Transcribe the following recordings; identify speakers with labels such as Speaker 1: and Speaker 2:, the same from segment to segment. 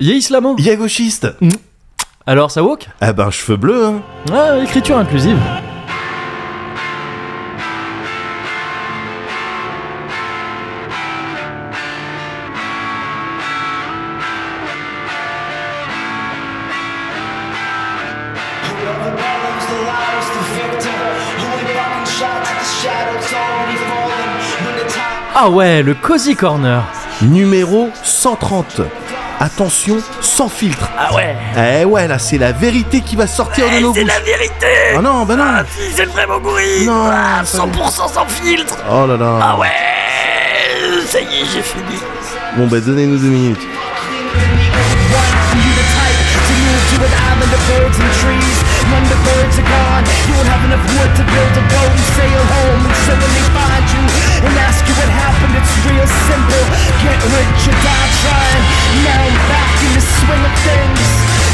Speaker 1: Yé islamo
Speaker 2: Il y a gauchiste
Speaker 1: Mm. Alors ça woke
Speaker 2: Ah ben, cheveux bleus, hein
Speaker 1: Ah, écriture inclusive
Speaker 3: Whoever bellows the loudest, the victor. Holy fucking shots at the shadows already falling. When the time
Speaker 1: Ah ouais, le Cozy Corner
Speaker 2: Numéro 130. Attention, sans filtre.
Speaker 1: Ah ouais Eh,
Speaker 2: Eh ouais, là, c'est la vérité qui va sortir de nos bouches.
Speaker 1: vérité
Speaker 2: Ah non, bah non
Speaker 1: si, c'est le vrai Moguri
Speaker 2: Non, Ah, ça-
Speaker 1: 100% sans filtre Ah
Speaker 2: Oh là là
Speaker 1: ouais Ça y est, j'ai fini
Speaker 2: Bon bah, donnez-nous deux minutes.
Speaker 4: you the type to move to an island of birds and trees? When the birds are gone, you won't have enough wood to build a boat and sail home and suddenly find you and ask you what happened. It's real simple. Get rich or die trying. Now I'm back in the swing of things.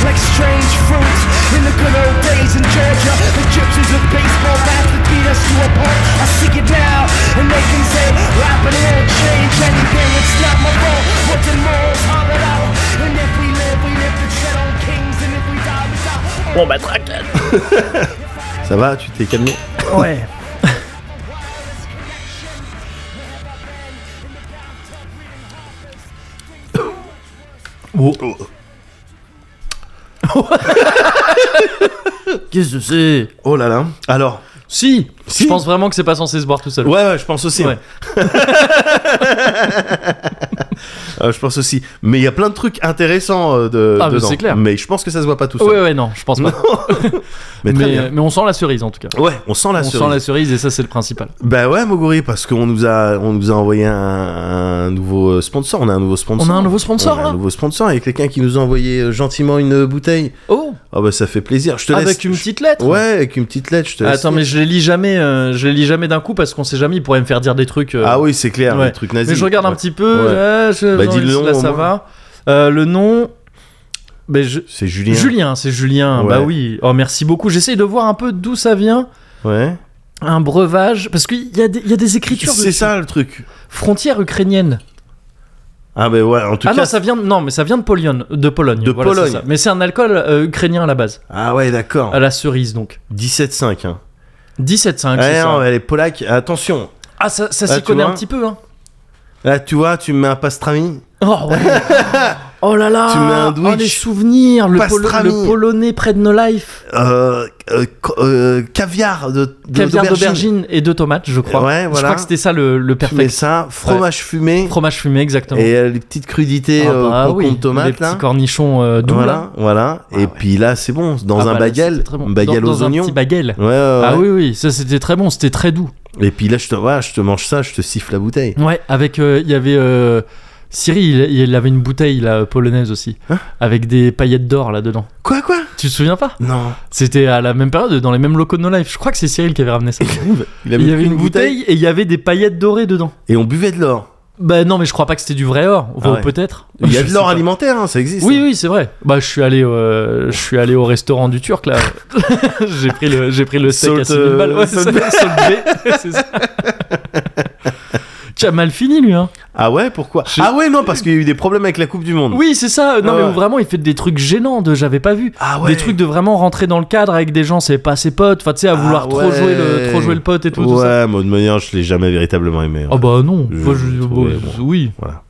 Speaker 4: Like strange fruit in the good old days in Georgia, the gypsies with baseball bats that beat us to a pulp. I see it now, and they can say, rapping won't change anything. It's not my fault. What the morals hollered out, and if we live, we live to tread on kings, and if we die, we die.
Speaker 1: Bon bah tranquille
Speaker 2: Ça va, tu t'es calmé
Speaker 1: Ouais Oh. Qu'est-ce que c'est
Speaker 2: Oh là là. Alors,
Speaker 1: Si,
Speaker 2: Si.
Speaker 1: Je pense vraiment que c'est pas censé se boire tout seul.
Speaker 2: Ouais, ouais, je pense aussi. hein.
Speaker 1: Ouais.
Speaker 2: Euh, je pense aussi. Mais il y a plein de trucs intéressants euh, de,
Speaker 1: Ah, mais
Speaker 2: dedans.
Speaker 1: c'est clair.
Speaker 2: Mais je pense que ça se voit pas tout seul.
Speaker 1: Ouais, ouais, non, je pense pas.
Speaker 2: Mais très
Speaker 1: mais,
Speaker 2: bien.
Speaker 1: mais on sent la cerise en tout cas.
Speaker 2: Ouais, on sent la
Speaker 1: on
Speaker 2: cerise.
Speaker 1: sent la cerise et ça, c'est le principal.
Speaker 2: Bah ouais, Moguri, parce qu'on nous a, on nous a envoyé un, un nouveau euh, sponsor. On a un nouveau sponsor.
Speaker 1: On a un nouveau sponsor, hein.
Speaker 2: On a
Speaker 1: là
Speaker 2: un nouveau sponsor et quelqu'un qui nous a envoyé euh, gentiment une bouteille.
Speaker 1: Oh
Speaker 2: Ah bah ça fait plaisir. Je te laisse.
Speaker 1: Avec une petite lettre Ah,
Speaker 2: Ouais, avec une petite lettre. Je te laisse.
Speaker 1: Attends, mais je les lis jamais, euh, je les lis jamais d'un coup parce qu'on sait jamais, ils pourraient me faire dire des trucs. euh,
Speaker 2: Ah oui, c'est clair,
Speaker 1: ouais.
Speaker 2: le truc nazi.
Speaker 1: Mais je regarde un
Speaker 2: Ouais.
Speaker 1: petit peu.
Speaker 2: Ouais.
Speaker 1: euh, je-
Speaker 2: Bah,
Speaker 1: non,
Speaker 2: dis le nom,
Speaker 1: là,
Speaker 2: au
Speaker 1: ça
Speaker 2: moins.
Speaker 1: va. Euh, le nom. Ben, je-
Speaker 2: C'est Julien.
Speaker 1: Julien, c'est Julien.
Speaker 2: Ouais.
Speaker 1: Bah oui. Oh, merci beaucoup. J'essaye de voir un peu d'où ça vient.
Speaker 2: Ouais.
Speaker 1: Un breuvage. Parce qu'il y, a des- il y a des écritures.
Speaker 2: C'est
Speaker 1: dessus.
Speaker 2: ça le truc.
Speaker 1: Frontière ukrainienne.
Speaker 2: Ah bah ouais, en tout
Speaker 1: Ah
Speaker 2: cas.
Speaker 1: non, ça vient, non, mais ça vient de Pologne. De Pologne.
Speaker 2: De
Speaker 1: voilà, c'est
Speaker 2: Pologne.
Speaker 1: ça. Mais c'est un alcool euh, ukrainien à la base.
Speaker 2: Ah ouais, d'accord.
Speaker 1: À la cerise, donc.
Speaker 2: 17,5. Hein.
Speaker 1: 17,5,
Speaker 2: Ah
Speaker 1: c'est ça.
Speaker 2: non, elle est polaque. Attention.
Speaker 1: Ah, ça, ça
Speaker 2: Ah,
Speaker 1: s'y
Speaker 2: tu
Speaker 1: connaît un
Speaker 2: vois.
Speaker 1: petit peu, hein.
Speaker 2: Là, tu vois, tu me mets un pastrami.
Speaker 1: Oh, ouais. oh là là.
Speaker 2: Tu mets un
Speaker 1: oh,
Speaker 2: Twitch.
Speaker 1: les souvenirs. Le, Polo-
Speaker 2: Pastrami.
Speaker 1: le polonais près de nos life.
Speaker 2: Euh, euh, co- euh, caviar de, de-
Speaker 1: Caviar
Speaker 2: d'aubergine.
Speaker 1: d'aubergine et de tomates, je crois.
Speaker 2: Ouais,
Speaker 1: Je
Speaker 2: voilà.
Speaker 1: crois que c'était ça le, le
Speaker 2: Tu mets
Speaker 1: perfect.
Speaker 2: ça, fromage fumé
Speaker 1: Fromage fumé, exactement.
Speaker 2: et euh, les petites crudités
Speaker 1: Ah
Speaker 2: euh,
Speaker 1: bah
Speaker 2: cocon
Speaker 1: oui,
Speaker 2: de tomate
Speaker 1: les petits
Speaker 2: là.
Speaker 1: cornichons euh, doux, là.
Speaker 2: Voilà, voilà.
Speaker 1: Ah
Speaker 2: et
Speaker 1: ouais.
Speaker 2: puis là, c'est bon, dans
Speaker 1: Ah
Speaker 2: un
Speaker 1: bah là,
Speaker 2: bagel,
Speaker 1: c'était très bon.
Speaker 2: bagel
Speaker 1: Dans-
Speaker 2: aux
Speaker 1: dans un
Speaker 2: oignons.
Speaker 1: petit bagel.
Speaker 2: Ouais, ouais, ouais.
Speaker 1: Ah oui, oui, ça c'était très bon, c'était très doux.
Speaker 2: Et puis là, je te vois, je te mange ça, je te siffle la bouteille.
Speaker 1: Ouais, avec euh, il y avait euh, Siri, il, il avait une bouteille là, polonaise aussi,
Speaker 2: Hein
Speaker 1: avec des paillettes d'or là dedans.
Speaker 2: Quoi, quoi
Speaker 1: Tu te souviens pas
Speaker 2: Non.
Speaker 1: C'était à la même période, dans les mêmes locaux de No Life. Je crois que c'est Cyril qui avait ramené ça.
Speaker 2: Il
Speaker 1: il y avait une bouteille et il y avait des paillettes dorées dedans.
Speaker 2: et on buvait de l'or.
Speaker 1: Bah non, mais je crois pas que c'était du vrai or.
Speaker 2: Ah
Speaker 1: Ou
Speaker 2: ouais.
Speaker 1: Peut-être.
Speaker 2: Il y a
Speaker 1: Je
Speaker 2: de
Speaker 1: sais
Speaker 2: l'or
Speaker 1: pas.
Speaker 2: alimentaire, hein, ça existe.
Speaker 1: Oui, oui, c'est vrai. Bah, je suis allé, euh, je suis allé au restaurant du Turc là. j'ai pris le, j'ai pris le steak à
Speaker 2: Salt,
Speaker 1: 6 000 balles. Ouais,
Speaker 2: euh,
Speaker 1: c'est
Speaker 2: salt
Speaker 1: ça, salt B. C'est ça. Qui a mal fini lui, hein.
Speaker 2: Ah ouais, pourquoi Ah ouais, non, parce qu'il y a eu des problèmes avec la Coupe du Monde.
Speaker 1: Oui, c'est ça. Non,
Speaker 2: Ah
Speaker 1: mais
Speaker 2: ouais.
Speaker 1: où vraiment, il fait des trucs gênants de j'avais pas vu.
Speaker 2: Ah ouais. Ah
Speaker 1: Des trucs de vraiment rentrer dans le cadre avec des gens, c'est pas ses potes. Enfin, tu sais, à vouloir trop,
Speaker 2: ouais.
Speaker 1: jouer le, trop jouer le pote et tout. tout
Speaker 2: ouais,
Speaker 1: ça.
Speaker 2: moi de manière, je l'ai jamais véritablement aimé. hein.
Speaker 1: Ah bah non.
Speaker 2: Je-
Speaker 1: Enfin, je-
Speaker 2: ouais,
Speaker 1: bah,
Speaker 2: bon.
Speaker 1: Oui.
Speaker 2: Voilà.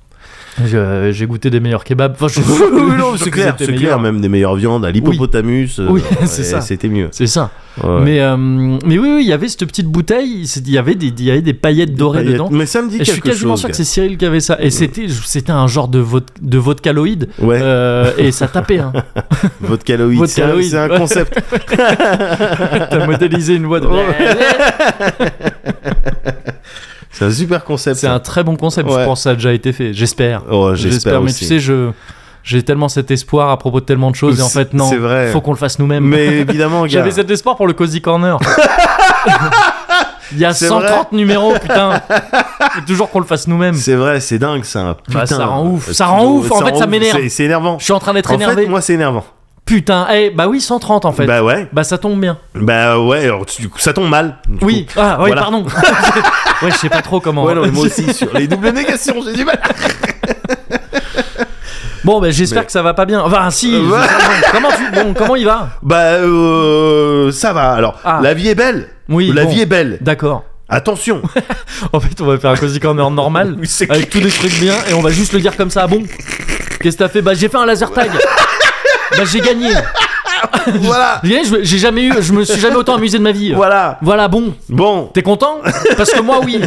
Speaker 1: J'ai euh, j'ai goûté des meilleurs kebabs. Enfin, je- je suis
Speaker 2: Oui, non,
Speaker 1: sûr
Speaker 2: c'est
Speaker 1: que
Speaker 2: clair,
Speaker 1: c'était
Speaker 2: c'est
Speaker 1: meilleur.
Speaker 2: clair, même des meilleures viandes, à l'hippopotamus, euh,
Speaker 1: Oui,
Speaker 2: ouais,
Speaker 1: c'est ça.
Speaker 2: c'était mieux.
Speaker 1: C'est ça.
Speaker 2: Ouais.
Speaker 1: Mais, euh, mais oui, oui, il y avait cette petite bouteille, c'est- il y avait des, il y avait des paillettes dorées
Speaker 2: Paillettes.
Speaker 1: dedans.
Speaker 2: Mais ça me dit
Speaker 1: Et je
Speaker 2: quelque
Speaker 1: suis quasiment
Speaker 2: chose.
Speaker 1: sûr que c'est Cyril qui avait ça. Et c'était, c'était un genre de, vod- de vodkaloïde.
Speaker 2: gars. Ouais,
Speaker 1: Euh, et ça tapait. Hein.
Speaker 2: votre caloïde, c'est un,
Speaker 1: Vodkaloïd,
Speaker 2: c'est un
Speaker 1: ouais.
Speaker 2: concept.
Speaker 1: T'as modélisé une voix de.
Speaker 2: C'est un super concept.
Speaker 1: C'est un très bon concept. Je
Speaker 2: Ouais.
Speaker 1: pense que ça a déjà été fait. J'espère.
Speaker 2: Oh, j'espère
Speaker 1: Mais
Speaker 2: aussi.
Speaker 1: tu sais, je j'ai tellement cet espoir à propos de tellement de choses. Et en
Speaker 2: C'est-
Speaker 1: fait, non.
Speaker 2: c'est vrai.
Speaker 1: Faut qu'on le fasse nous-mêmes.
Speaker 2: Mais évidemment, gars.
Speaker 1: J'avais cet espoir pour le Cozy Corner. Il y a
Speaker 2: C'est
Speaker 1: 130 numéros, putain. Faut toujours qu'on le fasse nous-mêmes.
Speaker 2: C'est vrai, c'est dingue ça. Putain,
Speaker 1: Bah, ça rend ouf.
Speaker 2: Euh,
Speaker 1: Ça rend ouf, en fait, ça m'énerve.
Speaker 2: C'est- C'est énervant.
Speaker 1: Je suis en train d'être
Speaker 2: En
Speaker 1: énervé.
Speaker 2: fait, moi, c'est énervant.
Speaker 1: Putain, eh, bah oui, 130 en fait. Bah,
Speaker 2: Bah ouais,
Speaker 1: ça tombe bien.
Speaker 2: bah ouais, alors, du coup, ça tombe mal. du
Speaker 1: Oui, ah oui,
Speaker 2: Voilà.
Speaker 1: pardon. ouais, je sais pas trop comment.
Speaker 2: Ouais, non, mais moi aussi, sur les doubles négations, j'ai du mal.
Speaker 1: Bon, ben j'espère
Speaker 2: Mais-
Speaker 1: que ça va pas bien. Enfin, si.
Speaker 2: Euh, ouais.
Speaker 1: je- comment tu, bon, comment il va
Speaker 2: Bah, euh, ça va. Alors,
Speaker 1: Ah.
Speaker 2: la vie est belle.
Speaker 1: Oui,
Speaker 2: La
Speaker 1: bon.
Speaker 2: vie est belle.
Speaker 1: D'accord.
Speaker 2: Attention.
Speaker 1: En fait, on va faire un cozy corner normal
Speaker 2: Oui, c'est
Speaker 1: avec tous des trucs bien et on va juste le dire comme ça. Ah Bon, qu'est-ce que t'as fait Bah, j'ai fait un laser tag. bah, j'ai gagné.
Speaker 2: voilà.
Speaker 1: J'ai gagné, je- J'ai jamais eu, je me suis jamais autant amusé de ma vie.
Speaker 2: Voilà.
Speaker 1: Voilà, bon,
Speaker 2: Bon.
Speaker 1: t'es content Parce que moi, oui,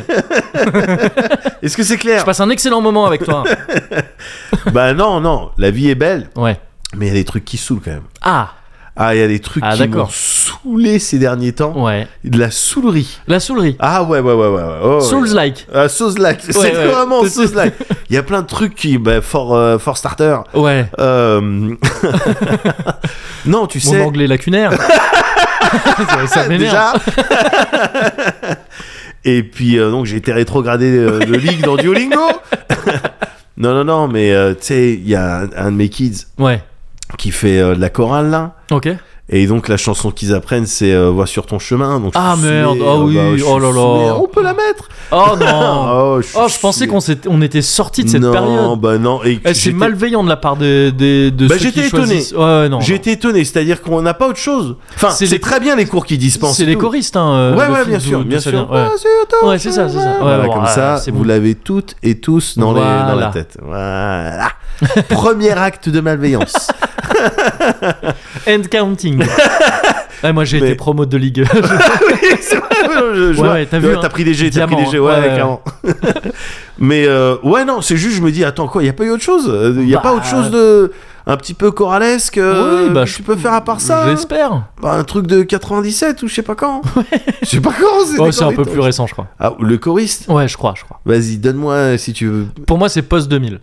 Speaker 2: Est-ce que c'est
Speaker 1: je
Speaker 2: clair
Speaker 1: passe un excellent moment avec toi.
Speaker 2: Bah non, non. La vie est belle,
Speaker 1: Ouais.
Speaker 2: mais il y a des trucs qui saoulent quand même.
Speaker 1: Ah,
Speaker 2: Ah, il y a des trucs
Speaker 1: Ah,
Speaker 2: qui
Speaker 1: d'accord.
Speaker 2: m'ont saoulé ces derniers temps.
Speaker 1: ouais.
Speaker 2: De la saoulerie.
Speaker 1: La soulerie.
Speaker 2: Ah ouais, ouais, ouais, ouais. ouais. Oh, ouais.
Speaker 1: Souls-like.
Speaker 2: Ah, Souls-like. c'est
Speaker 1: ouais.
Speaker 2: vraiment Souls-like. Il y a plein de trucs qui, bah, fort, euh, fort starter.
Speaker 1: Ouais.
Speaker 2: Euh, non, tu
Speaker 1: Mon
Speaker 2: sais.
Speaker 1: anglais lacunaire. ça ça m'énerve.
Speaker 2: déjà. Et puis euh, donc j'ai été rétrogradé euh, de ligue dans Duolingo. non non non, mais euh, tu sais, il y a un, un de mes kids
Speaker 1: Ouais.
Speaker 2: qui fait euh, de la chorale là.
Speaker 1: Ok.
Speaker 2: Et donc la chanson qu'ils apprennent c'est euh, Vois sur ton chemin. Donc, je
Speaker 1: Ah,
Speaker 2: suis saoulé.
Speaker 1: merde. Ah oui.
Speaker 2: bah, je suis
Speaker 1: Oh là là.
Speaker 2: saoulé. On peut la mettre.
Speaker 1: Oh non.
Speaker 2: Oh, suis
Speaker 1: Oh, je pensais
Speaker 2: saoulé.
Speaker 1: qu'on s'était- on était sorti de cette
Speaker 2: non,
Speaker 1: période.
Speaker 2: bah non. Et
Speaker 1: Eh, C'est
Speaker 2: j'étais-
Speaker 1: malveillant de la part des, des, de
Speaker 2: Bah,
Speaker 1: ceux qui
Speaker 2: j'étais étonné.
Speaker 1: choisissent. Ouais, ouais, non.
Speaker 2: J'ai été étonné, c'est-à-dire qu'on n'a pas autre chose. Enfin,
Speaker 1: C'est
Speaker 2: c'est
Speaker 1: les-
Speaker 2: très bien les cours qu'ils
Speaker 1: non.
Speaker 2: dispensent.
Speaker 1: C'est
Speaker 2: et
Speaker 1: les
Speaker 2: tout.
Speaker 1: choristes, hein. euh,
Speaker 2: Ouais,
Speaker 1: le
Speaker 2: ouais,
Speaker 1: film,
Speaker 2: bien
Speaker 1: d'où-
Speaker 2: sûr,
Speaker 1: d'où
Speaker 2: bien
Speaker 1: ça
Speaker 2: sûr.
Speaker 1: vient. Ouais.
Speaker 2: Ah, c'est autant,
Speaker 1: Ouais, c'est ça, c'est ça. Ouais,
Speaker 2: Voilà,
Speaker 1: bon,
Speaker 2: comme
Speaker 1: ouais,
Speaker 2: ça,
Speaker 1: c'est
Speaker 2: vous
Speaker 1: bon.
Speaker 2: l'avez toutes et tous dans, les, dans
Speaker 1: Voilà.
Speaker 2: la tête. Voilà. Premier acte de malveillance.
Speaker 1: End counting. Ouais, moi, j'ai
Speaker 2: Mais-
Speaker 1: été promo de ligue.
Speaker 2: C'est vrai, je- je
Speaker 1: Ouais,
Speaker 2: vois.
Speaker 1: ouais, t'as vu, hein.
Speaker 2: pris des G, t'as pris
Speaker 1: Diamant,
Speaker 2: des G, ouais,
Speaker 1: ouais, ouais.
Speaker 2: clairement. Mais euh, ouais, non, c'est juste, je me dis, attends, quoi, il n'y a pas eu autre chose Il n'y a
Speaker 1: Bah,
Speaker 2: pas autre chose de. Un petit peu coralesque euh,
Speaker 1: Oui, bah,
Speaker 2: que
Speaker 1: je-
Speaker 2: tu peux faire à part ça hein
Speaker 1: J'espère.
Speaker 2: Bah, Un truc de 97 ou je sais pas quand. hein. Je sais pas quand, c'est
Speaker 1: Oh,
Speaker 2: des
Speaker 1: c'est un peu
Speaker 2: choristes.
Speaker 1: plus récent, je crois.
Speaker 2: Ah, le choriste
Speaker 1: Ouais, je crois, je crois.
Speaker 2: Vas-y, donne-moi si tu veux.
Speaker 1: Pour moi, c'est post 2000.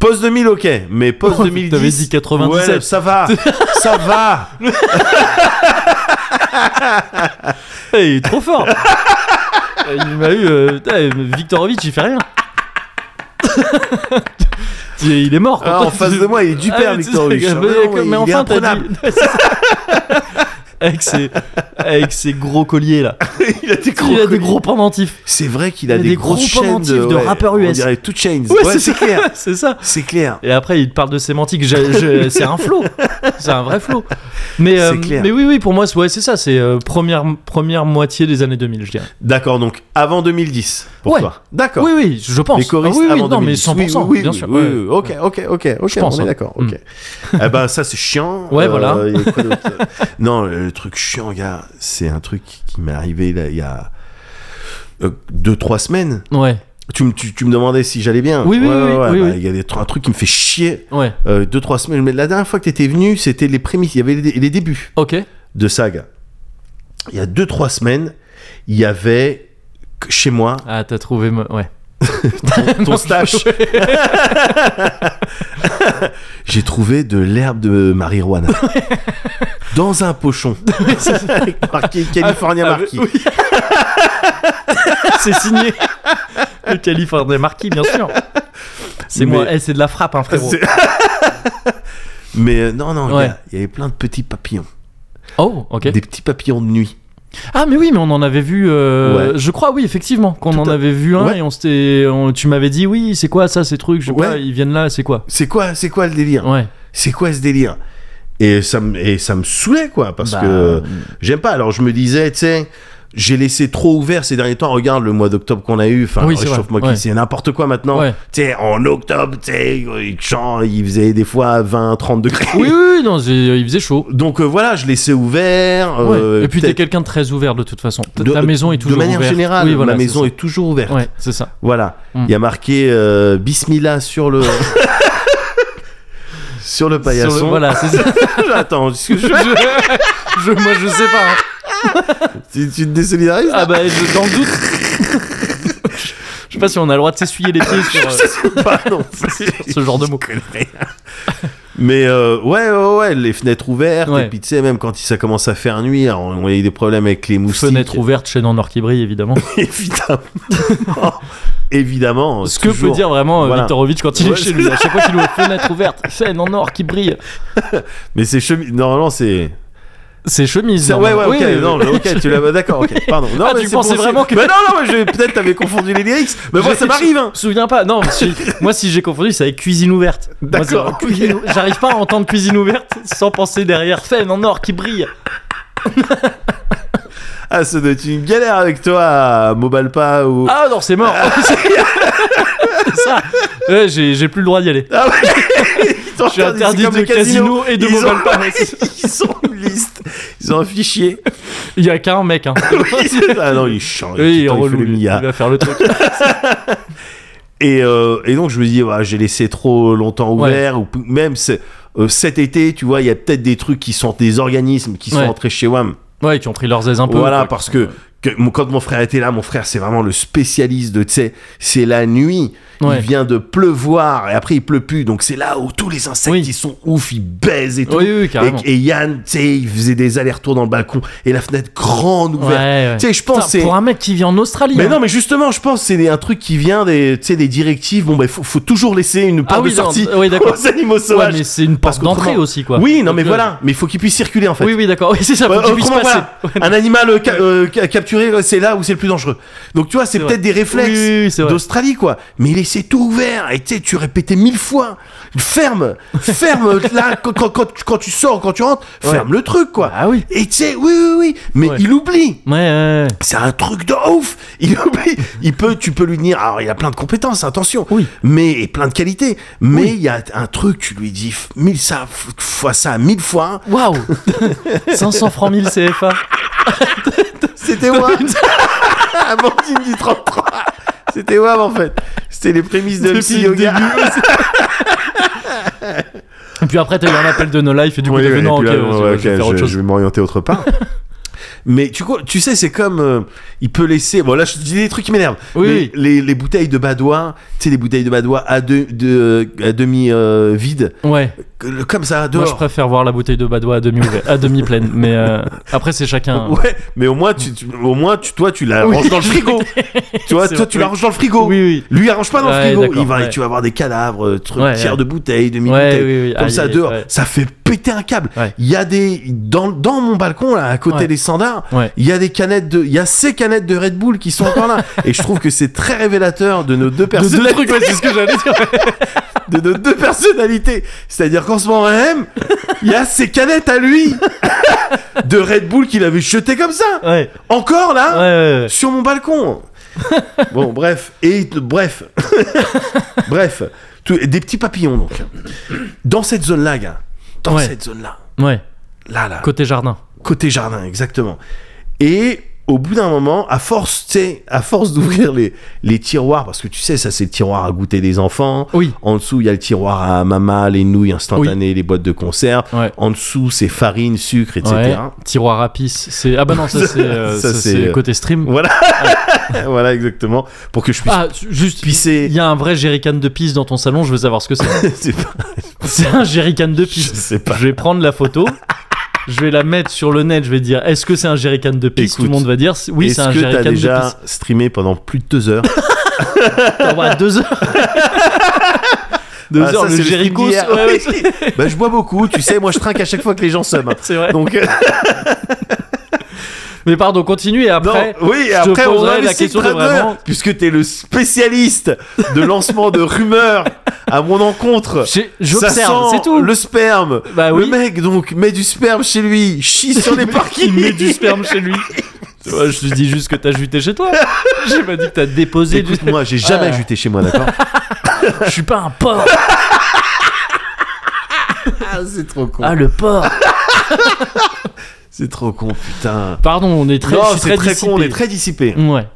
Speaker 2: Post 2000, ok, mais post
Speaker 1: Oh,
Speaker 2: 2010.
Speaker 1: t'avais dit 97.
Speaker 2: Ouais, ça va, ça va.
Speaker 1: Eh, il est trop fort. Eh, il m'a eu. euh, putain, Viktorovic, il fait rien. il est- il est mort.
Speaker 2: Ah, en face de moi, il est du père,
Speaker 1: Ah, mais tu sais,
Speaker 2: Victor Hugo.
Speaker 1: mais- mais,
Speaker 2: il est
Speaker 1: enfin, t'as dit.
Speaker 2: imprenable.
Speaker 1: Ouais, c'est ça. avec, ses, avec ses gros colliers là.
Speaker 2: Il a des gros.
Speaker 1: il a des
Speaker 2: colliers.
Speaker 1: gros pendentifs.
Speaker 2: C'est vrai qu'il a,
Speaker 1: Il a
Speaker 2: des,
Speaker 1: des
Speaker 2: grosses
Speaker 1: gros
Speaker 2: chaînes
Speaker 1: pendentifs de
Speaker 2: ouais,
Speaker 1: rappeurs
Speaker 2: On
Speaker 1: US.
Speaker 2: dirait Two Chains.
Speaker 1: Ouais,
Speaker 2: Ouais,
Speaker 1: c'est
Speaker 2: c'est clair.
Speaker 1: C'est ça.
Speaker 2: C'est clair.
Speaker 1: Et après, il parle de sémantique. Je- je- c'est un flow. C'est un vrai flow. Mais,
Speaker 2: C'est
Speaker 1: euh,
Speaker 2: clair.
Speaker 1: mais oui, oui, pour moi, c'est- ouais, c'est ça. C'est euh, première, première moitié des années 2000, je dirais.
Speaker 2: D'accord, donc avant 2010 pour
Speaker 1: Ouais.
Speaker 2: toi. D'accord.
Speaker 1: Oui, oui, je pense.
Speaker 2: Les choristes
Speaker 1: Ah oui, oui,
Speaker 2: avant
Speaker 1: non,
Speaker 2: 2010.
Speaker 1: mais 100%,
Speaker 2: oui, oui,
Speaker 1: bien
Speaker 2: oui,
Speaker 1: sûr.
Speaker 2: oui,
Speaker 1: ouais.
Speaker 2: oui, Ok, ok, ok, ok.
Speaker 1: pense,
Speaker 2: on est
Speaker 1: hein.
Speaker 2: d'accord. Ok. eh ben ça c'est chiant.
Speaker 1: Ouais, voilà.
Speaker 2: il y a quoi d'autre non, le truc chiant, gars, c'est un truc qui m'est arrivé là, il y a 2-3 semaines.
Speaker 1: Ouais,
Speaker 2: Tu, me- tu, tu me demandais si j'allais bien.
Speaker 1: Oui, oui,
Speaker 2: Ouais,
Speaker 1: oui,
Speaker 2: ouais,
Speaker 1: oui,
Speaker 2: ouais,
Speaker 1: oui,
Speaker 2: bah,
Speaker 1: oui.
Speaker 2: Il y a des, un truc qui me fait chier.
Speaker 1: ouais.
Speaker 2: Euh, deux, trois semaines. Mais la dernière fois que t'étais venu, c'était les prémices. Il y avait les, les débuts
Speaker 1: Ok.
Speaker 2: de saga. Il y a deux, trois semaines, il y avait que- chez moi
Speaker 1: Ah, t'as trouvé. mo- Ouais.
Speaker 2: ton stash. J'ai trouvé de l'herbe de marijuana dans un pochon marqué California
Speaker 1: Ah,
Speaker 2: Marquis.
Speaker 1: oui. c'est signé. Le Californien Marquis, bien sûr. C'est
Speaker 2: Mais-
Speaker 1: moi. Eh, c'est de la frappe, hein, frérot.
Speaker 2: C'est- Mais euh, non, non,
Speaker 1: Ouais.
Speaker 2: gars, il y avait plein de petits papillons,
Speaker 1: Oh, ok.
Speaker 2: des petits papillons de nuit.
Speaker 1: Ah, mais oui, mais on en avait vu. euh,
Speaker 2: Ouais.
Speaker 1: Je crois, oui, effectivement, qu'on
Speaker 2: Tout
Speaker 1: en
Speaker 2: à-
Speaker 1: avait vu un
Speaker 2: Ouais.
Speaker 1: et on s'était. on- Tu m'avais dit, oui, c'est quoi ça, ces trucs Je sais
Speaker 2: Ouais.
Speaker 1: pas, ils viennent là, c'est quoi
Speaker 2: C'est quoi, c'est quoi le délire
Speaker 1: Ouais.
Speaker 2: c'est quoi ce délire et ça, me- et ça me saoulait, quoi, parce
Speaker 1: Bah,
Speaker 2: que j'aime pas. Alors je me disais, tu sais, j'ai laissé trop ouvert ces derniers temps. Regarde le mois d'octobre qu'on a eu, enfin,
Speaker 1: Oui, c'est vrai,
Speaker 2: réchauffe-moi
Speaker 1: ouais.
Speaker 2: qui, c'est n'importe quoi maintenant.
Speaker 1: Ouais.
Speaker 2: Tu sais, en octobre, tu sais, il chante, il faisait des fois 20, 30 degrés.
Speaker 1: Oui, oui, oui, non, c'est- il faisait chaud.
Speaker 2: Donc euh, voilà, je laissais ouvert.
Speaker 1: Ouais.
Speaker 2: euh,
Speaker 1: et puis t'es
Speaker 2: peut-être-
Speaker 1: quelqu'un de très ouvert de toute façon. Ta-
Speaker 2: de-
Speaker 1: ta maison est toujours
Speaker 2: De manière
Speaker 1: ouverte.
Speaker 2: générale,
Speaker 1: Oui, voilà,
Speaker 2: ma
Speaker 1: c'est
Speaker 2: maison
Speaker 1: ça.
Speaker 2: est toujours ouverte.
Speaker 1: Ouais, c'est ça.
Speaker 2: Voilà. Il
Speaker 1: Mm.
Speaker 2: y a marqué euh, Bismillah sur le. sur le paillasson.
Speaker 1: Sur le- voilà, c'est ça.
Speaker 2: Attends, est-ce que je-
Speaker 1: Je- je- moi, je sais pas. hein.
Speaker 2: tu, tu te désolidarises
Speaker 1: Ah bah, je- dans le doute. Je sais pas si on a le droit de s'essuyer les pieds sur. euh,
Speaker 2: pas non
Speaker 1: ce genre de mots.
Speaker 2: Mais euh, ouais, ouais, ouais, les fenêtres ouvertes,
Speaker 1: Ouais.
Speaker 2: et puis tu sais, même quand ça commence à faire nuit, alors, on a eu des problèmes avec les moustiques.
Speaker 1: Fenêtre ouverte, chaîne en or qui brille, évidemment.
Speaker 2: Évidemment. Évidemment.
Speaker 1: Ce que
Speaker 2: Oh, toujours.
Speaker 1: peut dire vraiment euh,
Speaker 2: Voilà.
Speaker 1: Viktorovitch quand il est
Speaker 2: Ouais,
Speaker 1: chez
Speaker 2: c'est
Speaker 1: lui.
Speaker 2: ça.
Speaker 1: À chaque fois qu'il ouvre fenêtre ouverte, chaîne en or qui brille.
Speaker 2: Mais c'est chemise. Normalement, c'est.
Speaker 1: C'est chemise.
Speaker 2: C'est- Ouais, ouais,
Speaker 1: normalement.
Speaker 2: ok,
Speaker 1: Oui, oui,
Speaker 2: non,
Speaker 1: oui.
Speaker 2: ok, tu l'as, bah, d'accord, ok, pardon. Non,
Speaker 1: Ah,
Speaker 2: mais
Speaker 1: tu
Speaker 2: c'est
Speaker 1: pensais
Speaker 2: pour-
Speaker 1: vraiment que-
Speaker 2: Mais non, non, mais je... peut-être t'avais confondu les lyrics, mais moi
Speaker 1: J'ai-
Speaker 2: ça m'arrive, hein.
Speaker 1: Je me souviens pas. Non, si- moi si j'ai confondu, c'est avec cuisine ouverte. Moi,
Speaker 2: D'accord,
Speaker 1: c'est-
Speaker 2: ok.
Speaker 1: cuisine- J'arrive pas à entendre cuisine ouverte sans penser derrière Fen en or qui brille.
Speaker 2: Ah, ça doit être une galère avec toi à Mobalpa ou.
Speaker 1: Ah non, c'est mort. C'est ça. Ouais, j'ai j'ai plus le droit d'y aller.
Speaker 2: Ah ouais Ils t'ont
Speaker 1: Je suis interdit
Speaker 2: c'est comme
Speaker 1: de
Speaker 2: les casinos.
Speaker 1: casino et de
Speaker 2: ils ont...
Speaker 1: Mobalpa.
Speaker 2: ils ont une liste, ils ont un fichier.
Speaker 1: Il y a qu'un mec. Hein.
Speaker 2: ah non, il est chiant,
Speaker 1: Ah, Oui, il est
Speaker 2: tout
Speaker 1: relou,
Speaker 2: le temps, il fait le
Speaker 1: lui. il
Speaker 2: mia.
Speaker 1: va faire le truc.
Speaker 2: Et, euh, et donc je me dis, voilà, j'ai laissé trop longtemps
Speaker 1: Ouais.
Speaker 2: ouvert, ou p- même c'est- euh, cet été, tu vois, il y a peut-être des trucs qui sont des organismes qui sont
Speaker 1: Ouais.
Speaker 2: rentrés chez WAM.
Speaker 1: Ouais, qui ont pris leurs aises un peu.
Speaker 2: voilà,
Speaker 1: quoi.
Speaker 2: parce que, que mon- quand mon frère était là, mon frère c'est vraiment le spécialiste de, tu sais, c'est la nuit.
Speaker 1: Ouais.
Speaker 2: Il vient de pleuvoir et après il pleut plus, donc c'est là où tous les insectes
Speaker 1: Oui.
Speaker 2: ils sont ouf, ils baisent et tout.
Speaker 1: Oui, oui,
Speaker 2: et,
Speaker 1: carrément.
Speaker 2: et Yann, tu sais, il faisait des allers-retours dans le balcon et la fenêtre grande
Speaker 1: Ouais,
Speaker 2: ouverte.
Speaker 1: ouais.
Speaker 2: Tu sais, je pense
Speaker 1: Putain,
Speaker 2: c'est-
Speaker 1: Pour un mec qui vit en Australie.
Speaker 2: Mais
Speaker 1: hein.
Speaker 2: non, mais justement, je pense que c'est des- un truc qui vient des, tu sais, des directives. Bon, ben, faut, faut toujours laisser une
Speaker 1: Ah
Speaker 2: porte
Speaker 1: oui,
Speaker 2: de sortie
Speaker 1: non, oui, d'accord.
Speaker 2: aux animaux
Speaker 1: Ouais,
Speaker 2: sauvages.
Speaker 1: mais c'est une
Speaker 2: Parce
Speaker 1: porte d'entrée
Speaker 2: qu'autrement-
Speaker 1: aussi, quoi.
Speaker 2: Oui, non,
Speaker 1: Donc,
Speaker 2: mais
Speaker 1: euh,
Speaker 2: voilà. Mais il faut qu'il puisse circuler, en fait.
Speaker 1: Oui, oui, d'accord. Oui, c'est ça.
Speaker 2: Ouais,
Speaker 1: faut que tu puisses
Speaker 2: Euh, autrement,
Speaker 1: passer.
Speaker 2: voilà. Un animal euh, ca- euh, ca- capturé, ouais, c'est là où c'est le plus dangereux. Donc, tu vois, c'est
Speaker 1: C'est
Speaker 2: peut-être
Speaker 1: vrai.
Speaker 2: des réflexes
Speaker 1: Oui, oui, oui, c'est vrai.
Speaker 2: d'Australie, quoi. Mais laissez tout ouvert. Et tu sais, tu répétais mille fois. Ferme, ferme, là, quand, quand, quand- quand tu sors, quand tu rentres,
Speaker 1: Ouais.
Speaker 2: ferme le truc, quoi.
Speaker 1: Ah oui.
Speaker 2: Et tu sais, oui, oui, oui. Mais
Speaker 1: Ouais.
Speaker 2: il oublie.
Speaker 1: Ouais, ouais, ouais.
Speaker 2: C'est un truc de ouf. Il oublie. Il peut, tu peux lui dire. Alors, il a plein de compétences, attention.
Speaker 1: Oui.
Speaker 2: Mais et plein de qualités. Mais il y a un truc, tu lui dis f- mille ça, f- fois ça, mille fois.
Speaker 1: Waouh 500 francs 1000 CFA.
Speaker 2: C'était moi. Amandine du 33. C'était moi en fait. C'était les prémices de
Speaker 1: Depuis
Speaker 2: psy
Speaker 1: le
Speaker 2: yoga.
Speaker 1: Et puis après, t'as eu un appel de No Life et du coup,
Speaker 2: Oui,
Speaker 1: t'as
Speaker 2: oui,
Speaker 1: fait
Speaker 2: et
Speaker 1: non, ok,
Speaker 2: puis là,
Speaker 1: vas-y,
Speaker 2: ouais,
Speaker 1: ouais, je vais
Speaker 2: ok,
Speaker 1: faire autre
Speaker 2: je,
Speaker 1: chose.
Speaker 2: je vais m'orienter autre part. Mais tu, co- tu sais, c'est comme. euh, il peut laisser. Bon, là, je te dis des trucs qui m'énervent.
Speaker 1: Oui,
Speaker 2: Mais
Speaker 1: oui.
Speaker 2: Les, les bouteilles de badois, tu sais, les bouteilles de badois à, deux- de- à demi euh, vides,
Speaker 1: Ouais,
Speaker 2: que- comme ça,
Speaker 1: moi je
Speaker 2: dehors.
Speaker 1: préfère voir la bouteille de Badois à demi ouverte, à demi pleine. Mais euh, après, c'est chacun.
Speaker 2: ouais, mais au moins, tu, tu- au moins tu, toi, tu la
Speaker 1: Oui.
Speaker 2: ranges dans le frigo. tu vois,
Speaker 1: C'est
Speaker 2: toi,
Speaker 1: vrai.
Speaker 2: tu la ranges dans le frigo.
Speaker 1: Oui,
Speaker 2: Lui, il range pas dans
Speaker 1: Ouais,
Speaker 2: le frigo.
Speaker 1: d'accord,
Speaker 2: Il va,
Speaker 1: ouais.
Speaker 2: Tu vas avoir des cadavres, euh, trucs,
Speaker 1: Ouais,
Speaker 2: tiers
Speaker 1: ouais.
Speaker 2: de bouteilles, demi
Speaker 1: oui.
Speaker 2: bouteilles.
Speaker 1: Ouais, oui, oui.
Speaker 2: comme
Speaker 1: aïe,
Speaker 2: ça
Speaker 1: aïe,
Speaker 2: dehors,
Speaker 1: ouais.
Speaker 2: ça fait péter un câble. Il
Speaker 1: Ouais.
Speaker 2: y a des dans, dans mon balcon là, à côté
Speaker 1: Ouais.
Speaker 2: des standards, il
Speaker 1: Ouais.
Speaker 2: y a des canettes de, il y a ces canettes de Red Bull qui sont encore là. Et je trouve que c'est très révélateur de nos
Speaker 1: De
Speaker 2: deux personnes
Speaker 1: deux trucs, ouais, c'est ce que j'allais dire.
Speaker 2: de nos deux personnalités. C'est-à-dire qu'en ce moment même, il y a ces canettes à lui de Red Bull qu'il avait jeté comme ça.
Speaker 1: Ouais,
Speaker 2: Encore
Speaker 1: ouais,
Speaker 2: là,
Speaker 1: ouais. ouais.
Speaker 2: sur mon balcon. bon, bref, et bref, bref, Tout- des petits papillons donc. Dans cette zone-là, gars, dans
Speaker 1: Ouais.
Speaker 2: cette zone-là,
Speaker 1: Ouais,
Speaker 2: là, là,
Speaker 1: côté jardin.
Speaker 2: côté jardin, exactement. Et au bout d'un moment, à force, tu sais, à force d'ouvrir les, les tiroirs, parce que tu sais, ça c'est le tiroir à goûter des enfants.
Speaker 1: Oui.
Speaker 2: En dessous, il y a le tiroir à mama, les nouilles instantanées, les boîtes de conserve.
Speaker 1: Ouais.
Speaker 2: En dessous, c'est farine, sucre, etc.
Speaker 1: Ouais, tiroir à pisse, c'est ah bah non ça c'est euh,
Speaker 2: Ça,
Speaker 1: ça,
Speaker 2: c'est,
Speaker 1: c'est
Speaker 2: euh,
Speaker 1: côté stream.
Speaker 2: Voilà, voilà exactement. Pour que je puisse
Speaker 1: Ah juste
Speaker 2: pisser.
Speaker 1: Il y a un vrai jerrycan de pisse dans ton salon, je veux savoir ce que c'est.
Speaker 2: C'est pas-
Speaker 1: c'est un jerrycan de
Speaker 2: je
Speaker 1: pisse.
Speaker 2: sais pas.
Speaker 1: Je vais prendre la photo. Je vais la mettre sur le net, je vais dire est-ce que c'est un jerrycan de pisse
Speaker 2: Écoute,
Speaker 1: Tout le monde va dire oui, c'est
Speaker 2: Est-ce
Speaker 1: un
Speaker 2: que t'as
Speaker 1: jerrycan de
Speaker 2: déjà
Speaker 1: pisse.
Speaker 2: streamé pendant plus de deux heures
Speaker 1: Attends, bah, deux heures. deux
Speaker 2: Ah,
Speaker 1: heures
Speaker 2: ça,
Speaker 1: le
Speaker 2: c'est stream
Speaker 1: jerrycos.
Speaker 2: d'hier.
Speaker 1: ouais, ouais,
Speaker 2: Oui. Bah, je bois beaucoup, tu sais, moi je trinque à chaque fois que les gens somment.
Speaker 1: c'est vrai.
Speaker 2: Donc, euh,
Speaker 1: Mais pardon, continue et
Speaker 2: non,
Speaker 1: après.
Speaker 2: oui,
Speaker 1: je
Speaker 2: après
Speaker 1: te
Speaker 2: on
Speaker 1: poserai
Speaker 2: a
Speaker 1: la question de vraiment.
Speaker 2: puisque t'es le spécialiste de lancement de rumeurs à mon encontre.
Speaker 1: j'ai-
Speaker 2: Ça
Speaker 1: J'observe,
Speaker 2: sent
Speaker 1: c'est tout.
Speaker 2: Le sperme.
Speaker 1: Bah
Speaker 2: Le
Speaker 1: oui.
Speaker 2: mec donc met du sperme chez lui, chie sur les parkings.
Speaker 1: Il met du sperme chez lui. Tu vois, je te dis juste que t'as juté chez toi. J'ai pas dit que t'as déposé du
Speaker 2: Écoute, moi j'ai jamais
Speaker 1: Ah.
Speaker 2: juté chez moi, d'accord
Speaker 1: Je suis pas un porc.
Speaker 2: Ah, c'est trop con.
Speaker 1: Ah, le porc.
Speaker 2: C'est trop con, putain.
Speaker 1: Pardon, on est très,
Speaker 2: non,
Speaker 1: je suis
Speaker 2: c'est très
Speaker 1: dissipé.
Speaker 2: con, on est très dissipé.
Speaker 1: Ouais.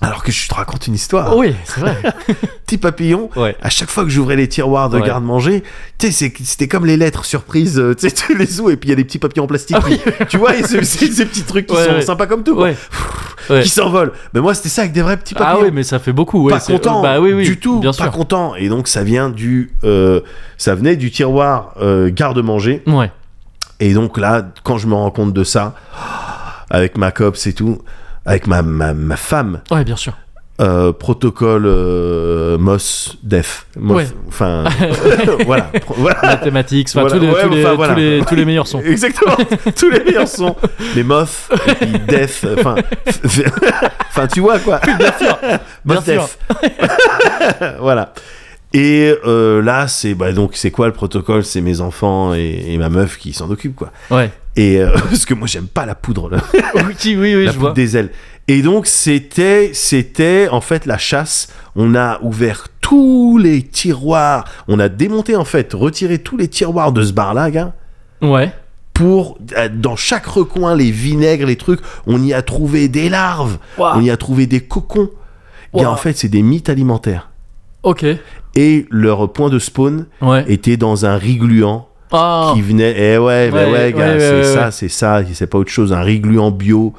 Speaker 2: Alors que je te raconte une histoire.
Speaker 1: Oui, c'est vrai.
Speaker 2: Petit papillon.
Speaker 1: Ouais.
Speaker 2: À chaque fois que j'ouvrais les tiroirs de
Speaker 1: Ouais.
Speaker 2: garde-manger, tu sais, c'est- c'était comme les lettres surprises, euh, tu sais, tu les ouvres et puis il y a des petits papillons en plastique.
Speaker 1: Ah oui.
Speaker 2: Tu vois, et c'est- c'est ces petits trucs qui
Speaker 1: Ouais,
Speaker 2: sont
Speaker 1: ouais.
Speaker 2: sympas comme tout, quoi,
Speaker 1: Ouais. Ouais.
Speaker 2: qui s'envolent. Mais moi, c'était ça avec des vrais petits papillons.
Speaker 1: Ah oui, mais ça fait beaucoup. Ouais,
Speaker 2: pas
Speaker 1: c'est-
Speaker 2: content
Speaker 1: Bah oui, oui.
Speaker 2: du tout,
Speaker 1: Bien
Speaker 2: pas
Speaker 1: sûr.
Speaker 2: content. Et donc ça vient du, euh, ça venait du tiroir euh, garde-manger.
Speaker 1: Ouais.
Speaker 2: Et donc là, quand je me rends compte de ça, avec ma copse et tout, avec ma ma, ma femme,
Speaker 1: Ouais, bien sûr.
Speaker 2: euh, protocole euh, MOS def. Mos-
Speaker 1: Ouais.
Speaker 2: Enfin, voilà. Pro- voilà.
Speaker 1: Mathématiques, enfin,
Speaker 2: Voilà,
Speaker 1: tous, les,
Speaker 2: ouais,
Speaker 1: tous, les,
Speaker 2: enfin,
Speaker 1: tous
Speaker 2: voilà.
Speaker 1: les- tous les meilleurs sons.
Speaker 2: Exactement. Tous les meilleurs sont les MOF et puis def. euh, Enfin, enfin, tu vois quoi.
Speaker 1: Bien sûr. Bien
Speaker 2: Mos def. voilà. Et euh, là, c'est bah, donc c'est quoi le protocole C'est mes enfants et, et ma meuf qui s'en occupent quoi.
Speaker 1: Ouais.
Speaker 2: Et euh, parce que moi, j'aime pas la poudre. là.
Speaker 1: Oui, oui, oui,
Speaker 2: la
Speaker 1: je
Speaker 2: poudre
Speaker 1: vois.
Speaker 2: des ailes. Et donc c'était c'était en fait la chasse. On a ouvert tous les tiroirs. On a démonté en fait, retiré tous les tiroirs de ce bar là, gars.
Speaker 1: Ouais.
Speaker 2: Pour euh, dans chaque recoin les vinaigres, les trucs, on y a trouvé des larves,
Speaker 1: Waouh.
Speaker 2: on y a trouvé des cocons. Gars,
Speaker 1: Waouh.
Speaker 2: en fait, c'est des mythes alimentaires.
Speaker 1: Ok.
Speaker 2: Et leur point de spawn
Speaker 1: Ouais.
Speaker 2: était dans un riz gluant
Speaker 1: Ah.
Speaker 2: qui venait. Eh ouais, bah
Speaker 1: Ouais,
Speaker 2: ouais,
Speaker 1: ouais,
Speaker 2: gars,
Speaker 1: ouais,
Speaker 2: c'est
Speaker 1: ouais,
Speaker 2: ça,
Speaker 1: ouais.
Speaker 2: c'est ça. C'est pas autre chose. Un riz gluant bio,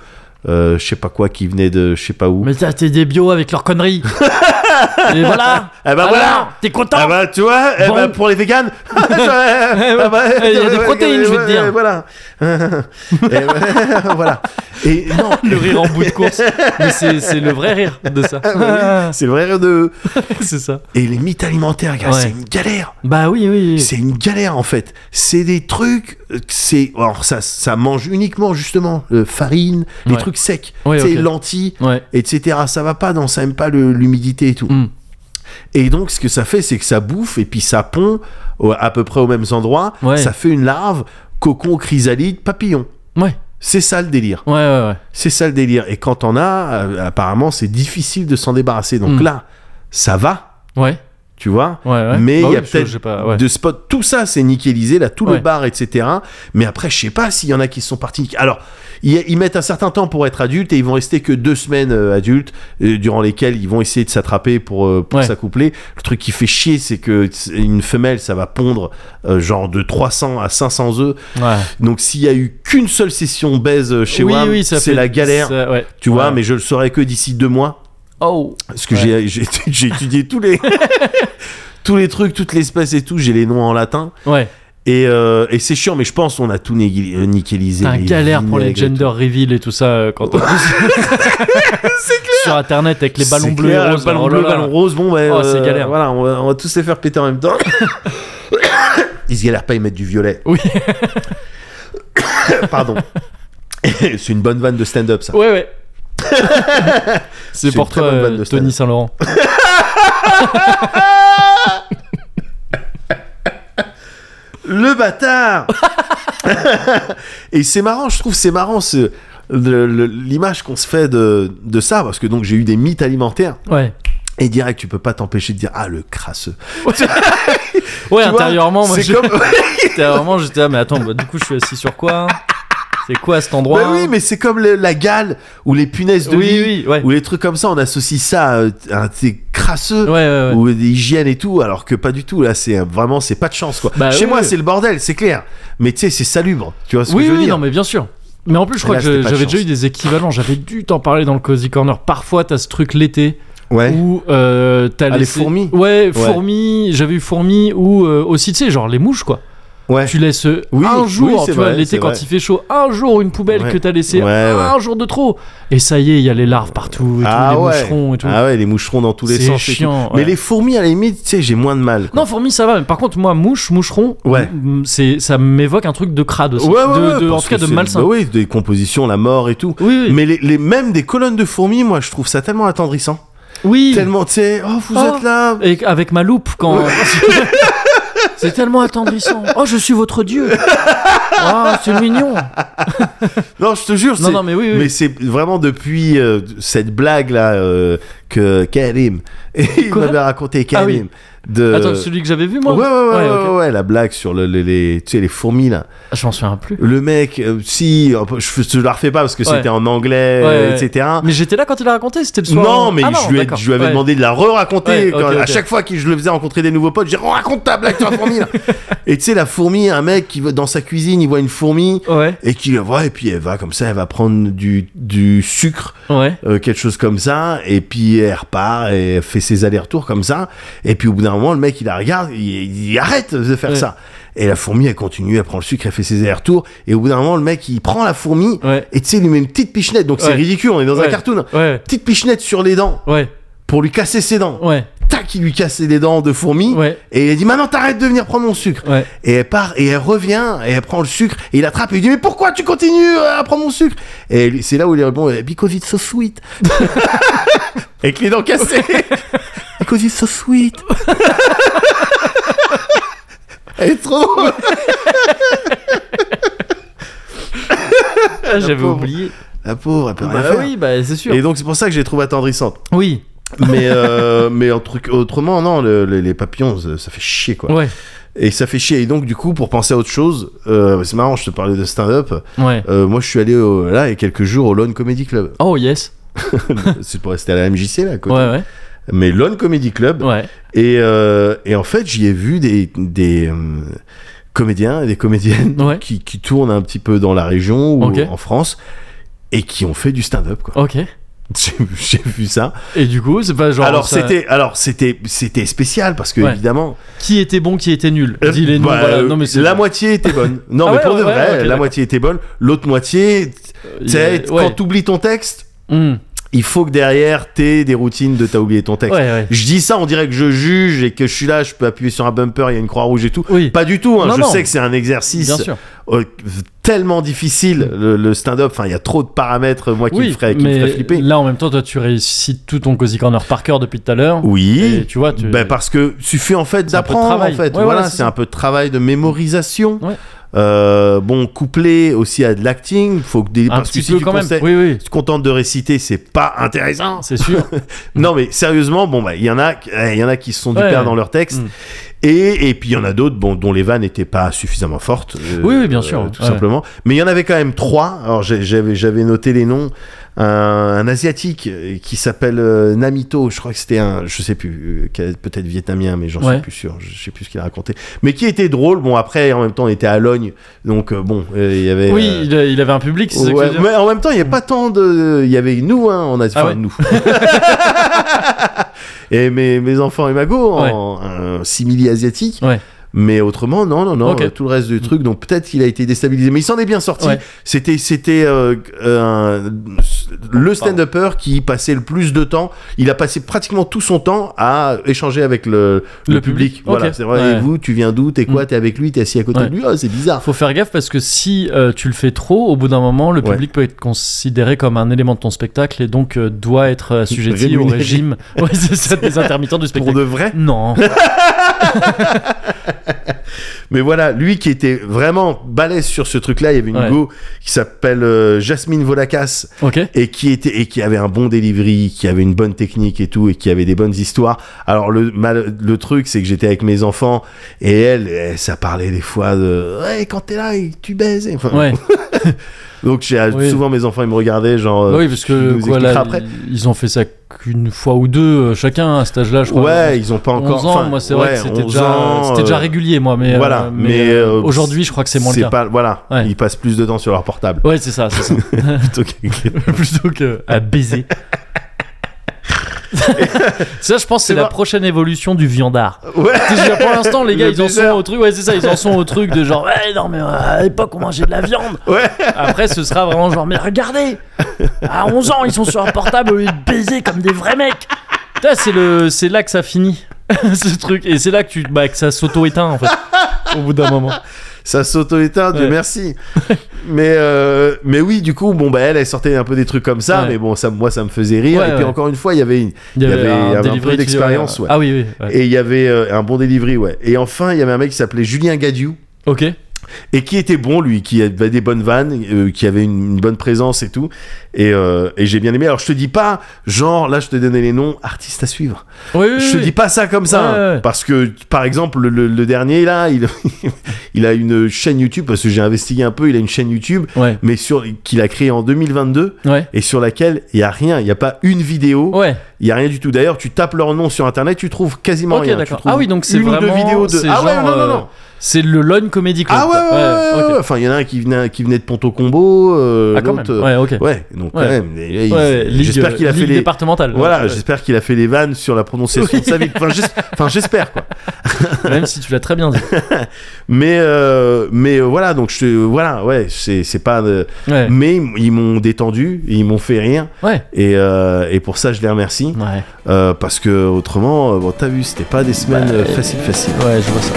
Speaker 2: euh, je sais pas quoi, qui venait de je sais pas où.
Speaker 1: Mais t'as t'es des bio avec leurs conneries. Et voilà.
Speaker 2: Eh ben
Speaker 1: Alors,
Speaker 2: voilà
Speaker 1: Ah, T'es content
Speaker 2: Ah bah tu vois, eh
Speaker 1: Bon. Eh ben,
Speaker 2: bah, pour les véganes Ah bah,
Speaker 1: Il y a des protéines, je vais te dire.
Speaker 2: Voilà. Eh bah, voilà. Et non,
Speaker 1: Le rire en bout de course. Mais c'est c'est le vrai rire de ça.
Speaker 2: Ah,
Speaker 1: Ah.
Speaker 2: c'est le vrai rire de...
Speaker 1: c'est ça.
Speaker 2: Et les mythes alimentaires, gars,
Speaker 1: Ouais.
Speaker 2: c'est une galère
Speaker 1: Bah oui, oui.
Speaker 2: C'est une galère en fait. C'est des trucs, euh, c'est alors ça, ça mange uniquement justement euh, farine, des
Speaker 1: Ouais.
Speaker 2: trucs secs,
Speaker 1: Ouais,
Speaker 2: tu sais,
Speaker 1: ok.
Speaker 2: lentilles,
Speaker 1: Ouais.
Speaker 2: etc. Ça va pas, dans ça aime pas le- l'humidité et tout.
Speaker 1: Hmm.
Speaker 2: Et donc, ce que ça fait, c'est que ça bouffe et puis ça pond au- à peu près aux mêmes endroits.
Speaker 1: Ouais.
Speaker 2: Ça fait une larve, cocon, chrysalide, papillon.
Speaker 1: Ouais.
Speaker 2: C'est ça le délire.
Speaker 1: Ouais, ouais, ouais.
Speaker 2: C'est ça le délire. Et quand on a, euh, apparemment, c'est difficile de s'en débarrasser. Donc
Speaker 1: Mm.
Speaker 2: là, ça va,
Speaker 1: Ouais.
Speaker 2: tu vois.
Speaker 1: Ouais, ouais.
Speaker 2: Mais il
Speaker 1: Bah
Speaker 2: y a
Speaker 1: oui, je- je sais
Speaker 2: peut-être
Speaker 1: pas, ouais.
Speaker 2: de spots. Tout ça, c'est nickelisé, là, tout le
Speaker 1: Ouais.
Speaker 2: bar, etc. Mais après, je sais pas s'il y en a qui sont partis. Alors, ils, ils mettent un certain temps pour être adultes et ils vont rester que deux semaines euh, adultes, euh, durant lesquelles ils vont essayer de s'attraper pour, euh, pour
Speaker 1: Ouais.
Speaker 2: s'accoupler. Le truc qui fait chier, c'est que c'est- une femelle, ça va pondre euh, genre de 300 à 500 œufs.
Speaker 1: Ouais.
Speaker 2: Donc, s'il y a eu qu'une seule session baise euh, chez
Speaker 1: oui,
Speaker 2: WAM,
Speaker 1: oui, ça
Speaker 2: c'est
Speaker 1: fait-
Speaker 2: la galère.
Speaker 1: ça- ouais.
Speaker 2: Tu vois,
Speaker 1: Ouais.
Speaker 2: mais je le saurai que d'ici deux mois.
Speaker 1: Oh.
Speaker 2: Parce que
Speaker 1: Ouais.
Speaker 2: j'ai- j'ai j'ai étudié tous les, tous les trucs, toute l'espèce et tout. J'ai les noms en latin.
Speaker 1: Ouais.
Speaker 2: Et, euh, et c'est chiant, mais je pense qu'on a tout négu- euh, nickelisé.
Speaker 1: C'est un
Speaker 2: les
Speaker 1: galère pour les
Speaker 2: vinaigres et
Speaker 1: gender reveal et tout ça euh, quand on sur internet avec
Speaker 2: tout.
Speaker 1: les ballons
Speaker 2: C'est
Speaker 1: bleus,
Speaker 2: clair,
Speaker 1: roses,
Speaker 2: ballon
Speaker 1: oh là
Speaker 2: bleu,
Speaker 1: là.
Speaker 2: ballon rose. Bon, bah,
Speaker 1: Oh, c'est
Speaker 2: euh,
Speaker 1: galère.
Speaker 2: Voilà, on va, on va tous les faire péter en même temps. Ils se galèrent pas, ils mettent du violet.
Speaker 1: Oui.
Speaker 2: Pardon. c'est une bonne vanne de stand-up, ça.
Speaker 1: Ouais, ouais. C'est
Speaker 2: C'est
Speaker 1: pour
Speaker 2: une très
Speaker 1: toi,
Speaker 2: bonne vanne de
Speaker 1: euh, Tony Saint Laurent.
Speaker 2: Le bâtard Et c'est marrant, je trouve, c'est marrant ce- le- le- l'image qu'on se fait de, de ça, parce que donc j'ai eu des mythes alimentaires,
Speaker 1: Ouais.
Speaker 2: et direct, tu peux pas t'empêcher de dire Ah, le crasseux.
Speaker 1: Ouais,
Speaker 2: Tu vois,
Speaker 1: intérieurement, moi,
Speaker 2: c'est
Speaker 1: je-
Speaker 2: comme. bah
Speaker 1: intérieurement, j'étais là, mais attends, bah, du coup, je suis assis sur quoi hein C'est quoi cet endroit
Speaker 2: Bah oui, mais c'est comme le- la gale ou les punaises de
Speaker 1: Oui,
Speaker 2: lit
Speaker 1: oui, ouais.
Speaker 2: ou les trucs comme ça. On associe ça à, à des crasseux
Speaker 1: Ouais, ouais, ouais.
Speaker 2: ou des hygiènes et tout, alors que pas du tout. Là, c'est euh, vraiment, c'est pas de chance quoi.
Speaker 1: Bah
Speaker 2: Chez
Speaker 1: oui,
Speaker 2: moi,
Speaker 1: oui.
Speaker 2: c'est le bordel, c'est clair. Mais tu sais, c'est salubre. Tu vois ce
Speaker 1: oui,
Speaker 2: que je veux
Speaker 1: oui,
Speaker 2: dire
Speaker 1: non, mais bien sûr. Mais en plus, je crois
Speaker 2: Là,
Speaker 1: que
Speaker 2: c'était pas de
Speaker 1: j'avais déjà eu
Speaker 2: chance.
Speaker 1: des équivalents. J'avais dû t'en parler dans le Cozy Corner. Parfois, t'as ce truc l'été
Speaker 2: Ouais.
Speaker 1: où euh, t'as
Speaker 2: Ah, les
Speaker 1: laissé-
Speaker 2: fourmis.
Speaker 1: Ouais, fourmis. J'avais eu fourmis ou euh, aussi, tu sais, genre les mouches, quoi.
Speaker 2: Ouais.
Speaker 1: Tu laisses euh,
Speaker 2: Oui,
Speaker 1: un
Speaker 2: oui,
Speaker 1: jour,
Speaker 2: c'est
Speaker 1: tu vois,
Speaker 2: vrai,
Speaker 1: l'été
Speaker 2: c'est
Speaker 1: quand
Speaker 2: vrai.
Speaker 1: il fait chaud, un jour une poubelle
Speaker 2: Ouais.
Speaker 1: que t'as laissée
Speaker 2: Ouais,
Speaker 1: un jour de trop. Et ça y est, il y a les larves partout, et
Speaker 2: Ah
Speaker 1: tout, les
Speaker 2: ouais.
Speaker 1: moucherons et tout.
Speaker 2: Ah ouais, les moucherons dans tous les
Speaker 1: C'est
Speaker 2: sens. et
Speaker 1: chiant,
Speaker 2: tout.
Speaker 1: ouais.
Speaker 2: Mais les fourmis, à la limite, tu sais, j'ai moins de mal. quoi.
Speaker 1: Non, fourmis, ça va. Mais par contre, moi, mouche, moucheron,
Speaker 2: Ouais.
Speaker 1: mm, c'est ça m'évoque un truc de crade aussi.
Speaker 2: Ouais, ouais,
Speaker 1: De-
Speaker 2: ouais,
Speaker 1: de- en
Speaker 2: parce
Speaker 1: tout cas,
Speaker 2: que
Speaker 1: de
Speaker 2: c'est-
Speaker 1: malsain.
Speaker 2: bah oui, des compositions, la mort et tout.
Speaker 1: Oui, oui.
Speaker 2: Mais les, les- même des colonnes de fourmis, moi, je trouve ça tellement attendrissant.
Speaker 1: oui.
Speaker 2: Tellement, tu sais, oh, vous
Speaker 1: Oh.
Speaker 2: êtes là.
Speaker 1: Et avec ma loupe, quand. c'est tellement attendrissant. Oh, je suis votre dieu. Oh, c'est mignon.
Speaker 2: Non, je te jure,
Speaker 1: Non,
Speaker 2: c'est-
Speaker 1: non, mais oui, oui.
Speaker 2: Mais c'est vraiment depuis euh, cette blague là euh, que Karim, il
Speaker 1: Quoi
Speaker 2: m'avait raconté
Speaker 1: Ah
Speaker 2: Karim
Speaker 1: oui.
Speaker 2: de.
Speaker 1: Attends, celui que j'avais vu,
Speaker 2: Ouais,
Speaker 1: moi
Speaker 2: euh, ouais, ouais, ouais,
Speaker 1: ok.
Speaker 2: ouais, la blague sur le- les, les- tu sais, les fourmis là.
Speaker 1: Ah, Je m'en souviens plus.
Speaker 2: Le mec, euh, si, euh, je, je la refais pas parce que
Speaker 1: Ouais.
Speaker 2: c'était en anglais,
Speaker 1: Ouais,
Speaker 2: euh,
Speaker 1: ouais.
Speaker 2: etc.
Speaker 1: Mais j'étais là quand il a raconté, c'était le soir.
Speaker 2: Non, mais
Speaker 1: Ah,
Speaker 2: je, lui ai-
Speaker 1: d'accord.
Speaker 2: je lui avais
Speaker 1: Ouais.
Speaker 2: demandé de la re-raconter.
Speaker 1: Ouais,
Speaker 2: quand-
Speaker 1: ok,
Speaker 2: À
Speaker 1: ok.
Speaker 2: chaque fois que je le faisais rencontrer des nouveaux potes, j'ai dit, raconte ta blague sur la fourmi. là. et tu sais, la fourmi, un mec qui va dans sa cuisine, il voit une fourmi
Speaker 1: Ouais,
Speaker 2: et qui la voit, et puis elle va comme ça, elle va prendre du, du sucre,
Speaker 1: ouais.
Speaker 2: euh, quelque chose comme ça, et puis elle repart et elle fait ses allers-retours comme ça. Et puis au bout d'un moment, le mec, il la regarde, il, il dit, arrête de faire
Speaker 1: Ouais.
Speaker 2: ça. Et la fourmi, elle continue, elle prend le sucre, elle fait ses allers-retours. Et au bout d'un moment, le mec, il prend la fourmi,
Speaker 1: Ouais.
Speaker 2: et tu sais, il lui met une petite pichenette. Donc c'est
Speaker 1: Ouais.
Speaker 2: ridicule, on est dans un
Speaker 1: Ouais.
Speaker 2: cartoon.
Speaker 1: Ouais,
Speaker 2: Petite pichenette sur les dents
Speaker 1: ouais.
Speaker 2: pour lui casser ses dents.
Speaker 1: Ouais,
Speaker 2: Tac, il lui cassait les dents de fourmi.
Speaker 1: ouais,
Speaker 2: Et il a dit maintenant t'arrêtes de venir prendre mon sucre.
Speaker 1: ouais.
Speaker 2: Et elle part et elle revient et elle prend le sucre et il attrape et il dit mais pourquoi tu continues euh, à prendre mon sucre Et lui- c'est là où il répond because it's so sweet. Avec les dents cassées. because it's so sweet. Elle est trop drôle.
Speaker 1: Ah, J'avais
Speaker 2: pauvre.
Speaker 1: oublié.
Speaker 2: La pauvre, elle peut rien
Speaker 1: Bah
Speaker 2: faire.
Speaker 1: oui, bah c'est sûr.
Speaker 2: Et donc c'est pour ça que j'ai trouvé attendrissante.
Speaker 1: Oui,
Speaker 2: Mais euh, mais en truc autrement non le- le- les papillons ça ça fait chier quoi.
Speaker 1: ouais,
Speaker 2: Et ça fait chier et donc du coup pour penser à autre chose euh, c'est marrant je te parlais de stand-up.
Speaker 1: ouais.
Speaker 2: Euh, moi, je suis allé au- là il y a quelques jours au Lone Comedy Club.
Speaker 1: Oh yes.
Speaker 2: c'est pour rester à la MJC là.
Speaker 1: Ouais,
Speaker 2: Quoi.
Speaker 1: ouais,
Speaker 2: Mais Lone Comedy Club.
Speaker 1: ouais.
Speaker 2: Et, euh, et en fait, j'y ai vu des, des euh, comédiens et des comédiennes
Speaker 1: Ouais.
Speaker 2: qui, qui tournent un petit peu dans la région ou
Speaker 1: Ok.
Speaker 2: en France et qui ont fait du stand-up. quoi.
Speaker 1: Ok.
Speaker 2: J'ai j'ai vu ça.
Speaker 1: Et du coup, c'est pas genre.
Speaker 2: alors
Speaker 1: ça-
Speaker 2: c'était, alors c'était, c'était spécial parce que
Speaker 1: Ouais.
Speaker 2: évidemment,
Speaker 1: Qui était bon, qui était nul Dis les noms.
Speaker 2: bah,
Speaker 1: voilà.
Speaker 2: euh,
Speaker 1: Non mais c'est.
Speaker 2: la moitié était bonne. Non
Speaker 1: Ah
Speaker 2: mais
Speaker 1: ouais,
Speaker 2: pour de
Speaker 1: ouais,
Speaker 2: vrai,
Speaker 1: ouais, ok,
Speaker 2: la
Speaker 1: d'accord.
Speaker 2: moitié était bonne. L'autre moitié, tu
Speaker 1: Il y a-
Speaker 2: sais, quand
Speaker 1: ouais.
Speaker 2: t'oublies ton texte,
Speaker 1: Hmm.
Speaker 2: il faut que derrière t'aies des routines de t'as oublié ton texte.
Speaker 1: Ouais, ouais.
Speaker 2: Je dis ça, on dirait que je juge et que je suis là, je peux appuyer sur un bumper, il y a une croix rouge et tout.
Speaker 1: Oui.
Speaker 2: Pas du tout, hein,
Speaker 1: Non,
Speaker 2: je
Speaker 1: non.
Speaker 2: sais que c'est un exercice
Speaker 1: Bien sûr.
Speaker 2: euh, tellement difficile, le, le stand-up, enfin il y a trop de paramètres, moi qui, me, ferais, qui me
Speaker 1: mais
Speaker 2: ferais flipper.
Speaker 1: Là, en même temps, toi, tu récites tout ton Cozy Corner par cœur depuis tout à l'heure.
Speaker 2: Oui,
Speaker 1: Et tu vois, tu-
Speaker 2: ben, parce que suffit en fait
Speaker 1: C'est un peu de
Speaker 2: d'apprendre, en
Speaker 1: travail.
Speaker 2: fait.
Speaker 1: Ouais,
Speaker 2: voilà,
Speaker 1: voilà, c'est
Speaker 2: c'est
Speaker 1: ça.
Speaker 2: un peu de travail de mémorisation.
Speaker 1: Ouais.
Speaker 2: Euh, bon, couplé aussi à de l'acting, faut que des...
Speaker 1: un
Speaker 2: parce que
Speaker 1: petit
Speaker 2: si
Speaker 1: peu
Speaker 2: tu
Speaker 1: quand même.
Speaker 2: conseilles-
Speaker 1: Oui, oui.
Speaker 2: tu te contentes de réciter, c'est pas intéressant.
Speaker 1: C'est sûr.
Speaker 2: Non mais sérieusement, bon bah il y en a, eh, il y en a qui se sont du
Speaker 1: Ouais.
Speaker 2: père dans leur texte,
Speaker 1: Mm.
Speaker 2: et, et puis il y en a d'autres, bon dont les vannes n'étaient pas suffisamment fortes. euh,
Speaker 1: Oui, oui, bien sûr,
Speaker 2: tout
Speaker 1: ouais.
Speaker 2: simplement. Mais il y en avait quand même trois. Alors j'ai- j'avais j'avais noté les noms. Un, un asiatique euh, qui s'appelle euh, Namito, je crois que c'était un, je sais plus, euh, quel- peut-être vietnamien, mais j'en
Speaker 1: Ouais.
Speaker 2: suis plus sûr. Je sais plus ce qu'il a raconté. Mais qui était drôle. Bon après, en même temps, on était à Logne, donc euh, bon, euh, il y avait.
Speaker 1: oui,
Speaker 2: euh,
Speaker 1: il, a- il avait un public, c'est ça que
Speaker 2: Ouais,
Speaker 1: je veux dire.
Speaker 2: mais en même temps, il n'y a pas tant de. Il y avait nous, hein, on a
Speaker 1: Ah
Speaker 2: enfin,
Speaker 1: ouais.
Speaker 2: nous. et mes, mes enfants et ma go en un simili asiatique.
Speaker 1: Ouais.
Speaker 2: Mais autrement, non, non, non,
Speaker 1: Ok.
Speaker 2: euh, tout le reste du truc. Donc peut-être qu'il a été déstabilisé, mais il s'en est bien sorti.
Speaker 1: Ouais.
Speaker 2: C'était, c'était euh, euh, un- le stand-upper qui passait le plus de temps. Il a passé pratiquement tout son temps à échanger avec le,
Speaker 1: Le
Speaker 2: le public.
Speaker 1: public.
Speaker 2: Voilà,
Speaker 1: Ok.
Speaker 2: c'est vrai.
Speaker 1: Ouais. Mm.
Speaker 2: Et vous, tu viens d'où T'es quoi T'es avec lui T'es assis à côté
Speaker 1: Ouais.
Speaker 2: de lui Oh, c'est bizarre.
Speaker 1: Faut faire gaffe parce que si euh, tu le fais trop, au bout d'un moment, le
Speaker 2: Ouais.
Speaker 1: public peut être considéré comme un élément de ton spectacle et donc euh, doit être assujetti au
Speaker 2: Rémunéré.
Speaker 1: régime ouais, c'est ça, des intermittents du
Speaker 2: Pour
Speaker 1: spectacle.
Speaker 2: de vrai.
Speaker 1: Non.
Speaker 2: Mais voilà, lui qui était vraiment balèze sur ce truc-là, il y avait une
Speaker 1: Ouais.
Speaker 2: go qui s'appelle euh, Jasmine Volacas
Speaker 1: Ok.
Speaker 2: et qui était et qui avait un bon delivery, qui avait une bonne technique et tout et qui avait des bonnes histoires. Alors le mal- le truc c'est que j'étais avec mes enfants et elle, eh, ça parlait des fois de ouais quand t'es là et que tu baises. Enfin,
Speaker 1: Ouais.
Speaker 2: Donc j'ai
Speaker 1: Oui.
Speaker 2: souvent mes enfants ils me regardaient genre. euh,
Speaker 1: Bah oui, parce
Speaker 2: tu
Speaker 1: que
Speaker 2: nous
Speaker 1: quoi, là,
Speaker 2: expliqueras après.
Speaker 1: ils ont fait ça qu'une fois ou deux euh, chacun à cet âge-là, je crois.
Speaker 2: Ouais, ils ont pas encore.
Speaker 1: 11 ans,
Speaker 2: enfin,
Speaker 1: moi c'est
Speaker 2: ouais,
Speaker 1: vrai que c'était
Speaker 2: 11
Speaker 1: déjà,
Speaker 2: ans,
Speaker 1: c'était déjà
Speaker 2: euh,
Speaker 1: régulier moi, mais, euh,
Speaker 2: voilà,
Speaker 1: mais,
Speaker 2: mais,
Speaker 1: euh,
Speaker 2: euh,
Speaker 1: aujourd'hui je crois que c'est moins le
Speaker 2: c'est
Speaker 1: cas.
Speaker 2: pas voilà,
Speaker 1: Ouais.
Speaker 2: ils passent plus de temps sur leur portable
Speaker 1: Ouais c'est ça, c'est ça.
Speaker 2: plutôt qu'avec les-
Speaker 1: plutôt que à baiser. ça je pense que c'est
Speaker 2: C'est
Speaker 1: la
Speaker 2: pas-
Speaker 1: prochaine évolution du viandard.
Speaker 2: Ouais.
Speaker 1: Tu sais, je veux dire, pour l'instant les gars
Speaker 2: Le
Speaker 1: ils en sont
Speaker 2: dessert.
Speaker 1: au truc, ouais c'est ça, ils en sont au truc de genre ouais non mais euh, à l'époque on mangeait de la viande.
Speaker 2: Ouais.
Speaker 1: Après ce sera vraiment genre mais regardez, à 11 ans ils sont sur un portable au lieu de baiser comme des vrais mecs. Putain, c'est le c'est là que ça finit ce truc et c'est là que tu bah, que ça s'auto éteint en fait au bout d'un moment.
Speaker 2: ça s'auto-éteint, Dieu
Speaker 1: Ouais.
Speaker 2: merci. mais, euh, mais oui, du coup, bon, bah, elle, elle sortait un peu des trucs comme ça,
Speaker 1: Ouais.
Speaker 2: mais bon, ça, moi, ça me faisait rire.
Speaker 1: Ouais,
Speaker 2: et puis,
Speaker 1: ouais.
Speaker 2: encore une fois, il y avait une.
Speaker 1: Il y avait, un,
Speaker 2: un peu
Speaker 1: delivery qui-
Speaker 2: d'expérience, ouais.
Speaker 1: Ah oui, oui. ouais.
Speaker 2: Et il y avait euh, un bon delivery, ouais. Et enfin, il y avait un mec qui s'appelait Julien Gadiou.
Speaker 1: Ok.
Speaker 2: Et qui était bon, lui, qui avait des bonnes vannes, euh, qui avait une, une bonne présence et tout. Et, euh, et j'ai bien aimé. Alors, je te dis pas, genre, là, je te donnais les noms artistes à suivre.
Speaker 1: Oui, oui,
Speaker 2: je te
Speaker 1: oui.
Speaker 2: dis pas ça comme ça.
Speaker 1: Ouais,
Speaker 2: hein,
Speaker 1: ouais.
Speaker 2: Parce que, par exemple, le, le dernier, là, il, il a une chaîne YouTube, parce que j'ai investigué un peu, il a une chaîne YouTube
Speaker 1: Ouais.
Speaker 2: mais sur qu'il a créé en 2022
Speaker 1: Ouais.
Speaker 2: et sur laquelle il y a rien, il y a pas une vidéo, il
Speaker 1: Ouais.
Speaker 2: y a rien du tout. D'ailleurs, tu tapes leur nom sur internet, tu trouves quasiment
Speaker 1: ok,
Speaker 2: rien. Tu
Speaker 1: d'accord.
Speaker 2: trouves
Speaker 1: Ah oui, donc c'est
Speaker 2: une ou
Speaker 1: vraiment.
Speaker 2: deux vidéos de.
Speaker 1: c'est
Speaker 2: Ah ouais,
Speaker 1: genre,
Speaker 2: non, non,
Speaker 1: euh,
Speaker 2: non.
Speaker 1: C'est le Lone Comedy Club.
Speaker 2: Ah ouais, ouais, ouais, ouais,
Speaker 1: ok.
Speaker 2: ouais. Enfin, il y en a un qui venait, qui venait de Ponto Combo, euh,
Speaker 1: Ah, quand
Speaker 2: l'autre,
Speaker 1: même.
Speaker 2: euh,
Speaker 1: Ouais, ok.
Speaker 2: ouais, donc quand
Speaker 1: Ouais.
Speaker 2: même. et là, il-
Speaker 1: Ouais, ligue, euh,
Speaker 2: j'espère qu'il a
Speaker 1: ligue
Speaker 2: fait les.
Speaker 1: départementale.
Speaker 2: Voilà,
Speaker 1: Ouais.
Speaker 2: j'espère qu'il a fait les vannes sur la prononciation de sa vie. Enfin, j'es- enfin, j'espère quoi.
Speaker 1: Même si tu l'as très bien dit.
Speaker 2: Mais euh, mais euh, voilà, donc je voilà, ouais, c'est c'est pas. euh,
Speaker 1: Ouais.
Speaker 2: Mais ils m'ont détendu, ils m'ont fait rire
Speaker 1: Ouais.
Speaker 2: et, euh, et pour ça je les remercie
Speaker 1: Ouais.
Speaker 2: Euh, parce que autrement, euh, bon, t'as vu, c'était pas des semaines
Speaker 1: Bah,
Speaker 2: euh, facile facile.
Speaker 1: Ouais, je vois ça.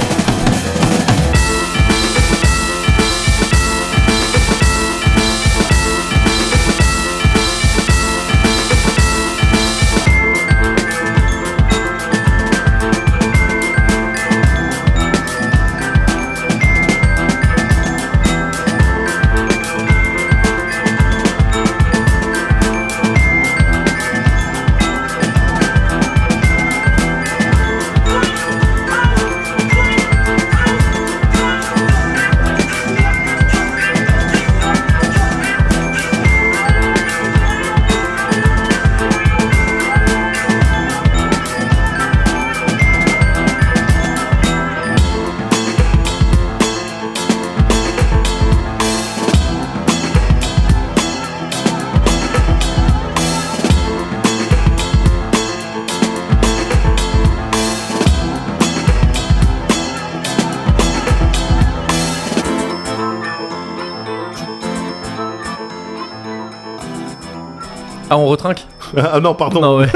Speaker 1: Ah, on retrinque
Speaker 2: ah non, pardon.
Speaker 1: Non, ouais.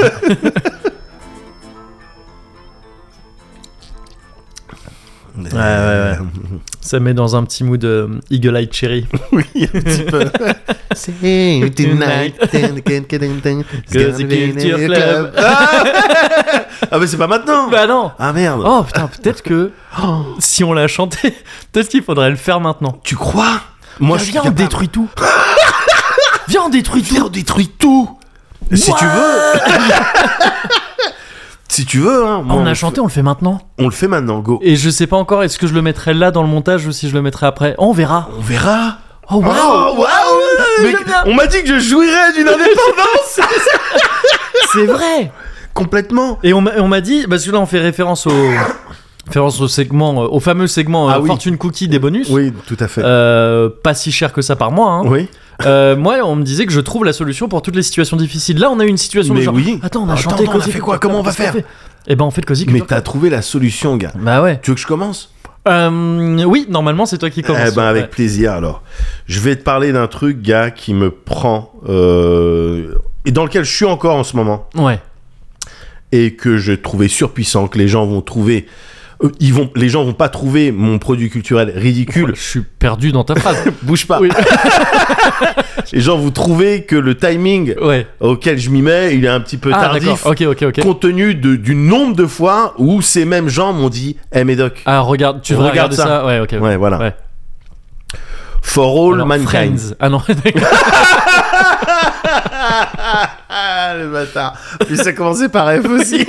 Speaker 2: Ouais, ouais, ouais.
Speaker 1: Ça met dans un petit mood euh, Eagle Eye Cherry.
Speaker 2: Oui, un petit peu. Say tonight, then again, again, again, it's
Speaker 1: Cause
Speaker 2: gonna
Speaker 1: the
Speaker 2: be in
Speaker 1: culture
Speaker 2: your
Speaker 1: club.
Speaker 2: Ah, ah mais c'est pas maintenant.
Speaker 1: bah non
Speaker 2: Ah merde.
Speaker 1: Oh putain, peut-être que si on l'a chanté, peut-être qu'il faudrait le faire maintenant.
Speaker 2: Tu crois
Speaker 1: Viens,
Speaker 2: Moi, je suis
Speaker 1: viens, on
Speaker 2: capable.
Speaker 1: détruit tout Viens, on détruit tout
Speaker 2: Viens, on détruit tout. Si tu veux. si tu veux, hein. moi,
Speaker 1: Ah, On a
Speaker 2: le-
Speaker 1: chanté, on le fait maintenant.
Speaker 2: On le fait maintenant. Go.
Speaker 1: Et je sais pas encore, est-ce que je le mettrai là dans le montage ou si je le mettrai après On verra
Speaker 2: On verra.
Speaker 1: Oh waouh
Speaker 2: Oh, waouh Mec,
Speaker 1: j'aime bien.
Speaker 2: On m'a dit que je jouirais d'une indépendance
Speaker 1: C'est vrai
Speaker 2: complètement.
Speaker 1: Et on m'a on m'a dit, parce que là on fait référence au, référence au segment, euh, au fameux segment euh,
Speaker 2: Ah oui.
Speaker 1: Fortune Cookie des bonus.
Speaker 2: Oui, tout à fait.
Speaker 1: Euh, pas si cher que ça par mois. hein.
Speaker 2: Oui.
Speaker 1: Euh, moi, on me disait que je trouve la solution pour toutes les situations difficiles. Là, on a eu une situation
Speaker 2: Mais
Speaker 1: de genre.
Speaker 2: oui.
Speaker 1: Attends, on a
Speaker 2: Attends,
Speaker 1: chanté
Speaker 2: on a
Speaker 1: Cozy
Speaker 2: fait
Speaker 1: Culture
Speaker 2: quoi
Speaker 1: Club,
Speaker 2: Comment on va
Speaker 1: qu'est-ce qu'on
Speaker 2: faire
Speaker 1: fait Eh ben, on fait de Cozy
Speaker 2: Mais
Speaker 1: Culture
Speaker 2: t'as trouvé la solution, gars.
Speaker 1: Club. Bah ouais.
Speaker 2: Tu veux que je commence
Speaker 1: Euh, oui, normalement, c'est toi qui commence.
Speaker 2: Eh ben avec plaisir alors. Je vais te parler d'un truc, gars, qui me prend euh, et dans lequel je suis encore en ce moment
Speaker 1: Ouais. Ouais.
Speaker 2: et que je trouvais surpuissant que les gens vont trouver. euh, Ils vont, les gens vont pas trouver mon produit culturel ridicule.
Speaker 1: Je suis perdu dans ta phrase.
Speaker 2: Bouge pas.
Speaker 1: Oui.
Speaker 2: Les gens vont trouver que le timing
Speaker 1: ouais.
Speaker 2: auquel je m'y mets, il est un petit peu
Speaker 1: Ah, d'accord.
Speaker 2: tardif,
Speaker 1: Ok, ok, ok.
Speaker 2: compte tenu de- du nombre de fois où ces mêmes gens m'ont dit, hey, Médoc,
Speaker 1: Ah, regarde, tu devrais
Speaker 2: Regarde
Speaker 1: regarder ça. Ouais, ok.
Speaker 2: Ouais, voilà.
Speaker 1: Ouais.
Speaker 2: for all
Speaker 1: Alors,
Speaker 2: mankind.
Speaker 1: Friends. Ah non, d'accord.
Speaker 2: Ah, le bâtard. Puis ça commençait par F aussi.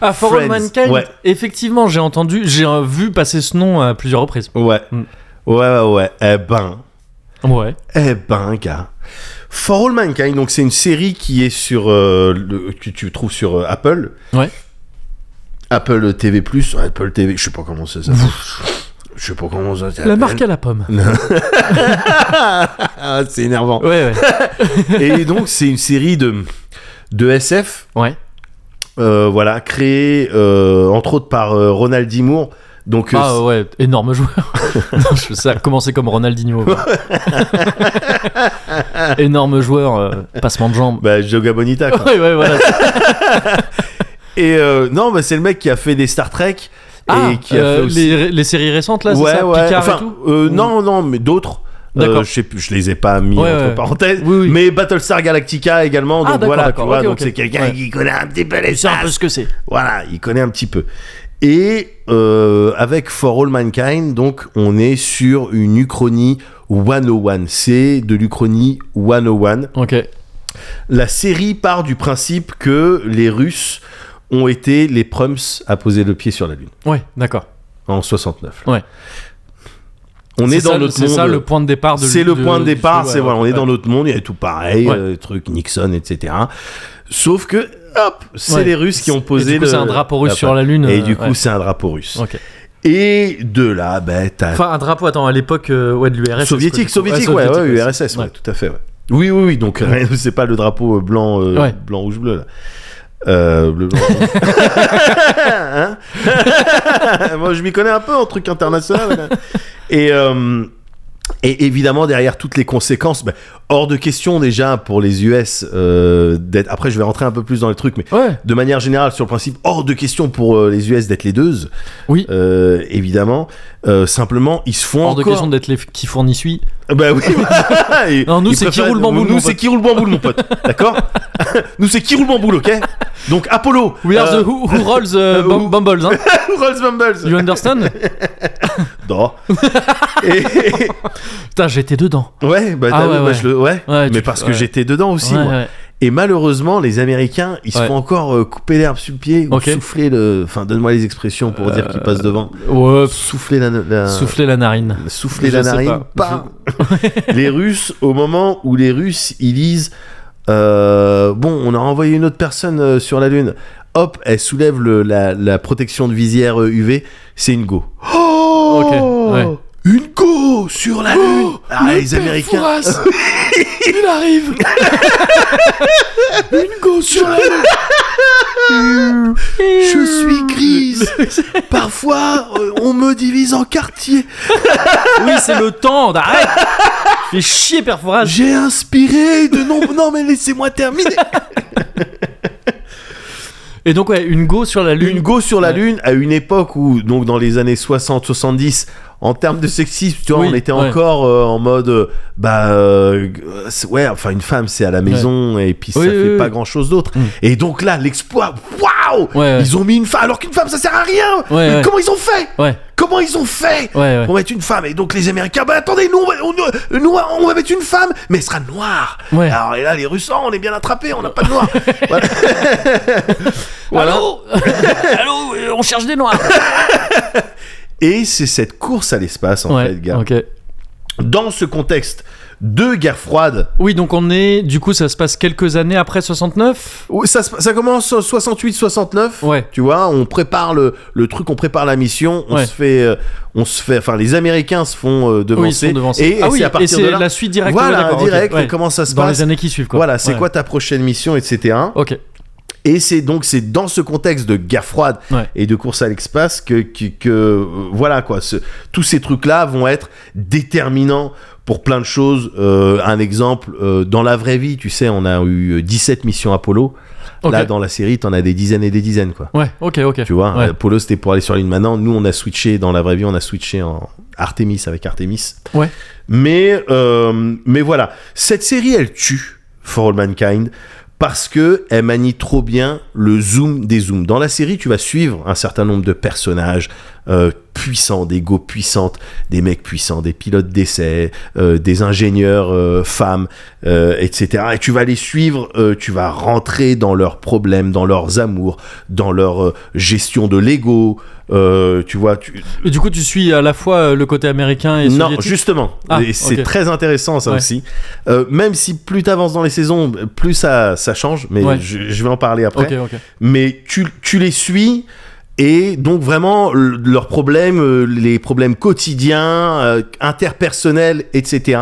Speaker 1: Ah, For All
Speaker 2: Friends,
Speaker 1: Mankind,
Speaker 2: ouais.
Speaker 1: effectivement, j'ai entendu, j'ai euh, vu passer ce nom à plusieurs reprises.
Speaker 2: Ouais.
Speaker 1: Mm.
Speaker 2: Ouais, ouais, ouais. Eh ben,
Speaker 1: Ouais.
Speaker 2: eh ben, gars. For All Mankind, donc c'est une série qui est sur. euh, le- que tu trouves sur euh, Apple.
Speaker 1: Ouais.
Speaker 2: Apple TV, ouais, Apple TV, je sais pas comment ça s'appelle. Je sais pas comment ça s'appelle.
Speaker 1: La marque à la pomme.
Speaker 2: Ah, c'est énervant.
Speaker 1: Ouais, ouais.
Speaker 2: Et donc, c'est une série de, de SF,
Speaker 1: Ouais.
Speaker 2: euh, voilà, créée euh, entre autres par euh, Ronald D. Moore. Donc, euh,
Speaker 1: Ah ouais, énorme joueur. Non, je- ça a commencé comme Ronaldinho. voilà. énorme joueur, euh, passement de jambes.
Speaker 2: bah, Joga Bonita, quoi.
Speaker 1: Ouais, ouais, voilà.
Speaker 2: Et euh, non, bah, c'est le mec qui a fait des Star Trek
Speaker 1: Ah,
Speaker 2: et qui a
Speaker 1: euh,
Speaker 2: fait aussi.
Speaker 1: les, les séries récentes là, c'est
Speaker 2: ouais,
Speaker 1: ça
Speaker 2: ouais.
Speaker 1: Picard
Speaker 2: enfin,
Speaker 1: et tout
Speaker 2: euh, non, non, mais d'autres.
Speaker 1: D'accord.
Speaker 2: Euh, je sais plus, je les ai pas mis
Speaker 1: Ouais,
Speaker 2: entre
Speaker 1: ouais.
Speaker 2: parenthèses.
Speaker 1: Oui, oui.
Speaker 2: Mais Battlestar Galactica également.
Speaker 1: Ah,
Speaker 2: Donc
Speaker 1: d'accord,
Speaker 2: voilà, tu
Speaker 1: d'accord,
Speaker 2: vois,
Speaker 1: ok,
Speaker 2: donc
Speaker 1: ok.
Speaker 2: c'est quelqu'un
Speaker 1: Ouais.
Speaker 2: qui connaît un petit peu
Speaker 1: Tu
Speaker 2: les
Speaker 1: sais un peu ce que c'est.
Speaker 2: Voilà, il connaît un petit peu. Et euh, avec For All Mankind, donc on est sur une uchronie 101. C'est de l'uchronie 101.
Speaker 1: Ok.
Speaker 2: La série part du principe que les Russes ont été les prums à poser le pied sur la Lune
Speaker 1: Ouais, d'accord.
Speaker 2: en 69. là.
Speaker 1: Ouais.
Speaker 2: On est,
Speaker 1: C'est
Speaker 2: dans
Speaker 1: ça,
Speaker 2: notre
Speaker 1: C'est
Speaker 2: monde.
Speaker 1: ça le point de départ de
Speaker 2: C'est le point de
Speaker 1: du-
Speaker 2: départ,
Speaker 1: ouais,
Speaker 2: c'est voilà,
Speaker 1: ouais,
Speaker 2: on est dans
Speaker 1: ouais.
Speaker 2: notre monde, il y a tout pareil,
Speaker 1: Ouais.
Speaker 2: euh, truc Nixon, etc. Sauf que, hop, c'est
Speaker 1: Ouais.
Speaker 2: les Russes qui ont
Speaker 1: Et
Speaker 2: posé
Speaker 1: du coup,
Speaker 2: le.
Speaker 1: c'est un drapeau russe sur la Lune,
Speaker 2: Et
Speaker 1: euh,
Speaker 2: du coup,
Speaker 1: ouais.
Speaker 2: c'est un drapeau russe.
Speaker 1: Ok.
Speaker 2: Et de là, ben, t'as
Speaker 1: Enfin, un drapeau, attends, à l'époque euh, ouais, de l'URSS.
Speaker 2: soviétique,
Speaker 1: quoi, du coup.
Speaker 2: soviétique, ouais, ouais, URSS, ouais,
Speaker 1: ouais.
Speaker 2: tout à fait. ouais. Oui, oui, oui. Donc rien, c'est pas le drapeau blanc, euh,
Speaker 1: Ouais.
Speaker 2: blanc, rouge, bleu là. Euh, bleu, blanc, rouge. Hein Moi, je m'y connais un peu en truc international. là. Et euh, et évidemment, derrière toutes les conséquences, ben, hors de question déjà pour les US euh, d'être. Après, je vais rentrer un peu plus dans les trucs, mais
Speaker 1: Ouais,
Speaker 2: de manière générale, sur le principe, hors de question pour euh, les US d'être les deux.
Speaker 1: Oui.
Speaker 2: Euh, évidemment. Euh, simplement, ils se font
Speaker 1: hors de
Speaker 2: encore.
Speaker 1: question d'être les f- qui fournissent lui.
Speaker 2: Bah oui. Et-
Speaker 1: Non, nous,
Speaker 2: ils
Speaker 1: c'est qui
Speaker 2: préfèrent-
Speaker 1: roule bamboule,
Speaker 2: Nous,
Speaker 1: mon
Speaker 2: c'est
Speaker 1: pote.
Speaker 2: qui roule bamboule, mon pote. D'accord Nous, c'est qui roule bamboule, ok Donc, Apollo.
Speaker 1: We are
Speaker 2: euh,
Speaker 1: the who, who rolls the bum- bumbles, hein.
Speaker 2: Rolls Bumbles.
Speaker 1: You understand
Speaker 2: Non. Et-
Speaker 1: Putain, j'étais dedans.
Speaker 2: Ouais, bah,
Speaker 1: Ah
Speaker 2: t'as vu,
Speaker 1: ouais,
Speaker 2: moi,
Speaker 1: ouais.
Speaker 2: je le- ouais.
Speaker 1: Ouais,
Speaker 2: mais
Speaker 1: tu-
Speaker 2: parce que
Speaker 1: ouais.
Speaker 2: j'étais dedans aussi,
Speaker 1: ouais,
Speaker 2: moi.
Speaker 1: ouais.
Speaker 2: Et malheureusement, les Américains, ils se
Speaker 1: Ouais.
Speaker 2: font encore euh, couper l'herbe sur le pied ou
Speaker 1: Ok.
Speaker 2: souffler le. Enfin, donne-moi les expressions pour dire qu'ils passent devant.
Speaker 1: Ouais, pff, Euh.
Speaker 2: Souffler la. la-
Speaker 1: souffler la narine.
Speaker 2: souffler
Speaker 1: Je
Speaker 2: la
Speaker 1: sais
Speaker 2: narine.
Speaker 1: pas.
Speaker 2: bam les Russes, au moment où les Russes, ils disent euh, Bon, on a envoyé une autre personne euh, sur la Lune. Hop, elle soulève le- la, la protection de visière euh, UV. C'est une go. Oh
Speaker 1: Ok, ouais.
Speaker 2: Une go sur la Lune Ah, les Américains.
Speaker 1: Il arrive
Speaker 2: Une go sur la Lune Je suis grise. Parfois, euh, on me divise en quartiers.
Speaker 1: Oui, c'est le temps Arrête Fais chier, perforage
Speaker 2: J'ai inspiré de nombreux. Non, mais laissez-moi terminer.
Speaker 1: Et donc, ouais, une go sur la lune.
Speaker 2: Une go sur la
Speaker 1: Ouais.
Speaker 2: lune à une époque où, donc dans les années 60-70, en termes de sexisme, tu vois,
Speaker 1: Oui,
Speaker 2: on était
Speaker 1: ouais.
Speaker 2: encore euh, en mode, euh, bah, euh, c'est- ouais, enfin une femme c'est à la maison et puis
Speaker 1: Oui,
Speaker 2: ça
Speaker 1: oui,
Speaker 2: fait
Speaker 1: oui. Mm.
Speaker 2: pas grand chose d'autre. Et donc là, l'exploit, waouh,
Speaker 1: Ouais, ouais.
Speaker 2: ils ont mis une femme alors qu'une femme ça sert à rien.
Speaker 1: Ouais,
Speaker 2: Mais
Speaker 1: ouais.
Speaker 2: Comment ils ont fait
Speaker 1: Ouais,
Speaker 2: Comment ils ont fait
Speaker 1: ouais, ouais.
Speaker 2: pour mettre une femme. Et donc les Américains, bah attendez, nous on va, on- nous, on va mettre une femme, mais elle sera noire.
Speaker 1: Ouais.
Speaker 2: Alors et là les Russes, oh, on est bien attrapés, on n'a pas de noir. Voilà. Voilà.
Speaker 1: Allô Allô, euh, on cherche des noirs
Speaker 2: Et c'est cette course à l'espace en fait,
Speaker 1: Ouais,
Speaker 2: gars.
Speaker 1: ok.
Speaker 2: Dans ce contexte de guerre froide,
Speaker 1: Oui, donc on est. Du coup, ça se passe quelques années après 69
Speaker 2: où ça, se- ça commence en 68-69.
Speaker 1: Ouais.
Speaker 2: Tu vois, on prépare le, le truc, on prépare la mission, on
Speaker 1: Ouais.
Speaker 2: se fait, euh, on se fait, enfin les Américains se font
Speaker 1: Oui,
Speaker 2: euh,
Speaker 1: ils
Speaker 2: devancer.
Speaker 1: sont devancés.
Speaker 2: Et, et
Speaker 1: ah oui,
Speaker 2: c'est à
Speaker 1: et
Speaker 2: partir de
Speaker 1: c'est
Speaker 2: là.
Speaker 1: la suite directe. ouais,
Speaker 2: voilà,
Speaker 1: d'accord, ok,
Speaker 2: direct,
Speaker 1: ouais.
Speaker 2: comment ça se
Speaker 1: Dans
Speaker 2: passe.
Speaker 1: les années qui suivent, quoi.
Speaker 2: Voilà, c'est
Speaker 1: Ouais.
Speaker 2: quoi ta prochaine mission, etc.
Speaker 1: Ok.
Speaker 2: Et c'est donc c'est dans ce contexte de guerre froide
Speaker 1: Ouais.
Speaker 2: et de course à l'espace que, que, que, euh, voilà quoi, ce- tous ces trucs là vont être déterminants pour plein de choses. Euh, un exemple euh, dans la vraie vie, tu sais, on a eu 17 missions Apollo.
Speaker 1: Ok.
Speaker 2: Là dans la série, t'en as des dizaines et des dizaines quoi.
Speaker 1: Ouais, ok, ok.
Speaker 2: Tu vois, euh,
Speaker 1: Ouais,
Speaker 2: Apollo c'était pour aller sur la Lune. Maintenant, nous on a switché dans la vraie vie, on a switché en Artemis avec Artemis.
Speaker 1: ouais.
Speaker 2: Mais, euh, mais voilà, cette série, elle tue For All Mankind parce que elle manie trop bien le zoom des zooms. Dans la série, tu vas suivre un certain nombre de personnages euh, puissants, des go puissantes, des mecs puissants, des pilotes d'essai, euh, des ingénieurs euh, femmes, euh, etc. Et tu vas les suivre, euh, tu vas rentrer dans leurs problèmes, dans leurs amours, dans leur euh, gestion de l'ego. euh, tu vois, tu,
Speaker 1: Et du coup, tu suis à la fois euh, le côté américain et
Speaker 2: non,
Speaker 1: soviétique.
Speaker 2: justement,
Speaker 1: Ah,
Speaker 2: Et c'est
Speaker 1: ok.
Speaker 2: très intéressant ça
Speaker 1: Ouais.
Speaker 2: aussi. Euh, même si plus t'avances dans les saisons, plus ça, ça change, mais
Speaker 1: Ouais.
Speaker 2: je, je vais en parler après.
Speaker 1: Ok, ok.
Speaker 2: Mais tu, tu les suis et donc vraiment le- leurs problèmes, euh, les problèmes quotidiens, euh, interpersonnels, etc.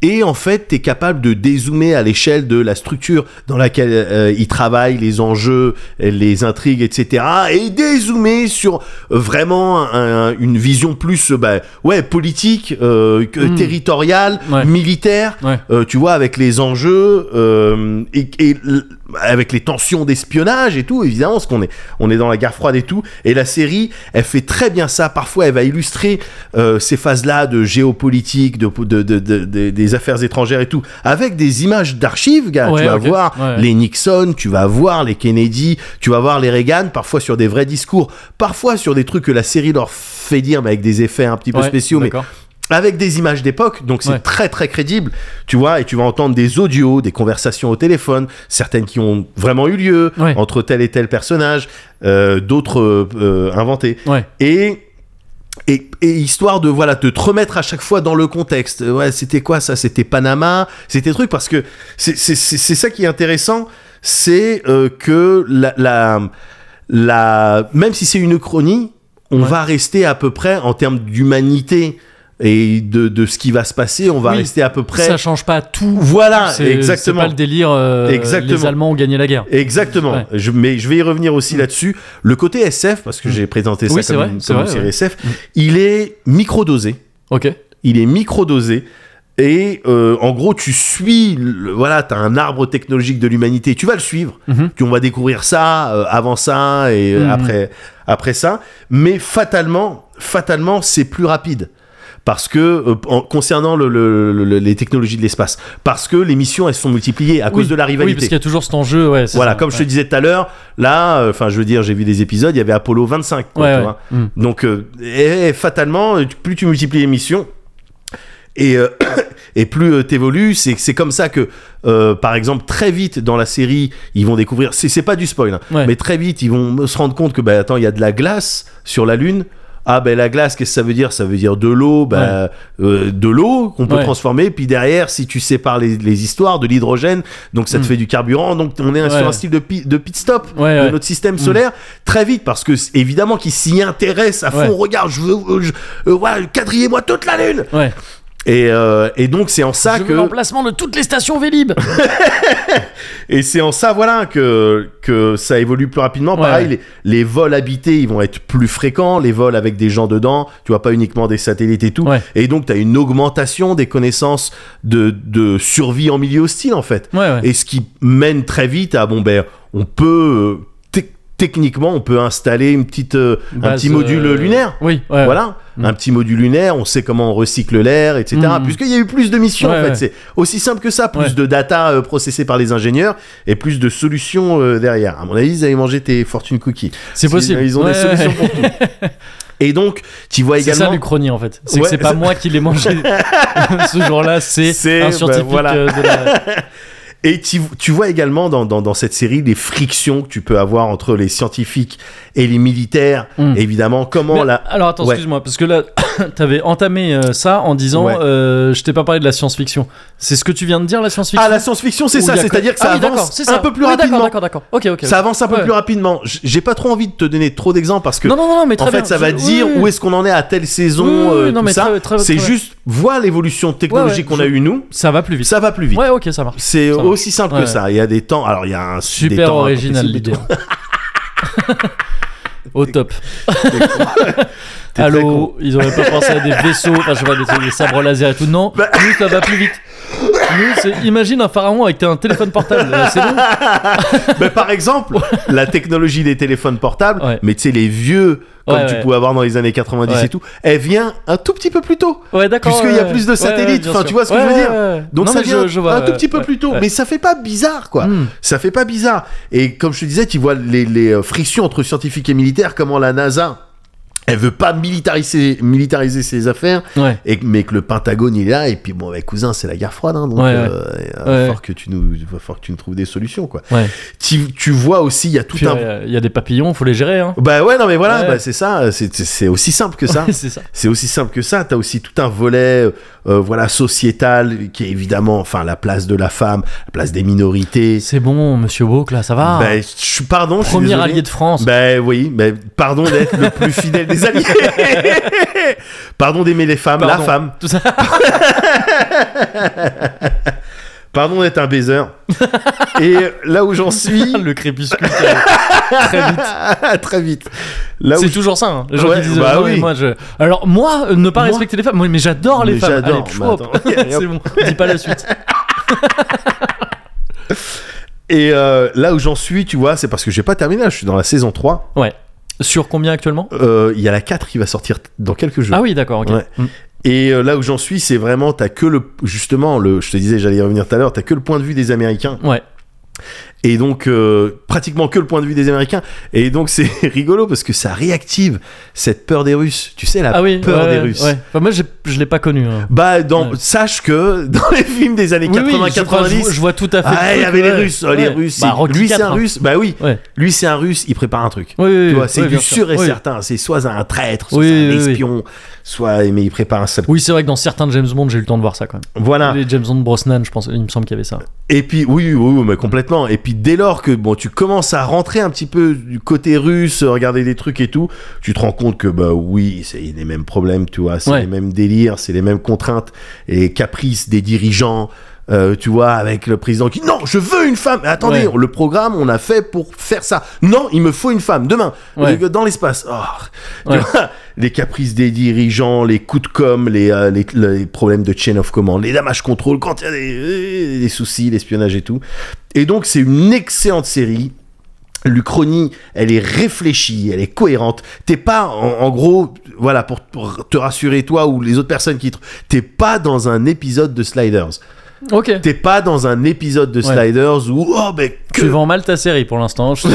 Speaker 2: Et en fait, t'es capable de dézoomer à l'échelle de la structure dans laquelle euh, ils travaillent, les enjeux, les intrigues, etc. Et dézoomer sur vraiment un- une vision plus, euh, bah, ouais, politique, euh, que-
Speaker 1: Mm.
Speaker 2: territoriale,
Speaker 1: Ouais.
Speaker 2: militaire.
Speaker 1: Ouais.
Speaker 2: Euh, tu vois, avec les enjeux euh, et, et l- avec les tensions d'espionnage et tout, évidemment, parce qu'on est, on est dans la guerre froide et tout. Et la série, elle fait très bien ça. Parfois, elle va illustrer euh, ces phases-là de géopolitique, de, de- de- de- de- des affaires étrangères et tout, avec des images d'archives, gars.
Speaker 1: Ouais,
Speaker 2: tu vas
Speaker 1: ok.
Speaker 2: voir
Speaker 1: Ouais, ouais.
Speaker 2: les Nixon, tu vas voir les Kennedy, tu vas voir les Reagan, parfois sur des vrais discours, parfois sur des trucs que la série leur fait dire, mais avec des effets un petit peu
Speaker 1: Ouais,
Speaker 2: spéciaux, mais
Speaker 1: d'accord.
Speaker 2: avec des images d'époque, donc c'est
Speaker 1: Ouais.
Speaker 2: très très crédible, tu vois, et tu vas entendre des audios, des conversations au téléphone, certaines qui ont vraiment eu lieu
Speaker 1: Ouais.
Speaker 2: entre tel et tel personnage, euh, d'autres euh, euh, inventées.
Speaker 1: Ouais.
Speaker 2: Et, et, et histoire de voilà de te remettre à chaque fois dans le contexte. Euh, Ouais, c'était quoi ça C'était Panama, c'était truc parce que c'est c'est- c'est- c'est ça qui est intéressant, c'est euh, que la, la la même si c'est une chronie, on
Speaker 1: Ouais.
Speaker 2: va rester à peu près en termes d'humanité et de, de ce qui va se passer, on va
Speaker 1: Oui,
Speaker 2: rester à peu près.
Speaker 1: Ça change pas tout.
Speaker 2: Voilà,
Speaker 1: C'est- C'est
Speaker 2: Ah, exactement.
Speaker 1: pas le délire. euh,
Speaker 2: Exactement.
Speaker 1: Les Allemands ont gagné la guerre.
Speaker 2: Exactement.
Speaker 1: Ouais. Mm.
Speaker 2: Je- mais je vais y revenir aussi là-dessus. Le côté SF, parce que j'ai présenté ça
Speaker 1: Oui, c'est
Speaker 2: comme,
Speaker 1: vrai,
Speaker 2: une,
Speaker 1: c'est
Speaker 2: comme une
Speaker 1: vrai,
Speaker 2: série
Speaker 1: ouais. Mm.
Speaker 2: SF, il est microdosé.
Speaker 1: Ok.
Speaker 2: Il est microdosé. Et euh, en gros, tu suis, le- voilà, t'as un arbre technologique de l'humanité, tu vas le suivre.
Speaker 1: Mhm.
Speaker 2: Tu- on va découvrir ça, euh, avant ça et euh,
Speaker 1: Mhm.
Speaker 2: après, après ça. Mais fatalement, fatalement, c'est plus rapide. Parce que, euh, en- concernant le- le- le- les technologies de l'espace, parce que les missions, elles se sont multipliées à cause de la
Speaker 1: Oui, parce
Speaker 2: rivalité.
Speaker 1: qu'il y a toujours cet enjeu. Ouais, c'est
Speaker 2: Voilà,
Speaker 1: ça,
Speaker 2: comme je te
Speaker 1: ouais.
Speaker 2: disais tout à l'heure, là, euh, enfin, je veux dire, j'ai vu des épisodes, il y avait Apollo 25. quoi,
Speaker 1: Ouais,
Speaker 2: tu
Speaker 1: ouais.
Speaker 2: vois.
Speaker 1: Mm.
Speaker 2: Donc, euh, et, et fatalement, euh, plus tu multiplies les missions. Et, euh, et plus euh, t'évolues, c'est c'est comme ça que, euh, par exemple, très vite dans la série, ils vont découvrir. C'est c'est pas du spoil, hein,
Speaker 1: Ouais.
Speaker 2: mais très vite, ils vont se rendre compte que, bah attends, il y a de la glace sur la Lune. Ah, ben la glace, qu'est-ce que ça veut dire Ça veut dire de l'eau, bah, euh, de l'eau qu'on peut
Speaker 1: Ouais.
Speaker 2: transformer. Puis derrière, si tu sépares les, les histoires, de l'hydrogène, donc ça te
Speaker 1: Mm.
Speaker 2: fait du carburant. Donc on est un- sur
Speaker 1: Ouais.
Speaker 2: un style de, pi- de pit stop
Speaker 1: Ouais,
Speaker 2: de
Speaker 1: ouais.
Speaker 2: notre système solaire très vite parce que c'est- évidemment qu'ils s'y intéressent à fond.
Speaker 1: Ouais.
Speaker 2: Regarde, je veux, euh, je- euh, voilà, quadrillez-moi toute la lune.
Speaker 1: Ouais.
Speaker 2: Et, euh, et donc c'est en ça
Speaker 1: Je veux
Speaker 2: que
Speaker 1: l'emplacement de toutes les stations Vélib.
Speaker 2: et c'est en ça voilà que que ça évolue plus rapidement.
Speaker 1: Ouais,
Speaker 2: Pareil,
Speaker 1: ouais.
Speaker 2: les, les vols habités ils vont être plus fréquents, les vols avec des gens dedans. Tu vois pas uniquement des satellites et tout.
Speaker 1: Ouais.
Speaker 2: Et donc tu as une augmentation des connaissances de de survie en milieu hostile en fait.
Speaker 1: Ouais, ouais.
Speaker 2: Et ce qui mène très vite à bon ben on peut euh, tec- techniquement on peut installer une petite euh, un
Speaker 1: Base,
Speaker 2: petit module
Speaker 1: euh,
Speaker 2: lunaire.
Speaker 1: Oui, ouais.
Speaker 2: Voilà,
Speaker 1: Mm.
Speaker 2: un petit module lunaire, on sait comment on recycle l'air, etc.
Speaker 1: Mm.
Speaker 2: Puisqu'il y a eu plus de missions,
Speaker 1: Ouais,
Speaker 2: en fait.
Speaker 1: ouais.
Speaker 2: C'est aussi simple que ça, plus
Speaker 1: Ouais.
Speaker 2: de data euh, processée par les ingénieurs et plus de solutions euh, derrière. À mon avis, ils avaient mangé tes fortune cookies.
Speaker 1: C'est possible.
Speaker 2: Ils ont des
Speaker 1: Ouais, ouais,
Speaker 2: solutions
Speaker 1: ouais.
Speaker 2: pour tout. Et donc, tu vois
Speaker 1: C'est
Speaker 2: également...
Speaker 1: ça l'Uchronie en fait. C'est
Speaker 2: Ouais,
Speaker 1: que c'est pas
Speaker 2: ça-
Speaker 1: moi qui l'ai mangé ce jour-là, c'est
Speaker 2: C'est,
Speaker 1: un
Speaker 2: bah,
Speaker 1: scientifique
Speaker 2: voilà.
Speaker 1: euh, de la.
Speaker 2: Et tu, tu vois également dans, dans, dans cette série les frictions que tu peux avoir entre les scientifiques et les militaires,
Speaker 1: Mm.
Speaker 2: évidemment. Comment
Speaker 1: Mais-
Speaker 2: la...
Speaker 1: Alors attends,
Speaker 2: Ouais.
Speaker 1: excuse-moi, parce que là, t'avais entamé euh, ça en disant
Speaker 2: Ouais.
Speaker 1: euh, Je t'ai pas parlé de la science-fiction. C'est ce que tu viens de dire, la science-fiction
Speaker 2: Ah, la science-fiction, c'est
Speaker 1: Ou
Speaker 2: ça,
Speaker 1: il y a que-
Speaker 2: c'est-à-dire que ça
Speaker 1: Ah oui, d'accord,
Speaker 2: avance
Speaker 1: c'est
Speaker 2: un
Speaker 1: ça.
Speaker 2: peu plus
Speaker 1: Oui, d'accord,
Speaker 2: rapidement.
Speaker 1: D'accord, d'accord. Ok, ok.
Speaker 2: Ça avance un peu
Speaker 1: Ouais.
Speaker 2: plus rapidement. J- J'ai pas trop envie de te donner trop d'exemples parce que
Speaker 1: Non, non, non, non, mais très
Speaker 2: en fait,
Speaker 1: bien.
Speaker 2: ça va
Speaker 1: Je-
Speaker 2: dire
Speaker 1: oui,
Speaker 2: où est-ce qu'on en est à telle saison,
Speaker 1: Oui, oui,
Speaker 2: euh,
Speaker 1: non,
Speaker 2: tout
Speaker 1: mais
Speaker 2: ça.
Speaker 1: très- très-
Speaker 2: c'est
Speaker 1: très-
Speaker 2: juste voir l'évolution technologique
Speaker 1: Ouais, ouais,
Speaker 2: qu'on a
Speaker 1: je-
Speaker 2: eu nous,
Speaker 1: Ça va plus vite.
Speaker 2: ça va plus vite.
Speaker 1: Ouais, ok, ça marche.
Speaker 2: C'est
Speaker 1: Ça va.
Speaker 2: aussi simple
Speaker 1: Ouais.
Speaker 2: que ça. Il y a des temps. Alors il y a un des
Speaker 1: Super
Speaker 2: temps
Speaker 1: original
Speaker 2: incompressibles et
Speaker 1: l'idée.
Speaker 2: tout.
Speaker 1: Au top.
Speaker 2: T'es très con.
Speaker 1: Allô, ils auraient pas pensé à des vaisseaux, enfin je sais pas, des, trucs, des sabres laser et tout. Non,
Speaker 2: Bah-
Speaker 1: nous ça va plus vite. Nous, c'est- imagine un pharaon avec un téléphone portable, euh, c'est bon
Speaker 2: Mais par exemple, la technologie des téléphones portables,
Speaker 1: Ouais.
Speaker 2: mais tu sais les vieux comme
Speaker 1: Ouais,
Speaker 2: tu
Speaker 1: ouais.
Speaker 2: pouvais avoir dans les années 90
Speaker 1: Ouais.
Speaker 2: et tout, elle vient un tout petit peu plus tôt.
Speaker 1: Ouais, d'accord.
Speaker 2: Puisqu'il y a
Speaker 1: ouais,
Speaker 2: plus de
Speaker 1: ouais, ouais,
Speaker 2: satellites,
Speaker 1: bien
Speaker 2: enfin
Speaker 1: sûr.
Speaker 2: tu vois ce que
Speaker 1: Ouais,
Speaker 2: je veux
Speaker 1: ouais,
Speaker 2: dire.
Speaker 1: ouais.
Speaker 2: Donc
Speaker 1: Non,
Speaker 2: ça
Speaker 1: mais
Speaker 2: vient
Speaker 1: je- je vois,
Speaker 2: un tout
Speaker 1: ouais,
Speaker 2: petit peu
Speaker 1: ouais,
Speaker 2: plus tôt,
Speaker 1: ouais.
Speaker 2: mais ça fait pas bizarre quoi.
Speaker 1: Hmm.
Speaker 2: Ça fait pas bizarre. Et comme je te disais, tu vois les, les, euh, frictions entre scientifiques et militaires, comment la NASA, elle veut pas militariser, militariser ses affaires,
Speaker 1: Ouais.
Speaker 2: et, que- mais que le Pentagone il est là, et puis bon, bah, cousin, c'est la guerre froide, hein, donc
Speaker 1: Ouais,
Speaker 2: euh,
Speaker 1: Ouais.
Speaker 2: fort que tu nous, fort que tu nous trouves des solutions quoi.
Speaker 1: Ouais.
Speaker 2: Tu, tu vois aussi, il y a tout
Speaker 1: Puis,
Speaker 2: un.
Speaker 1: euh, il y a des papillons, faut les gérer, hein.
Speaker 2: Bah ouais, non mais voilà,
Speaker 1: Ouais.
Speaker 2: bah, c'est ça, c'est- c'est c'est aussi simple que ça.
Speaker 1: c'est ça.
Speaker 2: C'est aussi simple que ça. T'as aussi tout un volet, euh, voilà, sociétal, qui est évidemment, enfin, la place de la femme, la place des minorités.
Speaker 1: C'est bon, monsieur Bauck, là, ça va. hein.
Speaker 2: Ben, je suis pardon, je suis
Speaker 1: Ah. Premier
Speaker 2: désolé.
Speaker 1: allié de France.
Speaker 2: Ben oui, mais pardon d'être le plus fidèle des alliés. pardon d'aimer les femmes,
Speaker 1: Pardon.
Speaker 2: la femme.
Speaker 1: Tout ça.
Speaker 2: Pardon d'être un baiser. Et là où j'en suis,
Speaker 1: le crépuscule. qui arrive. Très vite.
Speaker 2: très vite. Là où
Speaker 1: C'est toujours ça, hein, les gens
Speaker 2: Ouais,
Speaker 1: qui disent
Speaker 2: bah
Speaker 1: euh, non, mais
Speaker 2: oui.
Speaker 1: moi je. Alors moi, euh, ne pas
Speaker 2: Moi-
Speaker 1: respecter les femmes, Moi, mais j'adore les
Speaker 2: Mais
Speaker 1: femmes.
Speaker 2: j'adore,
Speaker 1: Allez,
Speaker 2: mais
Speaker 1: pfff, hop.
Speaker 2: attends. Et hop.
Speaker 1: c'est bon, dis pas la suite.
Speaker 2: Et euh, là où j'en suis, tu vois, c'est parce que j'ai pas terminé. là, Je suis dans la saison 3.
Speaker 1: Ouais. Sur combien actuellement
Speaker 2: Euh, Il y a la 4 qui va sortir dans quelques jours.
Speaker 1: Ah oui, d'accord, ok.
Speaker 2: Euh, Ouais.
Speaker 1: Mm.
Speaker 2: Et euh, là où j'en suis, c'est vraiment, t'as que le, justement, le, je te disais, j'allais y revenir tout à l'heure, t'as que le point de vue des Américains.
Speaker 1: Ouais.
Speaker 2: Et donc, euh, pratiquement que le point de vue des Américains. Et donc, c'est rigolo parce que ça réactive cette peur des Russes. Tu sais, la
Speaker 1: Ah oui,
Speaker 2: peur
Speaker 1: ouais,
Speaker 2: des
Speaker 1: ouais,
Speaker 2: Russes.
Speaker 1: ouais. Enfin, moi j'ai- je l'ai pas connu. hein.
Speaker 2: Bah, dans,
Speaker 1: Ouais.
Speaker 2: sache que dans les films des années
Speaker 1: Oui, oui,
Speaker 2: 80,
Speaker 1: je- enfin, je,
Speaker 2: 90.
Speaker 1: vois- je vois tout à fait. le
Speaker 2: Ah, il y
Speaker 1: truc,
Speaker 2: avait
Speaker 1: ouais.
Speaker 2: les Russes, oh, les
Speaker 1: Ouais.
Speaker 2: Russes.
Speaker 1: Bah,
Speaker 2: il-
Speaker 1: Rocky
Speaker 2: lui, c'est
Speaker 1: IV,
Speaker 2: un
Speaker 1: hein.
Speaker 2: Russe. Bah oui,
Speaker 1: Ouais.
Speaker 2: lui, c'est un Russe, il prépare un truc.
Speaker 1: Oui, oui,
Speaker 2: Tu
Speaker 1: oui,
Speaker 2: vois, c'est
Speaker 1: oui,
Speaker 2: du
Speaker 1: bien sûr.
Speaker 2: sûr et
Speaker 1: Oui.
Speaker 2: certain. C'est soit un traître, soit
Speaker 1: Oui,
Speaker 2: c'est un
Speaker 1: oui, oui.
Speaker 2: espion, soit. Mais il prépare un sale.
Speaker 1: Oui, c'est vrai que dans certains James Bond, j'ai eu le temps de voir ça quand même.
Speaker 2: Voilà.
Speaker 1: Les James Bond Brosnan, je pense, il me semble qu'il y avait ça.
Speaker 2: Et puis oui, oui, oui, mais complètement. Et puis puis dès lors que bon, tu commences à rentrer un petit peu du côté russe, euh, regarder des trucs et tout, tu te rends compte que bah oui, c'est les mêmes problèmes, tu vois, c'est
Speaker 1: Ouais.
Speaker 2: les mêmes délires, c'est les mêmes contraintes et les caprices des dirigeants. euh, tu vois, avec le président qui non, je veux une femme. Mais Attendez,
Speaker 1: Ouais.
Speaker 2: le programme on a fait pour faire ça. Non, il me faut une femme demain
Speaker 1: Ouais.
Speaker 2: Euh, dans l'espace. Oh, tu
Speaker 1: Ouais.
Speaker 2: vois, les caprices des dirigeants, les coups de com, les, euh, les, les problèmes de chain of command, les damages contrôle quand il y a des, des soucis, l'espionnage et tout. Et donc, c'est une excellente série. L'Uchronie, elle est réfléchie, elle est cohérente. T'es pas, en, en gros, voilà, pour, pour te rassurer toi ou les autres personnes qui te, t'es pas dans un épisode de Sliders.
Speaker 1: Ok.
Speaker 2: T'es pas dans un épisode de
Speaker 1: Ouais.
Speaker 2: Sliders où oh ben que
Speaker 1: Tu vends mal ta série pour l'instant. je-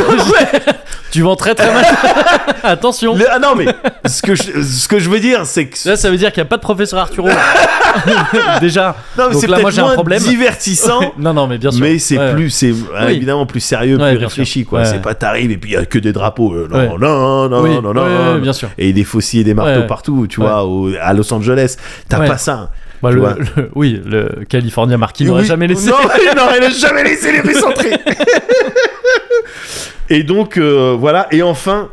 Speaker 1: tu vends très très mal. Attention.
Speaker 2: Le- ah non mais ce que je, ce que je veux dire c'est que
Speaker 1: Là, ça veut dire qu'il n'y a pas de professeur Arturo. Déjà.
Speaker 2: Non, mais
Speaker 1: Donc
Speaker 2: c'est
Speaker 1: là, moi,
Speaker 2: peut-être
Speaker 1: j'ai un
Speaker 2: moins
Speaker 1: problème.
Speaker 2: divertissant.
Speaker 1: Non, non, mais bien sûr.
Speaker 2: Mais c'est
Speaker 1: Ouais,
Speaker 2: plus, c'est euh,
Speaker 1: Oui.
Speaker 2: évidemment plus sérieux,
Speaker 1: Ouais,
Speaker 2: plus
Speaker 1: bien sûr.
Speaker 2: réfléchi, quoi.
Speaker 1: Ouais.
Speaker 2: C'est pas t'arrives et puis il y a que des drapeaux. euh, non,
Speaker 1: Ouais.
Speaker 2: non, non,
Speaker 1: Oui.
Speaker 2: non, non,
Speaker 1: Ouais,
Speaker 2: non,
Speaker 1: ouais, bien sûr.
Speaker 2: Et des faucilles et des marteaux
Speaker 1: Ouais.
Speaker 2: partout, tu
Speaker 1: Ouais.
Speaker 2: vois, au- à Los Angeles. T'as
Speaker 1: Ouais.
Speaker 2: pas ça.
Speaker 1: Bah,
Speaker 2: tu
Speaker 1: le-
Speaker 2: vois.
Speaker 1: le- oui, le California Marquis n'aurait
Speaker 2: Oui.
Speaker 1: jamais laissé.
Speaker 2: Non, il n'aurait jamais laissé les Russes entrer. et donc, euh, voilà. Et enfin.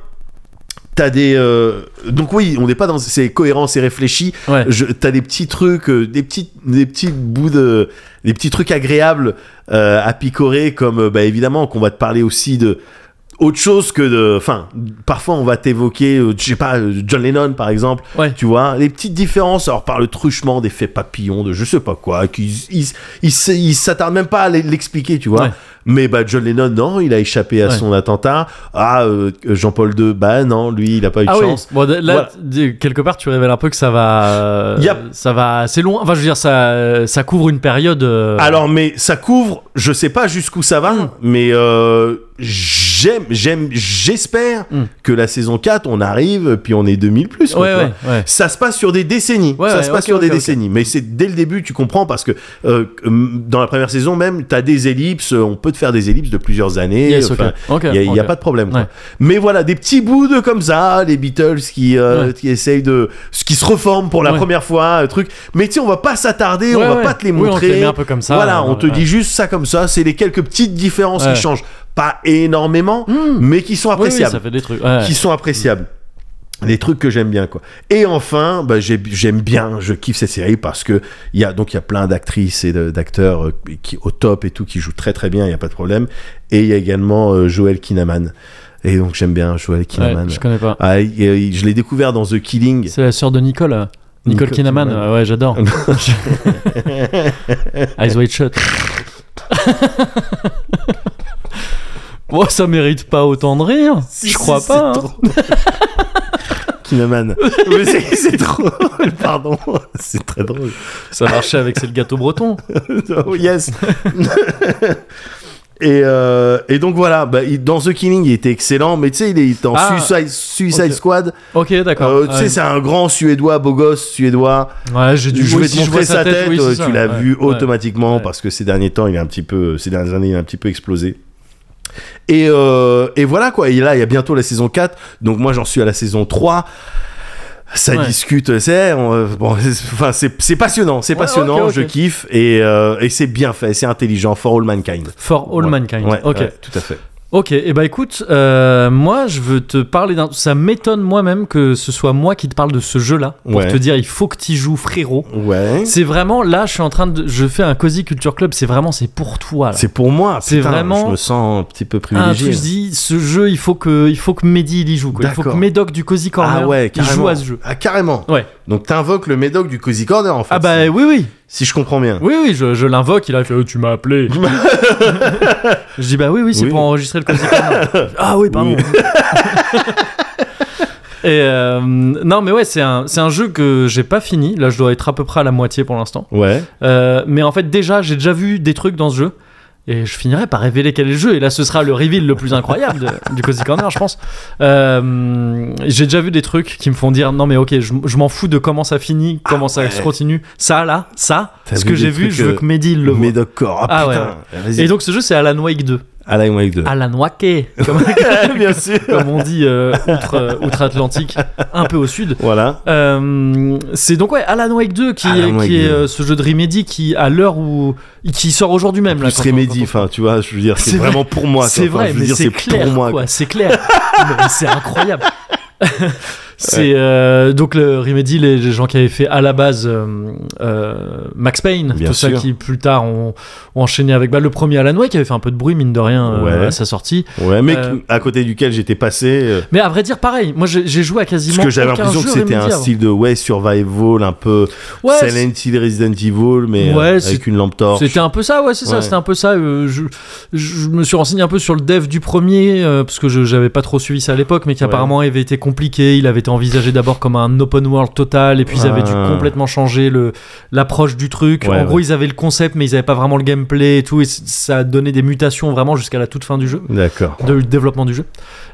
Speaker 2: T'as des euh, donc oui on n'est pas dans c'est cohérent c'est réfléchi
Speaker 1: Ouais.
Speaker 2: je, t'as des petits trucs, euh, des petits, des petits bouts de, des petits trucs agréables euh, à picorer, comme euh, bah, évidemment qu'on va te parler aussi de autre chose que de, enfin, parfois on va t'évoquer, euh, je sais pas, euh, John Lennon par exemple,
Speaker 1: Ouais.
Speaker 2: tu vois, les petites différences, alors par le truchement des faits papillons, de je sais pas quoi, qu'ils, ils, ils, s- ils s'attardent même pas à l- l'expliquer, tu vois.
Speaker 1: Ouais.
Speaker 2: Mais bah John Lennon, non, il a échappé à
Speaker 1: Ouais.
Speaker 2: son attentat. Ah, euh, Jean-Paul II, bah non, lui, il a pas eu de
Speaker 1: Ah oui.
Speaker 2: chance.
Speaker 1: Bon, de- là,
Speaker 2: Voilà.
Speaker 1: d- quelque part, tu révèles un peu que ça va, euh,
Speaker 2: Yep.
Speaker 1: ça va assez loin. Enfin, je veux dire, ça, ça couvre une période. euh,
Speaker 2: Alors, mais ça couvre, je sais pas jusqu'où ça va, mais euh, j'aime, j'aime, j'espère que la saison 4, on arrive, puis on est 2000 plus.
Speaker 1: Hmm.
Speaker 2: quoi,
Speaker 1: Ouais,
Speaker 2: tu
Speaker 1: ouais,
Speaker 2: vois.
Speaker 1: ouais.
Speaker 2: Ça se passe sur des décennies.
Speaker 1: Ouais,
Speaker 2: ça
Speaker 1: ouais,
Speaker 2: se passe
Speaker 1: ok,
Speaker 2: sur des
Speaker 1: ok, ok.
Speaker 2: décennies. Mais c'est dès le début, tu comprends, parce que euh, dans la première saison même, t'as des ellipses, on peut te faire des ellipses de plusieurs années.
Speaker 1: Yes,
Speaker 2: enfin,
Speaker 1: ok. Ok,
Speaker 2: il y a- il y a,
Speaker 1: ok.
Speaker 2: pas de problème. quoi.
Speaker 1: Ouais.
Speaker 2: Mais voilà, des petits bouts de comme ça, les Beatles qui, euh,
Speaker 1: Ouais.
Speaker 2: qui essayent de. qui se reforment pour la
Speaker 1: Ouais.
Speaker 2: première fois, un truc. Mais tu sais, on va pas s'attarder,
Speaker 1: Ouais,
Speaker 2: on va
Speaker 1: ouais.
Speaker 2: pas te les
Speaker 1: Oui, on te
Speaker 2: montrer.
Speaker 1: les met un peu comme ça,
Speaker 2: Voilà,
Speaker 1: ouais,
Speaker 2: on
Speaker 1: ouais,
Speaker 2: te
Speaker 1: ouais.
Speaker 2: dit juste ça comme ça. C'est les quelques petites différences
Speaker 1: Ouais. Hmm.
Speaker 2: qui changent. Pas énormément, mais qui sont
Speaker 1: Oui, oui,
Speaker 2: appréciables
Speaker 1: ça fait des trucs. ouais.
Speaker 2: qui sont appréciables. Les trucs que j'aime bien, quoi. Et enfin, bah, j'ai- j'aime bien, je kiffe cette série parce que il y a donc il y a plein d'actrices et de- d'acteurs euh, qui au top et tout qui jouent très très bien, il y a pas de problème. Et il y a également euh, Joel Kinnaman. Et donc j'aime bien Joel
Speaker 1: Ouais,
Speaker 2: Kinnaman.
Speaker 1: je connais pas.
Speaker 2: Ah, il- il- je l'ai découvert dans The Killing.
Speaker 1: C'est la sœur de Nicole. euh, Nicole,
Speaker 2: Nicole
Speaker 1: Kinaman, euh,
Speaker 2: Kidman.
Speaker 1: ouais, j'adore. Eyes Wide Shut. Bon, ça mérite pas autant de rire. je crois
Speaker 2: Si,
Speaker 1: pas.
Speaker 2: c'est
Speaker 1: hein.
Speaker 2: trop. Kinnaman. Mais c'est c'est trop. drôle, Pardon. C'est très drôle.
Speaker 1: Ça marchait avec C'est le gâteau breton.
Speaker 2: Oh, yes. et, euh, et donc voilà, bah, il- dans The Killing, il était excellent, mais tu sais, il est en
Speaker 1: Ah.
Speaker 2: Suicide, Suicide
Speaker 1: Ok.
Speaker 2: Squad.
Speaker 1: Ok, d'accord.
Speaker 2: Euh, tu sais,
Speaker 1: Ouais.
Speaker 2: c'est un grand suédois, beau gosse suédois.
Speaker 1: Ouais, j'ai dû
Speaker 2: je
Speaker 1: oui,
Speaker 2: vais te
Speaker 1: si je vois
Speaker 2: montrer sa tête,
Speaker 1: oui, c'est
Speaker 2: euh,
Speaker 1: ça,
Speaker 2: tu l'as
Speaker 1: ouais,
Speaker 2: vu
Speaker 1: ouais.
Speaker 2: automatiquement
Speaker 1: Ouais.
Speaker 2: parce que ces derniers temps, il est un petit peu, ces dernières années, il est un petit peu explosé. Et, euh, et voilà quoi, et là il y a bientôt la saison 4, donc moi j'en suis à la saison 3. Ça
Speaker 1: Ouais.
Speaker 2: discute, c'est eh, on- euh, bon, c'est- enfin, c'est c'est passionnant, c'est
Speaker 1: Ouais,
Speaker 2: passionnant,
Speaker 1: ok, ok.
Speaker 2: je kiffe et, euh, et c'est bien fait, c'est intelligent, for all mankind.
Speaker 1: For All
Speaker 2: Ouais.
Speaker 1: Mankind.
Speaker 2: Ouais,
Speaker 1: ok.
Speaker 2: ouais, tout à fait.
Speaker 1: Ok, et bah écoute, euh, moi je veux te parler d'un. Ça m'étonne moi-même que ce soit moi qui te parle de ce jeu-là. Pour
Speaker 2: Ouais.
Speaker 1: te dire, il faut que t'y joues, frérot.
Speaker 2: Ouais.
Speaker 1: C'est vraiment là, je suis en train de. Je fais un Cozy Culture Club, c'est vraiment, c'est pour toi. Là.
Speaker 2: C'est pour moi,
Speaker 1: C'est
Speaker 2: putain,
Speaker 1: vraiment
Speaker 2: Je me sens un petit peu
Speaker 1: Ah, je
Speaker 2: privilégié.
Speaker 1: dis, ce jeu, il faut que, il faut que Mehdi il y joue. Quoi. Il faut que
Speaker 2: hein. D'accord.
Speaker 1: Médoc du Cozy Corner
Speaker 2: ah ouais,
Speaker 1: il
Speaker 2: carrément.
Speaker 1: joue à ce jeu.
Speaker 2: Ah carrément.
Speaker 1: Ouais.
Speaker 2: Donc t'invoques le médoc du Cozy Corner en fait.
Speaker 1: Ah bah oui, oui,
Speaker 2: Si je comprends bien.
Speaker 1: oui, oui, je, je l'invoque. Il a fait, Oh, tu m'as appelé. je dis, bah oui, oui, c'est
Speaker 2: Oui.
Speaker 1: pour enregistrer le Cozy Corner. ah oui, pardon. Et euh, non, mais ouais, c'est un, c'est un jeu que j'ai pas fini. Là, je dois être à peu près à la moitié pour l'instant.
Speaker 2: Ouais.
Speaker 1: Euh, mais en fait, déjà, j'ai déjà vu des trucs dans ce jeu. Et je finirai par révéler quel est le jeu. Et là, ce sera le reveal le plus incroyable de- du Cozy Corner, je pense. Euh, j'ai déjà vu des trucs qui me font dire non, mais ok, je, je m'en fous de comment ça finit, comment ça se continue. Ça, là, ça,
Speaker 2: Ah T'as
Speaker 1: ce
Speaker 2: vu
Speaker 1: que j'ai
Speaker 2: des
Speaker 1: vu,
Speaker 2: trucs,
Speaker 1: je veux
Speaker 2: euh,
Speaker 1: que Mehdi le
Speaker 2: Le
Speaker 1: voit.
Speaker 2: médoc corps. Ah,
Speaker 1: Ah ouais, Ah,
Speaker 2: putain. Vas-y. Ah,
Speaker 1: Et donc, ce jeu, c'est Alan Wake 2.
Speaker 2: Alan Wake 2.
Speaker 1: Alan Wake, comme,
Speaker 2: Bien sûr.
Speaker 1: comme on dit euh, outre, euh, outre-Atlantique, un peu au sud.
Speaker 2: Voilà.
Speaker 1: Euh, c'est donc ouais Alan Wake 2 qui,
Speaker 2: Alan Wake
Speaker 1: qui est
Speaker 2: 2.
Speaker 1: euh, ce jeu de Remedy qui à l'heure où qui sort aujourd'hui même là.
Speaker 2: Plus
Speaker 1: quand on-
Speaker 2: Remedy,
Speaker 1: quand on-
Speaker 2: enfin, tu vois, je veux dire, c'est
Speaker 1: C'est vrai.
Speaker 2: vraiment pour moi. quoi.
Speaker 1: C'est
Speaker 2: Enfin,
Speaker 1: vrai,
Speaker 2: je veux
Speaker 1: mais
Speaker 2: dire,
Speaker 1: c'est clair,
Speaker 2: pour moi.
Speaker 1: quoi, c'est clair. Mais c'est incroyable. c'est euh, donc le Remedy, les gens qui avaient fait à la base euh, euh, Max Payne,
Speaker 2: Bien
Speaker 1: tout ça
Speaker 2: sûr.
Speaker 1: qui plus tard ont, ont enchaîné avec bah, le premier Alan Wake qui avait fait un peu de bruit mine de rien euh,
Speaker 2: Ouais.
Speaker 1: à sa sortie.
Speaker 2: Ouais, mec,
Speaker 1: Euh,
Speaker 2: à côté duquel j'étais passé. euh,
Speaker 1: Mais à vrai dire, pareil, moi j'ai j'ai joué à quasiment.
Speaker 2: Parce que j'avais
Speaker 1: aucun
Speaker 2: l'impression que
Speaker 1: jeu
Speaker 2: c'était un
Speaker 1: Remedy avant.
Speaker 2: style de ouais survival un peu
Speaker 1: Ouais,
Speaker 2: Silent Hill Resident Evil mais euh,
Speaker 1: Ouais,
Speaker 2: avec
Speaker 1: c'est-
Speaker 2: une lampe torche.
Speaker 1: C'était un peu ça, ouais, c'est
Speaker 2: Ouais.
Speaker 1: ça, c'était un peu ça. euh, je, je me suis renseigné un peu sur le dev du premier, euh, parce que je j'avais pas trop suivi ça à l'époque, mais qui
Speaker 2: Ouais.
Speaker 1: apparemment avait été compliqué. Il avait été envisagé d'abord comme un open world total, et puis ils avaient dû
Speaker 2: Ah.
Speaker 1: complètement changer le- l'approche du truc.
Speaker 2: Ouais,
Speaker 1: en
Speaker 2: ouais.
Speaker 1: gros, ils avaient le concept, mais ils avaient pas vraiment le gameplay et tout, et c- ça a donné des mutations vraiment jusqu'à la toute fin du jeu
Speaker 2: D'accord.
Speaker 1: de développement du jeu.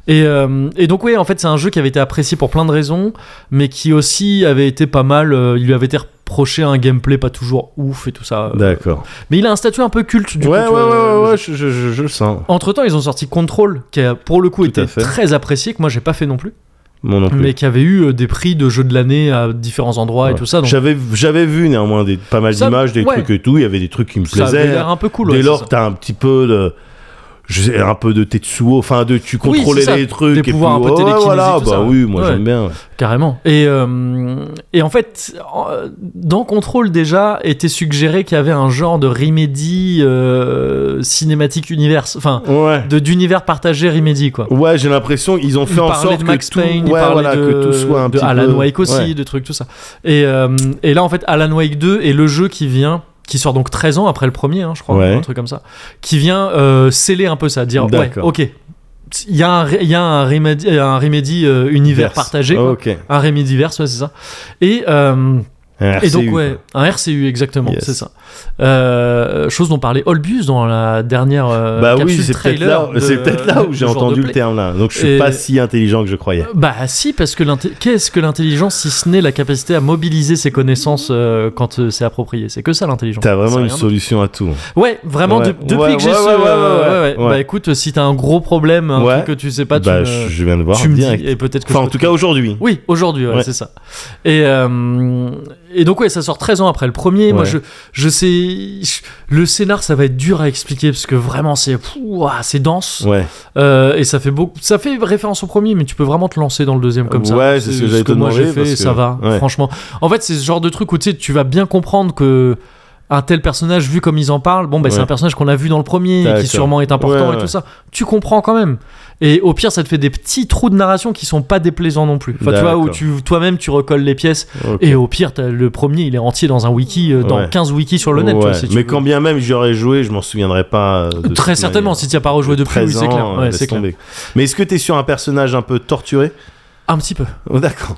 Speaker 1: Et, euh, et donc oui, en fait, c'est un jeu qui avait été apprécié pour plein de raisons, mais qui aussi avait été pas mal. euh, il lui avait été reproché un gameplay pas toujours ouf et tout ça. euh,
Speaker 2: D'accord.
Speaker 1: mais il a un statut un peu culte du
Speaker 2: Ouais, ouais,
Speaker 1: coup. euh,
Speaker 2: ouais, ouais, ouais, je, je- je- je le sens.
Speaker 1: Entre temps, ils ont sorti Control, qui a pour le coup
Speaker 2: Tout à
Speaker 1: été
Speaker 2: fait.
Speaker 1: très apprécié, que moi j'ai pas fait non plus,
Speaker 2: Mon non plus.
Speaker 1: mais qui avait eu euh, des prix de jeux de l'année à différents endroits
Speaker 2: Ouais.
Speaker 1: et tout ça. Donc
Speaker 2: J'avais j'avais vu néanmoins des, pas mal
Speaker 1: Ça-
Speaker 2: d'images, des
Speaker 1: ouais.
Speaker 2: trucs et tout. Il y avait des trucs qui me
Speaker 1: ça avait
Speaker 2: plaisaient.
Speaker 1: l'air un peu cool.
Speaker 2: Dès
Speaker 1: ouais,
Speaker 2: lors,
Speaker 1: c'est ça.
Speaker 2: t'as un petit peu de. Je sais, un peu de Tetsuo, enfin, de, tu
Speaker 1: Oui,
Speaker 2: contrôlais
Speaker 1: c'est ça,
Speaker 2: les trucs.
Speaker 1: des
Speaker 2: et puis,
Speaker 1: pouvoirs un peu
Speaker 2: ouais,
Speaker 1: télékinésiques,
Speaker 2: voilà,
Speaker 1: tout
Speaker 2: bah
Speaker 1: ça, ouais.
Speaker 2: oui, moi
Speaker 1: Ouais.
Speaker 2: j'aime bien. ouais.
Speaker 1: Carrément. Et, euh, et en fait, en- euh, dans Control déjà, était suggéré qu'il y avait un genre de Remedy euh, cinématique univers, enfin,
Speaker 2: Ouais.
Speaker 1: de d'univers partagé Remedy, quoi.
Speaker 2: Ouais, j'ai l'impression qu'ils ont
Speaker 1: Il
Speaker 2: fait en
Speaker 1: parlait
Speaker 2: sorte
Speaker 1: de Max
Speaker 2: que, tout,
Speaker 1: Payne, il
Speaker 2: ouais,
Speaker 1: parlait
Speaker 2: voilà,
Speaker 1: de,
Speaker 2: que tout soit un
Speaker 1: de
Speaker 2: petit
Speaker 1: Alan
Speaker 2: peu.
Speaker 1: Wake aussi,
Speaker 2: Ouais.
Speaker 1: de trucs, tout ça. Et, euh, et là, en fait, Alan Wake 2 est le jeu qui vient, qui sort donc 13 ans après le premier, hein, je crois,
Speaker 2: Ouais.
Speaker 1: un truc comme ça, qui vient euh, sceller un peu ça, dire, ouais,
Speaker 2: D'accord.
Speaker 1: ok, il y a un, ré- il y a un Remedy, un Remedy euh, univers
Speaker 2: Verse.
Speaker 1: partagé, quoi.
Speaker 2: Ok.
Speaker 1: un Remediverse, ouais, c'est ça. Et, euh,
Speaker 2: Un
Speaker 1: et donc,
Speaker 2: RCU,
Speaker 1: ouais, un RCU, exactement,
Speaker 2: Yes.
Speaker 1: c'est ça. Euh, chose dont parlait Olbus dans la dernière euh,
Speaker 2: Bah oui,
Speaker 1: capsule
Speaker 2: c'est peut-être
Speaker 1: trailer
Speaker 2: là,
Speaker 1: de-
Speaker 2: c'est peut-être là où
Speaker 1: du
Speaker 2: j'ai
Speaker 1: jour de
Speaker 2: entendu le
Speaker 1: Play.
Speaker 2: terme là. Donc je suis
Speaker 1: Et-
Speaker 2: pas si intelligent que je croyais.
Speaker 1: Bah si, parce que l'inté- qu'est-ce que l'intelligence si ce n'est la capacité à mobiliser ses connaissances euh, quand euh, c'est approprié C'est que ça l'intelligence.
Speaker 2: T'as
Speaker 1: C'est
Speaker 2: vraiment une
Speaker 1: rien d'autre.
Speaker 2: solution à tout.
Speaker 1: Ouais, vraiment.
Speaker 2: Ouais.
Speaker 1: de- depuis
Speaker 2: Ouais,
Speaker 1: que j'ai
Speaker 2: ouais,
Speaker 1: ce,
Speaker 2: ouais, ouais,
Speaker 1: euh,
Speaker 2: ouais, ouais.
Speaker 1: Bah
Speaker 2: Ouais.
Speaker 1: écoute, si t'as un gros problème, un
Speaker 2: Ouais.
Speaker 1: truc que tu sais pas,
Speaker 2: bah
Speaker 1: tu me,
Speaker 2: je viens de voir
Speaker 1: tu me
Speaker 2: direct.
Speaker 1: dis et peut-être que
Speaker 2: Enfin
Speaker 1: je
Speaker 2: en
Speaker 1: peux
Speaker 2: tout
Speaker 1: te-
Speaker 2: cas aujourd'hui.
Speaker 1: Oui, aujourd'hui, ouais,
Speaker 2: Ouais.
Speaker 1: c'est ça. Et, euh, et donc, ouais, ça sort 13 ans après le premier. Moi,
Speaker 2: Ouais.
Speaker 1: je, je sais. je- le scénar, ça va être dur à expliquer parce que vraiment, c'est pff, ouah, c'est dense.
Speaker 2: Ouais.
Speaker 1: Euh, et ça fait, beaucoup, ça fait référence au premier, mais tu peux vraiment te lancer dans le deuxième comme ça.
Speaker 2: Ouais, c'est ce que j'allais te
Speaker 1: moi j'ai
Speaker 2: demander,
Speaker 1: fait,
Speaker 2: parce que-
Speaker 1: ça va,
Speaker 2: ouais.
Speaker 1: franchement. En fait, c'est ce genre de truc où tu sais, tu vas bien comprendre que. Un tel personnage, vu comme ils en parlent, bon, bah, c'est
Speaker 2: Ouais.
Speaker 1: un personnage qu'on a vu dans le premier, et
Speaker 2: D'accord.
Speaker 1: qui sûrement est important
Speaker 2: Ouais,
Speaker 1: et
Speaker 2: ouais.
Speaker 1: tout ça. Tu comprends quand même. Et au pire, ça te fait des petits trous de narration qui sont pas déplaisants non plus. Enfin, tu vois, où
Speaker 2: D'accord.
Speaker 1: tu, toi-même, tu recolles les pièces.
Speaker 2: Ok.
Speaker 1: Et au pire, t'as- le premier, il est entier dans un wiki, euh, dans
Speaker 2: Ouais.
Speaker 1: 15 wikis sur le net. tu
Speaker 2: Ouais.
Speaker 1: vois, si tu
Speaker 2: Mais
Speaker 1: veux.
Speaker 2: quand bien même j'aurais joué, je m'en souviendrais pas. euh, de
Speaker 1: Très
Speaker 2: toute
Speaker 1: certainement,
Speaker 2: manière.
Speaker 1: si tu as pas rejoué depuis,
Speaker 2: 13
Speaker 1: oui, c'est
Speaker 2: ans,
Speaker 1: clair.
Speaker 2: euh,
Speaker 1: Ouais,
Speaker 2: laisse
Speaker 1: c'est clair.
Speaker 2: tomber. Mais est-ce que t'es sur un personnage un peu torturé
Speaker 1: Un petit peu.
Speaker 2: Oh, D'accord.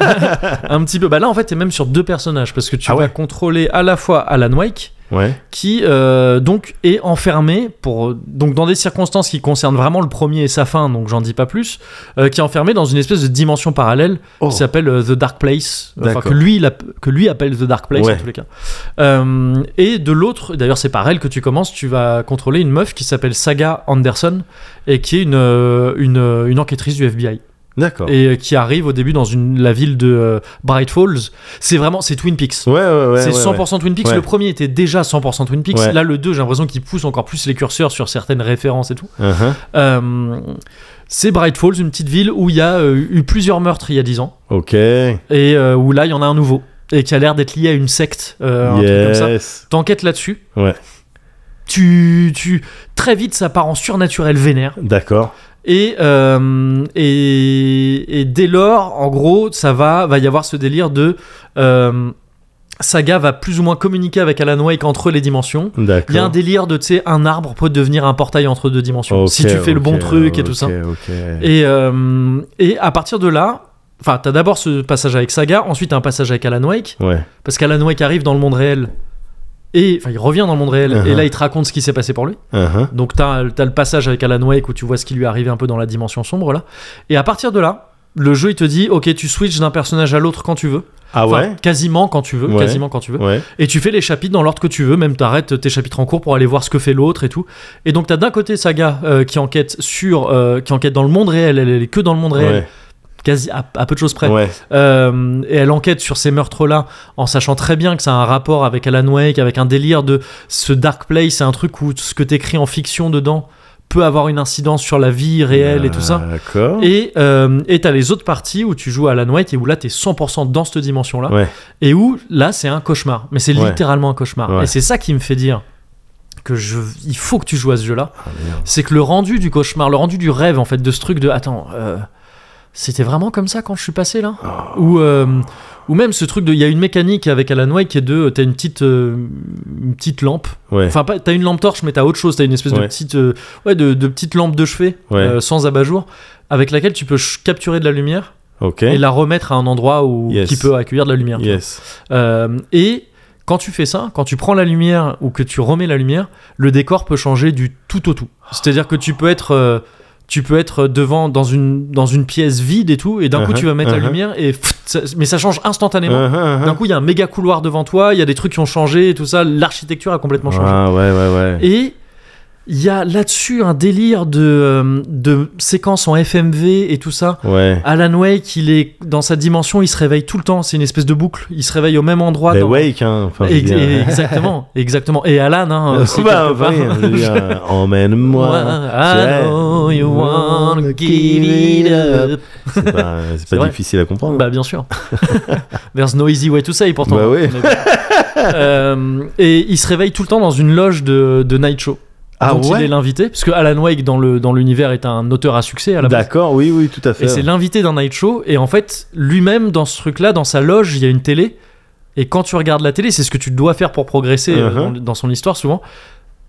Speaker 1: un petit peu. Bah là, en fait, t'es même sur deux personnages parce que tu
Speaker 2: Ah
Speaker 1: vas
Speaker 2: ouais.
Speaker 1: contrôler à la fois Alan Wake
Speaker 2: Ouais.
Speaker 1: qui euh, donc est enfermé pour donc dans des circonstances qui concernent vraiment le premier et sa fin donc j'en dis pas plus euh, qui est enfermé dans une espèce de dimension parallèle
Speaker 2: Oh.
Speaker 1: qui s'appelle euh, The Dark Place enfin
Speaker 2: D'accord.
Speaker 1: que lui il app- que lui appelle The Dark Place
Speaker 2: Ouais.
Speaker 1: en tous les cas Euh, et de l'autre d'ailleurs c'est par elle que tu commences tu vas contrôler une meuf qui s'appelle Saga Anderson et qui est une euh, une, euh, une enquêtrice du FBI
Speaker 2: D'accord.
Speaker 1: et euh, qui arrive au début dans une, la ville de euh, Bright Falls. C'est vraiment c'est Twin Peaks.
Speaker 2: Ouais, ouais, ouais.
Speaker 1: c'est
Speaker 2: ouais,
Speaker 1: 100% Twin Peaks.
Speaker 2: Ouais.
Speaker 1: Le premier était déjà 100% Twin Peaks.
Speaker 2: Ouais.
Speaker 1: Là, le 2, j'ai l'impression qu'il pousse encore plus les curseurs sur certaines références et tout.
Speaker 2: ouais. Uh-huh.
Speaker 1: Euh, c'est Bright Falls, une petite ville où il y a euh, eu plusieurs meurtres il y a 10 ans.
Speaker 2: Ok.
Speaker 1: Et euh, où là, il y en a un nouveau. Et qui a l'air d'être lié à une secte. euh, Un truc comme ça.
Speaker 2: Yes.
Speaker 1: T'enquêtes là-dessus.
Speaker 2: Ouais.
Speaker 1: Tu, tu. Très vite, ça part en surnaturel vénère.
Speaker 2: D'accord.
Speaker 1: Et, euh, et, et dès lors, en gros, ça va, va y avoir ce délire de euh, Saga va plus ou moins communiquer avec Alan Wake entre les dimensions.
Speaker 2: D'accord.
Speaker 1: Il y a un délire de, tu sais, un arbre peut devenir un portail entre deux dimensions,
Speaker 2: Ok,
Speaker 1: si tu fais le bon
Speaker 2: ok,
Speaker 1: truc et tout ça.
Speaker 2: ok, ok.
Speaker 1: Et, euh, et à partir de là, enfin, t'as d'abord ce passage avec Saga, ensuite t'as un passage avec Alan Wake,
Speaker 2: Ouais.
Speaker 1: parce qu'Alan Wake arrive dans le monde réel, et, enfin, il revient dans le monde réel, et
Speaker 2: Uh-huh.
Speaker 1: là il te raconte ce qui s'est passé pour lui.
Speaker 2: Uh-huh.
Speaker 1: Donc t'as as le passage avec Alan Wake où tu vois ce qui lui est arrivé un peu dans la dimension sombre là. Et à partir de là, le jeu il te dit ok tu switches d'un personnage à l'autre quand tu veux
Speaker 2: Ah
Speaker 1: Enfin,
Speaker 2: ouais
Speaker 1: quasiment quand tu veux
Speaker 2: Ouais.
Speaker 1: quasiment quand tu veux
Speaker 2: Ouais.
Speaker 1: et tu fais les chapitres dans l'ordre que tu veux même t'arrêtes tes chapitres en cours pour aller voir ce que fait l'autre et tout et donc t'as d'un côté Saga euh, qui enquête sur euh, qui enquête dans le monde réel elle, elle est que dans le monde réel
Speaker 2: Ouais.
Speaker 1: quasi à, à peu de choses près
Speaker 2: Ouais.
Speaker 1: Euh, et elle enquête sur ces meurtres-là en sachant très bien que ça a un rapport avec Alan Wake, avec un délire de ce Dark Place, c'est un truc où tout ce que t'écris en fiction dedans peut avoir une incidence sur la vie réelle
Speaker 2: Euh,
Speaker 1: et tout ça.
Speaker 2: D'accord.
Speaker 1: Et euh, et t'as les autres parties où tu joues à Alan Wake et où là t'es 100% dans cette dimension-là
Speaker 2: Ouais.
Speaker 1: et où là c'est un cauchemar. Mais c'est
Speaker 2: Ouais.
Speaker 1: littéralement un cauchemar.
Speaker 2: Ouais.
Speaker 1: Et c'est ça qui me fait dire que je, il faut que tu joues à ce jeu-là.
Speaker 2: Ah, merde.
Speaker 1: c'est que le rendu du cauchemar, le rendu du rêve en fait, de ce truc de attends, euh, c'était vraiment comme ça quand je suis passé là
Speaker 2: Ah.
Speaker 1: Ou euh, ou même ce truc de il y a une mécanique avec Alan Wake qui est de t'as une petite euh, une petite lampe.
Speaker 2: Ouais.
Speaker 1: Enfin pas t'as une lampe torche mais t'as autre chose. T'as une espèce de
Speaker 2: Ouais.
Speaker 1: petite euh, ouais de, de petite lampe de chevet
Speaker 2: Ouais.
Speaker 1: euh, sans abat-jour avec laquelle tu peux ch- capturer de la lumière
Speaker 2: ok.
Speaker 1: et la remettre à un endroit où
Speaker 2: Yes.
Speaker 1: qui peut accueillir de la lumière. tu vois.
Speaker 2: Yes.
Speaker 1: Euh, et quand tu fais ça, quand tu prends la lumière ou que tu remets la lumière, le décor peut changer du tout au tout. C'est-à-dire que tu peux être, euh, tu peux être devant dans une dans une pièce vide et tout, et d'un coup
Speaker 2: Uh-huh,
Speaker 1: tu vas mettre
Speaker 2: uh-huh.
Speaker 1: la lumière et pfft, ça- mais ça change instantanément.
Speaker 2: Uh-huh, uh-huh.
Speaker 1: D'un coup, il y a un méga couloir devant toi, il y a des trucs qui ont changé et tout ça. L'architecture a complètement changé.
Speaker 2: Ah ouais ouais ouais.
Speaker 1: Et il y a là-dessus un délire de euh, de séquences en FMV et tout ça.
Speaker 2: Ouais.
Speaker 1: Alan Wake, il est dans sa dimension, il se réveille tout le temps. C'est une espèce de boucle. Il se réveille au même endroit.
Speaker 2: Mais
Speaker 1: dans-
Speaker 2: wake hein. Enfin, je veux
Speaker 1: Ex-
Speaker 2: dire,
Speaker 1: et- exactement, exactement. Et Alan, hein, aussi,
Speaker 2: Bah,
Speaker 1: quelque
Speaker 2: bah,
Speaker 1: part.
Speaker 2: oui, je veux dire, euh, Emmène-moi.
Speaker 1: I know you wanna give it up.
Speaker 2: C'est pas, c'est
Speaker 1: C'est
Speaker 2: pas
Speaker 1: vrai.
Speaker 2: difficile à comprendre.
Speaker 1: Bah bien sûr. There's no easy way to say pourtant.
Speaker 2: Bah oui.
Speaker 1: Mais bon. Euh, et il se réveille tout le temps dans une loge de, de night show.
Speaker 2: Ah
Speaker 1: dont il
Speaker 2: ouais
Speaker 1: est l'invité, parce que Alan Wake dans le dans l'univers est un auteur à succès à la base.
Speaker 2: D'accord, oui, oui, tout à fait.
Speaker 1: Et c'est l'invité d'un night show. Et en fait, lui-même, dans ce truc-là, dans sa loge, il y a une télé. Et quand tu regardes la télé, c'est ce que tu dois faire pour progresser euh,
Speaker 2: Uh-huh.
Speaker 1: dans, dans son histoire souvent.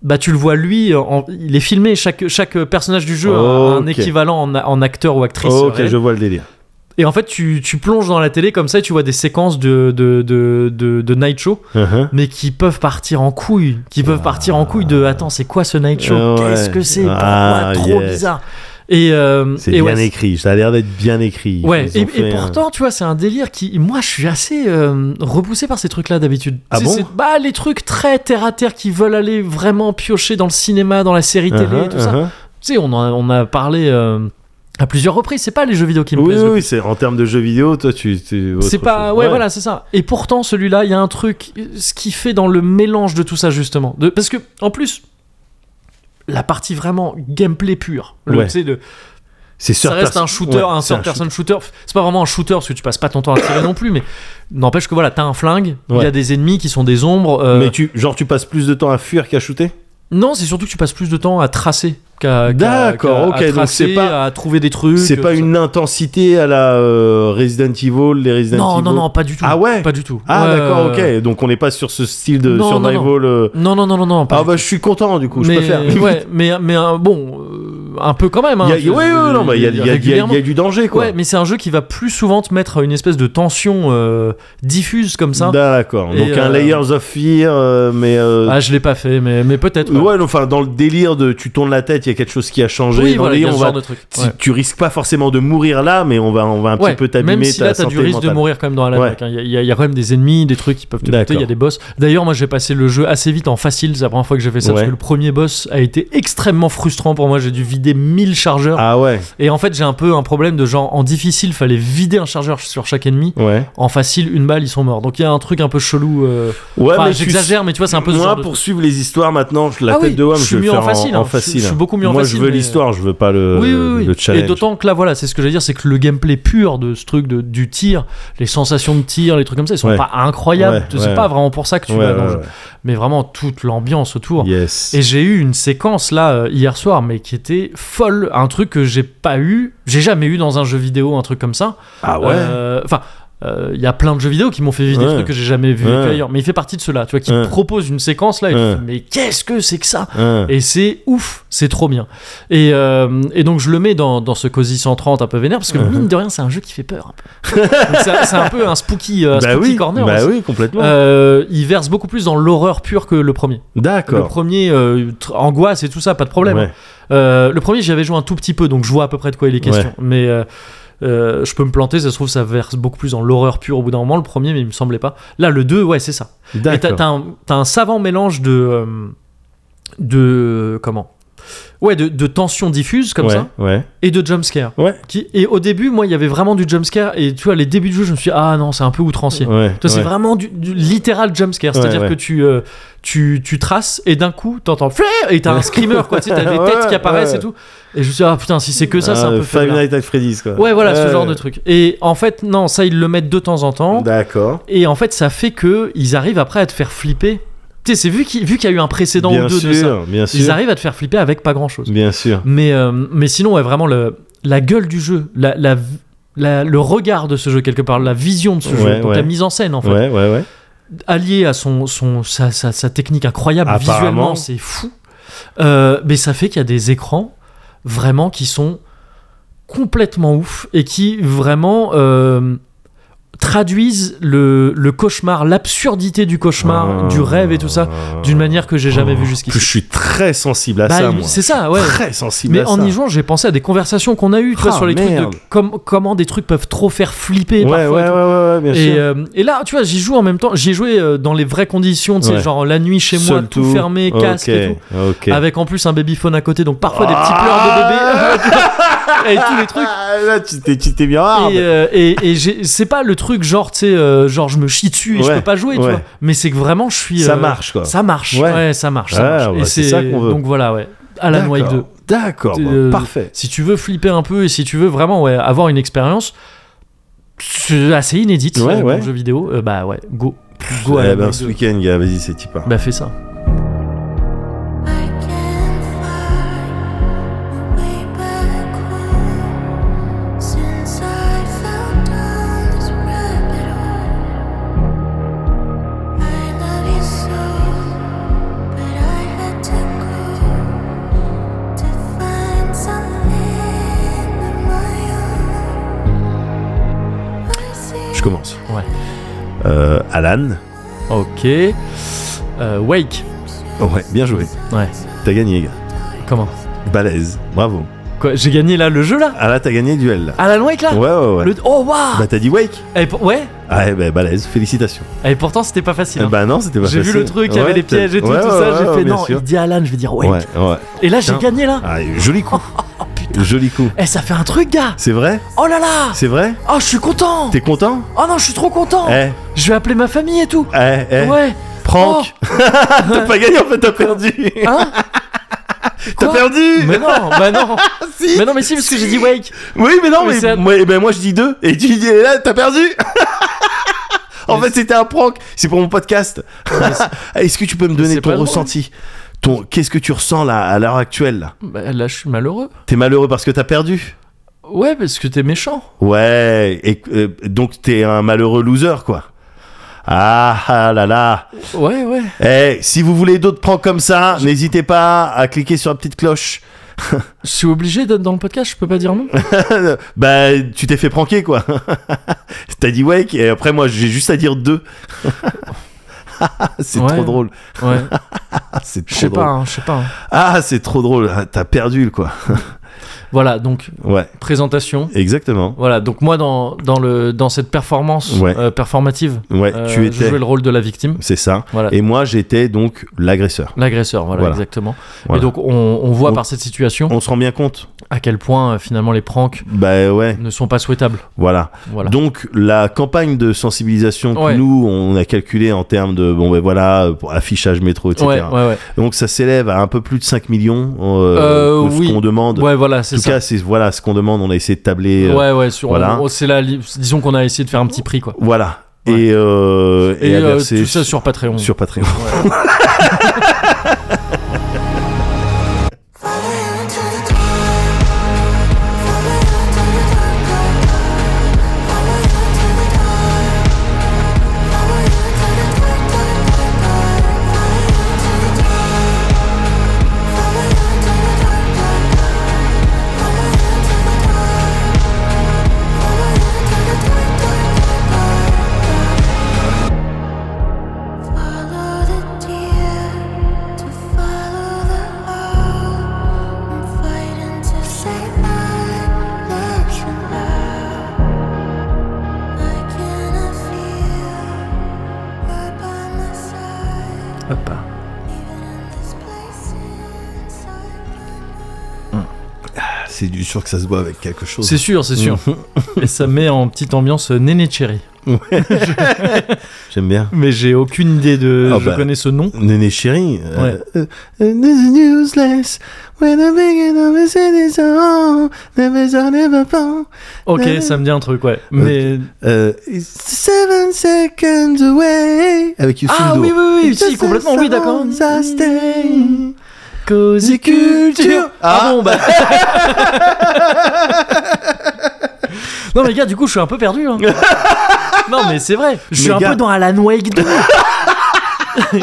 Speaker 1: Bah, tu le vois lui, en- il est filmé. Chaque, chaque personnage du jeu a un
Speaker 2: Ok.
Speaker 1: équivalent en, en acteur ou actrice.
Speaker 2: Ok,
Speaker 1: réelle.
Speaker 2: je vois le délire.
Speaker 1: Et en fait, tu, tu plonges dans la télé comme ça et tu vois des séquences de, de, de, de- de night show,
Speaker 2: Uh-huh.
Speaker 1: mais qui peuvent partir en couille. Qui peuvent partir en couille de Attends, c'est quoi ce night show
Speaker 2: Ah ouais.
Speaker 1: Qu'est-ce que c'est
Speaker 2: Ah,
Speaker 1: Pourquoi Trop
Speaker 2: yes.
Speaker 1: bizarre. Et, euh,
Speaker 2: C'est
Speaker 1: et
Speaker 2: bien
Speaker 1: ouais, c'est-
Speaker 2: écrit, ça a l'air d'être bien écrit.
Speaker 1: Ouais,
Speaker 2: Ils
Speaker 1: et,
Speaker 2: ont
Speaker 1: et
Speaker 2: fait hein. un-
Speaker 1: pourtant, tu vois, c'est un délire qui. Moi, je suis assez euh, repoussé par ces trucs-là d'habitude.
Speaker 2: Ah
Speaker 1: C'est-
Speaker 2: bon
Speaker 1: c'est- Bah, les trucs très terre à terre qui veulent aller vraiment piocher dans le cinéma, dans la série télé,
Speaker 2: Uh-huh,
Speaker 1: tout ça.
Speaker 2: uh-huh.
Speaker 1: Tu sais, on, en a- on a parlé euh, à plusieurs reprises, c'est pas les jeux vidéo qui me
Speaker 2: Oui,
Speaker 1: plaisent. le
Speaker 2: oui, c'est en termes de jeux vidéo, toi, tu. tu- autre
Speaker 1: c'est pas
Speaker 2: chose.
Speaker 1: ouais, voilà c'est ça et pourtant celui-là il y a un truc ce qui fait dans le mélange de tout ça justement de parce que en plus la partie vraiment gameplay pur le,
Speaker 2: Ouais.
Speaker 1: tu sais, le-
Speaker 2: C'est
Speaker 1: ça
Speaker 2: third
Speaker 1: reste
Speaker 2: person-
Speaker 1: un shooter hein,
Speaker 2: ouais,
Speaker 1: un
Speaker 2: c'est
Speaker 1: third person shooter c'est pas vraiment un shooter parce que tu passes pas ton temps à tirer non plus mais n'empêche que voilà t'as un flingue il y
Speaker 2: Ouais.
Speaker 1: a des ennemis qui sont des ombres
Speaker 2: shooter.
Speaker 1: euh,
Speaker 2: Mais tu, genre, tu passes plus de temps à fuir qu'à shooter
Speaker 1: non c'est surtout que tu passes plus de temps à tracer qu'à qu'à-
Speaker 2: D'accord,
Speaker 1: qu'à-
Speaker 2: ok,
Speaker 1: à
Speaker 2: donc
Speaker 1: tracer,
Speaker 2: c'est pas-
Speaker 1: à trouver des trucs euh,
Speaker 2: C'est pas
Speaker 1: tout
Speaker 2: une intensité à la euh, Resident Evil, les
Speaker 1: ça.
Speaker 2: Resident
Speaker 1: non
Speaker 2: Evil.
Speaker 1: non non pas du tout
Speaker 2: Ah ouais
Speaker 1: pas du tout
Speaker 2: Ah
Speaker 1: Ouais,
Speaker 2: d'accord,
Speaker 1: ouais, ouais.
Speaker 2: ok. Donc on n'est pas sur ce style de
Speaker 1: Non, non,
Speaker 2: survival. euh,
Speaker 1: non non non non non pas
Speaker 2: Ah
Speaker 1: du
Speaker 2: bah je suis content du coup,
Speaker 1: mais,
Speaker 2: je préfère.
Speaker 1: ouais, mais, mais un- bon, euh, un peu quand même. hein.
Speaker 2: Il y a- ouais, ouais,
Speaker 1: Je-
Speaker 2: non, bah, il y a, il y a- il y a- il y a
Speaker 1: régulièrement.
Speaker 2: du danger quoi.
Speaker 1: Ouais, mais c'est un jeu qui va plus souvent te mettre une espèce de tension euh, diffuse comme ça.
Speaker 2: D'accord.
Speaker 1: Et,
Speaker 2: Donc un
Speaker 1: euh,
Speaker 2: Layers of Fear, euh, mais euh,
Speaker 1: Ah, je l'ai pas fait, mais, mais peut-être.
Speaker 2: ouais, non, enfin dans le délire de tu tournes la tête, il y a quelque chose qui a changé.
Speaker 1: Oui,
Speaker 2: dans
Speaker 1: voilà,
Speaker 2: les-
Speaker 1: il y a
Speaker 2: on
Speaker 1: ce
Speaker 2: va-
Speaker 1: genre de truc.
Speaker 2: si-
Speaker 1: Ouais.
Speaker 2: Tu risques pas forcément de mourir là, mais on va, on va un
Speaker 1: Ouais,
Speaker 2: petit peu
Speaker 1: même
Speaker 2: t'abîmer
Speaker 1: si
Speaker 2: ta
Speaker 1: là t'as
Speaker 2: santé
Speaker 1: du risque de
Speaker 2: mentale.
Speaker 1: mourir quand même dans la
Speaker 2: Ouais.
Speaker 1: lac, hein. il y, a- il y a- il y a quand même des ennemis des trucs qui peuvent te buter
Speaker 2: D'accord.
Speaker 1: il y a des boss d'ailleurs moi j'ai passé le jeu assez vite en facile c'est la première fois que j'ai fait ça parce
Speaker 2: Ouais.
Speaker 1: que le premier boss a été extrêmement frustrant pour moi j'ai dû vider 1000 chargeurs
Speaker 2: Ah ouais,
Speaker 1: et en fait j'ai un peu un problème de genre en difficile fallait vider un chargeur sur chaque ennemi
Speaker 2: ouais,
Speaker 1: en facile, une balle, ils sont morts. Donc il y a un truc un peu chelou. euh,
Speaker 2: ouais.
Speaker 1: enfin,
Speaker 2: mais je suis-
Speaker 1: j'exagère, mais tu vois, c'est un peu ce
Speaker 2: Moi,
Speaker 1: genre de
Speaker 2: pour
Speaker 1: truc.
Speaker 2: suivre les histoires maintenant, je- la
Speaker 1: Ah
Speaker 2: tête
Speaker 1: oui,
Speaker 2: de WAM,
Speaker 1: je suis
Speaker 2: je vais
Speaker 1: mieux en
Speaker 2: faire
Speaker 1: facile, hein.
Speaker 2: en
Speaker 1: Je suis-
Speaker 2: facile.
Speaker 1: je suis beaucoup mieux en
Speaker 2: Moi,
Speaker 1: facile,
Speaker 2: je veux
Speaker 1: mais- euh,
Speaker 2: l'histoire, je veux pas le,
Speaker 1: Oui, oui, oui.
Speaker 2: euh, le
Speaker 1: Et
Speaker 2: challenge.
Speaker 1: d'autant que là, voilà, c'est ce que j'allais dire, c'est que le gameplay pur de ce truc de, du tir, les sensations de tir, les trucs comme ça, ils sont
Speaker 2: Ouais.
Speaker 1: pas incroyables.
Speaker 2: Ouais,
Speaker 1: c'est
Speaker 2: ouais.
Speaker 1: pas vraiment pour ça que tu
Speaker 2: Ouais,
Speaker 1: vas dans
Speaker 2: ouais,
Speaker 1: le jeu. Mais vraiment toute l'ambiance autour.
Speaker 2: ouais. Yes.
Speaker 1: Et j'ai eu une séquence là euh, hier soir, mais qui était folle. Un truc que j'ai pas eu, j'ai jamais eu dans un jeu vidéo, un truc comme ça.
Speaker 2: Ah ouais.
Speaker 1: Euh, Enfin. euh, Il y a plein de jeux vidéo qui m'ont fait vivre
Speaker 2: Ouais.
Speaker 1: des trucs que j'ai jamais vu
Speaker 2: Ouais.
Speaker 1: ailleurs, mais il fait partie de ceux-là, tu vois, qui
Speaker 2: Ouais.
Speaker 1: te propose une séquence là, et tu
Speaker 2: Ouais.
Speaker 1: te dis, mais qu'est-ce que c'est que ça
Speaker 2: Hein.
Speaker 1: Et c'est ouf, c'est trop bien. Et, euh, et donc je le mets dans, dans ce Cozy 130 un peu vénère, parce que mine de rien, c'est un jeu qui fait peur. un peu. Donc c'est c'est un peu un spooky, euh, un
Speaker 2: bah
Speaker 1: spooky
Speaker 2: oui,
Speaker 1: corner.
Speaker 2: bah
Speaker 1: aussi.
Speaker 2: oui, complètement.
Speaker 1: Euh, il verse beaucoup plus dans l'horreur pure que le premier. Le
Speaker 2: D'accord.
Speaker 1: premier, euh, tr- angoisse et tout ça, pas de problème.
Speaker 2: Ouais.
Speaker 1: Euh, le premier, j'y avais joué un tout petit peu, donc je vois à peu près de quoi il est question. Mais euh, Euh, je peux me planter, ça se trouve, ça verse beaucoup plus dans l'horreur pure au bout d'un moment, le premier, mais il me semblait pas. Là, le 2, ouais, c'est ça. Et t'as, t'as un, t'as un savant mélange de. euh, de. Comment Ouais, de, de tension diffuse, comme
Speaker 2: ouais,
Speaker 1: ça,
Speaker 2: Ouais.
Speaker 1: et de jumpscare.
Speaker 2: Ouais.
Speaker 1: Qui, et au début, moi, il y avait vraiment du jumpscare, et tu vois, les débuts du jeu, je me suis dit, ah non, c'est un peu outrancier.
Speaker 2: Ouais.
Speaker 1: Toi, c'est
Speaker 2: ouais.
Speaker 1: vraiment du, du littéral jumpscare, c'est-à-dire
Speaker 2: Ouais, ouais.
Speaker 1: que tu, euh, tu, tu traces et d'un coup t'entends Flare et t'as un screamer quoi, tu sais, t'as des
Speaker 2: Ouais,
Speaker 1: têtes qui apparaissent
Speaker 2: ouais.
Speaker 1: et tout. Et je me suis dit, ah putain, si c'est que ça, c'est
Speaker 2: Ah,
Speaker 1: un peu
Speaker 2: Five
Speaker 1: faible. hein.
Speaker 2: Nights at Freddy's, quoi.
Speaker 1: Ouais, voilà, ce
Speaker 2: Ouais.
Speaker 1: genre de truc. Et en fait, non, ça ils le mettent de temps en temps.
Speaker 2: D'accord.
Speaker 1: Et en fait, ça fait que ils arrivent après à te faire flipper. Tu sais, c'est vu qu'il vu qu'il y a eu un précédent
Speaker 2: Bien
Speaker 1: ou deux
Speaker 2: sûr,
Speaker 1: de ça,
Speaker 2: bien
Speaker 1: ils
Speaker 2: sûr. Mm.
Speaker 1: arrivent à te faire flipper avec pas grand chose.
Speaker 2: Bien sûr.
Speaker 1: Mais euh, mais sinon, ouais, vraiment le la gueule du jeu, la, la, la- le regard de ce jeu quelque part, la vision de ce
Speaker 2: Ouais,
Speaker 1: jeu, donc
Speaker 2: ouais.
Speaker 1: la mise en scène en fait,
Speaker 2: Ouais, ouais, ouais.
Speaker 1: allié à son son sa, sa- sa technique incroyable
Speaker 2: Apparemment.
Speaker 1: visuellement, c'est fou. Euh, mais ça fait qu'il y a des écrans vraiment qui sont complètement ouf et qui vraiment euh, traduisent le, le cauchemar, l'absurdité du cauchemar,
Speaker 2: Ah. Oh,
Speaker 1: du rêve et tout ça, d'une manière que j'ai jamais vue
Speaker 2: Plus je
Speaker 1: jusqu'ici.
Speaker 2: suis très sensible à
Speaker 1: Bah,
Speaker 2: ça,
Speaker 1: il-
Speaker 2: moi.
Speaker 1: c'est ça, ouais.
Speaker 2: Très sensible
Speaker 1: Mais
Speaker 2: à
Speaker 1: en
Speaker 2: ça.
Speaker 1: y jouant, j'ai pensé à des conversations qu'on a eues, tu vois,
Speaker 2: Ah,
Speaker 1: sur les
Speaker 2: merde.
Speaker 1: trucs de com- comment des trucs peuvent trop faire flipper.
Speaker 2: Ouais,
Speaker 1: parfois,
Speaker 2: ouais,
Speaker 1: et
Speaker 2: ouais, ouais,
Speaker 1: tout.
Speaker 2: ouais, bien
Speaker 1: Et,
Speaker 2: sûr.
Speaker 1: euh, et là, tu vois, j'y joue en même temps. J'y ai joué euh, dans les vraies conditions, tu sais,
Speaker 2: Ouais.
Speaker 1: genre la nuit chez moi,
Speaker 2: Seul
Speaker 1: tout, fermé,
Speaker 2: Ok,
Speaker 1: casque et tout.
Speaker 2: Ok.
Speaker 1: Avec en plus un babyphone à côté, donc parfois des petits pleurs de bébé. et tous les trucs.
Speaker 2: Ah, là, tu t'es, tu t'es bien hard.
Speaker 1: Et, euh, et, et j'ai- c'est pas le truc genre, tu sais, euh, genre je me chie dessus et je
Speaker 2: Ouais,
Speaker 1: peux pas jouer, tu
Speaker 2: ouais.
Speaker 1: vois. Mais c'est que vraiment, je suis.
Speaker 2: Ça
Speaker 1: euh,
Speaker 2: marche, quoi.
Speaker 1: Ça marche.
Speaker 2: Ouais.
Speaker 1: Ouais, ça marche. ça
Speaker 2: Ah,
Speaker 1: marche.
Speaker 2: bah,
Speaker 1: et
Speaker 2: c'est ça qu'on veut.
Speaker 1: Donc voilà, ouais. Alan Wake 2.
Speaker 2: D'accord, bah,
Speaker 1: Euh,
Speaker 2: parfait.
Speaker 1: Si tu veux flipper un peu et si tu veux vraiment ouais, avoir une expérience c'est assez inédite
Speaker 2: Ouais,
Speaker 1: euh,
Speaker 2: ouais.
Speaker 1: pour jeu vidéo, euh, bah ouais, go. Go
Speaker 2: Ouais,
Speaker 1: Alan
Speaker 2: ben,
Speaker 1: Wake
Speaker 2: ce
Speaker 1: 2.
Speaker 2: week-end, gars, vas-y, c'est type
Speaker 1: Bah fais ça.
Speaker 5: I can't find way back home since I fell down this rabbit hole. I love you so, but I had to go to find something of my own. I see.
Speaker 2: Je commence.
Speaker 1: Ouais.
Speaker 2: Euh, Alan.
Speaker 1: Ok. Euh, Wake.
Speaker 2: Oh, ouais, bien joué.
Speaker 1: Ouais.
Speaker 2: T'as gagné, gars.
Speaker 1: Comment
Speaker 2: Balèze. Bravo.
Speaker 1: Quoi J'ai gagné là le jeu là
Speaker 2: Ah là, t'as gagné le duel, là.
Speaker 1: Alan Wake là
Speaker 2: Ouais, ouais, ouais.
Speaker 1: Le- Oh waouh
Speaker 2: Bah, t'as dit Wake.
Speaker 1: Et pour- Ouais
Speaker 2: Ah, eh ben, balèze. Félicitations.
Speaker 1: Et pourtant c'était pas facile. hein.
Speaker 2: Bah, non, c'était pas
Speaker 1: j'ai vu
Speaker 2: facile.
Speaker 1: le truc, il y avait
Speaker 2: Ouais,
Speaker 1: les pièges et
Speaker 2: t'as-
Speaker 1: tout,
Speaker 2: ouais,
Speaker 1: tout
Speaker 2: ouais,
Speaker 1: ça. j'ai
Speaker 2: ouais,
Speaker 1: fait
Speaker 2: bien
Speaker 1: non,
Speaker 2: sûr.
Speaker 1: il dit Alan, je vais dire Wake.
Speaker 2: Ouais, ouais.
Speaker 1: Et là j'ai
Speaker 2: Putain.
Speaker 1: gagné là.
Speaker 2: Ah, joli coup.
Speaker 1: Oh putain.
Speaker 2: Joli coup.
Speaker 1: Eh ça fait un truc gars
Speaker 2: C'est vrai
Speaker 1: Oh là là
Speaker 2: C'est vrai
Speaker 1: Oh je suis content
Speaker 2: T'es content
Speaker 1: Oh non je suis trop content
Speaker 2: Eh,
Speaker 1: Je vais appeler ma famille et tout
Speaker 2: eh, eh.
Speaker 1: Ouais Oh.
Speaker 2: Prank T'as pas gagné en fait, t'as perdu
Speaker 1: Hein
Speaker 2: T'as
Speaker 1: Quoi
Speaker 2: perdu
Speaker 1: Mais non, bah non
Speaker 2: Si.
Speaker 1: Mais non mais si parce que j'ai dit Wake
Speaker 2: Oui, mais non,
Speaker 1: Mais
Speaker 2: mais,
Speaker 1: c'est-
Speaker 2: moi, eh ben, moi je dis deux, et tu dis là, t'as perdu En
Speaker 1: Mais
Speaker 2: fait, c'était un prank, c'est pour mon podcast. Est-ce que tu peux me donner
Speaker 1: c'est
Speaker 2: ton
Speaker 1: pas drôle.
Speaker 2: ressenti ton... Qu'est-ce que tu ressens là, à l'heure actuelle là
Speaker 1: Bah là je suis malheureux
Speaker 2: T'es malheureux parce que t'as perdu
Speaker 1: Ouais parce que t'es méchant
Speaker 2: Ouais, et euh, donc t'es un malheureux loser quoi. Ah, ah là là
Speaker 1: Ouais ouais
Speaker 2: Eh, si vous voulez d'autres pranks comme ça, n'hésitez pas à cliquer sur la petite cloche.
Speaker 1: Je suis obligé d'être dans le podcast, je peux pas dire non
Speaker 2: bah, tu t'es fait pranker, quoi. T'as dit wake, et après, moi, j'ai juste à dire deux. c'est
Speaker 1: Ouais.
Speaker 2: trop drôle.
Speaker 1: Ouais
Speaker 2: Ah, c'est
Speaker 1: Je
Speaker 2: trop
Speaker 1: sais
Speaker 2: drôle.
Speaker 1: pas hein, je sais pas hein.
Speaker 2: Ah, c'est trop drôle. Ah, T'as perdu, quoi.
Speaker 1: Voilà donc
Speaker 2: Ouais,
Speaker 1: présentation
Speaker 2: exactement.
Speaker 1: voilà, donc moi dans, dans, le, dans cette performance
Speaker 2: Ouais.
Speaker 1: euh, performative,
Speaker 2: Ouais,
Speaker 1: euh,
Speaker 2: tu
Speaker 1: je
Speaker 2: étais.
Speaker 1: jouais le rôle de la victime,
Speaker 2: C'est ça.
Speaker 1: Voilà.
Speaker 2: Et moi, j'étais donc l'agresseur.
Speaker 1: l'agresseur, voilà,
Speaker 2: Voilà.
Speaker 1: exactement.
Speaker 2: Voilà.
Speaker 1: Et donc on, on voit
Speaker 2: On-
Speaker 1: par cette situation
Speaker 2: On se rend bien compte
Speaker 1: à quel point euh, finalement les pranks
Speaker 2: Bah ouais,
Speaker 1: ne sont pas souhaitables.
Speaker 2: voilà.
Speaker 1: Voilà.
Speaker 2: Donc la campagne de sensibilisation que
Speaker 1: Ouais.
Speaker 2: nous on a calculée en termes de bon ben voilà pour affichage métro etc.
Speaker 1: ouais, ouais, ouais.
Speaker 2: Donc ça s'élève à un peu plus de 5 millions euh,
Speaker 1: Euh,
Speaker 2: que ce
Speaker 1: oui.
Speaker 2: qu'on demande
Speaker 1: Ouais, voilà,
Speaker 2: En
Speaker 1: c'est
Speaker 2: tout
Speaker 1: ça.
Speaker 2: cas, c'est voilà ce qu'on demande. On a essayé de tabler. euh,
Speaker 1: ouais, ouais, sur,
Speaker 2: voilà.
Speaker 1: on- c'est la li- disons qu'on a essayé de faire un petit prix, quoi.
Speaker 2: Voilà.
Speaker 1: Ouais.
Speaker 2: Et, euh, et
Speaker 1: Et,
Speaker 2: à
Speaker 1: euh,
Speaker 2: verser
Speaker 1: tout ça sur Patreon.
Speaker 2: sur Patreon.
Speaker 5: Falling into the dark, falling into the dark, dark, dark, falling into the dark, falling into the dark, dark, dark, dark, falling into the dark, falling into the dark, dark, dark, falling into the dark, falling into the dark, dark, dark, dark. Follow the deer to find.
Speaker 1: Hop.
Speaker 2: C'est du sûr que ça se boit avec quelque chose.
Speaker 1: C'est sûr, c'est sûr.
Speaker 2: Mhm.
Speaker 1: Et ça met en petite ambiance euh, Néné Cherry.
Speaker 2: J'aime bien.
Speaker 1: Mais j'ai aucune idée de.
Speaker 2: Ah
Speaker 1: je
Speaker 2: bah.
Speaker 1: connais ce nom.
Speaker 2: Néné chérie.
Speaker 1: Ouais.
Speaker 2: euh, euh, this newsless. When I begin to miss it is all. Never is all, never found.
Speaker 1: Ok,
Speaker 2: Ouais.
Speaker 1: ça me dit un truc, ouais. Mais.
Speaker 2: Euh, it's seven seconds away. Avec Youssou
Speaker 1: Ah oui, oui, oui, si,
Speaker 2: Just
Speaker 1: complètement,
Speaker 2: as
Speaker 1: oui, d'accord.
Speaker 2: long as I stay.
Speaker 1: Cozy
Speaker 2: Culture.
Speaker 1: Ah, bon, bah. non, mais les gars, du coup, je suis un peu perdu. hein. non, mais c'est vrai. Je suis
Speaker 2: Mais
Speaker 1: un
Speaker 2: gars-
Speaker 1: peu dans Alan Wake 2.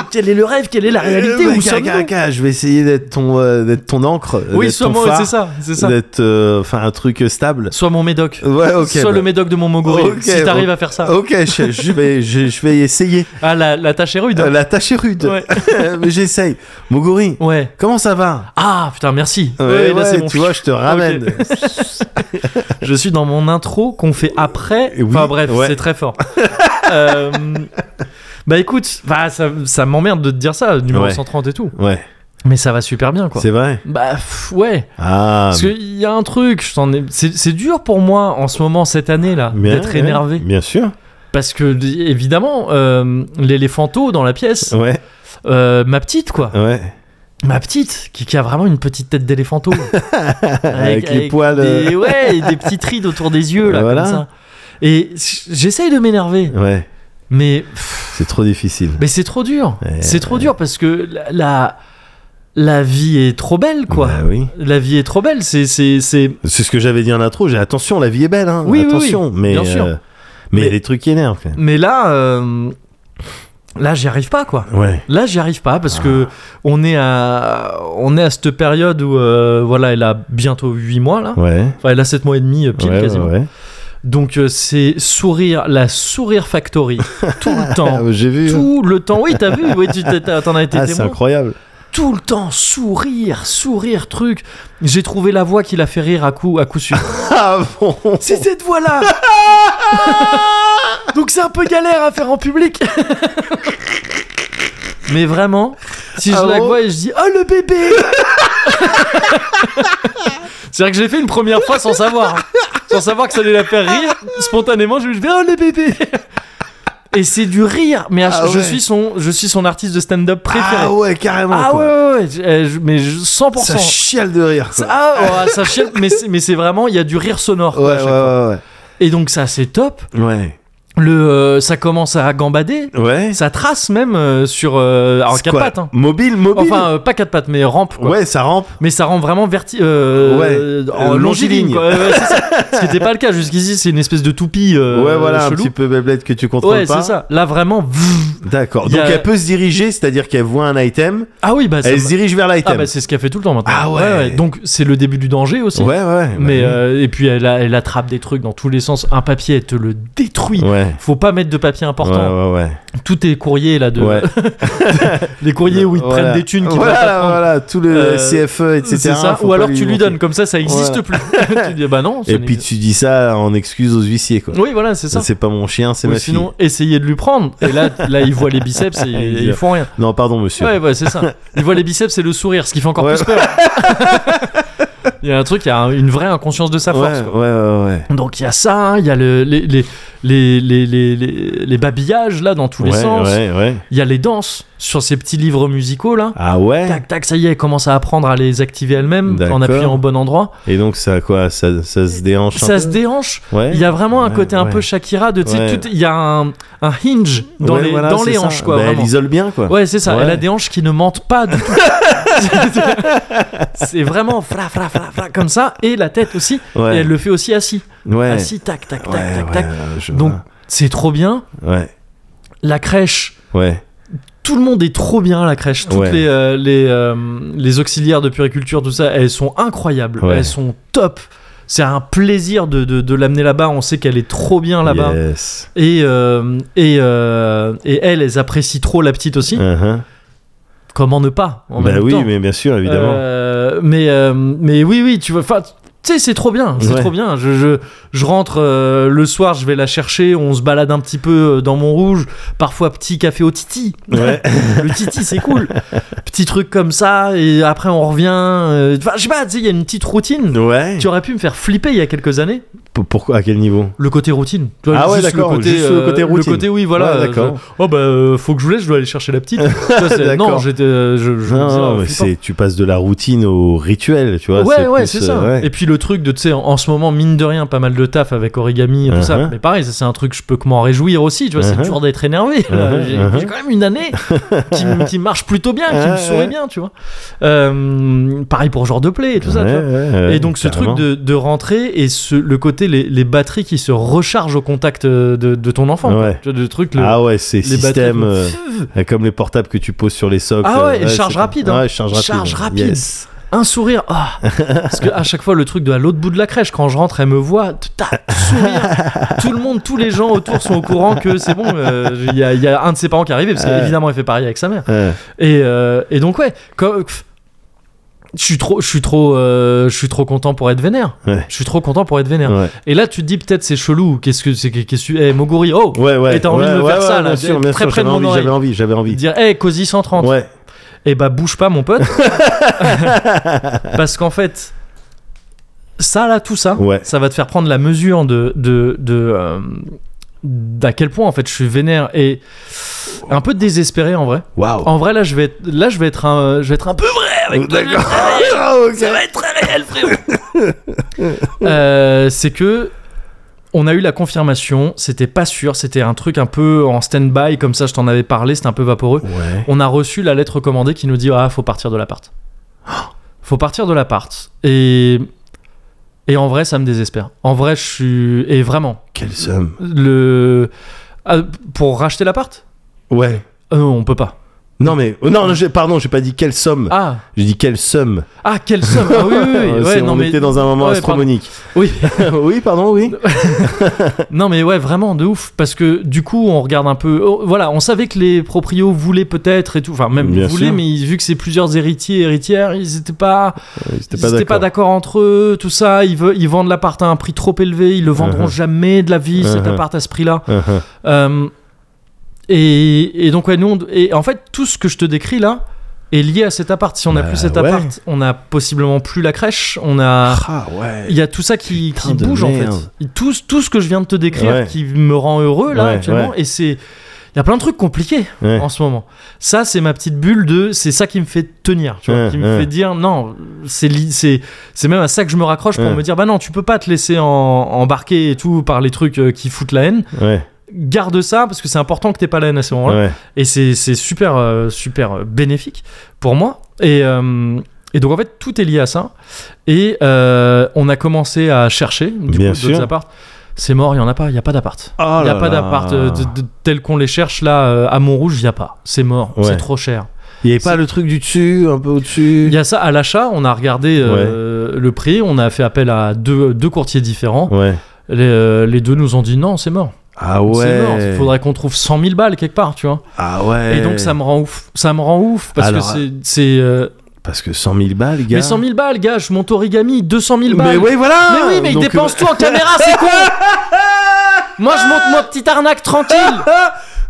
Speaker 1: quel est le rêve Quelle est la réalité
Speaker 2: Euh,
Speaker 1: Où
Speaker 2: gars, gars,
Speaker 1: sommes-nous
Speaker 2: gars, je vais essayer d'être ton, euh, d'être ton encre.
Speaker 1: Oui,
Speaker 2: d'être
Speaker 1: soit
Speaker 2: ton
Speaker 1: moi,
Speaker 2: phare,
Speaker 1: c'est ça, c'est ça.
Speaker 2: D'être, euh, enfin, un truc stable.
Speaker 1: Soit mon médoc.
Speaker 2: Ouais, ok.
Speaker 1: soit
Speaker 2: bah.
Speaker 1: le médoc de mon mogori,
Speaker 2: Ok,
Speaker 1: si t'arrives
Speaker 2: bon. Oh.
Speaker 1: à faire ça.
Speaker 2: Ok, je, je vais, je, je vais essayer.
Speaker 1: Ah, la, la tâche est rude.
Speaker 2: Euh, la tâche est rude.
Speaker 1: Ouais.
Speaker 2: Mais j'essaye. Moguri,
Speaker 1: Ouais.
Speaker 2: comment ça va
Speaker 1: Ah, putain, merci. Ouais,
Speaker 2: Ouais,
Speaker 1: là,
Speaker 2: ouais,
Speaker 1: c'est bon.
Speaker 2: Tu vois, je te ramène.
Speaker 1: Je suis dans mon intro qu'on fait après.
Speaker 2: Eh Oui,
Speaker 1: enfin bref,
Speaker 2: ouais.
Speaker 1: c'est très fort. Euh, bah écoute, bah, ça, ça m'emmerde de te dire ça, numéro
Speaker 2: Ouais.
Speaker 1: 130 et tout.
Speaker 2: Ouais,
Speaker 1: Mais ça va super bien quoi.
Speaker 2: c'est vrai.
Speaker 1: Bah pff, ouais,
Speaker 2: Ah,
Speaker 1: parce qu'il y a un truc, je t'en ai- c'est c'est dur pour moi en ce moment, cette année là,
Speaker 2: bien,
Speaker 1: d'être
Speaker 2: ouais,
Speaker 1: énervé.
Speaker 2: Bien sûr.
Speaker 1: Parce que évidemment, euh, l'éléphanto dans la pièce,
Speaker 2: Ouais,
Speaker 1: euh, ma petite quoi,
Speaker 2: ouais.
Speaker 1: ma petite qui, qui a vraiment une petite tête d'éléphanto.
Speaker 2: Avec, les poils. euh.
Speaker 1: Des, ouais, et des petites rides autour des yeux, là,
Speaker 2: Voilà.
Speaker 1: comme ça. Et j'essaye de m'énerver,
Speaker 2: euh, Ouais,
Speaker 1: mais, pff,
Speaker 2: c'est trop difficile.
Speaker 1: mais c'est trop dur.
Speaker 2: Ouais.
Speaker 1: c'est trop dur parce que la, la, la vie est trop belle, quoi.
Speaker 2: Bah oui.
Speaker 1: La vie est trop belle, c'est. c'est, c'est...
Speaker 2: C'est ce que j'avais dit en intro. J'ai attention, la vie est belle. Hein.
Speaker 1: Oui, oui,
Speaker 2: attention.
Speaker 1: oui,
Speaker 2: Mais,
Speaker 1: bien sûr.
Speaker 2: euh, mais il y
Speaker 1: Mais-
Speaker 2: a des trucs qui énervent. quand même.
Speaker 1: Mais là, euh, là, j'y arrive pas, quoi.
Speaker 2: Ouais.
Speaker 1: Là, j'y arrive pas parce que
Speaker 2: Ah.
Speaker 1: on est à, on est à cette période où, euh, voilà, elle a bientôt 8 mois, là.
Speaker 2: Ouais.
Speaker 1: Enfin, elle a 7 mois et demi, euh, pile
Speaker 2: ouais,
Speaker 1: quasiment.
Speaker 2: ouais.
Speaker 1: Donc, euh, c'est sourire, la sourire factory, tout le temps.
Speaker 2: Ah, J'ai vu.
Speaker 1: tout le temps. Oui, t'as vu, oui, tu t'es- t'as- t'en as été
Speaker 2: Ah, c'est
Speaker 1: témoin.
Speaker 2: incroyable.
Speaker 1: Tout le temps, sourire, sourire, truc. J'ai trouvé la voix qui l'a fait rire à coup, à coup sûr.
Speaker 2: Ah bon
Speaker 1: c'est cette voix-là Donc c'est un peu galère à faire en public. Mais vraiment, si je
Speaker 2: Ah
Speaker 1: la
Speaker 2: bon
Speaker 1: vois et je dis Oh le bébé C'est vrai que je l'ai fait une première fois sans savoir. hein. Sans savoir que ça allait la faire rire. Spontanément, je lui dis Oh le bébé Et c'est du rire, mais à-
Speaker 2: Ah
Speaker 1: je,
Speaker 2: ouais.
Speaker 1: suis son, je suis son artiste de stand-up préféré.
Speaker 2: Ah ouais, carrément.
Speaker 1: Ah
Speaker 2: quoi.
Speaker 1: ouais, ouais, ouais, je- euh, je- mais je- 100%.
Speaker 2: Ça chiale de rire. quoi.
Speaker 1: ah, ouais, ça chiale, mais c'est, mais c'est vraiment, il y a du rire sonore. quoi, à
Speaker 2: Ouais,
Speaker 1: chaque
Speaker 2: ouais,
Speaker 1: fois.
Speaker 2: ouais,
Speaker 1: Et donc ça, c'est top.
Speaker 2: ouais. Ouais.
Speaker 1: Le, euh, ça commence à gambader.
Speaker 2: Ouais.
Speaker 1: Ça trace même euh, sur... euh, alors,
Speaker 2: C'est
Speaker 1: quatre
Speaker 2: quoi
Speaker 1: pattes. hein.
Speaker 2: Mobile, mobile.
Speaker 1: Enfin, euh, pas quatre pattes, mais rampe. Quoi.
Speaker 2: ouais, ça rampe.
Speaker 1: Mais ça rend vraiment verti... euh,
Speaker 2: Ouais,
Speaker 1: euh, en
Speaker 2: euh,
Speaker 1: longiligne.
Speaker 2: longiligne.
Speaker 1: quoi. Ouais, ouais, c'est ça. Ce qui n'était pas le cas jusqu'ici, c'est une espèce de toupie euh,
Speaker 2: ouais, voilà,
Speaker 1: chelou.
Speaker 2: un petit peu Beyblade que tu contrôles
Speaker 1: Ouais,
Speaker 2: pas.
Speaker 1: c'est ça. Là, vraiment. vroom.
Speaker 2: D'accord.
Speaker 1: Il y
Speaker 2: Donc
Speaker 1: a-
Speaker 2: elle peut se diriger, c'est-à-dire qu'elle voit un item,
Speaker 1: Ah oui, bah ça
Speaker 2: elle
Speaker 1: me-
Speaker 2: se dirige vers
Speaker 1: Ah
Speaker 2: l'item.
Speaker 1: bah c'est ce qu'elle fait tout le temps maintenant.
Speaker 2: Ah ouais.
Speaker 1: Donc c'est le début du danger aussi.
Speaker 2: ouais, Bah ouais, ouais.
Speaker 1: Mais euh, et puis elle, a- elle attrape des trucs dans tous les sens. Un papier, elle te le détruit.
Speaker 2: Ouais.
Speaker 1: Faut pas mettre de papier important.
Speaker 2: Ouais, ouais, ouais.
Speaker 1: Tous tes courriers là de
Speaker 2: Ouais.
Speaker 1: les courriers où ils te
Speaker 2: Voilà.
Speaker 1: prennent des thunes qui
Speaker 2: Voilà,
Speaker 1: peuvent pas prendre.
Speaker 2: voilà, tout le
Speaker 1: Euh,
Speaker 2: CFE, etc.
Speaker 1: C'est ça.
Speaker 2: E, faut
Speaker 1: Ou
Speaker 2: pas
Speaker 1: alors tu lui
Speaker 2: manquer.
Speaker 1: donnes comme ça, ça existe plus. tu dis bah non. ça
Speaker 2: Et puis
Speaker 1: n'existe-
Speaker 2: tu dis ça en excuse aux huissiers, quoi.
Speaker 1: Oui voilà c'est ça.
Speaker 2: C'est pas mon chien, c'est
Speaker 1: Ou
Speaker 2: ma fille.
Speaker 1: sinon essayez de lui prendre. Et là là il voit les biceps et
Speaker 2: Il dit,
Speaker 1: ils font rien.
Speaker 2: Non, pardon, monsieur.
Speaker 1: Ouais, ouais, c'est ça. Il voit les biceps et le sourire, ce qui fait encore
Speaker 2: Ouais.
Speaker 1: plus peur. il y a un truc, il y a un- une vraie inconscience de sa
Speaker 2: ouais,
Speaker 1: force.
Speaker 2: ouais,
Speaker 1: quoi.
Speaker 2: ouais, ouais.
Speaker 1: Donc il y a ça, hein, il y a le- les, les, les, les, les, les- les babillages là dans tous les
Speaker 2: ouais,
Speaker 1: sens.
Speaker 2: ouais, ouais.
Speaker 1: Il y a les danses sur ces petits livres musicaux là.
Speaker 2: Ah ouais
Speaker 1: Tac tac, ça y est, elle commence à apprendre à les activer elle-même en
Speaker 2: D'accord.
Speaker 1: appuyant au bon endroit.
Speaker 2: Et donc ça quoi ça, ça se déhanche un
Speaker 1: Ça
Speaker 2: peu
Speaker 1: se déhanche.
Speaker 2: Ouais.
Speaker 1: Il y a vraiment un
Speaker 2: Ouais,
Speaker 1: côté un
Speaker 2: ouais.
Speaker 1: peu Shakira de tu sais,
Speaker 2: Ouais.
Speaker 1: tout- il y a un, un hinge dans
Speaker 2: Ouais,
Speaker 1: les
Speaker 2: voilà,
Speaker 1: dans
Speaker 2: c'est
Speaker 1: les
Speaker 2: ça.
Speaker 1: hanches quoi.
Speaker 2: Bah, elle
Speaker 1: vraiment.
Speaker 2: isole bien quoi.
Speaker 1: Ouais, c'est ça.
Speaker 2: Ouais.
Speaker 1: Elle a des hanches qui ne mentent pas du tout. c'est vraiment fra, fra, fra, fra, comme ça. Et la tête aussi.
Speaker 2: Ouais.
Speaker 1: Et elle le fait aussi assis.
Speaker 2: Ouais.
Speaker 1: Assis, tac, tac, tac,
Speaker 2: Ouais,
Speaker 1: Ah, tac,
Speaker 2: ouais,
Speaker 1: tac.
Speaker 2: ouais, je
Speaker 1: Donc,
Speaker 2: vois.
Speaker 1: c'est trop bien.
Speaker 2: ouais,
Speaker 1: La crèche.
Speaker 2: ouais,
Speaker 1: Tout le monde est trop bien à la crèche. Toutes
Speaker 2: Ouais.
Speaker 1: les, euh, les, euh, les auxiliaires de puriculture, tout ça, elles sont incroyables.
Speaker 2: Ouais.
Speaker 1: Elles sont top. C'est un plaisir de, de, de l'amener là-bas. On sait qu'elle est trop bien là-bas.
Speaker 2: Yes.
Speaker 1: Et, euh, et, euh, et elles, elles apprécient trop la petite aussi.
Speaker 2: Uh-huh.
Speaker 1: Comment ne pas en
Speaker 2: Bah
Speaker 1: même
Speaker 2: oui,
Speaker 1: temps.
Speaker 2: mais bien sûr, évidemment.
Speaker 1: Euh, mais, euh, mais oui, oui, tu vois. enfin, Tu sais, c'est trop bien, c'est
Speaker 2: Ouais.
Speaker 1: trop bien. Je, je, je rentre euh, le soir, je vais la chercher, on se balade un petit peu euh, dans Montrouge, parfois petit café au Titi.
Speaker 2: Ouais.
Speaker 1: le Titi, c'est cool. Petit truc comme ça, et après on revient. euh, Enfin, je sais pas, tu sais, il y a une petite routine.
Speaker 2: Ouais.
Speaker 1: Euh, Tu aurais pu me faire flipper il y a quelques années,
Speaker 2: P- Pourquoi À quel niveau
Speaker 1: le côté routine. Tu vois,
Speaker 2: Ah ouais,
Speaker 1: juste
Speaker 2: d'accord,
Speaker 1: le côté, euh,
Speaker 2: juste le côté routine.
Speaker 1: Le côté, oui, voilà.
Speaker 2: Ouais, d'accord.
Speaker 1: je- Oh bah, euh, faut que je laisse, je dois aller chercher la petite. Tu vois, c'est- non,
Speaker 2: D'accord.
Speaker 1: j'étais. euh, je, je me
Speaker 2: Non,
Speaker 1: disais,
Speaker 2: non,
Speaker 1: oh,
Speaker 2: mais
Speaker 1: flippant.
Speaker 2: c'est tu passes de la routine au rituel, tu vois.
Speaker 1: Ouais, ouais,
Speaker 2: plus,
Speaker 1: c'est ça.
Speaker 2: euh, ouais.
Speaker 1: Et puis le truc de, tu sais, en, en ce moment, mine de rien, pas mal de taf avec origami et tout ça.
Speaker 2: Uh-huh.
Speaker 1: Mais pareil, ça, c'est un truc, je peux que m'en réjouir aussi. Tu vois,
Speaker 2: Uh-huh.
Speaker 1: c'est dur d'être énervé. là.
Speaker 2: Uh-huh,
Speaker 1: J'ai
Speaker 2: uh-huh.
Speaker 1: j'ai quand même une année qui, m- qui marche plutôt bien, qui me
Speaker 2: Ouais, ouais.
Speaker 1: sourit bien, tu vois. Euh, pareil pour genre de play et tout ça, tu vois.
Speaker 2: Ouais, ouais, ouais,
Speaker 1: Et donc ce
Speaker 2: Euh, carrément.
Speaker 1: truc de, de rentrer et ce, le côté les, les batteries qui se rechargent au contact euh, de, de ton enfant. quoi.
Speaker 2: Ouais.
Speaker 1: Tu vois, le truc, le,
Speaker 2: ah ouais, c'est
Speaker 1: les batteries
Speaker 2: système
Speaker 1: vont-
Speaker 2: euh, comme les portables que tu poses sur les socles.
Speaker 1: Ah ouais, et
Speaker 2: euh,
Speaker 1: charge
Speaker 2: c'est-
Speaker 1: rapide, hein.
Speaker 2: Ouais, charge rapide.
Speaker 1: Charge rapide.
Speaker 2: Yes.
Speaker 1: un sourire. ah. Parce que à chaque fois, le truc de à l'autre bout de la crèche, quand je rentre, elle me voit, tac, sourire. Tout le monde, tous les gens autour sont au courant que c'est bon, euh, il y, a- il y a un de ses parents qui est arrivé, parce
Speaker 2: Ouais.
Speaker 1: qu'évidemment, elle fait pareil avec sa mère.
Speaker 2: Ouais.
Speaker 1: Et, euh, et donc, ouais, quand- pff, je suis trop, je suis trop, euh, je suis trop content pour être vénère.
Speaker 2: Ouais.
Speaker 1: Je suis trop content pour être vénère.
Speaker 2: Ouais.
Speaker 1: Et là, tu te dis peut-être c'est chelou. Qu'est-ce que c'est Qu'est-ce que Eh, Moguri, oh,
Speaker 2: Ouais, ouais.
Speaker 1: Et t'as envie
Speaker 2: ouais,
Speaker 1: de me
Speaker 2: ouais,
Speaker 1: faire
Speaker 2: ouais,
Speaker 1: ça,
Speaker 2: bien
Speaker 1: là,
Speaker 2: sûr, bien
Speaker 1: très
Speaker 2: sûr,
Speaker 1: près de
Speaker 2: j'avais
Speaker 1: mon
Speaker 2: envie,
Speaker 1: oreille.
Speaker 2: J'avais envie, j'avais envie.
Speaker 1: dire, eh, Cozy 130.
Speaker 2: Ouais.
Speaker 1: Et bah bouge pas mon pote. Parce qu'en fait, ça là, tout ça,
Speaker 2: Ouais.
Speaker 1: ça va te faire prendre la mesure de... de, de euh, d'à quel point en fait je suis vénère et un peu désespéré en vrai.
Speaker 2: Waouh.
Speaker 1: En vrai là je vais être, là je vais être un je vais être un peu vrai avec toi.
Speaker 2: D'accord.
Speaker 1: Ça va être très réel frérot. Euh, c'est que on a eu la confirmation, c'était pas sûr, c'était un truc un peu en stand-by comme ça, je t'en avais parlé, c'était un peu vaporeux
Speaker 2: Ouais.
Speaker 1: on a reçu la lettre recommandée qui nous dit ah faut partir de l'appart. Faut partir de l'appart et et en vrai ça me désespère. En vrai je suis et vraiment
Speaker 2: Quelle somme.
Speaker 1: le Ah, pour racheter l'appart
Speaker 2: Ouais.
Speaker 1: Euh, Non, on peut pas.
Speaker 2: Non mais oh, non, non, j'ai- pardon, j'ai pas dit quelle somme.
Speaker 1: Ah
Speaker 2: J'ai dit quelle somme.
Speaker 1: ah quelle somme. Ah oui oui, oui.
Speaker 2: Euh,
Speaker 1: Ouais,
Speaker 2: c'est-
Speaker 1: non
Speaker 2: on
Speaker 1: mais
Speaker 2: était dans un moment
Speaker 1: Ouais,
Speaker 2: astronomique.
Speaker 1: oui.
Speaker 2: oui, pardon, oui.
Speaker 1: Non mais ouais vraiment de ouf parce que du coup on regarde un peu oh, voilà on savait que les proprios voulaient peut-être et tout enfin même
Speaker 2: Bien
Speaker 1: voulaient
Speaker 2: sûr.
Speaker 1: mais ils- vu que c'est plusieurs héritiers héritières ils étaient pas
Speaker 2: C'était
Speaker 1: Ils étaient pas d'accord entre eux, tout ça. Ils, veulent, ils vendent l'appart à un prix trop élevé. Ils le vendront
Speaker 2: Uh-huh.
Speaker 1: jamais de la vie, cet
Speaker 2: Uh-huh.
Speaker 1: appart à ce prix-là.
Speaker 2: Uh-huh.
Speaker 1: Euh, et, et donc, ouais, nous, on- et en fait, tout ce que je te décris là est lié à cet appart. Si on n'a
Speaker 2: Bah,
Speaker 1: plus cet
Speaker 2: ouais.
Speaker 1: appart, on n'a possiblement plus la crèche. On a.
Speaker 2: Ah ouais.
Speaker 1: Il y a tout ça qui,
Speaker 2: Putain
Speaker 1: qui
Speaker 2: de
Speaker 1: bouge en fait.
Speaker 2: merde.
Speaker 1: Il- Tout, tout ce que je viens de te décrire
Speaker 2: Ouais.
Speaker 1: qui me rend heureux là
Speaker 2: Ouais,
Speaker 1: actuellement. Et c'est. Il y a plein de trucs compliqués
Speaker 2: Ouais.
Speaker 1: en ce moment. Ça, c'est ma petite bulle de. C'est ça qui me fait tenir, tu vois,
Speaker 2: Ouais,
Speaker 1: qui me
Speaker 2: ouais.
Speaker 1: fait dire non. C'est li- c'est c'est même à ça que je me raccroche pour
Speaker 2: Ouais.
Speaker 1: me dire bah non, tu peux pas te laisser en- embarquer et tout par les trucs euh, qui foutent la haine.
Speaker 2: Ouais.
Speaker 1: Garde ça parce que c'est important que t'aies pas la haine à ce moment-là.
Speaker 2: Ouais.
Speaker 1: Et c'est c'est super euh, super euh, bénéfique pour moi. Et euh, et donc en fait tout est lié à ça. Et euh, on a commencé à chercher du
Speaker 2: Bien
Speaker 1: coup,
Speaker 2: sûr.
Speaker 1: d'autres apparts. C'est mort, il y en a pas, il y a pas d'appart.
Speaker 2: Oh
Speaker 1: Il n'y a pas d'appart euh, de- de- tel qu'on les cherche là euh, à Montrouge, il n'y a pas. C'est mort,
Speaker 2: Ouais.
Speaker 1: c'est trop cher.
Speaker 2: Il y avait pas le truc du dessus, un peu au-dessus.
Speaker 1: Il y a ça à l'achat, on a regardé euh, le prix, on a fait appel à deux, deux courtiers différents.
Speaker 2: Ouais.
Speaker 1: Les, euh, les deux nous ont dit non, c'est mort.
Speaker 2: Ah
Speaker 1: C'est mort,
Speaker 2: ouais.
Speaker 1: il faudrait qu'on trouve 100 000 balles quelque part, tu vois.
Speaker 2: Ah ouais.
Speaker 1: Et donc ça me rend ouf, ça me rend ouf parce
Speaker 2: Alors,
Speaker 1: que c'est- c'est. euh,
Speaker 2: Parce que 100 000 balles, gars.
Speaker 1: mais 100 000 balles, gars, je monte origami, 200 000 balles.
Speaker 2: Mais oui, voilà.
Speaker 1: Mais oui, mais
Speaker 2: Donc, euh,
Speaker 1: il dépense tout en caméra, c'est con Moi je monte ma petite arnaque tranquille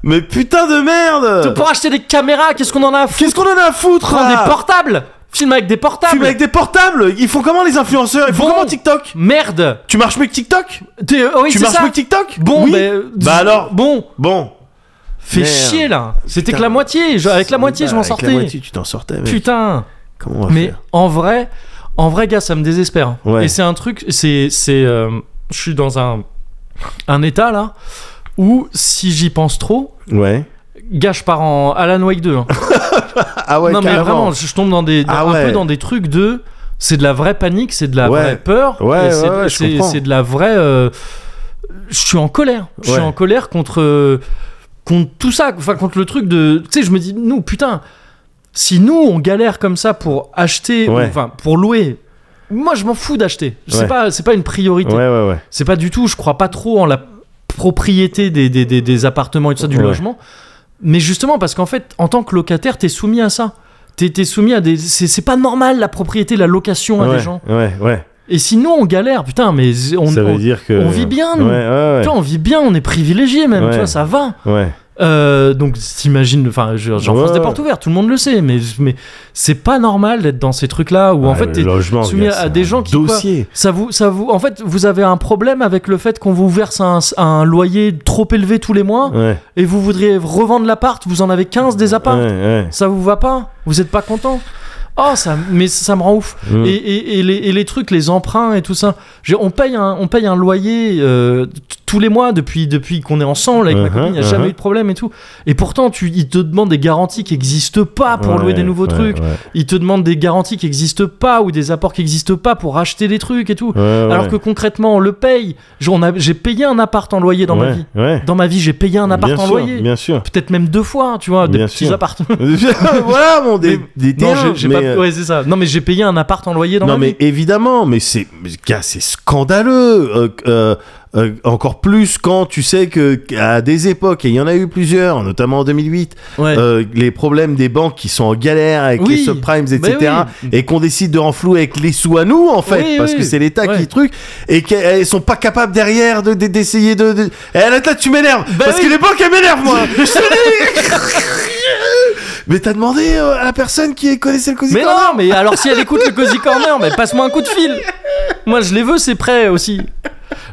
Speaker 2: Mais putain de merde.
Speaker 1: Pour acheter des caméras, qu'est-ce qu'on en a à foutre
Speaker 2: Qu'est-ce qu'on en a à foutre
Speaker 1: Prends
Speaker 2: là
Speaker 1: des portables Filme avec des portables
Speaker 2: Fume Ah. avec des portables. Ils font comment les influenceurs Ils font
Speaker 1: Bon.
Speaker 2: comment TikTok
Speaker 1: Merde
Speaker 2: Tu marches mieux que TikTok
Speaker 1: T'es- euh, oui,
Speaker 2: Tu
Speaker 1: c'est
Speaker 2: marches
Speaker 1: ça.
Speaker 2: mieux que TikTok
Speaker 1: Bon,
Speaker 2: Oui.
Speaker 1: ben, euh,
Speaker 2: Bah alors
Speaker 1: Bon,
Speaker 2: Bon.
Speaker 1: fais
Speaker 2: Merde.
Speaker 1: chier là C'était que
Speaker 2: Putain.
Speaker 1: la moitié, je- avec la moitié je m'en
Speaker 2: Avec la
Speaker 1: sortais
Speaker 2: moitié, tu t'en sortais. mec.
Speaker 1: Putain
Speaker 2: Comment on va
Speaker 1: Mais
Speaker 2: faire
Speaker 1: en vrai, en vrai gars, ça me désespère.
Speaker 2: Ouais.
Speaker 1: Et c'est un truc, c'est... c'est euh, je suis dans un, un état là, où si j'y pense trop,
Speaker 2: Ouais.
Speaker 1: gars je pars en Alan Wake 2. hein.
Speaker 2: Ah ouais.
Speaker 1: non mais
Speaker 2: carrément.
Speaker 1: vraiment, je je tombe dans des,
Speaker 2: Ah
Speaker 1: un
Speaker 2: ouais.
Speaker 1: peu dans des trucs de, c'est de la vraie panique, c'est de la
Speaker 2: Ouais.
Speaker 1: vraie peur,
Speaker 2: Ouais,
Speaker 1: et c'est,
Speaker 2: ouais, ouais, je
Speaker 1: c'est-
Speaker 2: comprends.
Speaker 1: c'est de la vraie. euh, je suis en colère, je suis
Speaker 2: Ouais.
Speaker 1: en colère contre euh, contre tout ça, enfin contre le truc de, tu sais, je me dis, nous putain, si nous on galère comme ça pour acheter, ou,
Speaker 2: Ouais.
Speaker 1: enfin pour louer. Moi, je m'en fous d'acheter.
Speaker 2: Ouais.
Speaker 1: C'est pas, c'est pas une priorité.
Speaker 2: Ouais, ouais, ouais.
Speaker 1: C'est pas du tout, je crois pas trop en la propriété des, des, des, des appartements et tout ça, du
Speaker 2: Ouais.
Speaker 1: logement. Mais justement, parce qu'en fait, en tant que locataire, t'es soumis à ça. T'es t'es soumis à des. C'est c'est pas normal la propriété, la location à
Speaker 2: ouais,
Speaker 1: des gens.
Speaker 2: Ouais, ouais.
Speaker 1: Et sinon, on galère, putain, mais z- on,
Speaker 2: ça
Speaker 1: on-
Speaker 2: veut dire que.
Speaker 1: on vit bien, nous.
Speaker 2: Ouais, ouais,
Speaker 1: tu vois, on vit bien, on est privilégié même,
Speaker 2: Ouais.
Speaker 1: tu vois, ça va.
Speaker 2: ouais. ouais.
Speaker 1: Euh, donc t'imagines, enfin, je- j'enfonce
Speaker 2: Ouais.
Speaker 1: des portes ouvertes, tout le monde le sait, mais, mais c'est pas normal d'être dans ces trucs-là où en
Speaker 2: Ouais,
Speaker 1: fait
Speaker 2: le
Speaker 1: t'es
Speaker 2: logement,
Speaker 1: soumis
Speaker 2: regarde,
Speaker 1: à
Speaker 2: c'est
Speaker 1: des
Speaker 2: un
Speaker 1: gens qui,
Speaker 2: Dossier.
Speaker 1: ça vous, ça vous, en fait, vous avez un problème avec le fait qu'on vous verse un, un loyer trop élevé tous les mois
Speaker 2: Ouais.
Speaker 1: et vous voudriez revendre l'appart, vous en avez 15 des apparts,
Speaker 2: Ouais, ouais.
Speaker 1: ça vous va pas Vous êtes pas content Oh, ça, mais ça me rend ouf.
Speaker 2: Mm.
Speaker 1: Et, et- et les, et les trucs, les emprunts et tout ça. Je veux dire, on, paye un, on paye un loyer euh, t- tous les mois depuis, depuis qu'on est ensemble avec ma
Speaker 2: Mhm,
Speaker 1: copine. Il n'y a jamais
Speaker 2: mhm.
Speaker 1: eu de problème et tout. Et pourtant, tu, ils te demandent des garanties qui n'existent pas pour louer
Speaker 2: Ouais,
Speaker 1: des nouveaux
Speaker 2: ouais,
Speaker 1: trucs.
Speaker 2: ouais.
Speaker 1: Ils te demandent des garanties qui n'existent pas ou des apports qui n'existent pas pour acheter des trucs et tout.
Speaker 2: Ouais,
Speaker 1: Alors
Speaker 2: ouais.
Speaker 1: que concrètement, on le paye. Genre, on a- J'ai payé un appart en loyer dans ma
Speaker 2: Ouais,
Speaker 1: vie.
Speaker 2: Ouais.
Speaker 1: Dans ma vie, j'ai payé un appart
Speaker 2: bien
Speaker 1: en
Speaker 2: sûr,
Speaker 1: loyer.
Speaker 2: Bien sûr.
Speaker 1: Peut-être même deux fois, hein, tu vois, des
Speaker 2: Bien
Speaker 1: petits
Speaker 2: sûr.
Speaker 1: appartements.
Speaker 2: voilà, bon, des, des
Speaker 1: Non,
Speaker 2: terrains,
Speaker 1: j'ai- j'ai
Speaker 2: mais,
Speaker 1: pas-
Speaker 2: euh,
Speaker 1: ouais, c'est ça. Non, mais j'ai payé un appart en loyer dans
Speaker 2: non,
Speaker 1: ma
Speaker 2: mais
Speaker 1: vie.
Speaker 2: évidemment, mais c'est, mais, gars, c'est scandaleux. euh, euh, euh, encore plus quand tu sais que à des époques, et il y en a eu plusieurs, notamment en 2008,
Speaker 1: Ouais.
Speaker 2: euh, les problèmes des banques qui sont en galère avec
Speaker 1: Oui,
Speaker 2: les subprimes, etc.,
Speaker 1: bah oui.
Speaker 2: et qu'on décide de renflouer avec les sous à nous, en fait,
Speaker 1: Oui,
Speaker 2: parce
Speaker 1: oui,
Speaker 2: que c'est l'État
Speaker 1: ouais.
Speaker 2: qui truc, et qu'elles sont pas capables derrière de, de- d'essayer de. de... Eh, là, là, tu m'énerves,
Speaker 1: Bah
Speaker 2: parce
Speaker 1: oui.
Speaker 2: que les banques, elles m'énervent, moi. Je te dis. Mais t'as demandé euh, à la personne qui connaissait le cosy
Speaker 1: Mais
Speaker 2: Corner
Speaker 1: non, mais alors si elle écoute le Cozy Corner, mais passe-moi un coup de fil. Moi, je les veux, c'est prêt aussi.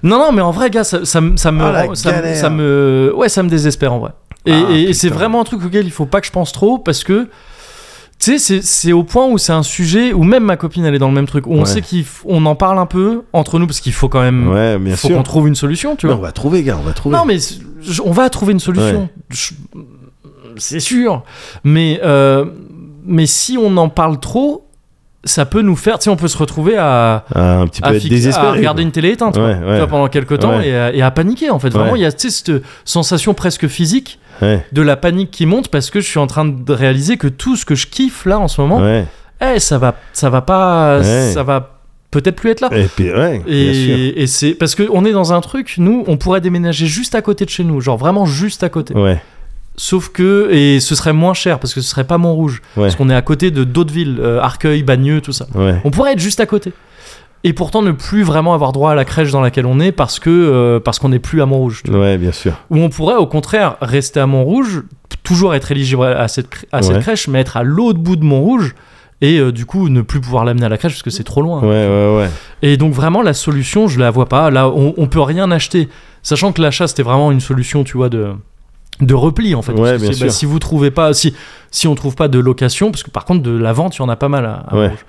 Speaker 1: Non, non, mais en vrai, gars, ça, ça me- ça me,
Speaker 2: Ah, la
Speaker 1: rend- ça, me-
Speaker 2: galère.
Speaker 1: ça me, ouais, ça me désespère en vrai. Et,
Speaker 2: Ah,
Speaker 1: et- et c'est
Speaker 2: putain.
Speaker 1: vraiment un truc auquel il faut pas que je pense trop parce que, tu sais, c'est- c'est au point où c'est un sujet où même ma copine elle est dans le même truc où on
Speaker 2: Ouais.
Speaker 1: sait qu'on en parle un peu entre nous parce qu'il faut quand même,
Speaker 2: Ouais, bien
Speaker 1: faut
Speaker 2: sûr.
Speaker 1: qu'on trouve une solution, tu
Speaker 2: Non,
Speaker 1: vois.
Speaker 2: on va trouver, gars, on va trouver.
Speaker 1: Non, mais c- je- on va trouver une solution.
Speaker 2: Ouais.
Speaker 1: Je- C'est sûr. Mais, euh, mais si on en parle trop, ça peut nous faire. Tu sais, on peut se retrouver à,
Speaker 2: Ah, un petit peu
Speaker 1: à,
Speaker 2: être
Speaker 1: fix-
Speaker 2: désespéré.
Speaker 1: à regarder
Speaker 2: quoi.
Speaker 1: une télé éteinte quoi,
Speaker 2: Ouais,
Speaker 1: tu
Speaker 2: ouais.
Speaker 1: vois, pendant quelques temps
Speaker 2: Ouais.
Speaker 1: et, à, et à paniquer, en fait. Vraiment,
Speaker 2: Ouais.
Speaker 1: il y a tu sais, cette sensation presque physique
Speaker 2: Ouais,
Speaker 1: de la panique qui monte parce que je suis en train de réaliser que tout ce que je kiffe là en ce moment,
Speaker 2: ouais.
Speaker 1: eh, ça, va, ça va pas.
Speaker 2: Ouais.
Speaker 1: Ça va peut-être plus être là.
Speaker 2: Et puis, ouais, bien sûr.
Speaker 1: Et, et c'est parce que on est dans un truc, nous, on pourrait déménager juste à côté de chez nous, genre vraiment juste à côté.
Speaker 2: Ouais,
Speaker 1: Sauf que et ce serait moins cher parce que ce serait pas Montrouge,
Speaker 2: ouais,
Speaker 1: parce qu'on est à côté de d'autres villes, euh, Arcueil, Bagneux, tout ça.
Speaker 2: ouais.
Speaker 1: On pourrait être juste à côté. Et pourtant ne plus vraiment avoir droit à la crèche dans laquelle on est parce que euh, parce qu'on n'est plus à Montrouge. tu vois.
Speaker 2: Ouais, bien sûr.
Speaker 1: Ou on pourrait au contraire rester à Montrouge, toujours être éligible à cette cr- à cette
Speaker 2: Ouais.
Speaker 1: crèche, mais être à l'autre bout de Montrouge et euh, du coup ne plus pouvoir l'amener à la crèche parce que c'est trop loin.
Speaker 2: Ouais, ouais, ouais.
Speaker 1: Et donc vraiment la solution, je la vois pas. Là, on, on peut rien acheter, sachant que l'achat c'était vraiment une solution, tu vois, de de repli en fait.
Speaker 2: Ouais,
Speaker 1: que
Speaker 2: bien
Speaker 1: c'est, bah,
Speaker 2: sûr.
Speaker 1: si vous trouvez pas, si si on trouve pas de location, parce que par contre de la vente, il y en a pas mal à, à
Speaker 2: Ouais.
Speaker 1: Montrouge.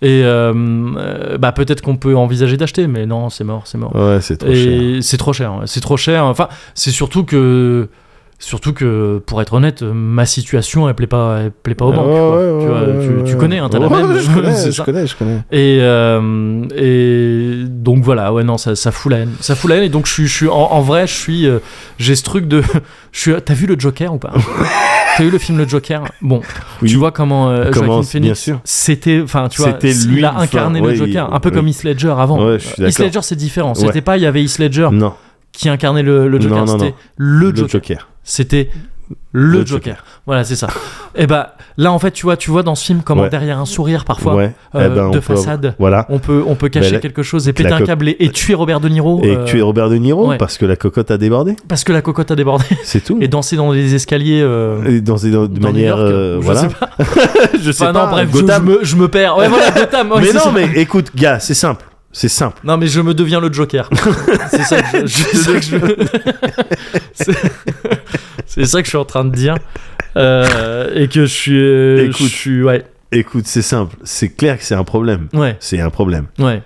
Speaker 1: Et euh, euh, bah peut-être qu'on peut envisager d'acheter, mais non, c'est mort, c'est mort.
Speaker 2: Ouais, c'est trop cher.
Speaker 1: Et c'est trop cher, ouais, c'est trop cher. Enfin, c'est surtout que surtout que pour être honnête, ma situation elle plaît pas, elle plaît pas aux
Speaker 2: Ah,
Speaker 1: banques.
Speaker 2: ouais,
Speaker 1: quoi.
Speaker 2: ouais,
Speaker 1: tu, vois,
Speaker 2: ouais,
Speaker 1: tu-
Speaker 2: ouais,
Speaker 1: tu
Speaker 2: ouais.
Speaker 1: connais, hein, t'as la
Speaker 2: Ouais,
Speaker 1: même.
Speaker 2: Je connais,
Speaker 1: C'est
Speaker 2: je
Speaker 1: ça.
Speaker 2: connais, je connais.
Speaker 1: Et, euh, et donc voilà, ouais, non, ça, ça fout la haine. Ça fout la haine, et donc je suis, je suis en, en vrai, je suis, euh, j'ai ce truc de. je suis- T'as vu le Joker ou pas T'as vu le film Le Joker Bon,
Speaker 2: Oui.
Speaker 1: tu vois comment, euh,
Speaker 2: Comment,
Speaker 1: Joaquin
Speaker 2: bien
Speaker 1: Phoenix.
Speaker 2: sûr.
Speaker 1: C'était, enfin, tu vois,
Speaker 2: C'était lui,
Speaker 1: il a
Speaker 2: enfin,
Speaker 1: incarné
Speaker 2: ouais,
Speaker 1: le Joker,
Speaker 2: il-
Speaker 1: un peu
Speaker 2: ouais.
Speaker 1: comme Heath Ledger avant.
Speaker 2: Ouais, je suis
Speaker 1: Heath
Speaker 2: d'accord.
Speaker 1: Ledger, c'est différent. C'était
Speaker 2: Ouais.
Speaker 1: pas, il y avait Heath Ledger
Speaker 2: euh, Non,
Speaker 1: qui incarnait le, le Joker,
Speaker 2: Non, non,
Speaker 1: c'était
Speaker 2: non.
Speaker 1: le
Speaker 2: le
Speaker 1: Joker.
Speaker 2: Joker.
Speaker 1: C'était le,
Speaker 2: Le
Speaker 1: Joker.
Speaker 2: Joker.
Speaker 1: Voilà, c'est ça. et bah, là, en fait, tu vois, tu vois dans ce film comment
Speaker 2: Ouais.
Speaker 1: derrière un sourire parfois
Speaker 2: Ouais.
Speaker 1: euh,
Speaker 2: Eh ben, on
Speaker 1: de
Speaker 2: peut avoir-
Speaker 1: façade.
Speaker 2: Voilà.
Speaker 1: On peut, on peut cacher
Speaker 2: la-
Speaker 1: quelque chose et péter
Speaker 2: la
Speaker 1: un
Speaker 2: co-
Speaker 1: câble et, et tuer Robert De Niro
Speaker 2: Et
Speaker 1: euh,
Speaker 2: tu es Robert De Niro
Speaker 1: ouais.
Speaker 2: parce que la cocotte a débordé,
Speaker 1: parce que la cocotte a débordé
Speaker 2: c'est tout.
Speaker 1: et danser dans les escaliers. euh,
Speaker 2: Et dans, dans, de
Speaker 1: dans New
Speaker 2: manière.
Speaker 1: York,
Speaker 2: euh,
Speaker 1: ou je
Speaker 2: voilà.
Speaker 1: sais pas.
Speaker 2: je sais
Speaker 1: Enfin,
Speaker 2: pas.
Speaker 1: non, bref, je, je
Speaker 2: Gotham.
Speaker 1: me, je me perds. Ouais, voilà, Gotham. ouais,
Speaker 2: mais
Speaker 1: c'est
Speaker 2: non,
Speaker 1: ça.
Speaker 2: mais écoute, gars, c'est simple. C'est simple.
Speaker 1: Non, mais je me deviens le Joker. c'est ça que je, je- c'est ça que je- c'est- c'est ça que je suis en train de dire. Euh, et que je suis. euh,
Speaker 2: Écoute.
Speaker 1: je suis. Ouais.
Speaker 2: Écoute, c'est simple. C'est clair que c'est un problème.
Speaker 1: Ouais.
Speaker 2: C'est un problème.
Speaker 1: Ouais.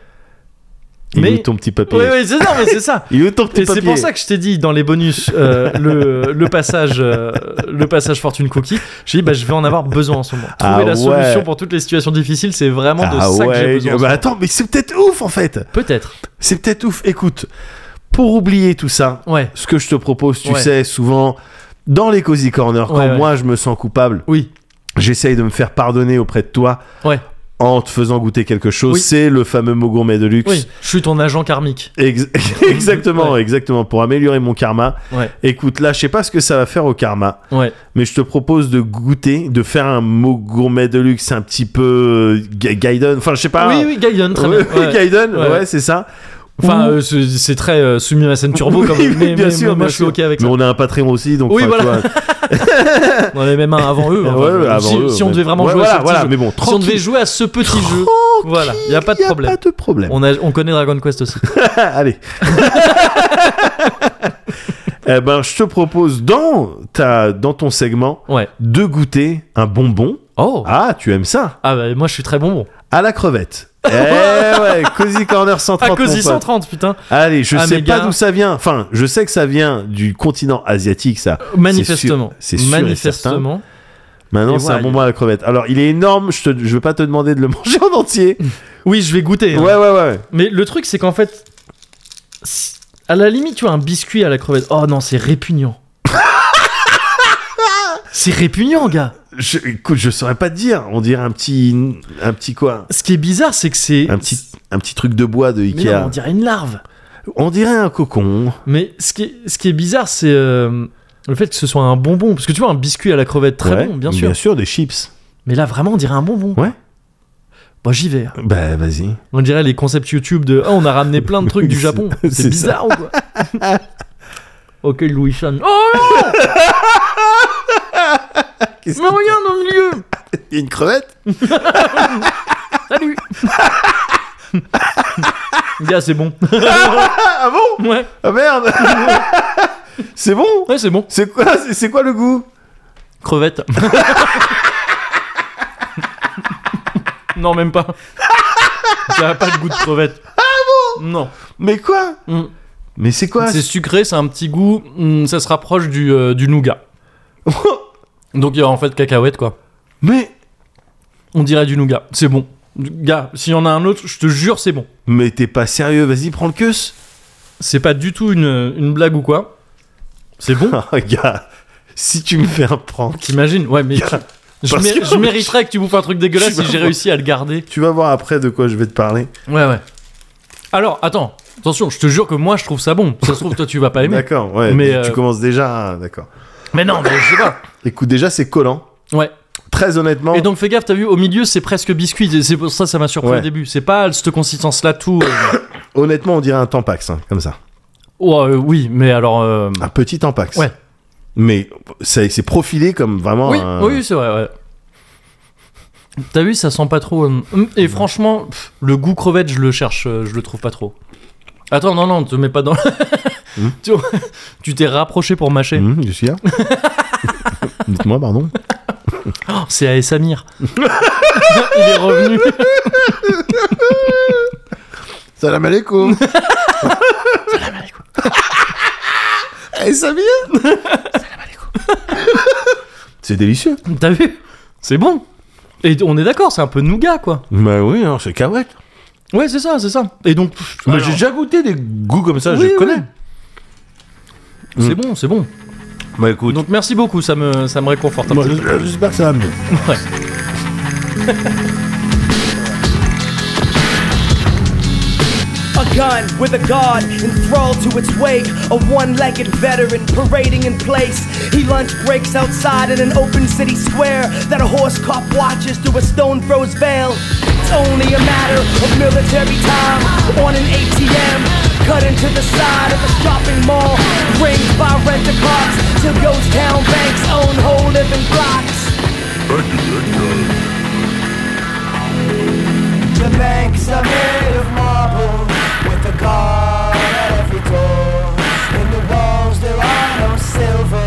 Speaker 2: Il
Speaker 1: Mais-
Speaker 2: est où ton petit papier
Speaker 1: Ouais, ouais, c'est ça, mais c'est ça.
Speaker 2: Il est où ton petit
Speaker 1: Et c'est
Speaker 2: papier
Speaker 1: pour ça que je t'ai dit dans les bonus euh, le, le passage euh, le passage fortune cookie. J'ai dit bah je vais en avoir besoin en ce moment. Trouver
Speaker 2: Ah
Speaker 1: la
Speaker 2: ouais.
Speaker 1: solution pour toutes les situations difficiles, c'est vraiment de
Speaker 2: ah
Speaker 1: ça que j'ai
Speaker 2: ouais,
Speaker 1: besoin. en
Speaker 2: bah
Speaker 1: ce moment.
Speaker 2: attends, mais c'est peut-être ouf en fait.
Speaker 1: Peut-être.
Speaker 2: C'est peut-être ouf. Écoute, pour oublier tout ça,
Speaker 1: Ouais.
Speaker 2: ce que je te propose, tu
Speaker 1: Ouais.
Speaker 2: sais, souvent dans les cozy corners, quand
Speaker 1: Ouais, ouais.
Speaker 2: moi je me sens coupable,
Speaker 1: Oui.
Speaker 2: j'essaye de me faire pardonner auprès de toi
Speaker 1: Ouais.
Speaker 2: en te faisant goûter quelque chose.
Speaker 1: Oui.
Speaker 2: C'est le fameux mot gourmet de luxe.
Speaker 1: Oui, je suis ton agent karmique.
Speaker 2: Ex- exactement,
Speaker 1: Ouais.
Speaker 2: exactement. Pour améliorer mon karma.
Speaker 1: Ouais,
Speaker 2: Écoute, là, je sais pas ce que ça va faire au karma,
Speaker 1: ouais.
Speaker 2: mais je te propose de goûter, de faire un mot gourmet de luxe un petit peu euh, Ga- Gaiden. Enfin, je sais pas.
Speaker 1: oui, oui, Gaiden, très
Speaker 2: Ouais,
Speaker 1: bien. ouais.
Speaker 2: Gaiden, ouais,
Speaker 1: Ouais.
Speaker 2: c'est ça.
Speaker 1: Enfin,
Speaker 2: Ou-
Speaker 1: euh, c'est c'est très euh, soumis à la scène turbo,
Speaker 2: Oui,
Speaker 1: comme
Speaker 2: oui,
Speaker 1: mais,
Speaker 2: bien
Speaker 1: mais-
Speaker 2: sûr,
Speaker 1: mais moi
Speaker 2: bien
Speaker 1: je suis
Speaker 2: sûr.
Speaker 1: ok avec
Speaker 2: mais
Speaker 1: ça.
Speaker 2: on a un Patreon aussi, donc
Speaker 1: Oui,
Speaker 2: enfin,
Speaker 1: voilà.
Speaker 2: tu vois.
Speaker 1: On avait même un avant eux.
Speaker 2: Ouais,
Speaker 1: hein,
Speaker 2: ouais,
Speaker 1: donc,
Speaker 2: avant
Speaker 1: si,
Speaker 2: eux,
Speaker 1: si on
Speaker 2: mais-
Speaker 1: devait vraiment
Speaker 2: Ouais,
Speaker 1: jouer
Speaker 2: voilà,
Speaker 1: à ce petit
Speaker 2: voilà,
Speaker 1: jeu.
Speaker 2: mais bon,
Speaker 1: Si on
Speaker 2: tranquille.
Speaker 1: devait jouer à ce petit jeu, voilà, il n'y a pas de
Speaker 2: Y
Speaker 1: problème.
Speaker 2: Pas de problème.
Speaker 1: On, a, on connaît Dragon Quest aussi.
Speaker 2: Allez. eh ben, je te propose dans ta, dans ton segment
Speaker 1: Ouais.
Speaker 2: de goûter un bonbon.
Speaker 1: Oh
Speaker 2: Ah, tu aimes ça
Speaker 1: Ah bah moi je suis très bonbon.
Speaker 2: À la crevette. Eh ouais, Cozy Corner 130.
Speaker 1: Ah,
Speaker 2: mon
Speaker 1: Cozy
Speaker 2: pote.
Speaker 1: 130, putain.
Speaker 2: Allez, je
Speaker 1: Ah,
Speaker 2: sais
Speaker 1: mes
Speaker 2: pas
Speaker 1: gars.
Speaker 2: d'où ça vient. Enfin, je sais que ça vient du continent asiatique, ça.
Speaker 1: Euh, Manifestement.
Speaker 2: C'est sûr, c'est sûr et
Speaker 1: Manifestement.
Speaker 2: Maintenant,
Speaker 1: Et
Speaker 2: c'est
Speaker 1: ouais,
Speaker 2: un bonbon à la crevette. Alors, il est énorme. Je te, je veux pas te demander de le manger en entier.
Speaker 1: Oui, je vais goûter.
Speaker 2: ouais,
Speaker 1: hein.
Speaker 2: ouais, ouais.
Speaker 1: Mais le truc, c'est qu'en fait, si- à la limite, tu as un biscuit à la crevette. Oh non, c'est répugnant. c'est répugnant, gars.
Speaker 2: Je, écoute, je saurais pas te dire. On dirait un petit, un petit quoi
Speaker 1: Ce qui est bizarre, c'est que c'est.
Speaker 2: Un petit, un petit truc de bois de
Speaker 1: Mais
Speaker 2: Ikea.
Speaker 1: non, on dirait une larve.
Speaker 2: On dirait un cocon.
Speaker 1: Mais ce qui est, ce qui est bizarre, c'est euh, le fait que ce soit un bonbon. Parce que tu vois, un biscuit à la crevette, très
Speaker 2: Ouais,
Speaker 1: bon, bien sûr.
Speaker 2: Bien sûr, des chips.
Speaker 1: Mais là, vraiment, on dirait un bonbon.
Speaker 2: Ouais.
Speaker 1: Bah, j'y vais.
Speaker 2: Bah, vas-y.
Speaker 1: On dirait les concepts YouTube de Ah, on a ramené plein de trucs du
Speaker 2: C'est-
Speaker 1: Japon.
Speaker 2: c'est
Speaker 1: C'est
Speaker 2: ça.
Speaker 1: bizarre ou quoi Ok, Louis Chan. Oh non
Speaker 2: Qu'est-ce
Speaker 1: Mais regarde au milieu
Speaker 2: Et une crevette
Speaker 1: Salut Gars, c'est bon.
Speaker 2: Ah bon
Speaker 1: Ouais,
Speaker 2: Ah merde C'est bon
Speaker 1: ouais c'est bon.
Speaker 2: C'est quoi, c'est- c'est quoi le goût
Speaker 1: Crevette. non, même pas. Ça a pas le goût de crevette. Ah bon Non.
Speaker 2: Mais quoi
Speaker 1: Mm.
Speaker 2: Mais c'est quoi
Speaker 1: C'est sucré, c'est un petit goût. mm, ça se rapproche du, euh, du nougat. Donc il y a en fait cacahuète quoi.
Speaker 2: Mais
Speaker 1: On dirait du nougat. C'est bon. Du- Gars, s'il y en a un autre, je te jure, c'est bon.
Speaker 2: mais t'es pas sérieux Vas-y, prends le queus.
Speaker 1: C'est pas du tout une, une blague ou quoi. C'est bon.
Speaker 2: Ah, gars, si tu me fais un prank,
Speaker 1: T'imagines Ouais, mais.
Speaker 2: Gars,
Speaker 1: Je,
Speaker 2: parce
Speaker 1: mé-
Speaker 2: que-
Speaker 1: je mériterais que tu bouffes un truc dégueulasse
Speaker 2: Tu vas
Speaker 1: si j'ai
Speaker 2: voir.
Speaker 1: réussi à le garder.
Speaker 2: tu vas voir après de quoi je vais te parler.
Speaker 1: Ouais, ouais. Alors, attends. Attention, je te jure que moi, je trouve ça bon. Ça se trouve, toi, tu vas pas aimer.
Speaker 2: D'accord, ouais.
Speaker 1: Mais,
Speaker 2: tu- tu
Speaker 1: euh,
Speaker 2: commences déjà, hein, d'accord.
Speaker 1: Mais non, mais je sais pas.
Speaker 2: Écoute, déjà c'est collant.
Speaker 1: Ouais.
Speaker 2: Très honnêtement.
Speaker 1: Et donc, fais gaffe, t'as vu, au milieu, c'est presque biscuit. Et C'est pour ça, ça m'a surpris
Speaker 2: Ouais.
Speaker 1: au début. C'est pas cette consistance-là, tout. euh,
Speaker 2: Honnêtement, on dirait un Tampax, hein, comme ça.
Speaker 1: Oh, euh, oui, mais alors. euh,
Speaker 2: Un petit Tampax.
Speaker 1: Ouais.
Speaker 2: Mais c'est c'est profilé comme vraiment.
Speaker 1: Oui,
Speaker 2: un-
Speaker 1: oui, c'est vrai, ouais. T'as vu, ça sent pas trop. euh, hum, Et franchement, pff, le goût crevette, je le cherche, euh, je le trouve pas trop. Attends, non, non, te mets pas dans.
Speaker 2: Hmm.
Speaker 1: Tu vois, tu t'es rapproché pour mâcher.
Speaker 2: Mhm, je suis là. Dites-moi, pardon.
Speaker 1: Oh, c'est à Samir. Il est revenu.
Speaker 2: Salam alaikum. Salam alaikum. Et Eh, ça vient Salam alaikum. C'est délicieux.
Speaker 1: T'as vu C'est bon. Et on est d'accord, c'est un peu nougat, quoi.
Speaker 2: Bah oui, hein, c'est cacahuète.
Speaker 1: Ouais, c'est ça, c'est ça. Et donc, pff,
Speaker 2: Mais
Speaker 1: alors,
Speaker 2: Bah, j'ai déjà goûté des goûts comme ça,
Speaker 1: Bah Oui,
Speaker 2: je
Speaker 1: oui.
Speaker 2: connais.
Speaker 1: c'est
Speaker 2: hmm.
Speaker 1: bon, c'est bon.
Speaker 2: Bah écoute,
Speaker 1: Donc merci beaucoup, ça me, ça me réconforte un
Speaker 2: moi,
Speaker 1: petit peu.
Speaker 2: je- j'espère que ça va mieux.
Speaker 1: Ouais.
Speaker 4: A gun with a guard enthralled to its wake. A one legged veteran parading in place. He lunch breaks outside in an open city square that a horse cop watches through a stone froze veil. It's only a matter of military time on an ATM. Cut into the side of a shopping mall. Rings by rent a cops till Ghost Town Bank's own whole living blocks.
Speaker 3: The banks are made of marble with a guard at every door. In the walls there are no silver.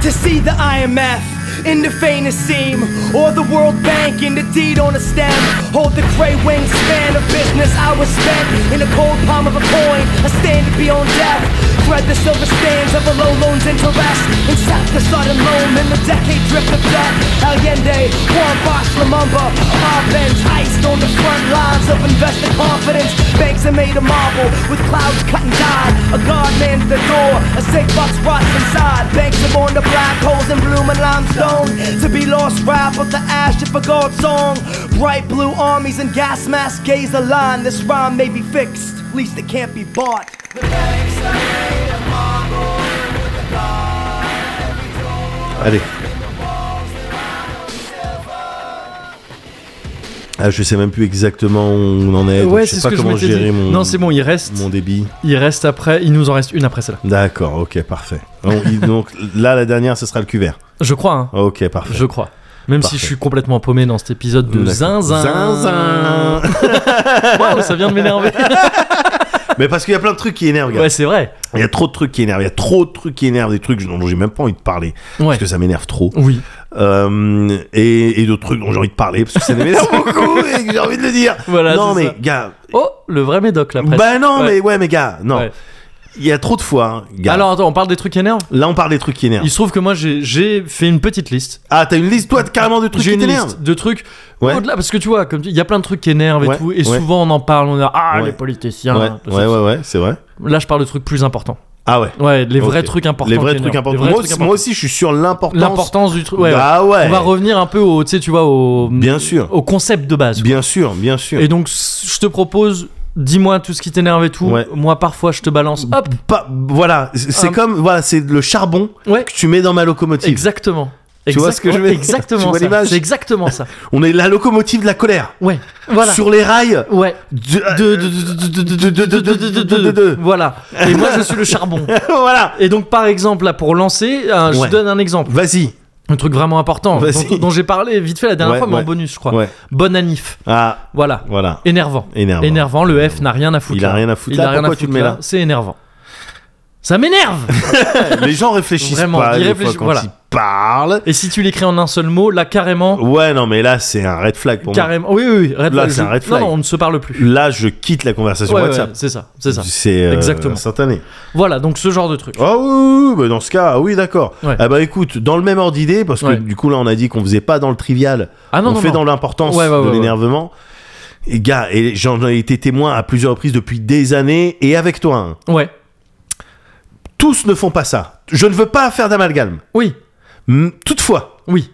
Speaker 4: to see the IMF in the faintest seam, or the World Bank in the deed on a stem. Hold the grey wingspan of business I was spent in the cold palm of a coin, a stand to be on death. Thread the silver stands of a low loan's interest, and sap the sudden loam in the decade drift of debt. Allende, Juan Bosch, Lumumba, Arbenz, iced on the front lines of investor confidence. Banks are made of marble with clouds cut and dyed. A guard mans the door, a safe box rots inside. Banks are born to black holes and blooming limestone. known to be lost rap of the ash of a god song. Bright blue armies and gas mask gaze align. This rhyme may be fixed, at least it can't be bought.
Speaker 2: Allez. Ah, je sais même plus exactement où on en est. donc
Speaker 1: ouais,
Speaker 2: je
Speaker 1: c'est
Speaker 2: sais
Speaker 1: ce
Speaker 2: pas
Speaker 1: que je
Speaker 2: comment
Speaker 1: m'étais
Speaker 2: gérer
Speaker 1: dit.
Speaker 2: mon,
Speaker 1: Non, c'est bon, il reste.
Speaker 2: mon débit.
Speaker 1: Il reste après, il nous en reste une après celle-là.
Speaker 2: D'accord, ok, parfait. Donc, il- donc là, la dernière, ce sera le cuvert.
Speaker 1: Je crois, hein.
Speaker 2: Ok, parfait.
Speaker 1: Je crois. Même
Speaker 2: Parfait.
Speaker 1: si je suis complètement paumé dans cet épisode de
Speaker 2: D'accord.
Speaker 1: zinzin.
Speaker 2: Zinzin.
Speaker 1: Waouh, ça vient de m'énerver.
Speaker 2: Mais parce qu'il y a plein de trucs qui énervent, gars.
Speaker 1: ouais, c'est vrai.
Speaker 2: Il y a trop de trucs qui énervent. Il y a trop de trucs qui énervent, des trucs dont j'ai même pas envie de parler.
Speaker 1: Ouais.
Speaker 2: Parce que ça m'énerve trop.
Speaker 1: Oui.
Speaker 2: Euh, et, et d'autres trucs dont j'ai envie de parler. Parce que ça m'énerve beaucoup et que j'ai envie de le dire.
Speaker 1: Voilà,
Speaker 2: non,
Speaker 1: c'est
Speaker 2: mais
Speaker 1: ça.
Speaker 2: gars.
Speaker 1: Oh, le vrai médoc là, presque.
Speaker 2: Bah non,
Speaker 1: Ouais.
Speaker 2: mais ouais, mais gars. Non.
Speaker 1: Ouais.
Speaker 2: Il y a trop de fois, hein, gars.
Speaker 1: Alors attends, on parle des trucs qui énervent
Speaker 2: Là, on parle des trucs qui énervent.
Speaker 1: Il se trouve que moi j'ai- j'ai fait une petite liste.
Speaker 2: Ah, t'as une liste, toi, de- carrément de trucs
Speaker 1: J'ai
Speaker 2: qui
Speaker 1: une
Speaker 2: t'énervent.
Speaker 1: liste de trucs
Speaker 2: Ouais.
Speaker 1: au-delà parce que tu vois, comme tu- il y a plein de trucs qui énervent et
Speaker 2: Ouais,
Speaker 1: tout, et
Speaker 2: ouais.
Speaker 1: souvent on en parle, on dit ah
Speaker 2: Ouais.
Speaker 1: les politiciens.
Speaker 2: ouais,
Speaker 1: tout ça,
Speaker 2: ouais,
Speaker 1: tout
Speaker 2: ouais, ouais, c'est vrai.
Speaker 1: ça. Là je parle de trucs plus importants.
Speaker 2: Ah ouais.
Speaker 1: Ouais, les vrais
Speaker 2: Ok.
Speaker 1: trucs importants.
Speaker 2: Les vrais
Speaker 1: qui
Speaker 2: trucs
Speaker 1: énervent.
Speaker 2: importants.
Speaker 1: Les vrais
Speaker 2: Moi,
Speaker 1: trucs
Speaker 2: aussi- moi aussi, je suis sur l'importance.
Speaker 1: L'importance du truc. Ouais, ouais.
Speaker 2: Bah ouais.
Speaker 1: On va revenir un peu au, tu sais, tu vois, au
Speaker 2: Bien sûr.
Speaker 1: au concept de base.
Speaker 2: Bien sûr, bien sûr.
Speaker 1: Et donc, s- je te propose, dis-moi tout ce qui t'énerve et tout.
Speaker 2: Ouais. Mm.
Speaker 1: Moi, parfois, je te balance. Hop
Speaker 2: Pas- voilà, c'est c'est
Speaker 1: Hum.
Speaker 2: comme voilà, c'est le charbon
Speaker 1: Ouais,
Speaker 2: que tu mets dans ma locomotive.
Speaker 1: exactement.
Speaker 2: Tu vois ce que je veux dire Tu
Speaker 1: Exactement
Speaker 2: vois
Speaker 1: ça.
Speaker 2: l'image
Speaker 1: C'est exactement ça.
Speaker 2: On est la locomotive de la colère.
Speaker 1: Ouais, voilà.
Speaker 2: Sur les rails.
Speaker 1: Ouais.
Speaker 2: De,
Speaker 1: De, de, de, de, de, de, de, de, de, de, de, de. Voilà. Et moi, je suis le charbon.
Speaker 2: voilà.
Speaker 1: Et donc, par exemple, là, pour lancer, euh, je
Speaker 2: Ouais.
Speaker 1: te donne un exemple.
Speaker 2: Vas-y.
Speaker 1: Un truc vraiment important
Speaker 2: Vas-y.
Speaker 1: dont, dont j'ai parlé vite fait la dernière
Speaker 2: Ouais,
Speaker 1: fois, mais
Speaker 2: ouais.
Speaker 1: en bonus, je crois.
Speaker 2: Ouais.
Speaker 1: Bonne anif.
Speaker 2: Ah,
Speaker 1: Voilà.
Speaker 2: voilà.
Speaker 1: Énervant.
Speaker 2: Énervant.
Speaker 1: Énervant, le F n'a rien à foutre.
Speaker 2: Il a
Speaker 1: là.
Speaker 2: rien à foutre
Speaker 1: Il
Speaker 2: là,
Speaker 1: a rien
Speaker 2: pourquoi
Speaker 1: à
Speaker 2: tu le
Speaker 1: foutre
Speaker 2: mets là
Speaker 1: C'est énervant. Ça m'énerve
Speaker 2: Les gens réfléchissent
Speaker 1: Vraiment,
Speaker 2: pas
Speaker 1: ils
Speaker 2: des fois,
Speaker 1: réfléchissent-
Speaker 2: quand
Speaker 1: voilà.
Speaker 2: ils parlent.
Speaker 1: Et si tu l'écris en un seul mot, là carrément,
Speaker 2: Ouais, non, mais là, c'est un red flag pour moi.
Speaker 1: carrément. Oui, oui, oui. Red
Speaker 2: Là,
Speaker 1: flag.
Speaker 2: c'est un red
Speaker 1: Non,
Speaker 2: flag.
Speaker 1: Non, on ne se parle plus.
Speaker 2: Là, je quitte la conversation
Speaker 1: Ouais, ouais,
Speaker 2: WhatsApp.
Speaker 1: c'est ça, c'est ça.
Speaker 2: C'est euh,
Speaker 1: Exactement.
Speaker 2: instantané.
Speaker 1: Voilà, donc ce genre de truc.
Speaker 2: Ah oui, oui, oui, bah dans ce cas, oui, d'accord.
Speaker 1: Ouais.
Speaker 2: Ah bah écoute, dans le même ordre d'idée, parce que
Speaker 1: Ouais.
Speaker 2: du coup là, on a dit qu'on faisait pas dans le trivial,
Speaker 1: Ah non,
Speaker 2: on
Speaker 1: non,
Speaker 2: fait
Speaker 1: non.
Speaker 2: dans l'importance
Speaker 1: Ouais, ouais, ouais,
Speaker 2: de
Speaker 1: ouais.
Speaker 2: l'énervement. Et gars, et j'en ai été témoin à plusieurs reprises depuis des années, et avec toi, hein.
Speaker 1: Ouais.
Speaker 2: tous ne font pas ça. Je ne veux pas faire d'amalgame.
Speaker 1: Oui,
Speaker 2: M- Toutefois,
Speaker 1: oui.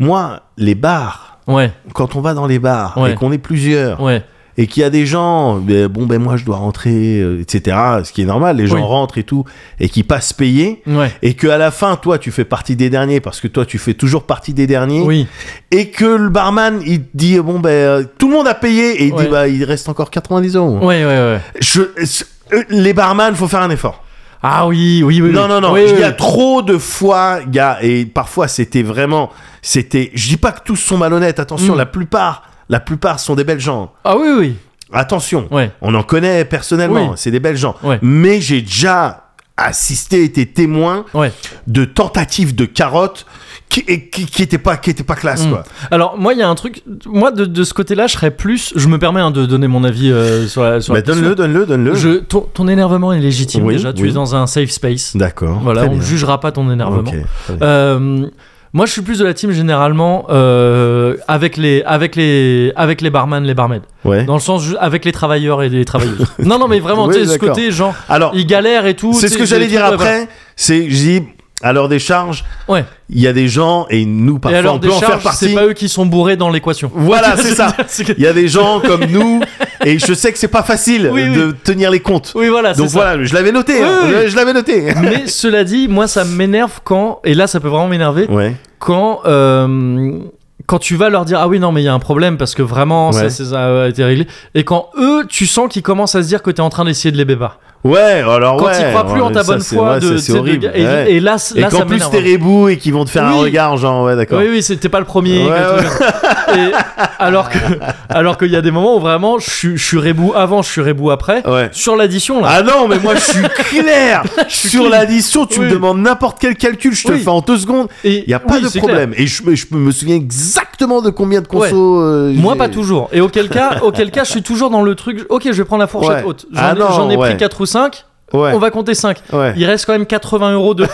Speaker 2: moi, les bars,
Speaker 1: Ouais,
Speaker 2: quand on va dans les bars
Speaker 1: Ouais.
Speaker 2: et qu'on est plusieurs,
Speaker 1: ouais.
Speaker 2: et qu'il y a des gens, ben, bon ben moi je dois rentrer, euh, etc. Ce qui est normal, les gens
Speaker 1: Oui.
Speaker 2: rentrent et tout, et qui passent payer,
Speaker 1: Ouais.
Speaker 2: et que à la fin toi tu fais partie des derniers parce que toi tu fais toujours partie des derniers,
Speaker 1: Oui,
Speaker 2: et que le barman il te dit bon ben euh, tout le monde a payé et il
Speaker 1: Ouais.
Speaker 2: dit bah il reste encore 90 euros.
Speaker 1: ouais, ouais, ouais.
Speaker 2: Je, euh, les barman faut faire un effort.
Speaker 1: Ah oui, oui, oui.
Speaker 2: Non,
Speaker 1: oui.
Speaker 2: non, non.
Speaker 1: Oui,
Speaker 2: il
Speaker 1: oui,
Speaker 2: y a
Speaker 1: oui.
Speaker 2: trop de fois, gars, et parfois c'était vraiment. C'était. Je dis pas que tous sont malhonnêtes, attention,
Speaker 1: Mm.
Speaker 2: la plupart. La plupart sont des belles gens.
Speaker 1: Ah oui, oui.
Speaker 2: Attention,
Speaker 1: Ouais.
Speaker 2: on en connaît personnellement,
Speaker 1: Oui.
Speaker 2: c'est des belles gens.
Speaker 1: Ouais.
Speaker 2: Mais j'ai déjà assisté, été témoin
Speaker 1: Ouais.
Speaker 2: de tentatives de carottes qui n'étaient qui, qui étaient pas, qui étaient pas classe,
Speaker 1: Mm.
Speaker 2: quoi.
Speaker 1: Alors moi il y a un truc, moi de, de ce côté-là je serais plus, je me permets hein, de donner mon avis euh, sur la sur
Speaker 2: Bah,
Speaker 1: la question.
Speaker 2: donne-le, donne-le, donne-le.
Speaker 1: Je, ton, ton énervement est légitime
Speaker 2: Oui,
Speaker 1: déjà, tu
Speaker 2: oui.
Speaker 1: es dans un safe space.
Speaker 2: D'accord.
Speaker 1: Voilà,
Speaker 2: très
Speaker 1: on ne
Speaker 2: bien.
Speaker 1: jugera pas ton énervement.
Speaker 2: Ok, très bien.
Speaker 1: Euh, moi, je suis plus de la team généralement euh, avec les avec les avec les barman, les barmaids.
Speaker 2: Ouais.
Speaker 1: Dans le sens je- avec les travailleurs et les travailleuses. non, non, mais vraiment,
Speaker 2: Oui,
Speaker 1: tu sais, ce
Speaker 2: d'accord.
Speaker 1: côté genre
Speaker 2: Alors,
Speaker 1: ils galèrent et tout. tu
Speaker 2: c'est ce
Speaker 1: sais,
Speaker 2: que j'allais
Speaker 1: des
Speaker 2: dire
Speaker 1: trucs, ouais,
Speaker 2: après. C'est, je dis, à l'heure des charges,
Speaker 1: voilà. Ouais.
Speaker 2: il y a des gens, et nous,
Speaker 1: et
Speaker 2: parfois,
Speaker 1: alors
Speaker 2: on
Speaker 1: des
Speaker 2: peut en faire
Speaker 1: charges,
Speaker 2: partie.
Speaker 1: c'est pas eux qui sont bourrés dans l'équation.
Speaker 2: Voilà, c'est ça.
Speaker 1: C'est que-
Speaker 2: Il y a des gens comme nous, et je sais que c'est pas facile
Speaker 1: Oui, oui.
Speaker 2: de tenir les comptes.
Speaker 1: oui, voilà. c'est
Speaker 2: Donc
Speaker 1: ça.
Speaker 2: voilà, je l'avais noté.
Speaker 1: Oui,
Speaker 2: hein.
Speaker 1: oui.
Speaker 2: Je- Je l'avais noté.
Speaker 1: Mais cela dit, moi, ça m'énerve quand et là, ça peut vraiment m'énerver
Speaker 2: Ouais.
Speaker 1: quand. euh, quand tu vas leur dire ah oui non mais il y a un problème parce que vraiment
Speaker 2: Ouais.
Speaker 1: ça, c'est- ça a été réglé et quand eux tu sens qu'ils commencent à se dire que t'es en train d'essayer de les bébar
Speaker 2: Ouais, alors
Speaker 1: quand
Speaker 2: ouais.
Speaker 1: ils croient plus en
Speaker 2: ouais,
Speaker 1: ta
Speaker 2: ça,
Speaker 1: bonne
Speaker 2: c'est-
Speaker 1: foi
Speaker 2: ouais,
Speaker 1: de,
Speaker 2: ça,
Speaker 1: tu sais,
Speaker 2: c'est
Speaker 1: de
Speaker 2: horrible.
Speaker 1: gars- et,
Speaker 2: Ouais.
Speaker 1: et là,
Speaker 2: Et
Speaker 1: là
Speaker 2: qu'en
Speaker 1: ça
Speaker 2: plus
Speaker 1: m'énerve.
Speaker 2: t'es rebou et qu'ils vont te faire un
Speaker 1: Oui.
Speaker 2: regard, genre ouais, d'accord.
Speaker 1: oui oui c'était pas le premier
Speaker 2: Ouais,
Speaker 1: que- Et alors que alors qu'il y a des moments où vraiment je, suis- je suis rebou avant je suis rebou après
Speaker 2: Ouais.
Speaker 1: sur l'addition là
Speaker 2: Ah non, mais moi je suis clair. Sur
Speaker 1: clean.
Speaker 2: l'addition, tu me
Speaker 1: Oui.
Speaker 2: demandes n'importe quel calcul, je te
Speaker 1: Oui.
Speaker 2: le fais en deux secondes.
Speaker 1: il
Speaker 2: Il y a pas de problème. Et je, me- je me souviens exactement de combien de consos. euh,
Speaker 1: moi
Speaker 2: j'ai-
Speaker 1: pas toujours et auquel cas auquel cas je suis toujours dans le truc ok je vais prendre la fourchette
Speaker 2: Ouais.
Speaker 1: haute j'en
Speaker 2: Ah
Speaker 1: ai,
Speaker 2: non,
Speaker 1: j'en ai
Speaker 2: ouais.
Speaker 1: pris 4 ou 5
Speaker 2: Ouais.
Speaker 1: on va compter 5
Speaker 2: Ouais.
Speaker 1: il reste quand même 80 euros de.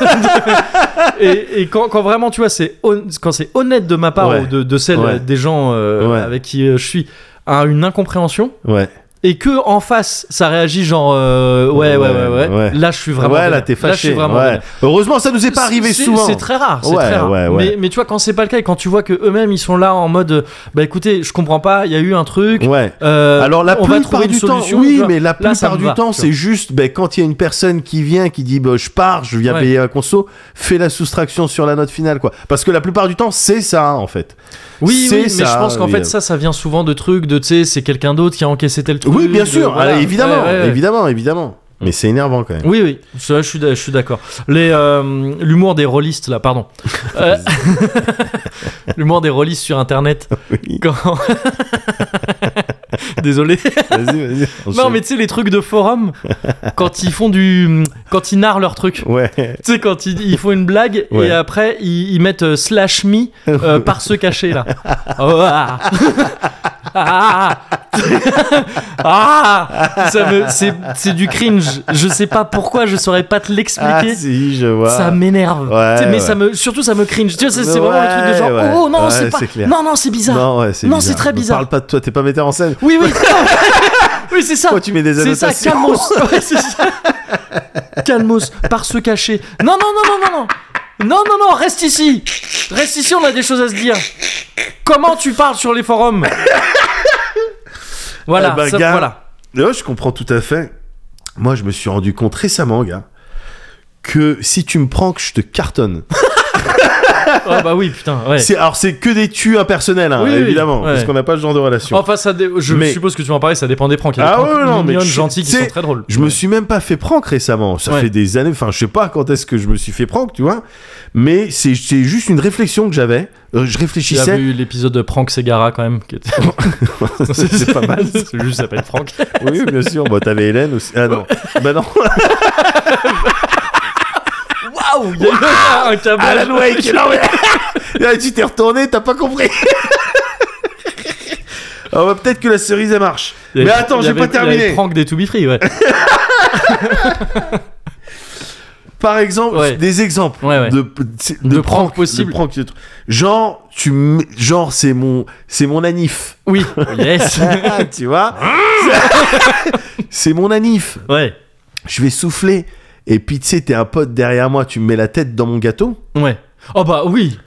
Speaker 1: de- et et quand, quand vraiment, tu vois, c'est hon- quand c'est honnête de ma part
Speaker 2: Ouais.
Speaker 1: ou de, de celle
Speaker 2: Ouais.
Speaker 1: des gens euh,
Speaker 2: Ouais.
Speaker 1: avec qui euh, je suis, à une incompréhension,
Speaker 2: Ouais.
Speaker 1: et que en face ça réagit genre euh, ouais, ouais, ouais, ouais,
Speaker 2: Ouais, ouais.
Speaker 1: Là je suis vraiment.
Speaker 2: ouais, là
Speaker 1: vénère.
Speaker 2: t'es fâché.
Speaker 1: Là, je suis vraiment.
Speaker 2: ouais.
Speaker 1: vénère.
Speaker 2: Heureusement, ça nous est pas arrivé
Speaker 1: C'est-
Speaker 2: souvent.
Speaker 1: C'est très rare, c'est
Speaker 2: Ouais,
Speaker 1: très rare.
Speaker 2: ouais, ouais.
Speaker 1: Mais, mais tu vois, quand c'est pas le cas et quand tu vois que eux-mêmes ils sont là en mode euh, bah écoutez, je comprends pas, il y a eu un truc.
Speaker 2: Ouais.
Speaker 1: euh,
Speaker 2: Alors la
Speaker 1: on va
Speaker 2: plupart
Speaker 1: trouver une
Speaker 2: du temps,
Speaker 1: solution. tu
Speaker 2: oui,
Speaker 1: vois.
Speaker 2: mais la
Speaker 1: Là, ça
Speaker 2: plupart
Speaker 1: me
Speaker 2: du
Speaker 1: va,
Speaker 2: temps,
Speaker 1: tu vois.
Speaker 2: c'est juste ben, quand il y a une personne qui vient, qui dit bah, je pars, je viens
Speaker 1: Ouais.
Speaker 2: payer un conso, fais la soustraction sur la note finale, quoi. Parce que la plupart du temps, c'est ça en fait.
Speaker 1: Oui,
Speaker 2: C'est
Speaker 1: oui, mais
Speaker 2: ça,
Speaker 1: je pense qu'en
Speaker 2: oui.
Speaker 1: fait, ça, ça vient souvent de trucs de, tu sais, c'est quelqu'un d'autre qui a encaissé tel truc.
Speaker 2: Oui, bien
Speaker 1: de-
Speaker 2: sûr,
Speaker 1: euh, voilà.
Speaker 2: ah, évidemment,
Speaker 1: Ouais, ouais, ouais.
Speaker 2: évidemment, évidemment. Mais c'est énervant quand même.
Speaker 1: Oui, oui, ça, je suis, d'a- je suis d'accord. Les, euh, l'humour des rôlistes, là, pardon. Euh, l'humour des rôlistes sur Internet. Quand- Désolé.
Speaker 2: Vas-y, vas-y.
Speaker 1: Non, mais tu sais, les trucs de forum, quand ils font du. Quand ils narrent leurs trucs.
Speaker 2: ouais.
Speaker 1: Tu sais, quand ils, ils font une blague
Speaker 2: Ouais.
Speaker 1: et après ils, ils mettent euh, slash me euh, par se cacher là. Oh, ah. Ah. Ah. Ça me- c'est, c'est du cringe. Je sais pas pourquoi, je saurais pas te
Speaker 2: Ah
Speaker 1: l'expliquer.
Speaker 2: si, je vois.
Speaker 1: Ça m'énerve.
Speaker 2: Ouais,
Speaker 1: Tu sais, mais
Speaker 2: ouais.
Speaker 1: ça me, surtout ça me cringe. Tu vois, c'est, c'est vraiment
Speaker 2: Ouais,
Speaker 1: le truc de genre,
Speaker 2: ouais.
Speaker 1: oh non,
Speaker 2: Ouais,
Speaker 1: c'est pas,
Speaker 2: c'est clair.
Speaker 1: non, non, c'est bizarre.
Speaker 2: Non, ouais, c'est
Speaker 1: Non,
Speaker 2: bizarre.
Speaker 1: c'est très
Speaker 2: Ne
Speaker 1: bizarre.
Speaker 2: Parle pas de toi, t'es pas metteur en scène.
Speaker 1: Oui, oui. oui, c'est ça.
Speaker 2: Toi, tu mets des
Speaker 1: C'est ça,
Speaker 2: annotations.
Speaker 1: calmos. Ouais, c'est ça. Calmos, par se cacher. Non, non, non, non, non, non. Non, non, non, reste ici. Reste ici, on a des choses à se dire. Comment tu parles sur les forums Voilà,
Speaker 2: Eh ben,
Speaker 1: ça-
Speaker 2: gars.
Speaker 1: voilà.
Speaker 2: Là, je comprends tout à fait. Moi, je me suis rendu compte récemment, gars, que si tu me prends, que je te cartonne.
Speaker 1: Oh, bah oui, putain, ouais.
Speaker 2: C'est alors c'est que des tues impersonnelles, hein,
Speaker 1: Oui, Oh. oui,
Speaker 2: évidemment,
Speaker 1: ouais.
Speaker 2: parce qu'on n'a pas ce genre de relation.
Speaker 1: Enfin, ça, dé- je
Speaker 2: Mais-
Speaker 1: suppose que tu en parlais, ça dépend des pranks. Il y a des
Speaker 2: Ah
Speaker 1: pranks
Speaker 2: ouais, non, mais
Speaker 1: mignonnes,
Speaker 2: je-
Speaker 1: gentilles, qui
Speaker 2: tu sais,
Speaker 1: sont très drôles.
Speaker 2: Je me suis même pas fait prank récemment. Ça
Speaker 1: Ouais.
Speaker 2: fait des années. Enfin, je sais pas quand est-ce que je me suis fait prank, tu vois. Mais c'est c'est juste une réflexion que j'avais. Euh, je
Speaker 1: Tu as
Speaker 2: réfléchissais.
Speaker 1: vu l'épisode de Prank Segara quand même qui était-
Speaker 2: c'est pas mal.
Speaker 1: C'est juste, ça s'appelle Prank.
Speaker 2: Oui, bien sûr. Bah, t'avais Hélène aussi. Ah non. bah non.
Speaker 1: Waouh, il y a eu un câblage.
Speaker 2: Alan Wake, non mais- Là, Ah, tu t'es retourné, t'as pas compris. Ah bah, peut-être que la cerise elle marche.
Speaker 1: Il y
Speaker 2: Mais
Speaker 1: avait-
Speaker 2: attends,
Speaker 1: il y
Speaker 2: j'ai
Speaker 1: avait-
Speaker 2: pas
Speaker 1: Il y avait
Speaker 2: terminé.
Speaker 1: Prank des To Be Free, ouais.
Speaker 2: Par exemple,
Speaker 1: Ouais.
Speaker 2: des exemples
Speaker 1: Ouais, ouais.
Speaker 2: de de,
Speaker 1: De
Speaker 2: de
Speaker 1: prank
Speaker 2: prank
Speaker 1: possible.
Speaker 2: de prank, de trucs. Genre, tu m- genre c'est mon c'est mon anif.
Speaker 1: Oui, yes.
Speaker 2: Ah, tu vois C'est mon anif.
Speaker 1: ouais,
Speaker 2: Je vais souffler et puis tu sais, t'es un pote derrière moi, tu me mets la tête dans mon gâteau.
Speaker 1: ouais. Oh bah oui.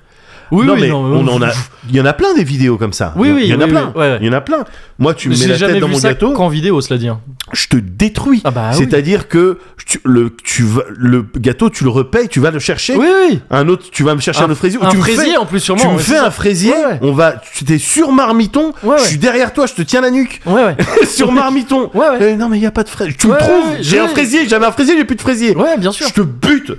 Speaker 1: Oui,
Speaker 2: non
Speaker 1: oui,
Speaker 2: mais
Speaker 1: non,
Speaker 2: on en a, il y en a plein des vidéos comme ça.
Speaker 1: Oui,
Speaker 2: Il y-
Speaker 1: oui,
Speaker 2: il y en a
Speaker 1: oui,
Speaker 2: plein.
Speaker 1: oui, ouais, ouais.
Speaker 2: Il y en a plein. Moi, tu me mets
Speaker 1: J'ai
Speaker 2: la
Speaker 1: jamais
Speaker 2: tête dans
Speaker 1: vu
Speaker 2: mon
Speaker 1: ça
Speaker 2: gâteau.
Speaker 1: qu'en vidéo, cela dit. hein.
Speaker 2: je te détruis.
Speaker 1: Ah bah oui.
Speaker 2: C'est-à-dire que tu, le, tu vas- le gâteau, tu le repayes, tu vas le chercher.
Speaker 1: Oui, oui.
Speaker 2: Un autre, tu vas me chercher un, autre fraisier. ou
Speaker 1: Un
Speaker 2: Eh, tu me
Speaker 1: fraisier,
Speaker 2: fais-
Speaker 1: en plus, sûrement.
Speaker 2: Tu me
Speaker 1: ouais,
Speaker 2: fais
Speaker 1: c'est
Speaker 2: un fraisier,
Speaker 1: Ouais, ouais.
Speaker 2: on va, tu t'es sur marmiton,
Speaker 1: Ouais,
Speaker 2: je suis derrière toi, je te tiens la nuque.
Speaker 1: ça. Ouais, ouais.
Speaker 2: sur marmiton.
Speaker 1: Ouais, ouais.
Speaker 2: Euh, non, mais il y a pas de fraisier. Tu
Speaker 1: Ouais,
Speaker 2: me trouves,
Speaker 1: ouais,
Speaker 2: j'ai
Speaker 1: ouais.
Speaker 2: un fraisier, j'avais un fraisier, j'ai plus de fraisier.
Speaker 1: Ouais, bien sûr.
Speaker 2: Je te bute.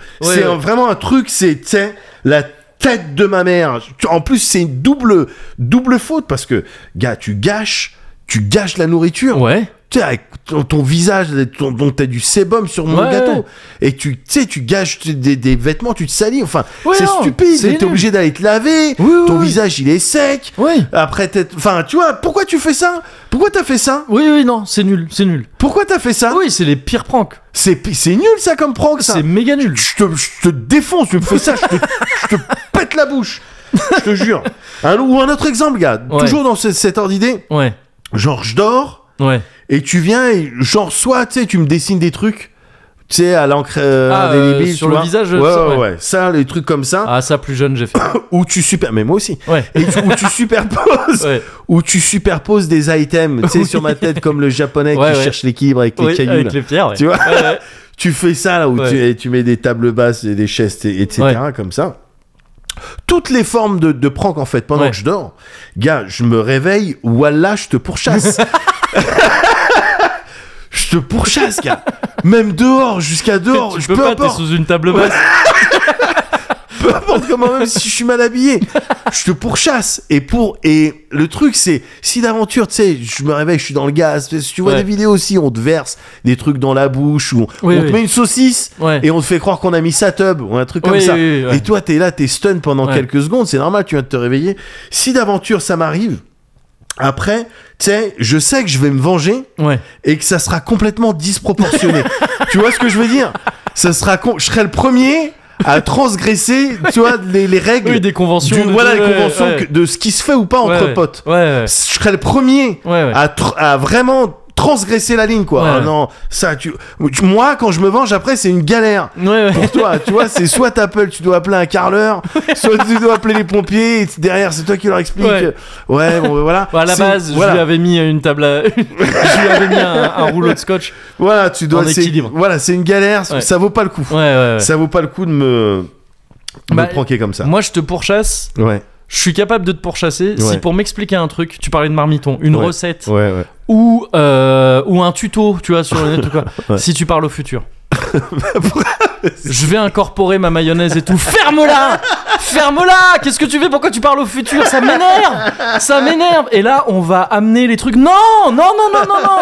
Speaker 1: ouais.
Speaker 2: c'est un- vraiment un truc, c'est tu sais, la tête de ma mère. Tu- En plus, c'est une double, double faute parce que, gars, tu gâches, tu gâches la nourriture
Speaker 1: Ouais.
Speaker 2: tu sais, avec ton, ton visage, ton, dont t'as du sébum sur mon
Speaker 1: Ouais.
Speaker 2: gâteau, et tu tu sais, tu gâches tu- des, des vêtements, tu te salis, enfin,
Speaker 1: Ouais,
Speaker 2: c'est
Speaker 1: non,
Speaker 2: stupide,
Speaker 1: c'est
Speaker 2: t'es
Speaker 1: nul.
Speaker 2: obligé d'aller te laver,
Speaker 1: Oui, oui,
Speaker 2: ton
Speaker 1: oui.
Speaker 2: visage il est sec,
Speaker 1: Ouais.
Speaker 2: après t'es, enfin, tu vois, pourquoi tu fais ça Pourquoi t'as fait ça
Speaker 1: Oui, oui, non, c'est nul, c'est nul.
Speaker 2: Pourquoi t'as fait ça
Speaker 1: Oui, c'est les pires pranks.
Speaker 2: C'est Ah. c'est nul ça comme prank ça.
Speaker 1: C'est méga nul.
Speaker 2: Je te, je te défonce, tu me fais ça, je te, je te pète la bouche. Je te jure. Un, ou un autre exemple, gars.
Speaker 1: Ouais.
Speaker 2: Toujours dans ce- cet ordre d'idée.
Speaker 1: Ouais,
Speaker 2: Genre, je dors,
Speaker 1: ouais.
Speaker 2: et tu viens et genre soit tu sais tu me dessines des trucs tu sais à l'encre euh,
Speaker 1: Ah, euh,
Speaker 2: indélébile
Speaker 1: sur
Speaker 2: tu
Speaker 1: le
Speaker 2: vois.
Speaker 1: visage,
Speaker 2: ouais,
Speaker 1: ça,
Speaker 2: ouais,
Speaker 1: ouais.
Speaker 2: ouais. ça les trucs comme ça
Speaker 1: Ah, ça, plus jeune, j'ai fait.
Speaker 2: où tu super mais moi aussi
Speaker 1: Ouais.
Speaker 2: et tu- où tu superposes
Speaker 1: Ouais.
Speaker 2: où tu superposes des items tu sais
Speaker 1: Oui.
Speaker 2: sur ma tête comme le japonais
Speaker 1: Ouais,
Speaker 2: qui
Speaker 1: ouais.
Speaker 2: cherche l'équilibre avec les
Speaker 1: Oui,
Speaker 2: cailloux
Speaker 1: avec
Speaker 2: là.
Speaker 1: les pierres, ouais.
Speaker 2: tu vois
Speaker 1: Ouais, ouais.
Speaker 2: tu fais ça là où
Speaker 1: Ouais.
Speaker 2: tu, et tu mets des tables basses et des chaises et- etc
Speaker 1: Ouais.
Speaker 2: comme ça toutes les formes de, de prank en fait pendant
Speaker 1: Ouais.
Speaker 2: que je dors gars je me réveille voilà je te pourchasse je te pourchasse gars même dehors jusqu'à dehors
Speaker 1: Tu
Speaker 2: je
Speaker 1: peux
Speaker 2: peux
Speaker 1: pas, t'es
Speaker 2: importe
Speaker 1: sous une table basse.
Speaker 2: peu importe comment même si je suis mal habillé je te pourchasse et pour et le truc c'est si d'aventure tu sais je me réveille je suis dans le gaz tu vois
Speaker 1: Ouais.
Speaker 2: des vidéos aussi on te verse des trucs dans la bouche ou on,
Speaker 1: Oui,
Speaker 2: on
Speaker 1: oui.
Speaker 2: te met une saucisse
Speaker 1: Ouais.
Speaker 2: et on te fait croire qu'on a mis sa tub ou un truc comme
Speaker 1: Oui,
Speaker 2: ça
Speaker 1: oui, oui, ouais.
Speaker 2: et toi t'es là t'es stun pendant
Speaker 1: Ouais.
Speaker 2: quelques secondes c'est normal tu viens de te réveiller si d'aventure ça m'arrive après, tu sais, je sais que je vais me venger,
Speaker 1: Ouais.
Speaker 2: et que ça sera complètement disproportionné. tu vois ce que je veux dire Ça sera con- je serai le premier à transgresser, tu vois, les, les règles
Speaker 1: Oui, des conventions.
Speaker 2: d'une-
Speaker 1: de
Speaker 2: voilà
Speaker 1: tout,
Speaker 2: les
Speaker 1: ouais,
Speaker 2: conventions
Speaker 1: ouais.
Speaker 2: que- de ce qui se fait ou pas
Speaker 1: Ouais,
Speaker 2: entre
Speaker 1: ouais.
Speaker 2: potes.
Speaker 1: Ouais, ouais.
Speaker 2: Je serai le premier
Speaker 1: Ouais, ouais.
Speaker 2: À, tr- à vraiment transgresser la ligne, quoi.
Speaker 1: Ouais.
Speaker 2: Ah non, ça, tu... Moi, quand je me venge, après, c'est une galère.
Speaker 1: Ouais, ouais.
Speaker 2: Pour toi, tu vois, c'est soit t'appelles, tu dois appeler un carreleur, soit tu dois appeler les pompiers, et derrière, c'est toi qui leur explique.
Speaker 1: Ouais.
Speaker 2: Ouais, bon, ben, voilà.
Speaker 1: Bon, Bah, à la
Speaker 2: C'est-
Speaker 1: base,
Speaker 2: voilà.
Speaker 1: je lui avais mis une table à... je lui avais mis un, un rouleau de scotch.
Speaker 2: Voilà, tu dois.
Speaker 1: En
Speaker 2: c'est-
Speaker 1: équilibre.
Speaker 2: Voilà, c'est une galère.
Speaker 1: Ouais.
Speaker 2: Ça vaut pas le coup.
Speaker 1: Ouais, ouais, ouais.
Speaker 2: Ça vaut pas le coup de me me
Speaker 1: Bah,
Speaker 2: pranker comme ça.
Speaker 1: Moi, je te pourchasse.
Speaker 2: Ouais,
Speaker 1: Je suis capable de te pourchasser si
Speaker 2: Ouais.
Speaker 1: pour m'expliquer un truc, tu parlais de marmiton, une
Speaker 2: Ouais.
Speaker 1: recette
Speaker 2: ouais, ouais.
Speaker 1: ou euh, ou un tuto, tu vois, sur le net ou quoi. Si tu parles au futur.
Speaker 2: Bah,
Speaker 1: je vais incorporer ma mayonnaise et tout. Ferme-la Ferme-la Qu'est-ce que tu fais Pourquoi tu parles au futur Ça m'énerve Ça m'énerve Et là, on va amener les trucs. Non Non, non, non, non, non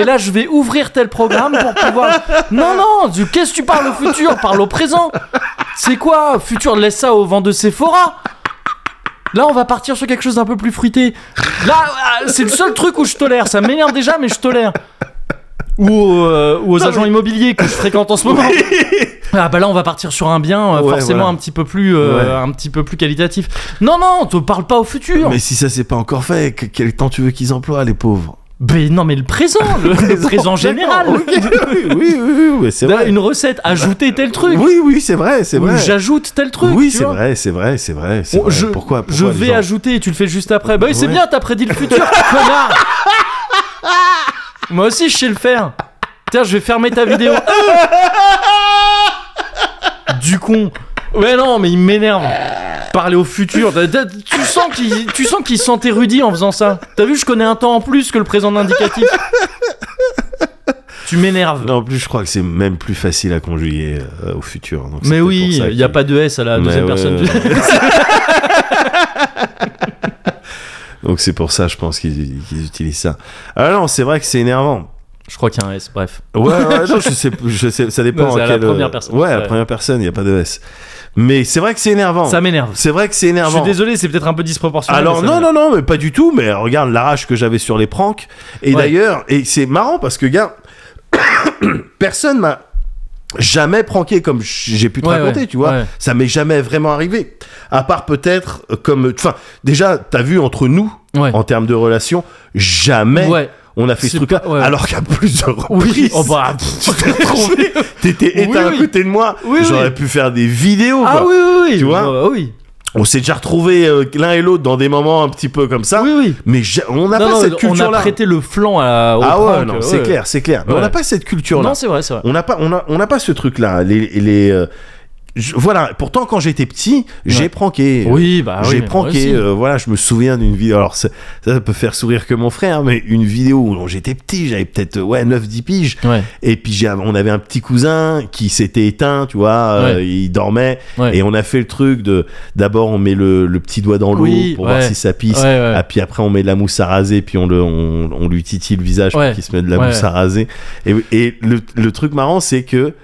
Speaker 1: Et là, je vais ouvrir tel programme pour pouvoir. Non, non tu- Qu'est-ce que tu parles au futur Parle au présent C'est quoi Futur, laisse ça au vent de Sephora Là, on va partir sur quelque chose d'un peu plus fruité. Là, ah, c'est le seul truc où je tolère. Ça m'énerve déjà, mais je tolère. Ou, aux, euh, ou aux agents immobiliers que je fréquente en ce moment. Ah bah là, on va partir sur un bien euh,
Speaker 2: Ouais,
Speaker 1: forcément
Speaker 2: voilà.
Speaker 1: un petit peu plus, euh,
Speaker 2: Ouais.
Speaker 1: un petit peu plus qualitatif. Non, non, te parle pas au futur. Mais,
Speaker 2: Mais si ça c'est pas encore fait, que- quel temps tu veux qu'ils emploient les pauvres
Speaker 1: non, mais le présent, le, le présent, général.
Speaker 2: D'accord, ok, oui, oui, oui, oui, oui, c'est
Speaker 1: Là,
Speaker 2: vrai.
Speaker 1: Bah, une recette, ajouter tel truc.
Speaker 2: Oui, oui, c'est vrai, c'est
Speaker 1: Ou
Speaker 2: vrai.
Speaker 1: j'ajoute tel truc.
Speaker 2: oui,
Speaker 1: tu
Speaker 2: c'est
Speaker 1: vois.
Speaker 2: vrai, c'est vrai, c'est vrai. c'est
Speaker 1: On-
Speaker 2: vrai.
Speaker 1: Oh, je,
Speaker 2: pourquoi, pourquoi
Speaker 1: je
Speaker 2: les
Speaker 1: vais
Speaker 2: gens-
Speaker 1: ajouter et tu le fais juste après. Bah oui, c'est
Speaker 2: Ouais.
Speaker 1: bien, t'as prédit le futur, connard Moi aussi, je sais le faire. Tiens, je vais fermer ta vidéo. du con. Ouais, non, mais il m'énerve. Parler au futur. T'as- t'as- Tu sens qu'il tu sens qu'il sentait Rudy en faisant ça. T'as vu, je connais un temps en plus que le présent indicatif. Tu m'énerves.
Speaker 2: Non, en plus, je crois que c'est même plus facile à conjuguer euh, au futur. donc c'est
Speaker 1: Mais
Speaker 2: peut-être
Speaker 1: oui,
Speaker 2: pour ça
Speaker 1: il n'y a
Speaker 2: que-
Speaker 1: pas de S à la
Speaker 2: Mais
Speaker 1: deuxième
Speaker 2: ouais,
Speaker 1: personne. du-
Speaker 2: Donc c'est pour ça, je pense qu'ils qu'ils utilisent ça. Ah non, c'est vrai que c'est énervant.
Speaker 1: Je crois qu'il y a un S, bref.
Speaker 2: Ouais, ouais, non, je sais, je sais, ça dépend.
Speaker 1: Non, c'est
Speaker 2: en
Speaker 1: à la
Speaker 2: quelle-
Speaker 1: première personne.
Speaker 2: Ouais, à la
Speaker 1: Ouais.
Speaker 2: première personne, il n'y a pas de S. Mais c'est vrai que c'est énervant.
Speaker 1: Ça m'énerve.
Speaker 2: C'est vrai que c'est
Speaker 1: Je suis
Speaker 2: énervant.
Speaker 1: désolé, c'est peut-être un peu disproportionné.
Speaker 2: Alors
Speaker 1: mais ça
Speaker 2: non
Speaker 1: m'énerve.
Speaker 2: non non mais pas du tout mais regarde la rage que j'avais sur les pranks et
Speaker 1: Ouais.
Speaker 2: d'ailleurs et c'est marrant parce que gars personne m'a jamais pranké comme j'ai pu te
Speaker 1: Ouais,
Speaker 2: raconter
Speaker 1: ouais,
Speaker 2: tu vois
Speaker 1: ouais.
Speaker 2: ça m'est jamais vraiment arrivé à part peut-être euh, comme enfin déjà t'as vu entre nous
Speaker 1: Ouais.
Speaker 2: en termes de relation jamais
Speaker 1: Ouais.
Speaker 2: on a fait ce
Speaker 1: C'est
Speaker 2: truc là
Speaker 1: pas- ouais.
Speaker 2: alors qu'à plusieurs
Speaker 1: Oui,
Speaker 2: reprises
Speaker 1: oh bah,
Speaker 2: tu t'es retrouvé, t'étais éteint
Speaker 1: Oui, oui.
Speaker 2: à côté de moi
Speaker 1: Oui,
Speaker 2: j'aurais
Speaker 1: oui.
Speaker 2: pu faire des vidéos
Speaker 1: Ah
Speaker 2: quoi.
Speaker 1: oui, oui, oui.
Speaker 2: Tu vois
Speaker 1: Oh, oui.
Speaker 2: on s'est déjà retrouvé l'un et l'autre dans des moments un petit peu comme ça
Speaker 1: Oui, oui.
Speaker 2: mais j'ai- on n'a
Speaker 1: Non,
Speaker 2: pas
Speaker 1: non,
Speaker 2: cette
Speaker 1: on a
Speaker 2: culture-là.
Speaker 1: prêté le flanc à, au
Speaker 2: Ah ouais,
Speaker 1: prank, euh,
Speaker 2: non,
Speaker 1: ouais.
Speaker 2: c'est clair, c'est clair. Mais
Speaker 1: Ouais.
Speaker 2: on n'a pas cette culture-là.
Speaker 1: Non, c'est vrai, c'est vrai.
Speaker 2: On n'a pas, on a, on n'a pas ce truc-là. Les, les, euh, je- voilà. Pourtant, quand j'étais petit,
Speaker 1: Ouais.
Speaker 2: j'ai pranké. Euh,
Speaker 1: Oui, bah oui.
Speaker 2: j'ai
Speaker 1: mais
Speaker 2: pranké.
Speaker 1: moi aussi.
Speaker 2: euh, voilà, je me souviens d'une vidéo. Alors, c'est- ça, peut faire sourire que mon frère, mais une vidéo où j'étais petit, j'avais peut-être euh, ouais 9-10 piges.
Speaker 1: Ouais.
Speaker 2: Et puis j'ai- on avait un petit cousin qui s'était éteint, tu vois, euh,
Speaker 1: Ouais.
Speaker 2: il dormait.
Speaker 1: Ouais.
Speaker 2: Et on a fait le truc de d'abord on met le, le petit doigt dans l'eau
Speaker 1: Oui,
Speaker 2: pour
Speaker 1: ouais.
Speaker 2: voir si ça pisse.
Speaker 1: Ouais, ouais.
Speaker 2: Ah, puis après on met de la mousse à raser, puis on, le, on, on lui titille le visage
Speaker 1: Ouais.
Speaker 2: pour qu'il se mette de la
Speaker 1: Ouais,
Speaker 2: mousse
Speaker 1: ouais.
Speaker 2: à raser. Et, et le, le truc marrant, c'est que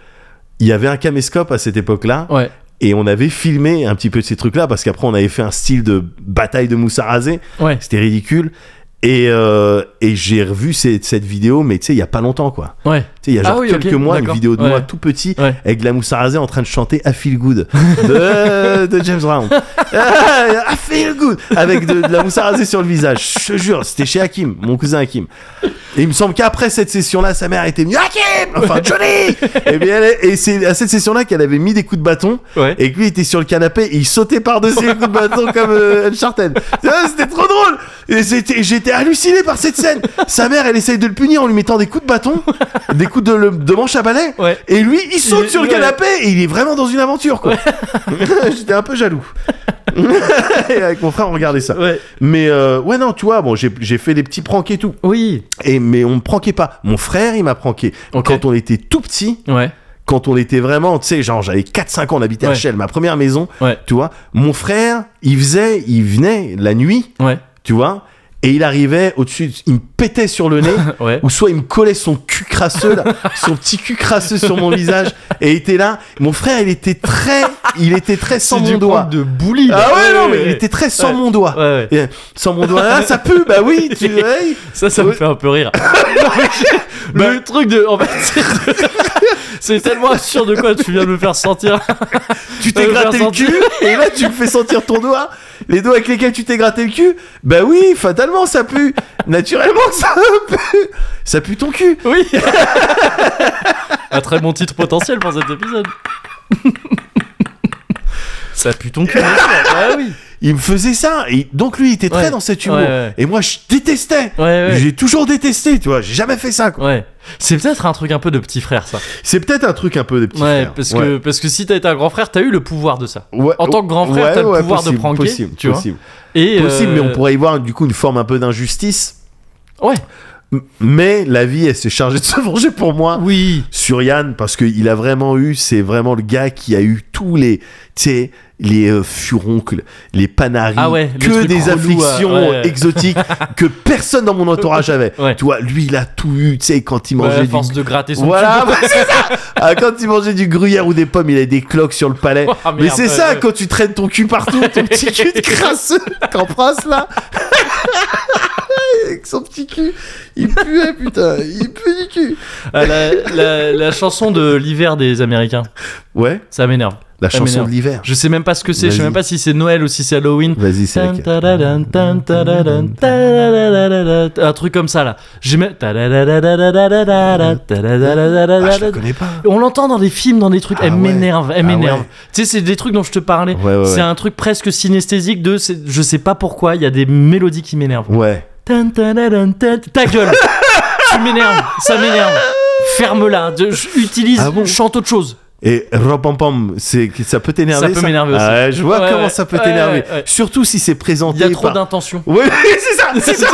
Speaker 2: il y avait un caméscope à cette époque-là.
Speaker 1: Ouais.
Speaker 2: Et on avait filmé un petit peu de ces trucs-là parce qu'après on avait fait un style de bataille de mousse à raser.
Speaker 1: Ouais.
Speaker 2: C'était ridicule. Et, euh, et j'ai revu ces- cette vidéo, mais tu sais, il y a pas longtemps quoi.
Speaker 1: Ouais.
Speaker 2: Tu sais, il y a
Speaker 1: Ah
Speaker 2: genre
Speaker 1: oui, ok,
Speaker 2: quelques mois, une
Speaker 1: d'accord.
Speaker 2: vidéo de
Speaker 1: Ouais.
Speaker 2: moi tout petit,
Speaker 1: Ouais.
Speaker 2: avec de la mousse à raser en train de chanter I Feel Good de, de James Brown. Ah, I Feel Good Avec de, de la mousse à raser sur le visage. Je te jure, c'était chez Hakim, mon cousin Hakim. Et il me semble qu'après cette session-là, sa mère était venue Hakim Enfin, Johnny Et, bien, elle- et c'est à cette session-là qu'elle avait mis des coups de bâton
Speaker 1: Ouais.
Speaker 2: et que lui était sur le canapé et il sautait par-dessus les coups de bâton comme euh, Uncharted. Ah, C'était trop drôle Et c'était- J'étais halluciné par cette scène Sa mère, elle essaye de le punir en lui mettant des coups de bâton, des coups de, le- de manche à balai,
Speaker 1: Ouais.
Speaker 2: et lui, il saute
Speaker 1: Il-
Speaker 2: sur le
Speaker 1: ouais.
Speaker 2: canapé et il est vraiment dans une aventure, quoi. J'étais un peu jaloux. et avec mon frère, on regardait ça.
Speaker 1: Ouais.
Speaker 2: Mais euh, ouais, non, tu vois, bon, j'ai j'ai fait des petits pranks et tout.
Speaker 1: Oui.
Speaker 2: Et, mais on me pranquait pas. Mon frère, il m'a pranké.
Speaker 1: Ok.
Speaker 2: Quand on était tout petit,
Speaker 1: Ouais.
Speaker 2: quand on était vraiment, tu sais, genre j'avais 4-5 ans, on habitait
Speaker 1: Ouais.
Speaker 2: à Chelles, ma première maison,
Speaker 1: Ouais.
Speaker 2: tu vois. Mon frère, il faisait, il venait la nuit,
Speaker 1: Ouais.
Speaker 2: tu vois, et il arrivait au-dessus, il me pétait sur le nez,
Speaker 1: Ouais.
Speaker 2: ou soit il me collait son cul crasseux, là, son petit cul crasseux sur mon visage, et il était là. Mon frère, il était très, il était très sans mon doigt.
Speaker 1: prank de bully. là.
Speaker 2: Ah ouais, non, mais il
Speaker 1: ouais.
Speaker 2: était très sans
Speaker 1: Ouais.
Speaker 2: mon doigt.
Speaker 1: Ouais, ouais.
Speaker 2: Et, sans mon doigt, ah, ça pue, bah oui, tu ouais.
Speaker 1: Ça, ça me
Speaker 2: Ouais.
Speaker 1: fait un peu rire. Non, mais-
Speaker 2: Bah-
Speaker 1: le truc de. En fait, c'est- C'est tellement absurde de quoi tu viens de me faire sentir.
Speaker 2: tu t'es
Speaker 1: Euh,
Speaker 2: gratté le
Speaker 1: Vincent-
Speaker 2: cul et là tu me fais sentir ton doigt, les doigts avec lesquels tu t'es gratté le cul. Bah oui, fatalement ça pue, naturellement ça pue, ça pue ton cul.
Speaker 1: Oui. Un très bon titre potentiel pour cet épisode. Ça pue ton cul. Ah oui.
Speaker 2: Il me faisait ça et donc lui il était très
Speaker 1: Ouais.
Speaker 2: dans cet humour
Speaker 1: Ouais, ouais.
Speaker 2: et moi je détestais.
Speaker 1: Ouais, ouais.
Speaker 2: J'ai toujours détesté, tu vois, j'ai jamais fait ça. quoi.
Speaker 1: Ouais. C'est peut-être un truc un peu de petit frère, ça.
Speaker 2: C'est peut-être un truc un peu des petits
Speaker 1: ouais,
Speaker 2: frères.
Speaker 1: parce que parce que si t'as été un grand frère, t'as eu le pouvoir de ça.
Speaker 2: Ouais,
Speaker 1: en tant que grand frère,
Speaker 2: ouais,
Speaker 1: t'as le
Speaker 2: ouais,
Speaker 1: pouvoir
Speaker 2: possible,
Speaker 1: de pranker.
Speaker 2: Possible,
Speaker 1: tu vois.
Speaker 2: possible.
Speaker 1: Et
Speaker 2: Possible, mais
Speaker 1: euh,
Speaker 2: on pourrait y voir du coup une forme un peu d'injustice.
Speaker 1: Ouais.
Speaker 2: M- Mais la vie, elle s'est chargée de se venger pour moi.
Speaker 1: Oui.
Speaker 2: sur Yann parce qu'il a vraiment eu, c'est vraiment le gars qui a eu tous les, tu sais, les euh, furoncles, les panaris,
Speaker 1: Ah ouais, les
Speaker 2: que
Speaker 1: trucs
Speaker 2: des
Speaker 1: relous,
Speaker 2: afflictions
Speaker 1: ouais, euh, ouais.
Speaker 2: exotiques que personne dans mon entourage avait.
Speaker 1: Ouais.
Speaker 2: Tu vois, lui, il a tout eu, tu sais, quand il
Speaker 1: Bah,
Speaker 2: mangeait
Speaker 1: à
Speaker 2: du...
Speaker 1: force de gratter son
Speaker 2: Voilà, bah, c'est ça. Ah, quand il mangeait du gruyère ou des pommes, il avait des cloques sur le palais.
Speaker 1: Oh, merde,
Speaker 2: Mais c'est
Speaker 1: ouais,
Speaker 2: ça,
Speaker 1: ouais.
Speaker 2: quand tu traînes ton cul partout, ton petit cul de crasseux, qu'en prince là. Avec son petit cul, il puait putain, il puait du cul.
Speaker 1: cul. Ah, la, la- la chanson de l'hiver des Américains,
Speaker 2: Ouais,
Speaker 1: ça m'énerve.
Speaker 2: la
Speaker 1: Ça
Speaker 2: chanson
Speaker 1: m'énerve.
Speaker 2: de l'hiver.
Speaker 1: Je sais même pas ce que c'est. Je sais
Speaker 2: Vas-y.
Speaker 1: même pas si c'est Noël ou si c'est Halloween.
Speaker 2: Vas-y, c'est
Speaker 1: Tan,
Speaker 2: laquelle
Speaker 1: taradan, tan, taradan, taradan, un truc comme ça là. J'ai même- Taradan,
Speaker 2: ah, Je la
Speaker 1: taradan,
Speaker 2: connais pas.
Speaker 1: On l'entend dans des films, dans des trucs.
Speaker 2: Ah
Speaker 1: elle
Speaker 2: ouais.
Speaker 1: m'énerve, elle
Speaker 2: Ah
Speaker 1: m'énerve.
Speaker 2: ouais.
Speaker 1: Tu sais, c'est des trucs dont je te parlais.
Speaker 2: Ouais, ouais, ouais.
Speaker 1: C'est un truc presque synesthésique de. c'est- Je sais pas pourquoi, il y a des mélodies qui m'énervent.
Speaker 2: Ouais.
Speaker 1: Tan, taradan, tan- Ta gueule Tu m'énerves, ça m'énerve. Ferme-la. Je- je- Utilise,
Speaker 2: Ah bon
Speaker 1: chante autre chose.
Speaker 2: Et ropampam, c'est ça peut t'énerver.
Speaker 1: Ça peut m'énerver aussi.
Speaker 2: Ah ouais, je vois
Speaker 1: Ouais,
Speaker 2: comment
Speaker 1: ouais.
Speaker 2: ça peut
Speaker 1: Ouais,
Speaker 2: t'énerver.
Speaker 1: ouais, ouais.
Speaker 2: Surtout si c'est présenté
Speaker 1: Il y a trop
Speaker 2: par-
Speaker 1: d'intention.
Speaker 2: Oui, c'est ça, c'est ça.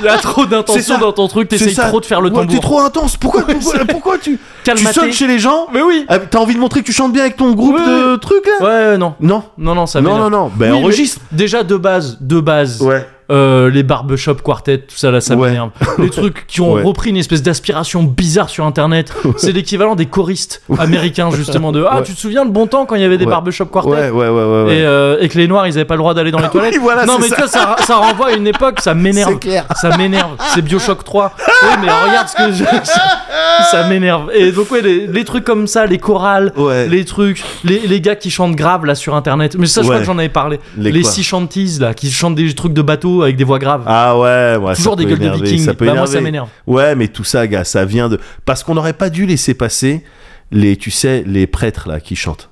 Speaker 1: Il y a trop
Speaker 2: C'est ça.
Speaker 1: d'intention dans ton truc,
Speaker 2: C'est
Speaker 1: t'essayes
Speaker 2: ça.
Speaker 1: trop de faire le
Speaker 2: Ouais,
Speaker 1: tambour.
Speaker 2: T'es trop intense. Pourquoi, pourquoi, pourquoi tu, tu
Speaker 1: Calme-toi.
Speaker 2: sonnes chez les gens
Speaker 1: Mais oui
Speaker 2: Ah, T'as envie de montrer que tu chantes bien avec ton groupe
Speaker 1: Ouais.
Speaker 2: de trucs là
Speaker 1: Ouais, ouais, non.
Speaker 2: Non.
Speaker 1: Non, non, ça
Speaker 2: Non, non,
Speaker 1: m'énerve.
Speaker 2: non. Ben
Speaker 1: Oui, mais
Speaker 2: enregistre.
Speaker 1: Déjà, de base, de base,
Speaker 2: Ouais.
Speaker 1: euh, les barbershop quartet, tout ça, là, ça
Speaker 2: Ouais.
Speaker 1: m'énerve. Les trucs qui ont
Speaker 2: Ouais.
Speaker 1: repris une espèce d'aspiration bizarre sur Internet, c'est l'équivalent des choristes américains, justement, de « Ah,
Speaker 2: Ouais.
Speaker 1: tu te souviens le bon temps quand il y avait des
Speaker 2: Ouais.
Speaker 1: barbershop quartet
Speaker 2: Ouais, ouais, ouais, ouais. ouais. Ah
Speaker 1: Et, euh, et que les noirs ils avaient pas le droit d'aller dans les toilettes.
Speaker 2: voilà,
Speaker 1: non
Speaker 2: c'est
Speaker 1: mais
Speaker 2: ça.
Speaker 1: tu vois ça, ça renvoie à une époque, ça m'énerve.
Speaker 2: C'est clair.
Speaker 1: Ça m'énerve. C'est Bioshock 3. Oui mais regarde ce que je... ça, ça m'énerve. Et donc ouais les, les trucs comme ça, les chorales,
Speaker 2: Ouais.
Speaker 1: euh, les trucs, les, les gars qui chantent grave là sur internet. Mais ça je
Speaker 2: Ouais.
Speaker 1: crois que j'en avais parlé.
Speaker 2: Les
Speaker 1: Les
Speaker 2: quoi
Speaker 1: six chantises là qui chantent des trucs de bateau avec des voix graves.
Speaker 2: Ah ouais, ouais, ça
Speaker 1: Toujours des
Speaker 2: peut
Speaker 1: gueules de
Speaker 2: énerver,
Speaker 1: vikings.
Speaker 2: Ça peut
Speaker 1: Bah, moi,
Speaker 2: énerver.
Speaker 1: ça m'énerve.
Speaker 2: Ouais, mais tout ça, gars, ça vient de parce qu'on n'aurait pas dû laisser passer les, tu sais, les prêtres là qui chantent.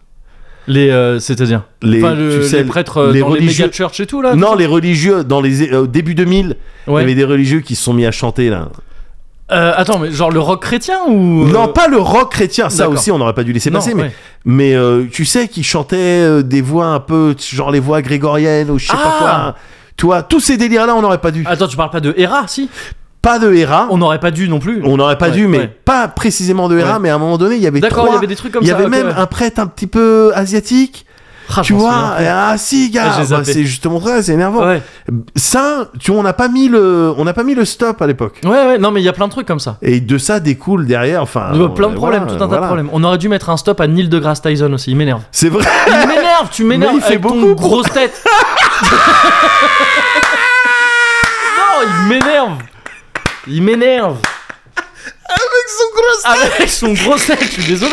Speaker 1: Les euh, c'est-à-dire
Speaker 2: Les,
Speaker 1: Enfin, le-
Speaker 2: tu sais,
Speaker 1: les prêtres euh, dans les méga church et tout là.
Speaker 2: Non, les religieux dans les euh, au début 2000, il y
Speaker 1: Ouais.
Speaker 2: avait des religieux qui se sont mis à chanter là.
Speaker 1: Euh, attends mais genre le rock chrétien ou
Speaker 2: Non, pas le rock chrétien, ça
Speaker 1: Euh, d'accord.
Speaker 2: aussi on n'aurait pas dû laisser
Speaker 1: Non,
Speaker 2: passer, mais
Speaker 1: ouais.
Speaker 2: mais euh, tu sais qui chantaient euh, des voix un peu genre les voix grégoriennes ou je sais pas
Speaker 1: Ah
Speaker 2: quoi. hein. Tu vois, tous ces délires là, on n'aurait pas dû.
Speaker 1: Attends, tu parles pas de Hera, si
Speaker 2: Pas de Héra,
Speaker 1: On n'aurait pas dû non plus.
Speaker 2: on n'aurait pas
Speaker 1: Ouais,
Speaker 2: dû, mais
Speaker 1: ouais.
Speaker 2: pas précisément de Héra,
Speaker 1: Ouais.
Speaker 2: mais à un moment donné, il y avait
Speaker 1: D'accord, il y
Speaker 2: trois-
Speaker 1: avait des trucs comme
Speaker 2: Il y
Speaker 1: ça.
Speaker 2: avait
Speaker 1: ok,
Speaker 2: même
Speaker 1: ouais.
Speaker 2: un prêtre un petit peu euh, asiatique,
Speaker 1: Ah, je
Speaker 2: tu
Speaker 1: m'en
Speaker 2: vois. et Ah si, gars,
Speaker 1: Ah, j'ai
Speaker 2: bah,
Speaker 1: zappé.
Speaker 2: c'est justement ça, c'est énervant.
Speaker 1: souviens. Ouais.
Speaker 2: Ça, tu vois, on n'a pas mis le, on n'a pas mis le stop à l'époque.
Speaker 1: ouais, ouais, non, mais il y a plein de trucs comme ça.
Speaker 2: Et de ça découle derrière, enfin,
Speaker 1: Euh,
Speaker 2: on-
Speaker 1: plein de
Speaker 2: Ah, voilà,
Speaker 1: problèmes, tout un tas
Speaker 2: voilà.
Speaker 1: de problèmes. On aurait dû mettre un stop à Neil deGrasse Tyson aussi, il m'énerve.
Speaker 2: C'est vrai.
Speaker 1: Il m'énerve, tu m'énerves
Speaker 2: Mais il fait
Speaker 1: avec
Speaker 2: beaucoup
Speaker 1: ton
Speaker 2: pour-
Speaker 1: grosse tête. non, il m'énerve. Il m'énerve. Avec son grosse tête, je suis désolé.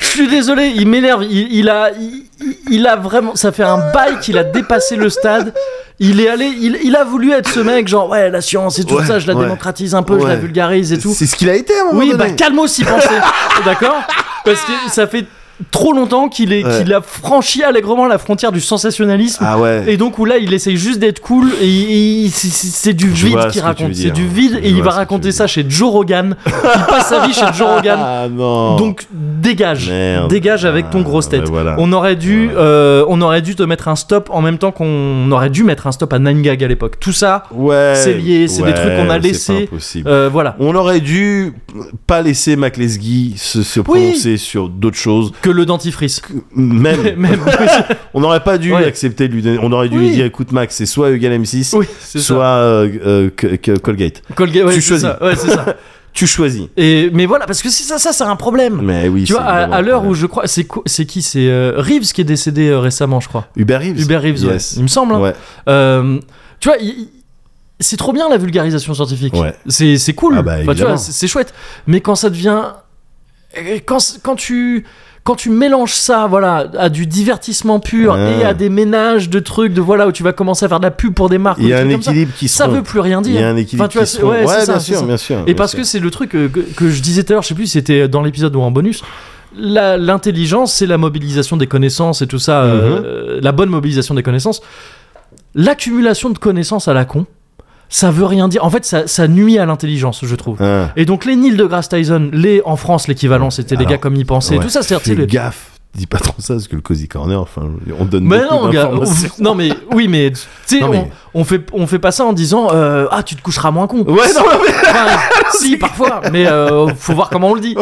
Speaker 1: Je suis désolé, il m'énerve. Il, il a, il, il a vraiment. Ça fait un bail qu'il a dépassé le stade. Il est allé. Il, il a voulu être ce mec, genre, ouais, la science et tout
Speaker 2: Ouais,
Speaker 1: ça, je la
Speaker 2: ouais.
Speaker 1: démocratise un peu, je
Speaker 2: Ouais.
Speaker 1: la vulgarise et tout.
Speaker 2: C'est ce qu'il a été à un moment
Speaker 1: Oui, bah
Speaker 2: donné.
Speaker 1: calme aussi, pensez. D'accord Parce que ça fait trop longtemps qu'il est,
Speaker 2: Ouais.
Speaker 1: qu'il a franchi allègrement la frontière du sensationnalisme.
Speaker 2: ah ouais.
Speaker 1: Et donc où là il essaye juste d'être cool et il- il- c'est- c'est c'est du
Speaker 2: Je
Speaker 1: vide
Speaker 2: vois ce
Speaker 1: qu'il
Speaker 2: que tu veux
Speaker 1: raconte, c'est
Speaker 2: dire.
Speaker 1: du vide
Speaker 2: Je
Speaker 1: et il
Speaker 2: vois
Speaker 1: va
Speaker 2: ce que
Speaker 1: raconter
Speaker 2: tu veux
Speaker 1: ça chez Joe Rogan. Il passe sa vie chez Joe Rogan.
Speaker 2: Ah non.
Speaker 1: Donc dégage,
Speaker 2: Merde.
Speaker 1: dégage avec ton
Speaker 2: Ah,
Speaker 1: grosse
Speaker 2: mais
Speaker 1: tête.
Speaker 2: voilà.
Speaker 1: On aurait dû,
Speaker 2: Voilà.
Speaker 1: euh, on aurait dû te mettre un stop en même temps qu'on aurait dû mettre un stop à Nine Gag à l'époque. Tout ça,
Speaker 2: ouais.
Speaker 1: c'est lié, c'est des
Speaker 2: ouais,
Speaker 1: trucs qu'on a
Speaker 2: c'est
Speaker 1: laissés.
Speaker 2: pas impossible.
Speaker 1: euh, voilà.
Speaker 2: On aurait dû pas laisser McLesguy se, se prononcer sur d'autres choses.
Speaker 1: Que le dentifrice.
Speaker 2: Même,
Speaker 1: Même.
Speaker 2: on n'aurait pas dû
Speaker 1: Ouais.
Speaker 2: accepter de lui donner. On aurait dû lui
Speaker 1: Oui.
Speaker 2: dire, écoute Max, c'est soit Eugène M6,
Speaker 1: Oui, c'est
Speaker 2: soit euh, euh, que- que- Colgate.
Speaker 1: ça. Colgate, ouais,
Speaker 2: tu
Speaker 1: c'est
Speaker 2: choisis.
Speaker 1: ça, ouais, c'est ça.
Speaker 2: Tu choisis.
Speaker 1: Et, mais voilà, parce que c'est ça, ça c'est un problème.
Speaker 2: Mais oui.
Speaker 1: tu
Speaker 2: c'est
Speaker 1: vois, à,
Speaker 2: vraiment
Speaker 1: à l'heure
Speaker 2: un
Speaker 1: où je crois, c'est quoi- c'est qui C'est euh, Reeves qui est décédé euh, récemment, je crois.
Speaker 2: problème. Uber Reeves.
Speaker 1: Hubert Reeves, ouais,
Speaker 2: Yes.
Speaker 1: il me semble. hein.
Speaker 2: Ouais.
Speaker 1: Euh, tu vois, il- il- c'est trop bien la vulgarisation scientifique.
Speaker 2: Ouais.
Speaker 1: C'est c'est cool.
Speaker 2: Ah bah,
Speaker 1: Enfin, tu
Speaker 2: évidemment.
Speaker 1: vois, c'est c'est chouette. Mais quand ça devient et quand, c- quand tu quand tu mélanges ça voilà à du divertissement pur
Speaker 2: Ah.
Speaker 1: et à des ménages de trucs de voilà où tu vas commencer à faire de la pub pour des marques
Speaker 2: Il y
Speaker 1: ou des
Speaker 2: a un
Speaker 1: trucs comme ça,
Speaker 2: équilibre qui se
Speaker 1: ça
Speaker 2: rompt.
Speaker 1: veut plus rien dire
Speaker 2: Il y a un équilibre
Speaker 1: Enfin, tu vois,
Speaker 2: qui
Speaker 1: c'est-
Speaker 2: se rompt.
Speaker 1: ouais, c'est ça,
Speaker 2: bien
Speaker 1: c'est
Speaker 2: sûr,
Speaker 1: ça.
Speaker 2: bien sûr.
Speaker 1: et parce que c'est le truc euh, que, que je disais tout à l'heure je sais plus si c'était dans l'épisode ou en bonus la- l'intelligence c'est la mobilisation des connaissances et tout ça euh,
Speaker 2: Mhm.
Speaker 1: la bonne mobilisation des connaissances l'accumulation de connaissances à la con ça veut rien dire en fait ça, ça nuit à l'intelligence je trouve
Speaker 2: Ah.
Speaker 1: et donc les Neil deGrasse Tyson, les en France l'équivalent, c'était les
Speaker 2: Alors,
Speaker 1: gars comme y pensaient,
Speaker 2: Ouais,
Speaker 1: tout ça, c'est-à-dire,
Speaker 2: fais
Speaker 1: tu sais, les-
Speaker 2: gaffe, dis pas trop ça parce que le cozy corner, enfin, on donne
Speaker 1: Mais
Speaker 2: beaucoup
Speaker 1: non, gars,
Speaker 2: d'informations.
Speaker 1: on- non mais oui mais tu sais,
Speaker 2: Non, mais-
Speaker 1: on, on fait on fait pas ça en disant euh, ah tu te coucheras moins con.
Speaker 2: Ouais, non, mais
Speaker 1: Enfin, si parfois, mais euh, faut voir comment on le dit.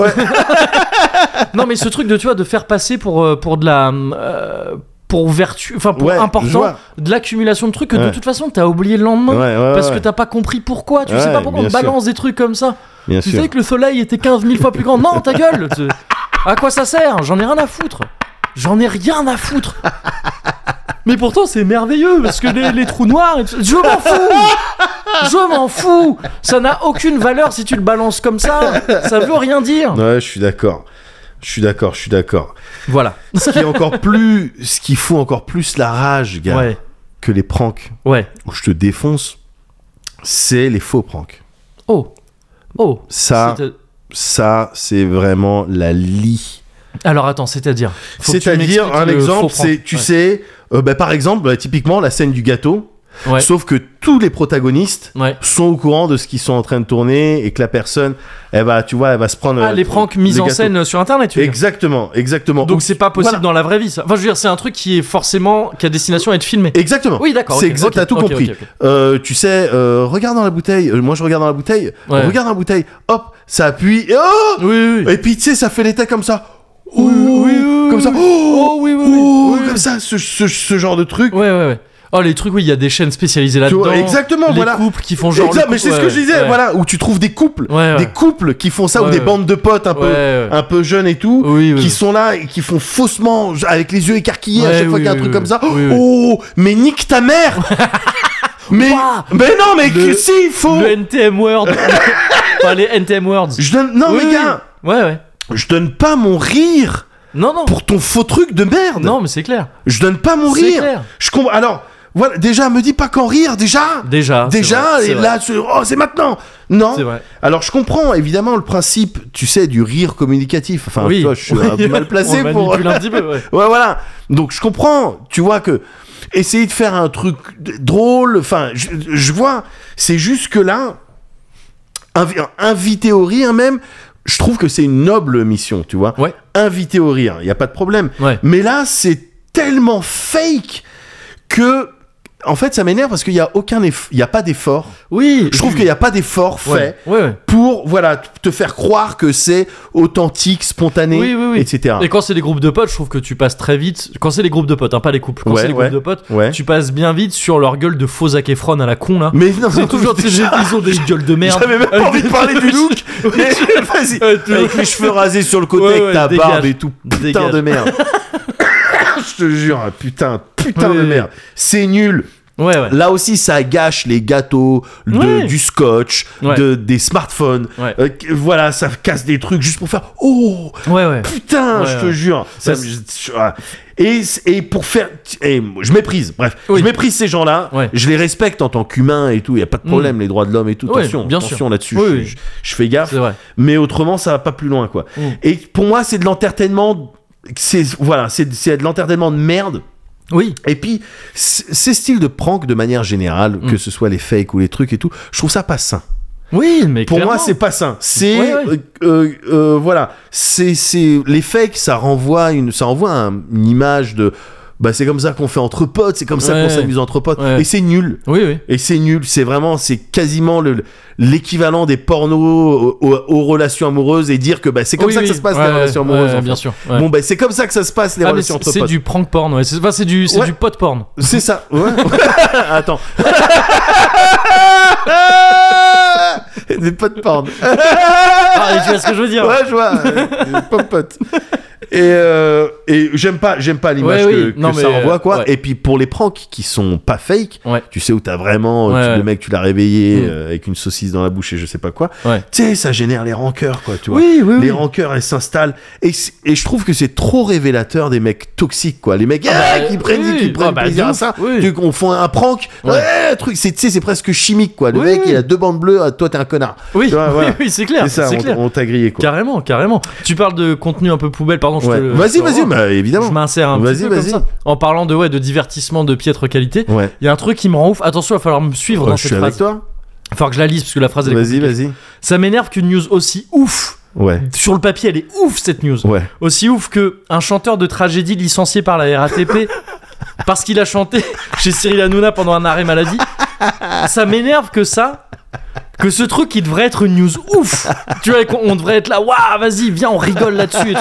Speaker 1: non mais ce truc de tu vois de faire passer pour euh, pour de la euh, pour vertu, enfin pour
Speaker 2: Ouais, je
Speaker 1: important,
Speaker 2: vois.
Speaker 1: de l'accumulation de trucs que de
Speaker 2: Ouais.
Speaker 1: toute façon t'as oublié le lendemain.
Speaker 2: Ouais, ouais,
Speaker 1: Parce
Speaker 2: ouais.
Speaker 1: que t'as pas compris pourquoi, tu
Speaker 2: Ouais,
Speaker 1: sais pas pourquoi on
Speaker 2: bien
Speaker 1: te balance des trucs comme ça.
Speaker 2: Bien
Speaker 1: Tu
Speaker 2: sûr.
Speaker 1: savais que le soleil était 15 000 fois plus grand Non, ta gueule tu- À quoi ça sert J'en ai rien à foutre J'en ai rien à foutre Mais pourtant, c'est merveilleux, parce que les, les trous noirs... et tout- Je m'en fous Je m'en fous Ça n'a aucune valeur si tu le balances comme ça Ça veut rien dire
Speaker 2: Ouais, je suis d'accord. Je suis d'accord, je suis d'accord.
Speaker 1: Voilà.
Speaker 2: Ce qui est encore plus, ce qui fout encore plus la rage, gars,
Speaker 1: Ouais,
Speaker 2: que les pranks
Speaker 1: ouais.
Speaker 2: où je te défonce, c'est les faux pranks.
Speaker 1: Oh Oh
Speaker 2: Ça,
Speaker 1: C'est-
Speaker 2: ça, c'est vraiment la lie.
Speaker 1: Alors attends, c'est-à-dire Faut que tu
Speaker 2: C'est-à-dire,
Speaker 1: m'expliques
Speaker 2: un
Speaker 1: le
Speaker 2: exemple,
Speaker 1: faux franc.
Speaker 2: c'est, tu
Speaker 1: Ouais.
Speaker 2: sais, euh, bah, par exemple, bah, typiquement la scène du gâteau,
Speaker 1: Ouais.
Speaker 2: sauf que tous les protagonistes
Speaker 1: Ouais.
Speaker 2: sont au courant de ce qu'ils sont en train de tourner et que la personne, elle va, tu vois, elle va se prendre.
Speaker 1: Ah,
Speaker 2: euh,
Speaker 1: les pranks mises
Speaker 2: le
Speaker 1: en
Speaker 2: gâteau.
Speaker 1: scène sur Internet, tu veux dire
Speaker 2: Exactement, exactement.
Speaker 1: Donc c'est pas possible
Speaker 2: Voilà.
Speaker 1: dans la vraie vie ça. Enfin je veux dire c'est un truc qui est forcément qui a destination à être filmé.
Speaker 2: Exactement.
Speaker 1: Oui, d'accord,
Speaker 2: C'est
Speaker 1: ok,
Speaker 2: exact,
Speaker 1: ok,
Speaker 2: t'as tout
Speaker 1: ok,
Speaker 2: compris.
Speaker 1: ok, ok.
Speaker 2: Euh, tu sais, euh, regarde dans la bouteille. euh, moi, je regarde dans la bouteille.
Speaker 1: Ouais.
Speaker 2: Regarde dans la bouteille. Hop, ça appuie. Et, oh
Speaker 1: Oui oui.
Speaker 2: et puis, tu sais, ça fait les têtes comme ça.
Speaker 1: Oui, oui, oui,
Speaker 2: comme ça.
Speaker 1: oui.
Speaker 2: Oh,
Speaker 1: Oh, oui, oui,
Speaker 2: oh,
Speaker 1: oui, oui.
Speaker 2: Comme ça, ce, ce- ce genre de truc.
Speaker 1: Ouais ouais ouais. Oh les trucs oui, il y a des chaînes spécialisées
Speaker 2: Tu
Speaker 1: là-dedans.
Speaker 2: vois, exactement,
Speaker 1: les
Speaker 2: voilà.
Speaker 1: couples qui font genre
Speaker 2: exact,
Speaker 1: le
Speaker 2: mais
Speaker 1: couple,
Speaker 2: c'est ce
Speaker 1: ouais,
Speaker 2: que je disais.
Speaker 1: ouais.
Speaker 2: Voilà, où tu trouves des couples.
Speaker 1: Ouais, ouais.
Speaker 2: Des couples qui font ça, ou
Speaker 1: Ouais,
Speaker 2: des
Speaker 1: ouais.
Speaker 2: bandes de potes un peu,
Speaker 1: Ouais, ouais.
Speaker 2: un peu jeunes et tout.
Speaker 1: Oui, oui,
Speaker 2: qui
Speaker 1: oui.
Speaker 2: sont là et qui font faussement, avec les yeux écarquillés à
Speaker 1: Ouais,
Speaker 2: chaque fois
Speaker 1: oui,
Speaker 2: qu'il y a un
Speaker 1: oui,
Speaker 2: truc
Speaker 1: oui,
Speaker 2: comme ça.
Speaker 1: oui, oui.
Speaker 2: Oh, mais nique ta mère! Mais,
Speaker 1: Ouah.
Speaker 2: mais non, mais
Speaker 1: Le-
Speaker 2: que- si, il faut!
Speaker 1: Le NTM Word. enfin les NTM Words.
Speaker 2: Je donne... Non,
Speaker 1: Oui,
Speaker 2: mais
Speaker 1: oui.
Speaker 2: gars,
Speaker 1: Ouais ouais.
Speaker 2: je donne pas mon rire
Speaker 1: Non non.
Speaker 2: pour ton faux truc de merde.
Speaker 1: Non mais c'est clair.
Speaker 2: Je donne pas mon
Speaker 1: C'est
Speaker 2: rire.
Speaker 1: clair.
Speaker 2: Je comprends. Alors, voilà, déjà, me dis pas qu'en rire, déjà.
Speaker 1: Déjà. c'est
Speaker 2: Déjà,
Speaker 1: vrai, c'est
Speaker 2: et
Speaker 1: vrai.
Speaker 2: là, tu- oh, c'est maintenant. Non.
Speaker 1: C'est vrai.
Speaker 2: Alors, je comprends évidemment le principe, tu sais, du rire communicatif. Enfin,
Speaker 1: Oui.
Speaker 2: tu vois, ah, je suis un peu mal placé
Speaker 1: On le
Speaker 2: pour.
Speaker 1: manipule un petit peu. Ouais.
Speaker 2: Ouais, voilà. Donc, je comprends. Tu vois que essayer de faire un truc d- drôle. Enfin, je, je vois. C'est juste que là, invi- inviter au rire même. Je trouve que c'est une noble mission, tu vois
Speaker 1: Ouais.
Speaker 2: invité au rire, il n'y a pas de problème.
Speaker 1: Ouais.
Speaker 2: Mais là, c'est tellement fake que, en fait, ça m'énerve parce qu'il n'y a aucun eff- il y a pas d'effort.
Speaker 1: Oui.
Speaker 2: Je trouve qu'il n'y a pas d'effort fait
Speaker 1: Ouais ouais. ouais.
Speaker 2: pour, voilà, t- te faire croire que c'est authentique, spontané,
Speaker 1: Oui, oui, oui.
Speaker 2: etc.
Speaker 1: Et quand c'est des groupes de potes, je trouve que tu passes très vite. Quand c'est des groupes de potes, hein, pas les couples. Quand
Speaker 2: Ouais,
Speaker 1: c'est des
Speaker 2: ouais,
Speaker 1: groupes de potes,
Speaker 2: ouais.
Speaker 1: tu passes bien vite sur leur gueule de faux Zac Efron à la con là.
Speaker 2: Mais non,
Speaker 1: C'est toujours tu sais,
Speaker 2: déjà-
Speaker 1: ils ont des gueules de merde.
Speaker 2: J'avais même pas
Speaker 1: Avec
Speaker 2: envie de
Speaker 1: des-
Speaker 2: parler du look. mais vas-y,
Speaker 1: Ouais, tu-
Speaker 2: avec les cheveux rasés sur le côté,
Speaker 1: Ouais,
Speaker 2: avec
Speaker 1: ouais,
Speaker 2: ta
Speaker 1: dégage.
Speaker 2: barbe et tout, putain
Speaker 1: Dégage.
Speaker 2: de merde. Je te jure, ah, putain, putain de
Speaker 1: Ouais.
Speaker 2: merde. C'est nul.
Speaker 1: Ouais ouais.
Speaker 2: Là aussi, ça gâche les gâteaux, de-
Speaker 1: Ouais.
Speaker 2: du scotch,
Speaker 1: Ouais.
Speaker 2: de, des smartphones.
Speaker 1: Ouais.
Speaker 2: Euh, que- voilà, ça casse des trucs juste pour faire Oh
Speaker 1: Ouais ouais.
Speaker 2: putain,
Speaker 1: Ouais,
Speaker 2: je te
Speaker 1: ouais.
Speaker 2: jure. Ça
Speaker 1: Ça,
Speaker 2: me- je- ah. et, et pour faire. et je méprise, bref.
Speaker 1: Oui.
Speaker 2: Je méprise ces gens-là.
Speaker 1: Ouais.
Speaker 2: Je les respecte en tant qu'humains et tout. Il n'y a pas de problème, les droits de l'homme et tout.
Speaker 1: Ouais,
Speaker 2: attention,
Speaker 1: bien sûr.
Speaker 2: attention là-dessus.
Speaker 1: Oui,
Speaker 2: je,
Speaker 1: oui.
Speaker 2: je- je fais gaffe.
Speaker 1: C'est vrai.
Speaker 2: Mais autrement, ça va pas plus loin, quoi.
Speaker 1: Mm.
Speaker 2: Et pour moi, c'est de l'entertainement. C'est voilà, c'est c'est de l'entertainement de merde.
Speaker 1: Oui.
Speaker 2: Et puis, c- ces styles de prank, de manière générale,
Speaker 1: Mm.
Speaker 2: que ce soit les fakes ou les trucs et tout, je trouve ça pas sain.
Speaker 1: Oui mais
Speaker 2: Pour
Speaker 1: clairement.
Speaker 2: moi, c'est pas sain. C'est
Speaker 1: Ouais, ouais.
Speaker 2: euh, euh, euh, voilà, c'est c'est les fakes, ça renvoie une, ça renvoie un- une image de, bah c'est comme ça qu'on fait entre potes, c'est comme ça
Speaker 1: Ouais.
Speaker 2: qu'on s'amuse entre potes,
Speaker 1: Ouais.
Speaker 2: et c'est nul.
Speaker 1: Oui oui.
Speaker 2: Et c'est nul, c'est vraiment, c'est quasiment le- l'équivalent des pornos aux, aux- aux relations amoureuses et dire que bah, c'est comme
Speaker 1: Oui,
Speaker 2: ça
Speaker 1: oui.
Speaker 2: que ça se passe
Speaker 1: Ouais,
Speaker 2: les relations
Speaker 1: ouais,
Speaker 2: amoureuses.
Speaker 1: ouais,
Speaker 2: en
Speaker 1: bien
Speaker 2: fait.
Speaker 1: sûr. ouais.
Speaker 2: Bon bah c'est comme ça que ça se passe les
Speaker 1: Ah, mais
Speaker 2: relations
Speaker 1: c'est
Speaker 2: entre
Speaker 1: c'est
Speaker 2: potes.
Speaker 1: du prank porn, ouais. c'est enfin, c'est du, c'est
Speaker 2: Ouais.
Speaker 1: du pot porn.
Speaker 2: C'est ça. Ouais. Attends. Des potes porn.
Speaker 1: Ah, et tu vois ce que je veux dire
Speaker 2: Ouais, je vois. euh, Popote. Et, euh, et j'aime pas, j'aime pas l'image
Speaker 1: Ouais,
Speaker 2: que,
Speaker 1: oui.
Speaker 2: que
Speaker 1: Non,
Speaker 2: ça
Speaker 1: mais,
Speaker 2: envoie quoi.
Speaker 1: ouais.
Speaker 2: Et puis pour les pranks qui sont pas fake,
Speaker 1: Ouais.
Speaker 2: tu sais où t'as vraiment euh,
Speaker 1: Ouais,
Speaker 2: tu-
Speaker 1: ouais.
Speaker 2: le mec, tu l'as réveillé
Speaker 1: Mm.
Speaker 2: euh, avec une saucisse dans la bouche et je sais pas quoi.
Speaker 1: Ouais.
Speaker 2: Tu sais, ça génère les rancœurs quoi, tu vois.
Speaker 1: Oui, oui, oui.
Speaker 2: Les rancœurs, elles s'installent. Et, c- et je trouve que c'est trop révélateur des mecs toxiques, quoi. Les mecs ah,
Speaker 1: bah,
Speaker 2: qui prennent,
Speaker 1: oui,
Speaker 2: qui prennent
Speaker 1: ah bah,
Speaker 2: plaisir
Speaker 1: de
Speaker 2: à
Speaker 1: ouf,
Speaker 2: ça.
Speaker 1: oui.
Speaker 2: Tu- On fait un prank.
Speaker 1: Ouais.
Speaker 2: Ouais, truc. C'est, tu sais, c'est presque chimique, quoi. Le
Speaker 1: Oui,
Speaker 2: mec,
Speaker 1: oui.
Speaker 2: il a deux bandes bleues. ah, Toi, t'es un connard.
Speaker 1: Oui,
Speaker 2: Tu vois, voilà.
Speaker 1: oui, oui, c'est
Speaker 2: C'est
Speaker 1: clair,
Speaker 2: ça,
Speaker 1: c'est
Speaker 2: on,
Speaker 1: clair.
Speaker 2: on t'a grillé, quoi.
Speaker 1: Carrément, carrément. Tu parles de contenu un peu poubelle, pardon. je
Speaker 2: Ouais.
Speaker 1: te le- je
Speaker 2: Vas-y,
Speaker 1: te
Speaker 2: vas-y,
Speaker 1: reprends.
Speaker 2: bah,
Speaker 1: Je
Speaker 2: évidemment.
Speaker 1: m'insère un
Speaker 2: Vas-y,
Speaker 1: petit peu comme
Speaker 2: vas-y.
Speaker 1: ça. En parlant de ouais de divertissement de piètre qualité,
Speaker 2: Ouais.
Speaker 1: il y a un truc qui me rend ouf. Attention, il va falloir me suivre
Speaker 2: Euh,
Speaker 1: dans
Speaker 2: je
Speaker 1: cette
Speaker 2: suis avec
Speaker 1: phrase.
Speaker 2: toi.
Speaker 1: Il va falloir que je la lise parce que la phrase elle est
Speaker 2: Vas-y, vas-y.
Speaker 1: Ça m'énerve qu'une news aussi ouf
Speaker 2: Ouais.
Speaker 1: sur le papier, elle est ouf cette news.
Speaker 2: Ouais.
Speaker 1: Aussi ouf que un chanteur de tragédie licencié par la RATP parce qu'il a chanté chez Cyril Hanouna pendant un arrêt maladie. Ça m'énerve que ça que ce truc qui devrait être une news ouf. Tu vois qu'on on devrait être là, waouh, vas-y, viens, on rigole là-dessus et tout.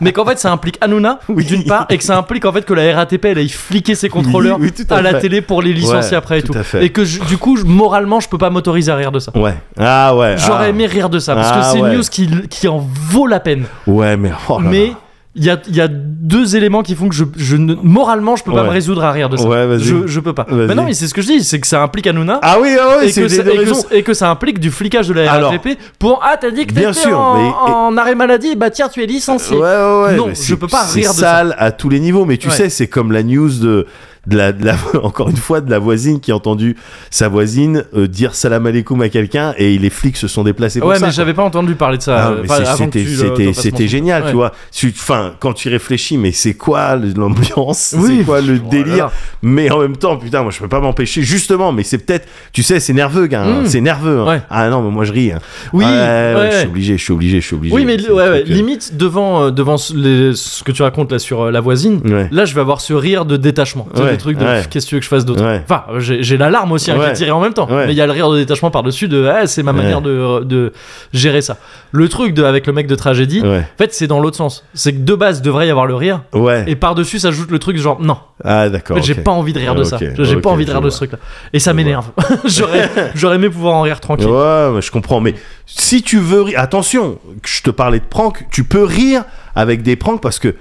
Speaker 1: Mais qu'en fait ça implique Hanouna d'une part et que ça implique en fait que la RATP elle aille fliquer ses contrôleurs
Speaker 2: oui, tout à
Speaker 1: à, la
Speaker 2: fait.
Speaker 1: télé pour les licencier
Speaker 2: Ouais,
Speaker 1: après et
Speaker 2: tout
Speaker 1: tout.
Speaker 2: à fait.
Speaker 1: Et que je- du coup, je- moralement, je peux pas m'autoriser à rire de ça.
Speaker 2: Ouais. Ah ouais.
Speaker 1: J'aurais
Speaker 2: ah.
Speaker 1: aimé rire de ça parce
Speaker 2: Ah,
Speaker 1: que c'est
Speaker 2: ouais.
Speaker 1: une news qui, qui en vaut la peine.
Speaker 2: Ouais, mais. oh là là.
Speaker 1: Mais il y a, il y a deux éléments qui font que je, je ne, moralement je peux pas
Speaker 2: Ouais.
Speaker 1: me résoudre à rire de ça.
Speaker 2: Ouais, vas-y.
Speaker 1: je, je peux pas.
Speaker 2: Vas-y.
Speaker 1: Mais non, mais c'est ce que je dis, c'est que ça implique Hanouna.
Speaker 2: Ah oui, ah oui,
Speaker 1: Et
Speaker 2: c'est
Speaker 1: que,
Speaker 2: des
Speaker 1: ça,
Speaker 2: deux
Speaker 1: et que-
Speaker 2: raisons.
Speaker 1: et que ça implique du flicage de la
Speaker 2: Alors.
Speaker 1: RATP pour Ah, t'as dit que
Speaker 2: Bien
Speaker 1: t'étais
Speaker 2: sûr,
Speaker 1: en,
Speaker 2: mais- et-
Speaker 1: en arrêt maladie, bah tiens, tu es licencié.
Speaker 2: Ouais, ouais, ouais.
Speaker 1: Non,
Speaker 2: mais
Speaker 1: je
Speaker 2: c'est-
Speaker 1: peux pas
Speaker 2: c'est
Speaker 1: rire de ça.
Speaker 2: sale à tous les niveaux, mais tu
Speaker 1: Ouais.
Speaker 2: sais, c'est comme la news de, de la, de la- encore une fois, de la voisine qui a entendu sa voisine euh, dire salam alaikum à quelqu'un et les flics se sont déplacés pour
Speaker 1: Ouais,
Speaker 2: ça.
Speaker 1: mais
Speaker 2: quoi.
Speaker 1: j'avais pas entendu parler de ça.
Speaker 2: Ah,
Speaker 1: euh,
Speaker 2: mais
Speaker 1: pas-
Speaker 2: c'est-
Speaker 1: avant que
Speaker 2: c'était-
Speaker 1: tu le-
Speaker 2: c'était
Speaker 1: t'en fasses
Speaker 2: c'était
Speaker 1: mention.
Speaker 2: génial,
Speaker 1: Ouais.
Speaker 2: tu vois. Tu- Enfin, quand tu y réfléchis, mais c'est quoi le- l'ambiance
Speaker 1: Oui,
Speaker 2: C'est quoi le
Speaker 1: oh là
Speaker 2: délire
Speaker 1: là.
Speaker 2: Mais en même temps, putain, moi je peux pas m'empêcher, justement, mais c'est peut-être, tu sais, c'est nerveux, gars, hein,
Speaker 1: Mm.
Speaker 2: c'est nerveux. hein.
Speaker 1: Ouais.
Speaker 2: Ah non, mais moi je ris. hein.
Speaker 1: Oui,
Speaker 2: Ouais, ouais,
Speaker 1: ouais,
Speaker 2: je suis
Speaker 1: ouais.
Speaker 2: obligé, je suis obligé, je suis obligé.
Speaker 1: Oui, mais
Speaker 2: C'est
Speaker 1: li-
Speaker 2: le
Speaker 1: ouais, ouais,
Speaker 2: truc, euh,
Speaker 1: limite devant, euh, devant ce, les- ce que tu racontes là sur euh, la voisine,
Speaker 2: Ouais.
Speaker 1: là je vais avoir ce rire de détachement. Tu sais,
Speaker 2: Ouais,
Speaker 1: des trucs de
Speaker 2: ouais.
Speaker 1: pff, qu'est-ce que tu veux que je fasse d'autre
Speaker 2: Ouais.
Speaker 1: Enfin, j'ai j'ai la larme aussi hein, qui
Speaker 2: Ouais.
Speaker 1: est tirée en même temps,
Speaker 2: Ouais.
Speaker 1: mais il y a le rire de détachement par-dessus de ah, c'est ma
Speaker 2: Ouais.
Speaker 1: manière de, de gérer ça. Le truc de, avec le mec de tragédie,
Speaker 2: Ouais.
Speaker 1: en fait c'est dans l'autre sens. C'est que de base devrait y avoir le rire.
Speaker 2: Ouais.
Speaker 1: Et par-dessus, ça ajoute le truc genre non,
Speaker 2: Ah
Speaker 1: en
Speaker 2: d'accord.
Speaker 1: fait, j'ai
Speaker 2: ok.
Speaker 1: pas envie de rire de
Speaker 2: Ah,
Speaker 1: ça.
Speaker 2: ok,
Speaker 1: J'ai pas
Speaker 2: ok,
Speaker 1: envie de
Speaker 2: je
Speaker 1: rire de
Speaker 2: vois.
Speaker 1: ce truc-là. Et ça m'énerve. J'aurais j'aurais aimé pouvoir en rire tranquille.
Speaker 2: Ouais, mais je comprends. Mais si tu veux, ri- attention, que je te parlais de prank, tu peux rire avec des pranks parce que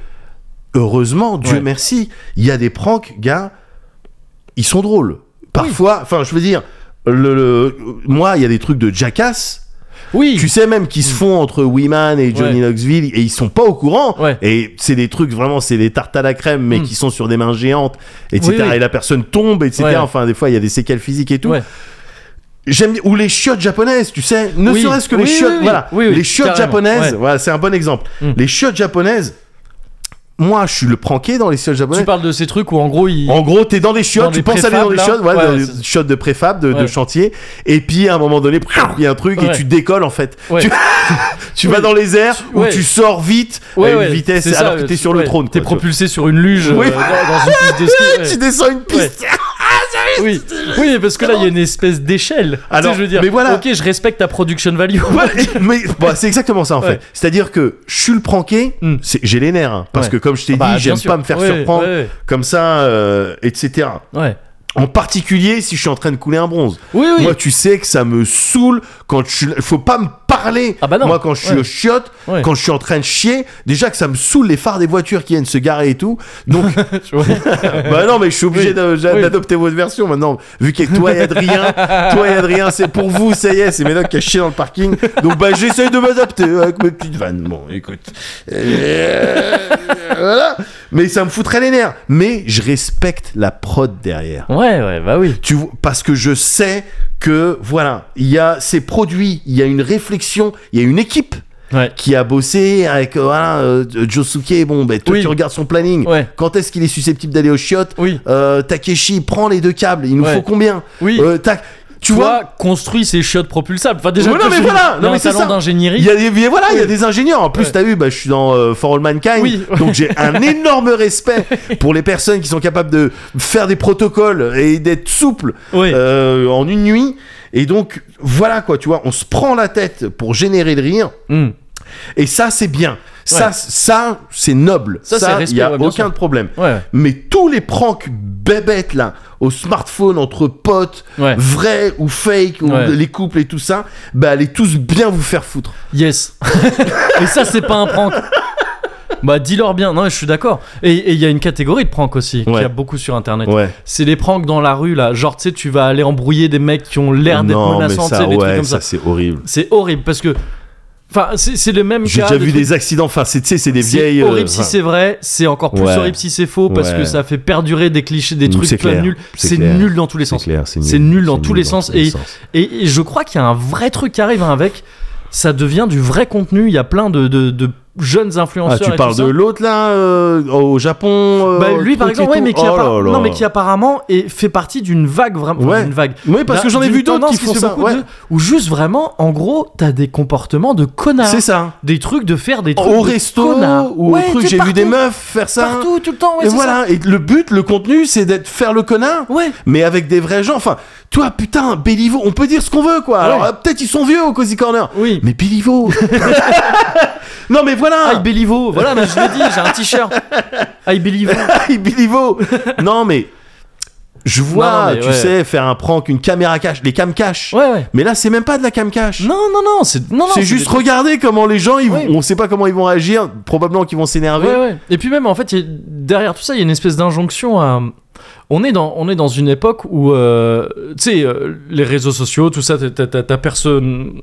Speaker 2: heureusement, Dieu
Speaker 1: Ouais.
Speaker 2: merci, il y a des pranks, gars, ils sont drôles. Parfois, enfin, je veux dire, le, le- moi, il y a des trucs de jackass.
Speaker 1: Oui.
Speaker 2: Tu sais même qu'ils se font entre Weeman et Johnny
Speaker 1: Mm. Ouais.
Speaker 2: Knoxville et ils sont pas au courant.
Speaker 1: Ouais.
Speaker 2: Et c'est des trucs vraiment, c'est des tartes à la crème, mais
Speaker 1: Mm.
Speaker 2: qui sont sur des mains géantes, etc.
Speaker 1: Oui, oui.
Speaker 2: Et la personne tombe, etc.
Speaker 1: Ouais.
Speaker 2: Enfin, des fois, il y a des séquelles physiques et tout.
Speaker 1: Ouais.
Speaker 2: J'aime ou les chiottes japonaises, tu sais, ne
Speaker 1: Oui.
Speaker 2: serait-ce que les
Speaker 1: Oui,
Speaker 2: chiottes,
Speaker 1: oui, oui.
Speaker 2: voilà,
Speaker 1: Oui, oui,
Speaker 2: les chiottes
Speaker 1: carrément.
Speaker 2: japonaises,
Speaker 1: Ouais.
Speaker 2: voilà, c'est un bon exemple.
Speaker 1: Mm.
Speaker 2: Les chiottes japonaises, moi, je suis le pranké dans les chiottes
Speaker 1: Tu
Speaker 2: japonaises.
Speaker 1: parles de ces trucs où en gros il.
Speaker 2: En gros, t'es dans des chiottes,
Speaker 1: Dans
Speaker 2: tu
Speaker 1: des
Speaker 2: penses aller dans des
Speaker 1: préfabs, là.
Speaker 2: chiottes, ouais,
Speaker 1: Ouais,
Speaker 2: dans
Speaker 1: ouais,
Speaker 2: des
Speaker 1: c'est-
Speaker 2: chiottes de préfab, de, de
Speaker 1: Ouais.
Speaker 2: chantier, et puis à un moment donné, il y a un truc et
Speaker 1: Ouais.
Speaker 2: tu décolles en fait.
Speaker 1: Ouais.
Speaker 2: Tu, tu vas
Speaker 1: Oui.
Speaker 2: dans les airs ou
Speaker 1: Ouais.
Speaker 2: tu sors vite à une vitesse
Speaker 1: c'est ça,
Speaker 2: alors que t'es
Speaker 1: tu-
Speaker 2: sur
Speaker 1: ouais,
Speaker 2: le trône.
Speaker 1: T'es
Speaker 2: quoi, tu vois.
Speaker 1: propulsé sur une luge euh,
Speaker 2: Oui.
Speaker 1: dans, dans une piste de ski. ouais.
Speaker 2: Tu descends une piste.
Speaker 1: Oui. oui, mais parce que là, il y a une espèce d'échelle. Tu sais,
Speaker 2: Alors,
Speaker 1: je veux dire,
Speaker 2: mais voilà.
Speaker 1: ok, je respecte ta production value.
Speaker 2: Ouais, mais bah, c'est exactement ça en
Speaker 1: Ouais.
Speaker 2: fait. C'est-à-dire que je suis le pranké,
Speaker 1: Mm.
Speaker 2: c'est- j'ai les nerfs hein, parce
Speaker 1: Ouais.
Speaker 2: que comme je t'ai
Speaker 1: Ah bah,
Speaker 2: dit,
Speaker 1: bien
Speaker 2: j'aime
Speaker 1: sûr.
Speaker 2: pas me faire
Speaker 1: Ouais,
Speaker 2: surprendre
Speaker 1: ouais,
Speaker 2: comme ça, euh, etc.
Speaker 1: ouais. Ouais.
Speaker 2: En particulier si je suis en train de couler un bronze.
Speaker 1: Oui, oui.
Speaker 2: Moi, tu sais que ça me saoule quand je suis. Faut pas me parler.
Speaker 1: Ah bah non.
Speaker 2: Moi, quand je suis
Speaker 1: Ouais.
Speaker 2: au chiotte,
Speaker 1: Ouais.
Speaker 2: quand je suis en train de chier, déjà que ça me saoule les phares des voitures qui viennent se garer et tout. Donc,
Speaker 1: Tu vois.
Speaker 2: bah non, mais je suis obligé
Speaker 1: Ah Oui.
Speaker 2: d'a- j'a-
Speaker 1: Oui.
Speaker 2: d'adopter votre version maintenant. Vu que toi et Adrien, toi et Adrien, c'est pour vous, ça y est, c'est Médoc qui a chié dans le parking. Donc, bah, j'essaye de m'adapter avec mes petites vannes. Bon, écoute. Euh, voilà. Mais ça me foutrait les nerfs. Mais je respecte la prod derrière
Speaker 1: ouais, ouais, bah oui.
Speaker 2: tu vois, parce que je sais que voilà, il y a ces produits, il y a une réflexion, il y a une équipe
Speaker 1: Ouais.
Speaker 2: qui a bossé avec euh, voilà, euh, Josuke, bon ben toi,
Speaker 1: Oui.
Speaker 2: tu regardes son planning.
Speaker 1: Ouais.
Speaker 2: Quand est-ce qu'il est susceptible d'aller au chiottes
Speaker 1: Oui.
Speaker 2: Euh, Takeshi prend les deux câbles, il nous
Speaker 1: Ouais.
Speaker 2: faut combien
Speaker 1: Oui.
Speaker 2: Euh, tac, tu vois
Speaker 1: construis ces chiottes propulsables. Enfin, déjà,
Speaker 2: Ouais,
Speaker 1: toi,
Speaker 2: non, mais
Speaker 1: tu-
Speaker 2: voilà.
Speaker 1: il y a
Speaker 2: Non,
Speaker 1: un
Speaker 2: mais c'est
Speaker 1: talent
Speaker 2: ça.
Speaker 1: d'ingénierie.
Speaker 2: il y a des, mais voilà, il y a
Speaker 1: Oui.
Speaker 2: des ingénieurs. En plus,
Speaker 1: Ouais.
Speaker 2: t'as vu, bah, je suis dans euh, For All Mankind.
Speaker 1: Oui.
Speaker 2: Donc, j'ai un énorme respect pour les personnes qui sont capables de faire des protocoles et d'être souples
Speaker 1: Oui.
Speaker 2: euh, en une nuit. Et donc, voilà quoi, tu vois, on se prend la tête pour générer le rire.
Speaker 1: Hmm.
Speaker 2: Et ça, c'est bien. Ça,
Speaker 1: Ouais.
Speaker 2: ça c'est noble.
Speaker 1: Ça, c'est
Speaker 2: il n'y a
Speaker 1: respect, ouais, bien
Speaker 2: aucun
Speaker 1: sûr.
Speaker 2: problème.
Speaker 1: Ouais.
Speaker 2: Mais tous les pranks bébêtes là, au smartphone entre potes,
Speaker 1: Ouais.
Speaker 2: vrais ou fake, ou
Speaker 1: Ouais.
Speaker 2: les couples et tout ça, bah allez tous bien vous faire foutre.
Speaker 1: Yes. Et ça, c'est pas un prank. Bah, dis-leur bien. Non, je suis d'accord. Et et il y a une catégorie de pranks aussi, qu'il y
Speaker 2: Ouais.
Speaker 1: a beaucoup sur internet.
Speaker 2: Ouais.
Speaker 1: C'est les pranks dans la rue, là. Genre, tu sais, tu vas aller embrouiller des mecs qui ont l'air d'être
Speaker 2: non, mais
Speaker 1: menaçants, tu
Speaker 2: ça,
Speaker 1: sais, des trucs
Speaker 2: ouais,
Speaker 1: comme ça.
Speaker 2: ça, c'est horrible.
Speaker 1: C'est horrible parce que. Enfin, c'est c'est le même
Speaker 2: J'ai
Speaker 1: cas
Speaker 2: déjà
Speaker 1: de
Speaker 2: vu
Speaker 1: trucs-
Speaker 2: des accidents. Enfin, c'est- tu sais, c'est des
Speaker 1: C'est
Speaker 2: vieilles. euh,
Speaker 1: horrible si
Speaker 2: enfin,
Speaker 1: c'est vrai, c'est encore plus
Speaker 2: Ouais.
Speaker 1: horrible si c'est faux parce que
Speaker 2: Ouais.
Speaker 1: ça fait perdurer des clichés, des
Speaker 2: Mmh,
Speaker 1: trucs
Speaker 2: c'est
Speaker 1: plein de
Speaker 2: clair.
Speaker 1: nuls.
Speaker 2: C'est
Speaker 1: C'est
Speaker 2: clair.
Speaker 1: nul dans tous les sens.
Speaker 2: c'est clair, c'est nul.
Speaker 1: C'est nul dans
Speaker 2: C'est
Speaker 1: tous les sens.
Speaker 2: tous les sens.
Speaker 1: Et, et je crois qu'il y a un vrai truc qui arrive hein, avec. Ça devient du vrai contenu. Il y a plein de, de- de jeunes
Speaker 2: Ah,
Speaker 1: influenceurs.
Speaker 2: tu
Speaker 1: et
Speaker 2: parles
Speaker 1: tout ça.
Speaker 2: de l'autre là, euh, au Japon. euh,
Speaker 1: Bah, lui
Speaker 2: le
Speaker 1: par
Speaker 2: truc
Speaker 1: exemple,
Speaker 2: et
Speaker 1: ouais,
Speaker 2: tout.
Speaker 1: mais qui,
Speaker 2: Oh
Speaker 1: appara-
Speaker 2: là là.
Speaker 1: non, mais qui apparemment est, fait partie d'une vague vraiment. enfin,
Speaker 2: Ouais.
Speaker 1: d'une vague.
Speaker 2: Oui, parce que j'en ai
Speaker 1: D'une
Speaker 2: vu d'autres
Speaker 1: tendance
Speaker 2: qui font
Speaker 1: se fait
Speaker 2: ça.
Speaker 1: beaucoup
Speaker 2: ouais.
Speaker 1: de- Où juste vraiment, en gros, t'as des comportements de connards.
Speaker 2: C'est ça.
Speaker 1: Des trucs de faire des trucs.
Speaker 2: Au
Speaker 1: Ah. de
Speaker 2: resto
Speaker 1: connards.
Speaker 2: ou au
Speaker 1: Ouais,
Speaker 2: truc,
Speaker 1: t'es
Speaker 2: j'ai vu des
Speaker 1: partout,
Speaker 2: meufs faire ça.
Speaker 1: Partout, tout le temps, ouais,
Speaker 2: et
Speaker 1: c'est ça.
Speaker 2: voilà. Et le but, le contenu, c'est d'être faire le connard.
Speaker 1: Ouais.
Speaker 2: mais avec des vrais gens. Enfin, toi, putain, Béliveau, on peut dire ce qu'on veut, quoi.
Speaker 1: Ouais.
Speaker 2: Alors, euh, peut-être ils sont vieux au Cozy Corner.
Speaker 1: Oui.
Speaker 2: Mais Béliveau Non, mais
Speaker 1: I
Speaker 2: voilà
Speaker 1: Béliveau, voilà, mais je l'ai dit, j'ai un t-shirt. I Béliveau.
Speaker 2: Aïe, Béliveau Non, mais je vois,
Speaker 1: Non, non, mais
Speaker 2: tu
Speaker 1: ouais.
Speaker 2: sais, faire un prank, une caméra cache, les cam cache.
Speaker 1: Ouais, ouais.
Speaker 2: Mais là, c'est même pas de la cam cache.
Speaker 1: Non, non, non, c'est non, non,
Speaker 2: c'est
Speaker 1: des
Speaker 2: juste
Speaker 1: trucs-
Speaker 2: regarder comment les gens, ils vont-
Speaker 1: Ouais.
Speaker 2: on sait pas comment ils vont réagir, probablement qu'ils vont s'énerver.
Speaker 1: Ouais, ouais. Et puis même, en fait, il y a- derrière tout ça, il y a une espèce d'injonction à. On est, dans, on est dans une époque où, euh, tu sais, euh, les réseaux sociaux, tout ça, t'as- t'as t'as- ta personne.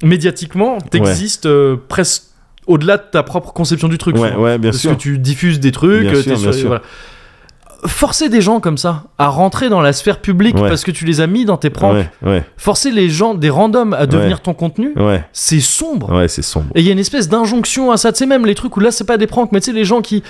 Speaker 1: Médiatiquement, t'existes euh, presque au-delà de ta propre conception du truc.
Speaker 2: Ouais,
Speaker 1: souvent.
Speaker 2: ouais, bien
Speaker 1: Parce
Speaker 2: sûr.
Speaker 1: que tu diffuses des trucs,
Speaker 2: Bien
Speaker 1: euh, t'es
Speaker 2: sûr,
Speaker 1: sur-
Speaker 2: bien sûr.
Speaker 1: voilà. Forcer des gens comme ça à rentrer dans la sphère publique
Speaker 2: Ouais.
Speaker 1: parce que tu les as mis dans tes pranks,
Speaker 2: Ouais, ouais,
Speaker 1: forcer les gens, des randoms, à devenir ton contenu,
Speaker 2: ouais,
Speaker 1: c'est sombre.
Speaker 2: ouais, c'est sombre.
Speaker 1: Et il y a une espèce d'injonction à ça. Tu sais, même les trucs où là, c'est pas des pranks, mais tu sais, les gens qui.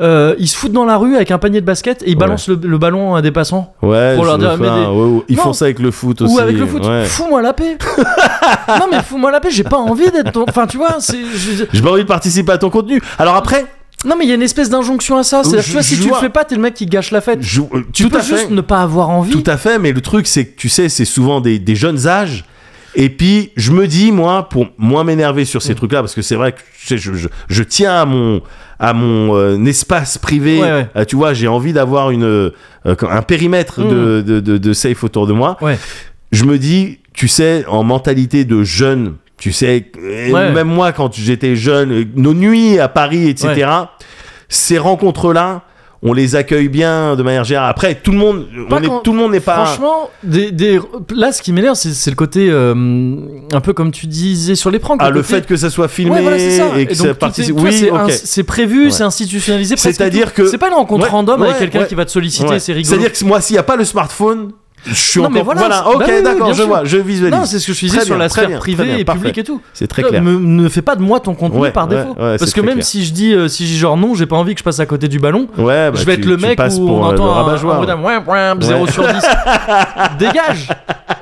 Speaker 1: euh, ils se foutent dans la rue avec un panier de basket et ils
Speaker 2: Ouais.
Speaker 1: balancent le, le ballon à des passants.
Speaker 2: Ouais,
Speaker 1: Pour
Speaker 2: je-
Speaker 1: leur dire,
Speaker 2: enfin,
Speaker 1: mais des-
Speaker 2: ouais, ouais. ils
Speaker 1: Non.
Speaker 2: font ça avec le foot aussi.
Speaker 1: Ou avec le foot.
Speaker 2: ouais.
Speaker 1: Fous-moi la paix. non, mais fous-moi la paix, j'ai pas envie d'être ton. Enfin, tu vois, c'est. je-
Speaker 2: J'ai pas envie de participer à ton contenu. Alors après,
Speaker 1: Non, mais il y a une espèce d'injonction à ça. C'est-à-dire,
Speaker 2: Oh, Je-
Speaker 1: tu vois, si
Speaker 2: je
Speaker 1: tu le
Speaker 2: vois.
Speaker 1: fais pas, t'es le mec qui gâche la fête.
Speaker 2: je- euh,
Speaker 1: Tu
Speaker 2: tout
Speaker 1: peux
Speaker 2: à fait,
Speaker 1: juste ne pas avoir envie.
Speaker 2: tout à fait. Mais le truc, c'est que tu sais, c'est souvent des, des jeunes âges. Et puis, je me dis, moi, pour moins m'énerver sur
Speaker 1: Mm.
Speaker 2: ces trucs-là, parce que c'est vrai que tu sais, je, je- je tiens à mon, à mon euh, espace privé.
Speaker 1: Ouais, ouais.
Speaker 2: Euh, tu vois, j'ai envie d'avoir une, euh, un périmètre de, de, de- de safe autour de moi.
Speaker 1: Mm. Ouais.
Speaker 2: Je me dis, tu sais, en mentalité de jeune, tu sais, et
Speaker 1: Ouais.
Speaker 2: même moi, quand j'étais jeune, euh, nos nuits à Paris, etc., ces rencontres-là, on les accueille bien de manière générale. Après, tout le monde,
Speaker 1: Pas
Speaker 2: on est-
Speaker 1: quand-
Speaker 2: tout le monde n'est pas.
Speaker 1: Franchement, des, des- là, ce qui m'énerve, c'est c'est le côté euh, un peu comme tu disais sur les pranks.
Speaker 2: Ah, le
Speaker 1: côté-
Speaker 2: fait que ça soit filmé
Speaker 1: Ouais, voilà, c'est ça.
Speaker 2: et que
Speaker 1: donc,
Speaker 2: ça
Speaker 1: tout est- tu
Speaker 2: participe.
Speaker 1: vois,
Speaker 2: Oui,
Speaker 1: c'est
Speaker 2: ok.
Speaker 1: ins- c'est prévu,
Speaker 2: Ouais.
Speaker 1: c'est institutionnalisé. presque
Speaker 2: C'est-à-dire
Speaker 1: tout.
Speaker 2: que-
Speaker 1: c'est pas une rencontre
Speaker 2: Ouais,
Speaker 1: random avec
Speaker 2: ouais,
Speaker 1: quelqu'un
Speaker 2: ouais.
Speaker 1: qui va te solliciter,
Speaker 2: Ouais.
Speaker 1: c'est rigolo.
Speaker 2: C'est-à-dire que moi, s'il n'y a pas le smartphone, je suis
Speaker 1: Non,
Speaker 2: encore.
Speaker 1: mais voilà, c'est-
Speaker 2: ok,
Speaker 1: bah oui, oui,
Speaker 2: d'accord,
Speaker 1: bien
Speaker 2: je
Speaker 1: sûr.
Speaker 2: vois, je visualise.
Speaker 1: non, c'est ce que je disais
Speaker 2: Très
Speaker 1: sur
Speaker 2: bien,
Speaker 1: la
Speaker 2: très
Speaker 1: sphère
Speaker 2: bien,
Speaker 1: privée
Speaker 2: très bien,
Speaker 1: et publique
Speaker 2: parfait.
Speaker 1: et tout.
Speaker 2: C'est très
Speaker 1: Ne-
Speaker 2: clair.
Speaker 1: me- ne fais pas de moi ton contenu
Speaker 2: Ouais,
Speaker 1: par
Speaker 2: ouais,
Speaker 1: défaut.
Speaker 2: ouais, c'est
Speaker 1: Parce que
Speaker 2: très
Speaker 1: même
Speaker 2: clair.
Speaker 1: si je dis, euh, si je dis genre non, j'ai pas envie que je passe à côté du ballon,
Speaker 2: Ouais, bah,
Speaker 1: je vais
Speaker 2: tu-
Speaker 1: être le
Speaker 2: tu
Speaker 1: mec
Speaker 2: passes
Speaker 1: où on
Speaker 2: pour, euh, le
Speaker 1: entend un-
Speaker 2: rabat-joie,
Speaker 1: un
Speaker 2: ouais.
Speaker 1: bonhomme, ouin, ouin, 0
Speaker 2: Ouais.
Speaker 1: sur 10. Dégage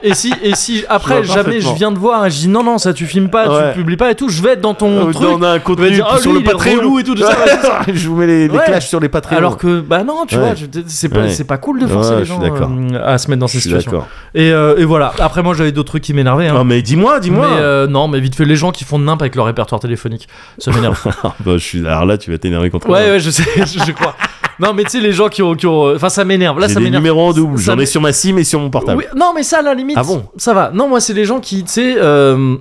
Speaker 1: Et si, et si après,
Speaker 2: Je vois
Speaker 1: jamais je
Speaker 2: parfaitement.
Speaker 1: viens de voir et je dis non, non, ça tu filmes pas, tu
Speaker 2: Ouais.
Speaker 1: le publies pas et tout, je vais être dans ton
Speaker 2: Euh,
Speaker 1: truc.
Speaker 2: On a un
Speaker 1: On va
Speaker 2: contenu
Speaker 1: dire, ah,
Speaker 2: sur
Speaker 1: lui,
Speaker 2: le
Speaker 1: il est relou
Speaker 2: Patreon.
Speaker 1: et tout, tout ça, ouais, c'est ça.
Speaker 2: je vous mets les, les
Speaker 1: Ouais.
Speaker 2: clashs sur les Patreons.
Speaker 1: Alors que, bah non, tu
Speaker 2: Ouais.
Speaker 1: vois, je- c'est pas,
Speaker 2: Ouais.
Speaker 1: c'est pas cool de forcer
Speaker 2: Ouais,
Speaker 1: les
Speaker 2: je suis
Speaker 1: gens
Speaker 2: d'accord.
Speaker 1: euh, à se mettre dans ces
Speaker 2: je suis
Speaker 1: situations.
Speaker 2: d'accord.
Speaker 1: Et, euh, et voilà, après moi j'avais d'autres trucs qui m'énervaient. hein.
Speaker 2: Non mais dis-moi, dis-moi.
Speaker 1: Mais euh, non, mais vite fait, les gens qui font de nimp avec leur répertoire téléphonique, ça m'énerve.
Speaker 2: Ah, bah, je suis... Alors là, tu vas t'énerver contre moi.
Speaker 1: ouais, ouais, je sais, je, je crois. Non, mais tu sais, les gens qui ont. qui ont, euh, Enfin, ça m'énerve. Là,
Speaker 2: J'ai
Speaker 1: ça
Speaker 2: des
Speaker 1: m'énerve.
Speaker 2: numéros en double.
Speaker 1: Ça
Speaker 2: J'en
Speaker 1: m'é-
Speaker 2: ai sur ma sim et sur mon portable.
Speaker 1: Oui, non, mais ça, à la limite,
Speaker 2: Ah bon
Speaker 1: ça va. Non, moi, c'est les gens qui, tu sais, euh,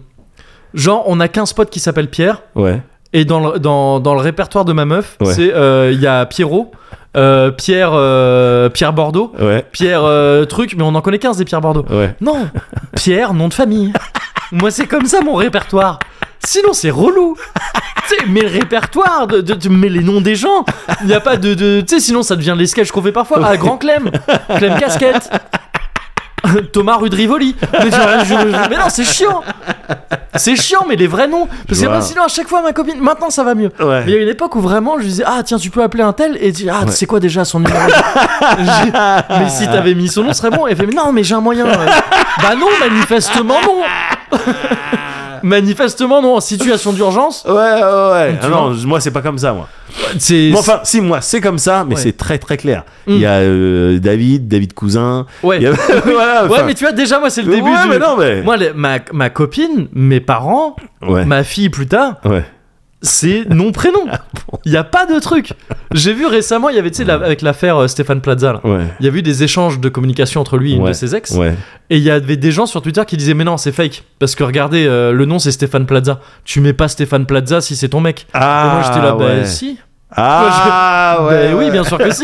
Speaker 1: genre, on a qu'un spot qui s'appelle Pierre,
Speaker 2: Ouais.
Speaker 1: et dans le, dans, dans le répertoire de ma meuf,
Speaker 2: Ouais.
Speaker 1: c'est euh, il y a Pierrot, euh, Pierre, euh, Pierre Bordeaux,
Speaker 2: Ouais.
Speaker 1: Pierre euh, truc, mais on en connaît 15 des Pierre Bordeaux.
Speaker 2: Ouais.
Speaker 1: Non, Pierre, nom de famille. Moi, c'est comme ça mon répertoire. Sinon, c'est relou. Tu sais, mais le répertoire, de, de- de- mais les noms des gens. Il n'y a pas de. de tu sais, sinon, ça devient les sketchs qu'on fait parfois. Ah, Grand Clem, Clem Casquette. Thomas Rudrivoli. Mais, tu vois, je- je- mais non, c'est chiant. C'est chiant, mais les vrais noms. Parce que
Speaker 2: Je vois.
Speaker 1: moi, sinon, à chaque fois, ma copine. Maintenant, ça va mieux.
Speaker 2: Ouais.
Speaker 1: Mais il y a une époque où vraiment, je disais Ah, tiens, tu peux appeler un tel. Et tu dis Ah, c'est quoi déjà son numéro J'ai- mais si t'avais mis son nom, ce serait bon. Elle fait, mais non, mais j'ai un moyen. Euh, bah non, manifestement non. manifestement non. En situation d'urgence,
Speaker 2: Ouais, ouais, ouais.
Speaker 1: Tu
Speaker 2: Ah non, moi c'est pas comme ça, moi.
Speaker 1: c'est.
Speaker 2: Bon, enfin, si, moi c'est comme ça, mais
Speaker 1: Ouais.
Speaker 2: c'est très très clair.
Speaker 1: Mm.
Speaker 2: Il y a euh, David, David Cousin.
Speaker 1: ouais.
Speaker 2: Il y a- voilà,
Speaker 1: ouais,
Speaker 2: enfin,
Speaker 1: mais tu vois, déjà, moi, c'est le
Speaker 2: ouais,
Speaker 1: début. du...
Speaker 2: mais non, mais.
Speaker 1: Moi, les- ma, ma copine, mes parents,
Speaker 2: Ouais. Ah
Speaker 1: ma fille plus tard,
Speaker 2: Ouais.
Speaker 1: c'est nom prénom. Il y a pas de truc. J'ai vu récemment, il y avait tu sais la- avec l'affaire euh, Stéphane Plaza. là.
Speaker 2: Ouais.
Speaker 1: Il y a eu des échanges de communication entre lui et une
Speaker 2: Ouais.
Speaker 1: de ses ex.
Speaker 2: Ouais.
Speaker 1: Et il y avait des gens sur Twitter qui disaient mais non c'est fake parce que regardez euh, le nom c'est Stéphane Plaza. Tu mets pas Stéphane Plaza si c'est ton mec. Et moi j'étais là bah
Speaker 2: Ah, ouais.
Speaker 1: si.
Speaker 2: Ah
Speaker 1: Bah
Speaker 2: ouais. Bah,
Speaker 1: oui
Speaker 2: ouais.
Speaker 1: bien sûr que si.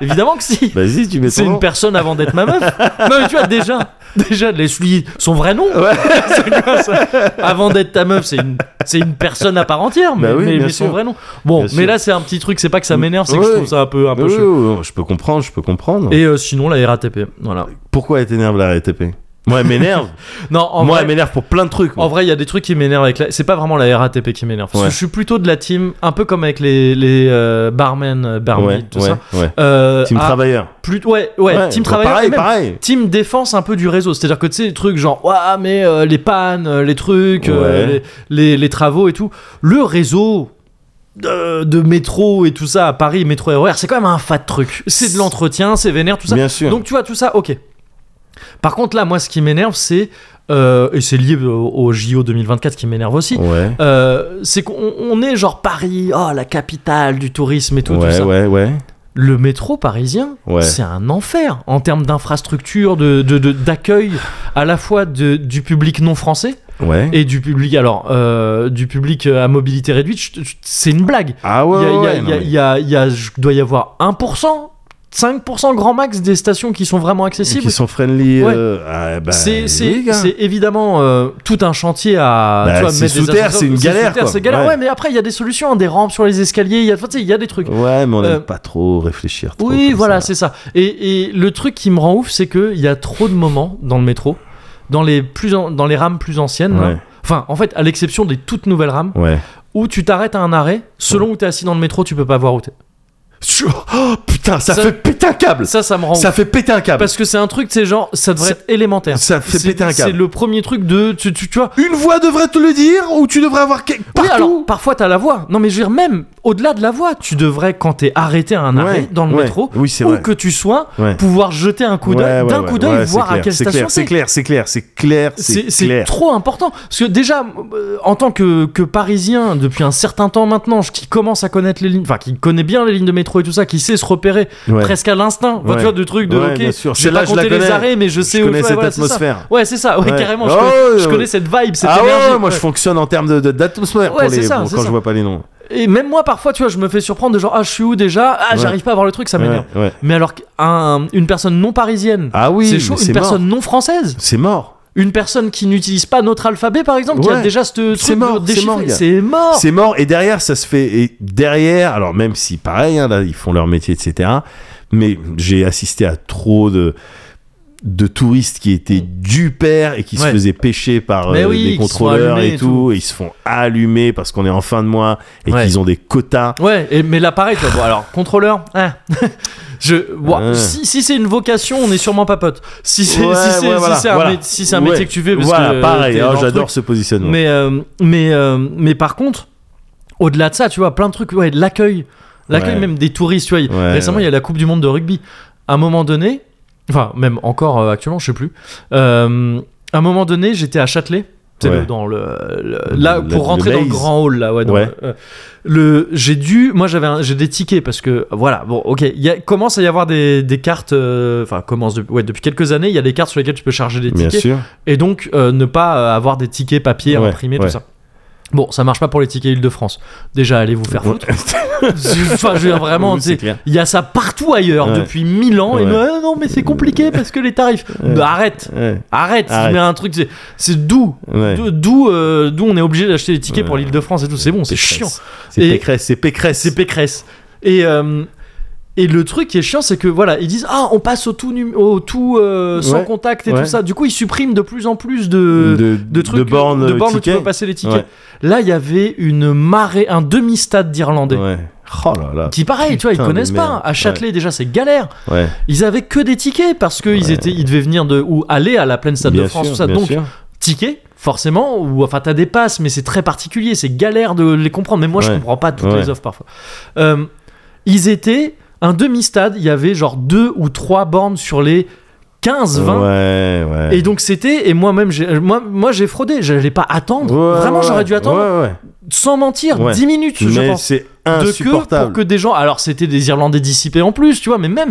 Speaker 1: Évidemment que si.
Speaker 2: Vas-y, tu mets
Speaker 1: C'est
Speaker 2: ton
Speaker 1: une
Speaker 2: nom.
Speaker 1: personne avant d'être ma meuf. Non, mais tu vois, déjà, déjà, laisse-lui son vrai nom. C'est quoi, ça avant d'être ta meuf, c'est une, c'est une personne à part entière, mais,
Speaker 2: Bah oui,
Speaker 1: mais-
Speaker 2: bien
Speaker 1: mais son
Speaker 2: sûr.
Speaker 1: vrai nom. Bon,
Speaker 2: Bien
Speaker 1: mais
Speaker 2: sûr.
Speaker 1: là, c'est un petit truc, c'est pas que ça m'énerve, c'est que
Speaker 2: Ouais.
Speaker 1: je trouve ça un peu, un peu
Speaker 2: Oui,
Speaker 1: chelou.
Speaker 2: oui, oui, je peux comprendre, je peux comprendre.
Speaker 1: Et euh, sinon, la RATP, voilà.
Speaker 2: Pourquoi elle t'énerve la RATP Moi, elle m'énerve.
Speaker 1: Non, en
Speaker 2: Moi, elle
Speaker 1: vrai,
Speaker 2: m'énerve pour plein de trucs. moi.
Speaker 1: en vrai, il y a des trucs qui m'énervent avec la... C'est pas vraiment la RATP qui m'énerve. parce que
Speaker 2: Ouais.
Speaker 1: Je suis plutôt de la team, un peu comme avec les, les euh, barmen, euh, barmaids,
Speaker 2: ouais,
Speaker 1: tout
Speaker 2: ouais,
Speaker 1: ça.
Speaker 2: ouais.
Speaker 1: Euh,
Speaker 2: Team
Speaker 1: à-
Speaker 2: travailleur.
Speaker 1: plus... ouais, ouais, team
Speaker 2: bah,
Speaker 1: travailleur. et
Speaker 2: Pareil,
Speaker 1: même-
Speaker 2: pareil.
Speaker 1: Team défense un peu du réseau, c'est-à-dire que tu sais, les trucs genre, ouah, mais euh, les pannes, euh, les trucs, euh,
Speaker 2: Ouais.
Speaker 1: les, les- les travaux et tout. Le réseau de, de métro et tout ça à Paris, métro RER, c'est quand même un fat truc. C'est de l'entretien, c'est vénère, tout ça.
Speaker 2: Bien sûr.
Speaker 1: Donc tu vois, tout ça, ok. Par contre, là, moi, ce qui m'énerve, c'est, euh, et c'est lié au, au JO 2024 qui m'énerve aussi,
Speaker 2: ouais.
Speaker 1: euh, c'est qu'on on est genre Paris, oh, la capitale du tourisme et tout, tout
Speaker 2: ouais,
Speaker 1: ça.
Speaker 2: ouais, ouais.
Speaker 1: Le métro parisien,
Speaker 2: Ouais.
Speaker 1: c'est un enfer en termes d'infrastructure, de, de- de- d'accueil à la fois de- du public non français
Speaker 2: Ouais.
Speaker 1: et du public, alors, euh, du public à mobilité réduite. je- je- C'est une blague.
Speaker 2: Ah
Speaker 1: Il
Speaker 2: ouais,
Speaker 1: y a- il y a-
Speaker 2: ouais,
Speaker 1: il
Speaker 2: non,
Speaker 1: y a-
Speaker 2: mais-
Speaker 1: il y a- il y a- je dois y avoir 1%, 5% grand max des stations qui sont vraiment accessibles.
Speaker 2: Qui sont friendly.
Speaker 1: Ouais.
Speaker 2: euh, ah, bah,
Speaker 1: c'est,
Speaker 2: oui,
Speaker 1: c'est,
Speaker 2: gars.
Speaker 1: c'est évidemment euh, tout un chantier à
Speaker 2: Bah,
Speaker 1: tu vois,
Speaker 2: c'est
Speaker 1: mettre des
Speaker 2: sous terre,
Speaker 1: ascenseurs-
Speaker 2: c'est une
Speaker 1: sous
Speaker 2: galère,
Speaker 1: terre,
Speaker 2: quoi.
Speaker 1: c'est galère.
Speaker 2: Ouais.
Speaker 1: Ouais, mais après, il y a des solutions, hein, des rampes sur les escaliers, il y a, tu sais, il y a des trucs.
Speaker 2: Ouais, mais on
Speaker 1: Euh,
Speaker 2: n'aime pas trop réfléchir. Trop
Speaker 1: Oui,
Speaker 2: comme
Speaker 1: voilà,
Speaker 2: ça.
Speaker 1: c'est ça. Et, et le truc qui me rend ouf, c'est qu'il y a trop de moments dans le métro, dans les, plus an- dans les rames plus anciennes, là.
Speaker 2: Ouais.
Speaker 1: enfin, en fait, à l'exception des toutes nouvelles rames,
Speaker 2: Ouais.
Speaker 1: où tu t'arrêtes à un arrêt, selon où t'es assis dans le métro, tu peux pas voir où t'es.
Speaker 2: Oh putain, ça,
Speaker 1: Ça-
Speaker 2: fait péter un câble. Ça,
Speaker 1: Ça, ça me rend ouf.
Speaker 2: fait péter un câble.
Speaker 1: Ah, Parce que c'est un truc, c'est genre, ça devrait
Speaker 2: Ça-
Speaker 1: être élémentaire.
Speaker 2: ça fait
Speaker 1: C'est-
Speaker 2: péter un câble.
Speaker 1: C'est le premier truc de. Tu, tu, tu vois.
Speaker 2: Une voix devrait te le dire ou tu devrais avoir quel-
Speaker 1: Oui,
Speaker 2: partout.
Speaker 1: alors, parfois t'as la voix. Non, mais je veux dire, même au-delà de la voix, tu devrais, quand t'es arrêté à un
Speaker 2: Ouais,
Speaker 1: arrêt dans le
Speaker 2: ouais.
Speaker 1: métro,
Speaker 2: Oui, c'est
Speaker 1: où
Speaker 2: vrai.
Speaker 1: que tu sois,
Speaker 2: Ouais.
Speaker 1: pouvoir jeter un coup d'œil,
Speaker 2: Ouais, ouais,
Speaker 1: d'un
Speaker 2: ouais,
Speaker 1: coup d'œil,
Speaker 2: ouais, c'est
Speaker 1: voir à
Speaker 2: clair,
Speaker 1: quelle
Speaker 2: c'est
Speaker 1: station
Speaker 2: clair, c'est
Speaker 1: t'es.
Speaker 2: clair, c'est clair, c'est clair,
Speaker 1: C'est-
Speaker 2: c'est
Speaker 1: C'est
Speaker 2: clair.
Speaker 1: trop important. Parce que déjà, euh, en tant que, que Parisien, depuis un certain temps maintenant, je- qui commence à connaître les lignes, enfin qui connaît bien les lignes de métro et tout ça, qui sait se repérer
Speaker 2: Ouais.
Speaker 1: presque à l'instinct, Enfin,
Speaker 2: Ouais.
Speaker 1: tu vois, de trucs de
Speaker 2: Ouais,
Speaker 1: ok,
Speaker 2: bien sûr.
Speaker 1: je vais
Speaker 2: Celle-là,
Speaker 1: pas
Speaker 2: je la
Speaker 1: compter les
Speaker 2: connais.
Speaker 1: arrêts, mais je
Speaker 2: Je
Speaker 1: sais où
Speaker 2: connais
Speaker 1: ouais,
Speaker 2: cette
Speaker 1: voilà, c'est ça.
Speaker 2: atmosphère.
Speaker 1: Ouais, c'est ça, ouais,
Speaker 2: Ouais.
Speaker 1: carrément. Je,
Speaker 2: Oh,
Speaker 1: connais, je
Speaker 2: ouais.
Speaker 1: connais cette vibe, cette
Speaker 2: Ah
Speaker 1: énergie.
Speaker 2: ouais, moi je
Speaker 1: Ouais.
Speaker 2: fonctionne en termes de de- d'atmosphère
Speaker 1: Ouais,
Speaker 2: pour
Speaker 1: c'est
Speaker 2: les
Speaker 1: ça,
Speaker 2: bon,
Speaker 1: c'est
Speaker 2: quand
Speaker 1: ça.
Speaker 2: je vois pas les noms.
Speaker 1: Et même moi, parfois, tu vois, je me fais surprendre de genre, ah, je suis où déjà Ah,
Speaker 2: Ouais.
Speaker 1: j'arrive pas à voir le truc, ça m'énerve.
Speaker 2: Ouais, ouais.
Speaker 1: Mais alors qu'une personne non parisienne,
Speaker 2: Ah oui,
Speaker 1: c'est chaud,
Speaker 2: mais
Speaker 1: une
Speaker 2: c'est mort.
Speaker 1: personne non française,
Speaker 2: C'est mort.
Speaker 1: une personne qui n'utilise pas notre alphabet par exemple qui a
Speaker 2: Ouais.
Speaker 1: déjà ce
Speaker 2: C'est
Speaker 1: truc
Speaker 2: mort,
Speaker 1: de
Speaker 2: c'est mort,
Speaker 1: déchiffrer
Speaker 2: gars.
Speaker 1: c'est mort
Speaker 2: C'est mort et derrière ça se fait et derrière alors même si pareil hein, là ils font leur métier etc mais j'ai assisté à trop de de touristes qui étaient du père et qui se
Speaker 1: Ouais.
Speaker 2: faisaient pêcher par
Speaker 1: Mais
Speaker 2: euh,
Speaker 1: oui, qui
Speaker 2: des
Speaker 1: se font
Speaker 2: contrôleurs
Speaker 1: allumer
Speaker 2: et
Speaker 1: et
Speaker 2: tout,
Speaker 1: tout.
Speaker 2: et ils se font allumer parce qu'on est en fin de mois et
Speaker 1: Ouais.
Speaker 2: qu'ils ont des quotas
Speaker 1: ouais et- mais là pareil tu vois, bon, alors contrôleur hein. je bon,
Speaker 2: Ouais.
Speaker 1: si, si c'est une vocation on est sûrement pas potes si c'est
Speaker 2: Ouais,
Speaker 1: si c'est
Speaker 2: ouais, voilà,
Speaker 1: si c'est un,
Speaker 2: voilà.
Speaker 1: mé- si c'est un
Speaker 2: Ouais.
Speaker 1: métier que tu fais parce
Speaker 2: voilà
Speaker 1: que, euh,
Speaker 2: pareil
Speaker 1: t'es
Speaker 2: hein,
Speaker 1: dans le
Speaker 2: j'adore
Speaker 1: truc.
Speaker 2: ce positionnement
Speaker 1: mais euh, mais euh, mais par contre au-delà de ça tu vois plein de trucs ouais de l'accueil l'accueil
Speaker 2: Ouais.
Speaker 1: même des touristes tu vois il-
Speaker 2: Ouais,
Speaker 1: récemment il
Speaker 2: ouais.
Speaker 1: y a la coupe du monde de rugby à un moment donné enfin même encore euh, actuellement je sais plus euh, à un moment donné j'étais à Châtelet tu sais,
Speaker 2: Ouais.
Speaker 1: le- dans le, le- là
Speaker 2: Le-
Speaker 1: pour
Speaker 2: le
Speaker 1: rentrer dans le
Speaker 2: maze.
Speaker 1: grand hall là ouais, dans
Speaker 2: Ouais.
Speaker 1: le- euh, le j'ai dû moi j'avais un- j'ai des tickets parce que voilà bon ok il y a- commence à y avoir des, des cartes euh, enfin commence de- ouais, depuis quelques années il y a des cartes sur lesquelles tu peux charger des
Speaker 2: bien
Speaker 1: tickets
Speaker 2: sûr
Speaker 1: et donc euh, ne pas euh, avoir des tickets papier
Speaker 2: Ouais,
Speaker 1: imprimés tout
Speaker 2: ouais.
Speaker 1: ça bon ça marche pas pour les tickets Île-de-France déjà allez vous faire foutre enfin je veux dire, vraiment
Speaker 2: Oui,
Speaker 1: tu sais,
Speaker 2: c'est clair.
Speaker 1: il y a ça partout ailleurs
Speaker 2: Ouais.
Speaker 1: depuis mille ans et
Speaker 2: Ouais.
Speaker 1: non, non mais c'est compliqué parce que les tarifs Bah, arrête
Speaker 2: Ouais,
Speaker 1: Arrête, tu
Speaker 2: Arrête.
Speaker 1: mets un truc, c'est- c'est d'où
Speaker 2: ouais.
Speaker 1: D'où- D'où euh, d'où on est obligé d'acheter des tickets pour
Speaker 2: Ouais.
Speaker 1: l'Île-de-France et tout, c'est bon, c'est
Speaker 2: Pécresse.
Speaker 1: chiant.
Speaker 2: c'est
Speaker 1: Et-
Speaker 2: pécresse c'est pécresse
Speaker 1: C'est Pécresse. Et, euh, et le truc qui est chiant, c'est que voilà, ils disent Ah, on passe au tout, num- au tout euh, sans
Speaker 2: Ouais,
Speaker 1: contact et
Speaker 2: ouais.
Speaker 1: tout ça. Du coup, ils suppriment de plus en plus de,
Speaker 2: de,
Speaker 1: trucs,
Speaker 2: de bornes euh,
Speaker 1: de bornes où tu
Speaker 2: tickets.
Speaker 1: peux passer les tickets.
Speaker 2: Ouais.
Speaker 1: Là, il y avait une marée, un demi-stade d'Irlandais.
Speaker 2: ouais. oh là là
Speaker 1: Qui pareil, tu vois, ils
Speaker 2: Putain de
Speaker 1: connaissent pas. hein.
Speaker 2: merde.
Speaker 1: À Châtelet, déjà, c'est galère.
Speaker 2: ouais
Speaker 1: Ils avaient que des tickets parce qu'ils
Speaker 2: Ouais.
Speaker 1: étaient, ils devaient venir de ou aller à la pleine stade
Speaker 2: bien
Speaker 1: de France,
Speaker 2: sûr,
Speaker 1: tout ça.
Speaker 2: bien
Speaker 1: Donc,
Speaker 2: sûr.
Speaker 1: tickets forcément ou enfin t'as des passes mais c'est très particulier c'est galère de les comprendre mais moi je
Speaker 2: Ouais.
Speaker 1: comprends pas toutes
Speaker 2: Ouais.
Speaker 1: les offres parfois Euh, ils étaient un demi stade il y avait genre deux ou trois bornes sur les 15, 20.
Speaker 2: Ouais, ouais.
Speaker 1: Et donc c'était, et moi-même, j'ai- moi, moi j'ai fraudé, j'allais pas attendre.
Speaker 2: Ouais,
Speaker 1: Vraiment,
Speaker 2: ouais,
Speaker 1: j'aurais dû
Speaker 2: ouais,
Speaker 1: attendre,
Speaker 2: ouais, ouais.
Speaker 1: sans mentir,
Speaker 2: Ouais.
Speaker 1: 10 minutes, je
Speaker 2: Mais
Speaker 1: pense.
Speaker 2: c'est
Speaker 1: De queue pour
Speaker 2: insupportable.
Speaker 1: que des gens. Alors c'était des Irlandais dissipés en plus, tu vois, mais même.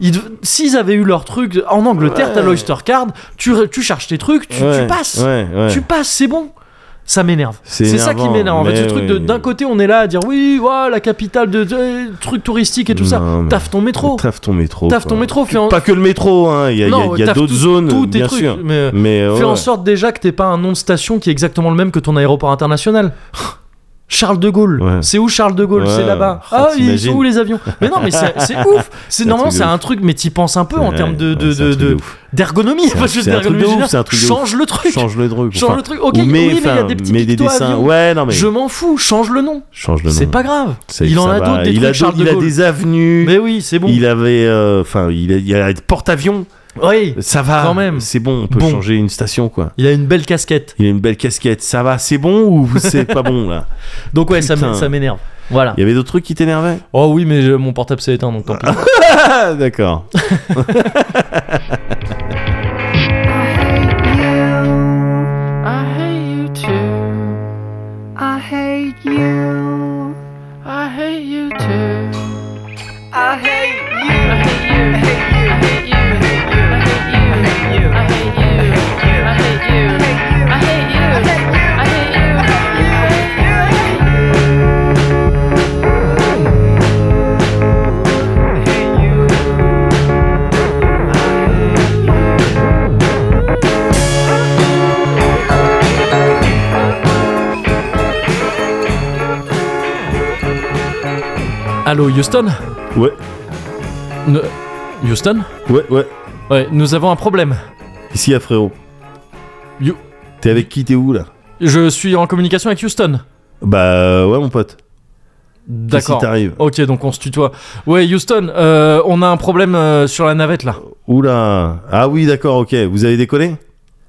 Speaker 1: ils dev- S'ils avaient eu leur truc en Angleterre,
Speaker 2: Ouais.
Speaker 1: t'as l'Oyster Card, tu, re- tu charges tes trucs, tu, tu
Speaker 2: Ouais,
Speaker 1: passes,
Speaker 2: ouais, ouais.
Speaker 1: tu passes, c'est bon. Ça m'énerve.
Speaker 2: C'est
Speaker 1: C'est ça qui
Speaker 2: énervant,
Speaker 1: m'énerve. En fait,
Speaker 2: mais
Speaker 1: ce truc de
Speaker 2: oui.
Speaker 1: d'un côté, on est là à dire oui, ouah, la capitale de, de- trucs touristiques et tout ça.
Speaker 2: Non, mais-
Speaker 1: Taffe ton métro.
Speaker 2: Taffe ton métro.
Speaker 1: Taffe ton
Speaker 2: quoi.
Speaker 1: métro. Fais en...
Speaker 2: Pas que le métro, hein. Il y a, il y a-
Speaker 1: Non,
Speaker 2: il y a
Speaker 1: taffe
Speaker 2: d'autres
Speaker 1: tout-
Speaker 2: zones,
Speaker 1: tous tes
Speaker 2: bien
Speaker 1: trucs,
Speaker 2: sûr.
Speaker 1: mais-
Speaker 2: Mais euh,
Speaker 1: Fais en
Speaker 2: ouais.
Speaker 1: sorte déjà que t'es pas un nom de station qui est exactement le même que ton aéroport international. Charles de Gaulle.
Speaker 2: Ouais.
Speaker 1: C'est où Charles de Gaulle
Speaker 2: Ouais.
Speaker 1: C'est là-bas.
Speaker 2: Oh,
Speaker 1: Ah, ils
Speaker 2: t'imagines.
Speaker 1: sont où les avions Mais non, mais c'est c'est ouf. C'est
Speaker 2: un
Speaker 1: normalement
Speaker 2: truc
Speaker 1: c'est
Speaker 2: de
Speaker 1: un truc, mais t'y penses un peu en
Speaker 2: Ouais,
Speaker 1: termes de
Speaker 2: ouais,
Speaker 1: de-
Speaker 2: c'est un
Speaker 1: de-
Speaker 2: truc de
Speaker 1: de-
Speaker 2: ouf.
Speaker 1: d'ergonomie. Parce que
Speaker 2: c'est un truc de
Speaker 1: d'ergonomie
Speaker 2: ouf,
Speaker 1: générale,
Speaker 2: c'est un truc de ouf.
Speaker 1: Change le truc.
Speaker 2: Change le truc.
Speaker 1: Change le truc. Ok,
Speaker 2: ou
Speaker 1: oui,
Speaker 2: mets,
Speaker 1: mais il y a
Speaker 2: enfin,
Speaker 1: des petits
Speaker 2: mets des
Speaker 1: pictos
Speaker 2: dessins.
Speaker 1: avions.
Speaker 2: Ouais, non mais.
Speaker 1: Je m'en fous. Change le nom.
Speaker 2: Change le nom.
Speaker 1: C'est pas grave.
Speaker 2: C'est-
Speaker 1: Il en
Speaker 2: ça
Speaker 1: a
Speaker 2: va.
Speaker 1: d'autres des
Speaker 2: Il a
Speaker 1: trucs Charles
Speaker 2: d'autres-
Speaker 1: de
Speaker 2: il a
Speaker 1: Gaulle.
Speaker 2: des avenues.
Speaker 1: Mais oui, c'est bon.
Speaker 2: Il avait, euh, enfin, il, a, il a des porte-avions.
Speaker 1: Oui.
Speaker 2: Ça va.
Speaker 1: Quand même.
Speaker 2: C'est bon. On peut
Speaker 1: Bon.
Speaker 2: changer une station, quoi.
Speaker 1: Il a une belle casquette.
Speaker 2: Il a une belle casquette. Ça va. C'est bon ou c'est pas bon là
Speaker 1: Donc ouais, ça
Speaker 2: Putain.
Speaker 1: m'é- ça m'énerve. Voilà.
Speaker 2: Il y avait d'autres trucs qui t'énervaient.
Speaker 1: Oh oui, mais euh, mon portable s'est éteint, donc tant pis.
Speaker 2: Ah, d'accord.
Speaker 6: I hate you too.
Speaker 7: I hate you.
Speaker 6: I hate you too.
Speaker 7: I hate you.
Speaker 6: I hate you. I hate you. I hate you. I hate you. I hate you. I hate you. I hate you. I hate you. I hate you.
Speaker 1: Allô, Houston
Speaker 2: Ouais,
Speaker 1: Ne- Houston
Speaker 2: ouais, ouais.
Speaker 1: Ouais, nous avons un problème.
Speaker 2: Ici, à frérot.
Speaker 1: You-
Speaker 2: T'es avec qui T'es où là
Speaker 1: Je suis en communication avec Houston.
Speaker 2: Bah ouais, mon pote.
Speaker 1: D'accord.
Speaker 2: Si t'arrives.
Speaker 1: Ok, donc on se tutoie. Ouais, Houston, euh, on a un problème euh, sur la navette là.
Speaker 2: Oula. Ah oui, d'accord. Ok. Vous avez décollé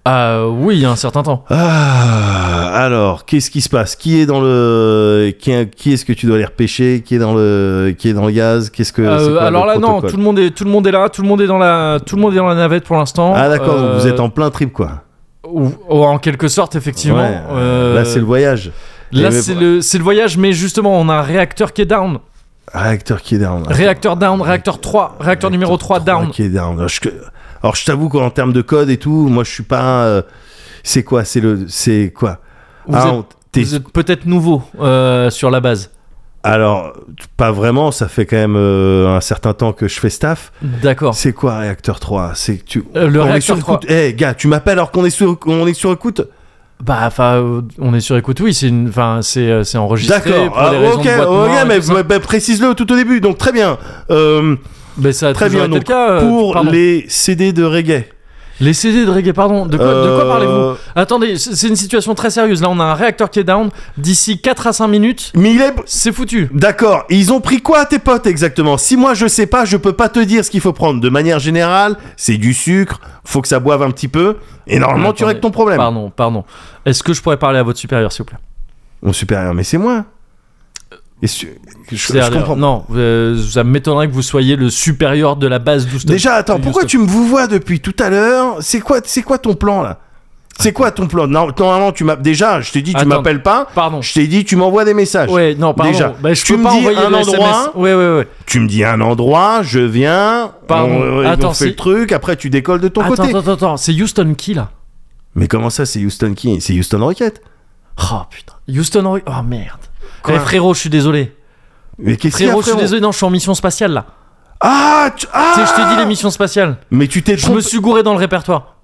Speaker 1: Ah oui, il y a un certain temps.
Speaker 2: Ah, alors, qu'est-ce qui se passe Qui est dans le qui, est- qui est-ce que tu dois aller repêcher Qui est dans le qui est dans le gaz Qu'est-ce que c'est
Speaker 1: Euh,
Speaker 2: quoi
Speaker 1: alors
Speaker 2: le
Speaker 1: là, non,
Speaker 2: protocole
Speaker 1: tout le monde est tout le monde est là, tout le monde est dans la tout le monde est dans la navette pour l'instant.
Speaker 2: Ah d'accord, donc
Speaker 1: Euh,
Speaker 2: vous êtes en plein trip quoi.
Speaker 1: ou- ou en quelque sorte effectivement.
Speaker 2: Ouais,
Speaker 1: Euh,
Speaker 2: Là c'est le voyage.
Speaker 1: là,
Speaker 2: Et mais- Ah,
Speaker 1: c'est le c'est le voyage, mais justement, on a un réacteur qui est down.
Speaker 2: Réacteur qui est down.
Speaker 1: Réacteur down, réacteur 3, réacteur numéro 3 down.
Speaker 2: Qui est down. Alors je, alors, je t'avoue qu'en termes de code et tout, moi je suis pas. euh, C'est quoi C'est le c'est quoi
Speaker 1: Vous
Speaker 2: Ah,
Speaker 1: êtes-
Speaker 2: on- t'es-
Speaker 1: Vous êtes peut-être nouveau euh, sur la base.
Speaker 2: Alors pas vraiment. Ça fait quand même euh, un certain temps que je fais staff.
Speaker 1: D'accord.
Speaker 2: C'est quoi réacteur 3 C'est que tu
Speaker 1: Euh, le
Speaker 2: on est
Speaker 1: réacteur
Speaker 2: sur
Speaker 1: 3.
Speaker 2: écoute. Eh gars, tu m'appelles alors qu'on est sur on est sur écoute.
Speaker 1: Bah, enfin, euh, on est sur écoute, oui, c'est une... enfin, c'est, euh, c'est enregistré.
Speaker 2: D'accord.
Speaker 1: Pour des
Speaker 2: Ah,
Speaker 1: raisons
Speaker 2: OK,
Speaker 1: de boîte
Speaker 2: OK,
Speaker 1: noire et
Speaker 2: mais
Speaker 1: tout ça.
Speaker 2: bah, bah, précise-le tout au début. Donc très bien. Euh,
Speaker 1: Mais ça a
Speaker 2: très
Speaker 1: toujours
Speaker 2: bien
Speaker 1: été
Speaker 2: donc
Speaker 1: le cas, euh,
Speaker 2: pour
Speaker 1: pardon.
Speaker 2: les CD de reggae.
Speaker 1: Les CD de reggae, pardon. De quoi, de quoi
Speaker 2: Euh,
Speaker 1: parlez-vous Attendez, c'est c'est une situation très sérieuse. Là, on a un réacteur qui est down. D'ici 4 à 5 minutes,
Speaker 2: Mais il est
Speaker 1: c'est foutu.
Speaker 2: D'accord, ils ont pris quoi tes potes exactement Si moi je sais pas, je peux pas te dire ce qu'il faut prendre. De manière générale, c'est du sucre, faut que ça boive un petit peu, et normalement tu
Speaker 1: Attendez,
Speaker 2: règles ton problème.
Speaker 1: Pardon, pardon. Est-ce que je pourrais parler à votre supérieur, s'il vous plaît
Speaker 2: Mon supérieur, mais c'est moi. Et su- je- je
Speaker 1: C'est-à-dire,
Speaker 2: comprends.
Speaker 1: Non, euh, ça m'étonnerait que vous soyez le supérieur de la base d'Houston.
Speaker 2: Déjà, attends, pourquoi
Speaker 1: Houston.
Speaker 2: tu me vous vois depuis tout à l'heure C'est quoi, c'est quoi ton plan là C'est quoi ton plan Non, Normalement, tu m'as déjà. Je t'ai dit, tu
Speaker 1: Attends.
Speaker 2: m'appelles pas.
Speaker 1: Pardon.
Speaker 2: Je t'ai dit, tu m'envoies des messages.
Speaker 1: Ouais, non, pardon.
Speaker 2: Déjà,
Speaker 1: Bah, je
Speaker 2: tu
Speaker 1: peux
Speaker 2: me
Speaker 1: pas
Speaker 2: dis
Speaker 1: envoyer
Speaker 2: un
Speaker 1: de
Speaker 2: endroit.
Speaker 1: SMS. Ouais, ouais, ouais.
Speaker 2: Tu me dis un endroit, je viens.
Speaker 1: Pardon.
Speaker 2: On, on
Speaker 1: Attends,
Speaker 2: fait
Speaker 1: si-
Speaker 2: le truc. Après, tu décolles de ton
Speaker 1: attends,
Speaker 2: côté.
Speaker 1: attends, attends, attends, c'est Houston qui là
Speaker 2: Mais comment ça, c'est Houston qui C'est Houston Rocket.
Speaker 1: Oh putain. Houston en- Oh merde.
Speaker 2: Quoi
Speaker 1: Eh, frérot, je suis désolé.
Speaker 2: Mais qu'est-ce qu'il y a
Speaker 1: Frérot, je suis
Speaker 2: ah, frérot
Speaker 1: désolé, non, je suis en mission spatiale là.
Speaker 2: Ah, tu... ah
Speaker 1: Tu sais, je t'ai dit les missions spatiales.
Speaker 2: Mais tu t'es
Speaker 1: Je me suis gouré dans le répertoire.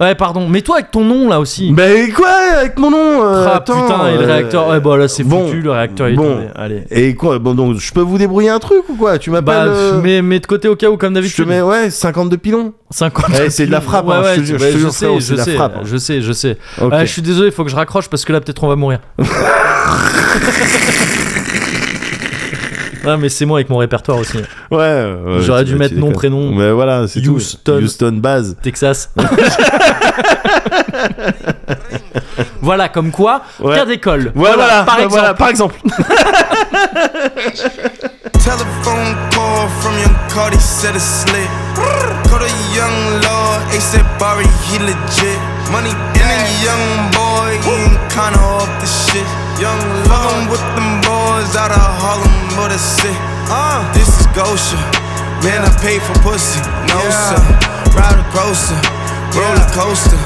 Speaker 1: Ouais, pardon. Mais toi avec ton nom là aussi.
Speaker 2: Mais quoi avec mon nom euh,
Speaker 1: Ah
Speaker 2: attends,
Speaker 1: putain, et le
Speaker 2: euh,
Speaker 1: réacteur. Ouais, bah là, c'est
Speaker 2: bon,
Speaker 1: foutu, le réacteur. il est
Speaker 2: bon.
Speaker 1: tombé. Allez.
Speaker 2: Et quoi Bon donc, je peux vous débrouiller un truc ou quoi Tu
Speaker 1: Bah,
Speaker 2: m'appelles euh,
Speaker 1: mets, mets de côté au cas où, comme
Speaker 2: Je te
Speaker 1: d'habitude.
Speaker 2: mets ouais 52 pilons.
Speaker 1: 50.
Speaker 2: Eh, c'est de la frappe,
Speaker 1: Ouais,
Speaker 2: hein,
Speaker 1: ouais,
Speaker 2: je te jure,
Speaker 1: bah,
Speaker 2: je te
Speaker 1: je
Speaker 2: jure,
Speaker 1: sais,
Speaker 2: frérot,
Speaker 1: je
Speaker 2: c'est de la
Speaker 1: sais,
Speaker 2: frappe. hein.
Speaker 1: je sais, je sais.
Speaker 2: Ok.
Speaker 1: Ah, je suis désolé, faut que je raccroche parce que là peut-être on va mourir. ah mais c'est moi avec mon répertoire aussi.
Speaker 2: Ouais, ouais,
Speaker 1: J'aurais
Speaker 2: tu-
Speaker 1: dû
Speaker 2: tu
Speaker 1: mettre nom,
Speaker 2: déconnes.
Speaker 1: prénom,
Speaker 2: Mais voilà, c'est tout.
Speaker 1: Houston.
Speaker 2: Houston base.
Speaker 1: Texas. voilà, comme quoi,
Speaker 2: Ouais.
Speaker 1: cas d'école.
Speaker 2: Ouais, voilà,
Speaker 1: par
Speaker 2: ouais,
Speaker 1: exemple.
Speaker 2: voilà, par exemple.
Speaker 8: Telephone call from young Cardi said it's slick. Call Told a young lord, they said Barry, he legit. Money in a young boy, he ain't kinda off the shit. Young lord, I'm with them boys out of Harlem, what a sick. Uh, this is Gosha. Man, I paid for pussy. No, sir. Ride a grocer, roller coaster.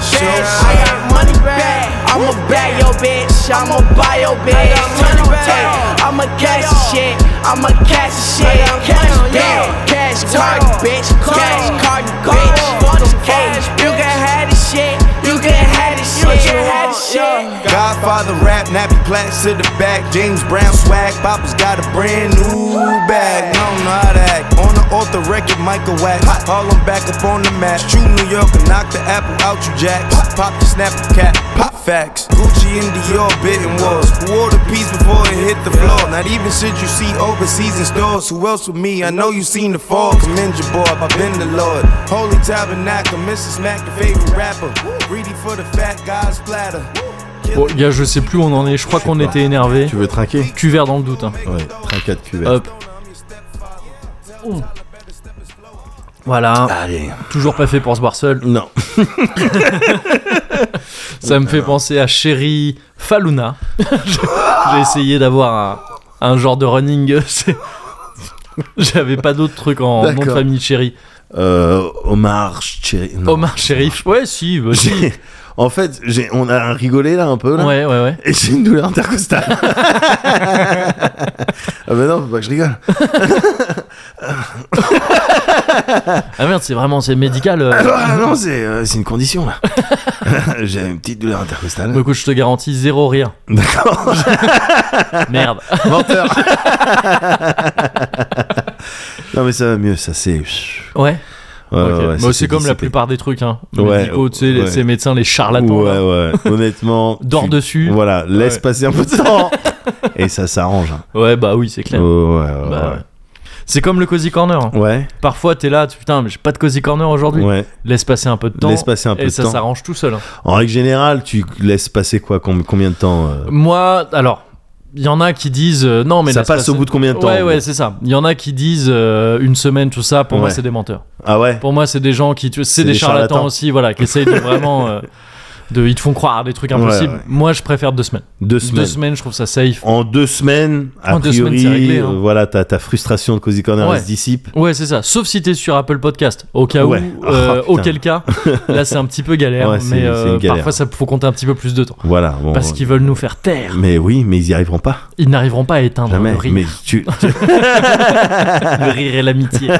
Speaker 8: Show
Speaker 4: I got money bag. I'ma bag your bitch. I'ma buy your bitch. Money bag. I'ma cash the shit. I'ma cash the shit. Cash that. Cash card, bitch. Cash card, bitch. Fuck them cash. You can have the shit. You can have the shit. You can have the shit.
Speaker 8: Godfather rap, nappy plaques to the back. James Brown swag, Papa's got a brand new bag. No, not act. On the author record, Michael Wax. Harlem back up on the mat. True New York and knock the apple out, you jacks. Pop the snap a cat. Pop facts. Gucci and Dior bidding wars. Who ordered piece before it hit the floor? Not even should you see overseas in stores. Who else with me? I know you seen the fall. Commend your boy, I've been the Lord. Holy tabernacle, Mrs. Mack, your favorite rapper. Greedy for the fat guy's platter.
Speaker 1: Bon, gars, je sais plus où on en est. Je crois qu'on était énervé.
Speaker 2: Tu veux trinquer
Speaker 1: Cuvert dans le doute. Hein.
Speaker 2: Ouais, trinquer de cuvette.
Speaker 1: Hop. Voilà.
Speaker 2: Allez.
Speaker 1: Toujours pas fait pour se boire seul.
Speaker 2: Non.
Speaker 1: Ça me fait penser à Chéri Faluna. J'ai essayé d'avoir un, un genre de running. euh, c'est- J'avais pas d'autres trucs en nom de
Speaker 2: D'accord.
Speaker 1: famille Chéri.
Speaker 2: Euh, Omar, Chéri. non.
Speaker 1: Omar Shérif. Ouais, si. bah, si.
Speaker 2: J'ai- En fait, j'ai- on a rigolé là un peu. Là.
Speaker 1: Ouais, ouais, ouais.
Speaker 2: Et j'ai une douleur intercostale. ah bah non, faut pas que je rigole.
Speaker 1: Ah merde, c'est vraiment c'est médical. euh.
Speaker 2: Ah non, ah non, c'est euh, c'est une condition là. j'ai une petite douleur intercostale.
Speaker 1: Bah, écoute, je te garantis zéro rire.
Speaker 2: D'accord.
Speaker 1: Merde.
Speaker 2: Menteur. non mais ça va mieux, ça c'est.
Speaker 1: Ouais.
Speaker 2: Ouais,
Speaker 1: ok.
Speaker 2: ouais, ouais,
Speaker 1: Bah,
Speaker 2: ça
Speaker 1: c'est
Speaker 2: fait
Speaker 1: comme la
Speaker 2: dissiper.
Speaker 1: plupart des trucs. Hein.
Speaker 2: Ouais,
Speaker 1: Médicaux, tu sais, les-
Speaker 2: ouais.
Speaker 1: ces médecins, les charlatans.
Speaker 2: Ouais,
Speaker 1: là.
Speaker 2: ouais, honnêtement.
Speaker 1: Dors
Speaker 2: tu-
Speaker 1: dessus.
Speaker 2: Voilà, laisse
Speaker 1: Ouais.
Speaker 2: passer un peu de temps. Et ça s'arrange. hein.
Speaker 1: Ouais, bah oui, c'est
Speaker 2: Ouais,
Speaker 1: clair.
Speaker 2: ouais,
Speaker 1: Bah, ouais. C'est comme le cozy corner. hein.
Speaker 2: ouais. Ouais,
Speaker 1: Parfois, t'es là, tu- putain, mais j'ai pas de cozy corner aujourd'hui.
Speaker 2: ouais.
Speaker 1: Laisse passer un peu de temps.
Speaker 2: Laisse passer un peu
Speaker 1: et
Speaker 2: de
Speaker 1: ça
Speaker 2: temps.
Speaker 1: s'arrange tout seul. hein.
Speaker 2: En règle générale, tu laisses passer quoi com- Combien de temps euh,
Speaker 1: Moi, alors, il y en a qui disent euh, non, mais
Speaker 2: Ça
Speaker 1: laisse
Speaker 2: passe au
Speaker 1: passer.
Speaker 2: bout de combien de temps
Speaker 1: Ouais,
Speaker 2: en
Speaker 1: ouais,
Speaker 2: gros
Speaker 1: c'est ça. Il y en a qui disent euh, une semaine, tout ça. Pour moi,
Speaker 2: Ouais.
Speaker 1: c'est des menteurs.
Speaker 2: Ah ouais
Speaker 1: Pour moi, c'est des gens qui, tu- c'est des,
Speaker 2: des
Speaker 1: charlatans,
Speaker 2: charlatans.
Speaker 1: aussi, voilà, qui essayent de vraiment. euh, de, ils te font croire des trucs impossibles.
Speaker 2: Ouais, ouais.
Speaker 1: Moi, je préfère deux semaines.
Speaker 2: Deux semaines.
Speaker 1: Deux semaines, je trouve ça safe.
Speaker 2: En deux semaines, a
Speaker 1: En deux
Speaker 2: priori,
Speaker 1: semaines, c'est réglé, hein.
Speaker 2: euh, voilà, ta, ta frustration de Cozy Corner
Speaker 1: Ouais.
Speaker 2: elle se dissipe.
Speaker 1: Ouais, c'est ça. Sauf si t'es sur Apple Podcast, au cas
Speaker 2: Ouais.
Speaker 1: où, euh,
Speaker 2: Oh, putain.
Speaker 1: auquel cas, là c'est un petit peu galère,
Speaker 2: Ouais, c'est-
Speaker 1: mais
Speaker 2: c'est une
Speaker 1: euh,
Speaker 2: galère.
Speaker 1: parfois ça faut compter un petit peu plus de temps.
Speaker 2: Voilà. bon, euh,
Speaker 1: Parce qu'ils veulent nous faire taire.
Speaker 2: Mais oui, mais ils y arriveront pas.
Speaker 1: Ils n'arriveront pas à éteindre
Speaker 2: Jamais.
Speaker 1: le rire,
Speaker 2: Mais tu, tu-
Speaker 1: le rire et l'amitié.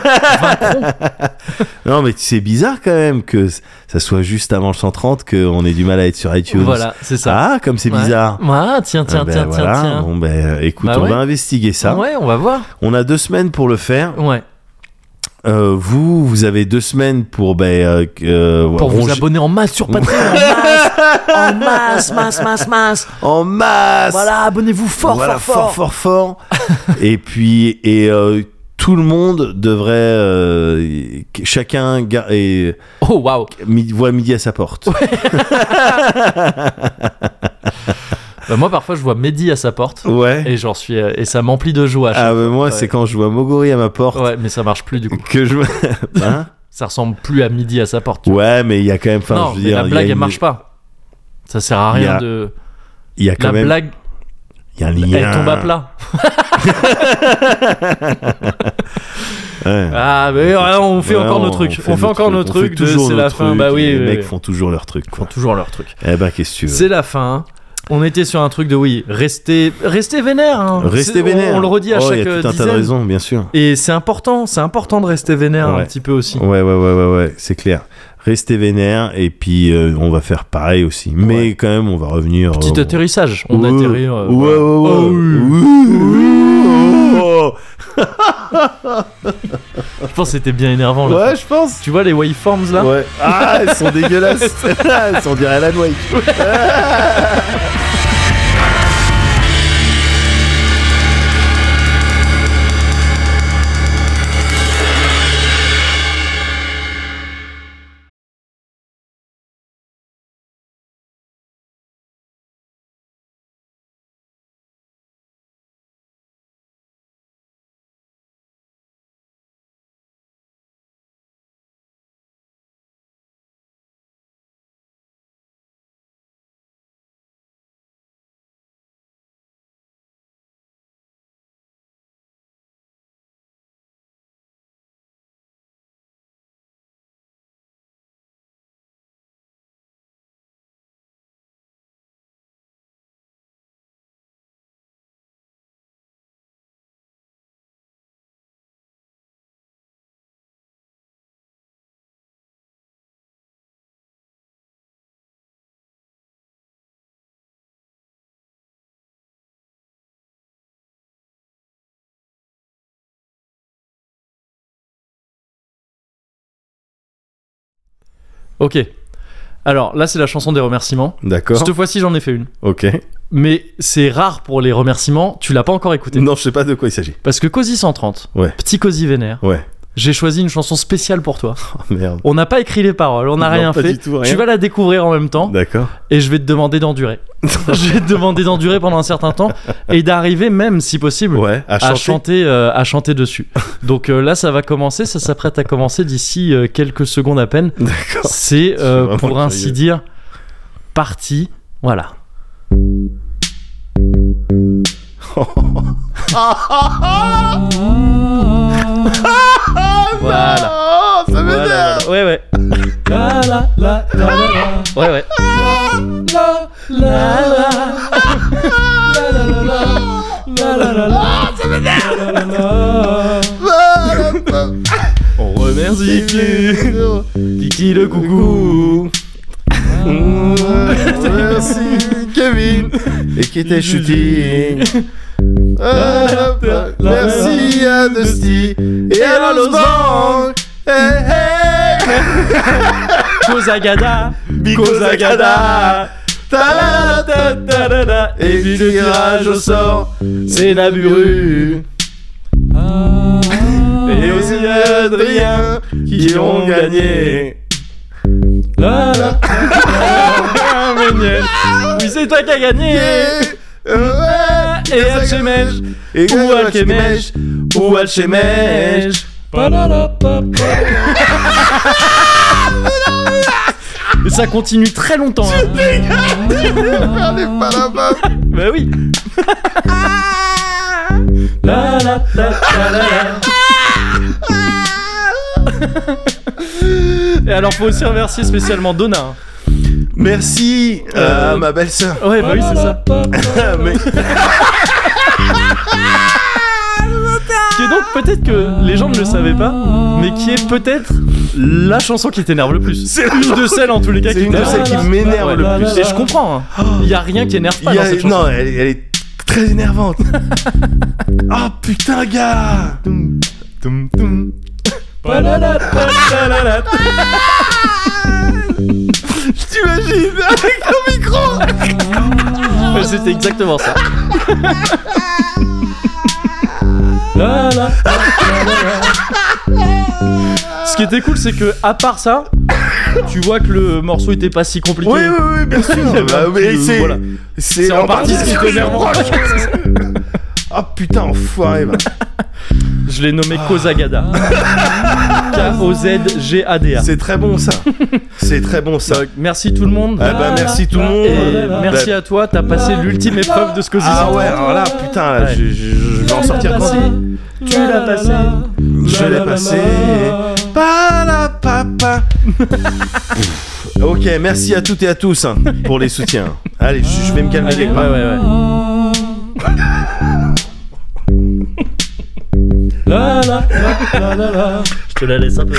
Speaker 2: non, mais c'est bizarre quand même que c- ça soit juste avant le 130 qu'on ait du mal à être sur iTunes.
Speaker 1: voilà, c'est ça.
Speaker 2: Ah, comme c'est
Speaker 1: Ouais.
Speaker 2: bizarre.
Speaker 1: Ah, tiens, tiens,
Speaker 2: Ah, ben,
Speaker 1: tiens,
Speaker 2: voilà.
Speaker 1: tiens, tiens.
Speaker 2: Bon, ben, écoute,
Speaker 1: Bah
Speaker 2: on
Speaker 1: ouais.
Speaker 2: va investiguer ça.
Speaker 1: Ouais, on va voir.
Speaker 2: On a deux semaines pour le faire.
Speaker 1: Ouais.
Speaker 2: Euh, vous, vous avez deux semaines pour, ben, euh, euh,
Speaker 1: Pour vous
Speaker 2: ronger-
Speaker 1: abonner en masse sur Patreon. en masse, en masse, masse, masse, masse.
Speaker 2: en masse.
Speaker 1: Voilà, abonnez-vous fort,
Speaker 2: voilà,
Speaker 1: fort, fort.
Speaker 2: fort, fort, fort. et puis, et euh, tout le monde devrait, euh, que- chacun ga- et
Speaker 1: Oh waouh.
Speaker 2: mi- voit midi à sa porte.
Speaker 1: Bah, moi parfois je vois Mehdi à sa porte
Speaker 2: Ouais.
Speaker 1: et j'en suis euh, et ça m'emplit de joie.
Speaker 2: Ah bah, moi,
Speaker 1: Ouais.
Speaker 2: c'est quand je vois Mogori à ma porte
Speaker 1: Ouais, mais ça marche plus du coup.
Speaker 2: que je. Hein
Speaker 1: Ça ressemble plus à Midi à sa porte. tu vois.
Speaker 2: ouais, mais il y a quand même. Enfin,
Speaker 1: non,
Speaker 2: je veux
Speaker 1: mais
Speaker 2: dire,
Speaker 1: la
Speaker 2: il y a
Speaker 1: blague elle
Speaker 2: une-
Speaker 1: marche pas. Ça sert à
Speaker 2: Il y
Speaker 1: rien
Speaker 2: a
Speaker 1: de.
Speaker 2: Il y a quand
Speaker 1: La
Speaker 2: même.
Speaker 1: blague
Speaker 2: Il y a un
Speaker 1: elle
Speaker 2: lien.
Speaker 1: tombe à plat.
Speaker 2: Ouais.
Speaker 1: Ah mais ouais, on fait
Speaker 2: Ouais,
Speaker 1: encore
Speaker 2: on-
Speaker 1: nos trucs.
Speaker 2: fait
Speaker 1: On fait encore nos
Speaker 2: on fait
Speaker 1: trucs. de
Speaker 2: toujours
Speaker 1: C'est
Speaker 2: nos
Speaker 1: la fin.
Speaker 2: trucs,
Speaker 1: Bah oui.
Speaker 2: Les
Speaker 1: oui,
Speaker 2: mecs
Speaker 1: oui.
Speaker 2: font toujours leur truc.
Speaker 1: Ils font toujours leur truc.
Speaker 2: Eh ben, qu'est-ce que tu veux
Speaker 1: C'est la fin. On était sur un truc de oui, restez, restez vénère. hein. C'est-
Speaker 2: Restez
Speaker 1: on-
Speaker 2: vénère.
Speaker 1: On, le redit à
Speaker 2: Oh,
Speaker 1: chaque
Speaker 2: Il y a tout
Speaker 1: euh,
Speaker 2: un tas de
Speaker 1: dizaine.
Speaker 2: raisons, bien sûr.
Speaker 1: Et c'est important, c'est important de rester vénère un
Speaker 2: Ouais.
Speaker 1: petit peu aussi.
Speaker 2: Ouais, ouais, ouais, ouais, ouais, c'est clair. Restez vénère et puis euh, on va faire pareil aussi. Mais quand même, on va revenir.
Speaker 1: Petit
Speaker 2: euh,
Speaker 1: atterrissage. On
Speaker 2: ouais,
Speaker 1: atterrit. euh,
Speaker 2: ouais,
Speaker 1: voilà.
Speaker 2: ouais, ouais.
Speaker 1: Oh oui.
Speaker 2: Ouh, oh.
Speaker 1: Je pense que c'était bien énervant là.
Speaker 2: Ouais, je pense.
Speaker 1: Tu vois les waveforms là
Speaker 2: Ouais. Ah, elles sont dégueulasses. elles sont on dirait Alan Wake.
Speaker 1: Ok. Alors là, c'est la chanson des remerciements.
Speaker 2: D'accord.
Speaker 1: Cette fois-ci, j'en ai fait une.
Speaker 2: Ok.
Speaker 1: Mais c'est rare pour les remerciements, tu l'as pas encore écouté.
Speaker 2: Non, je sais pas de quoi il s'agit.
Speaker 1: Parce que Cozy 130,
Speaker 2: Ouais.
Speaker 1: petit Cozy vénère,
Speaker 2: Ouais.
Speaker 1: j'ai choisi une chanson spéciale pour toi.
Speaker 2: Oh merde.
Speaker 1: On n'a pas écrit les paroles, on n'a
Speaker 2: Non,
Speaker 1: rien
Speaker 2: pas
Speaker 1: fait.
Speaker 2: du tout, rien.
Speaker 1: Tu vas la découvrir en même temps
Speaker 2: D'accord.
Speaker 1: et je vais te demander d'endurer. je vais te demander d'endurer pendant un certain temps et d'arriver même si possible
Speaker 2: Ouais. À
Speaker 1: à
Speaker 2: chanter.
Speaker 1: chanter euh, à chanter dessus. Donc euh, là ça va commencer, ça s'apprête à commencer d'ici euh, quelques secondes à peine.
Speaker 2: D'accord.
Speaker 1: C'est
Speaker 2: suis
Speaker 1: euh,
Speaker 2: vraiment
Speaker 1: pour ainsi
Speaker 2: curieux.
Speaker 1: dire parti, voilà. voilà.
Speaker 2: Oh, ça
Speaker 1: Voilà,
Speaker 2: m'énerve.
Speaker 1: voilà. Ouais ouais. Ouais ouais.
Speaker 2: On remercie
Speaker 1: Kiki le
Speaker 2: Coucou. Merci Kevin et qui était shooting. Euh, Merci à Dusty et à Eh, Losbang.
Speaker 1: Kozagada.
Speaker 2: Because I got that.
Speaker 1: Ah,
Speaker 2: Ta-la-la-la. Et du tirage au sort, c'est la buru. Et aussi Adrien qui ont gagné.
Speaker 1: Ah, Méniel. Oui, c'est toi qui as gagné.
Speaker 2: Euh,
Speaker 1: Et Hatchemèche.
Speaker 2: Et
Speaker 1: Ou Alchemèche.
Speaker 2: Ou Alchemèche.
Speaker 1: Et ça continue très longtemps. hein. Bah oui. La, la, la, la, la, la. Et alors faut aussi remercier spécialement Donna.
Speaker 2: Merci à Euh, ma belle-sœur.
Speaker 1: hein. Ouais bah oui c'est ça.
Speaker 2: Mais-
Speaker 1: Qui est donc peut-être que les gens ne le savaient pas, mais qui est peut-être la chanson qui t'énerve le plus. C'est une de celles en tous les cas
Speaker 2: C'est
Speaker 1: qui
Speaker 2: une de
Speaker 1: t'énerve.
Speaker 2: celles qui m'énerve
Speaker 1: Ouais.
Speaker 2: le plus.
Speaker 1: Et je comprends. hein. Il y a rien qui énerve pas
Speaker 2: Il y a-
Speaker 1: dans cette chanson.
Speaker 2: Ah non, elle, elle est très énervante. Ah putain, gars Toum, toum, toum. Je t'imagine avec le micro
Speaker 1: Ouais, C'était exactement ça. Ce qui était cool, c'est que à part ça, tu vois que le morceau était pas si compliqué.
Speaker 2: Oui, oui, oui, bien sûr Bah, mais
Speaker 1: Euh,
Speaker 2: c'est,
Speaker 1: voilà.
Speaker 2: c'est
Speaker 1: C'est en partie ce qui
Speaker 2: que
Speaker 1: t'énerve.
Speaker 2: je broche. Ah putain, enfoiré bah.
Speaker 1: Je l'ai nommé Kozagada.
Speaker 2: Ah.
Speaker 1: K-O-Z-G-A-D-A.
Speaker 2: C'est très bon ça C'est très bon ça
Speaker 1: Donc, Merci tout le monde.
Speaker 2: Ah bah merci tout le monde Ben,
Speaker 1: Et merci à toi, t'as passé l'ultime épreuve de ce que
Speaker 2: Ah ouais, alors là, putain, là,
Speaker 1: Ouais.
Speaker 2: je, je- je vais en sortir quand
Speaker 1: Tu l'as passé.
Speaker 2: Je l'ai passé. Pas la papa. Pff, ok, merci à toutes et à tous hein, pour les soutiens. Allez, je, je vais me calmer
Speaker 1: Ouais,
Speaker 2: quelque part.
Speaker 1: ouais, ouais. Je te la laisse un peu.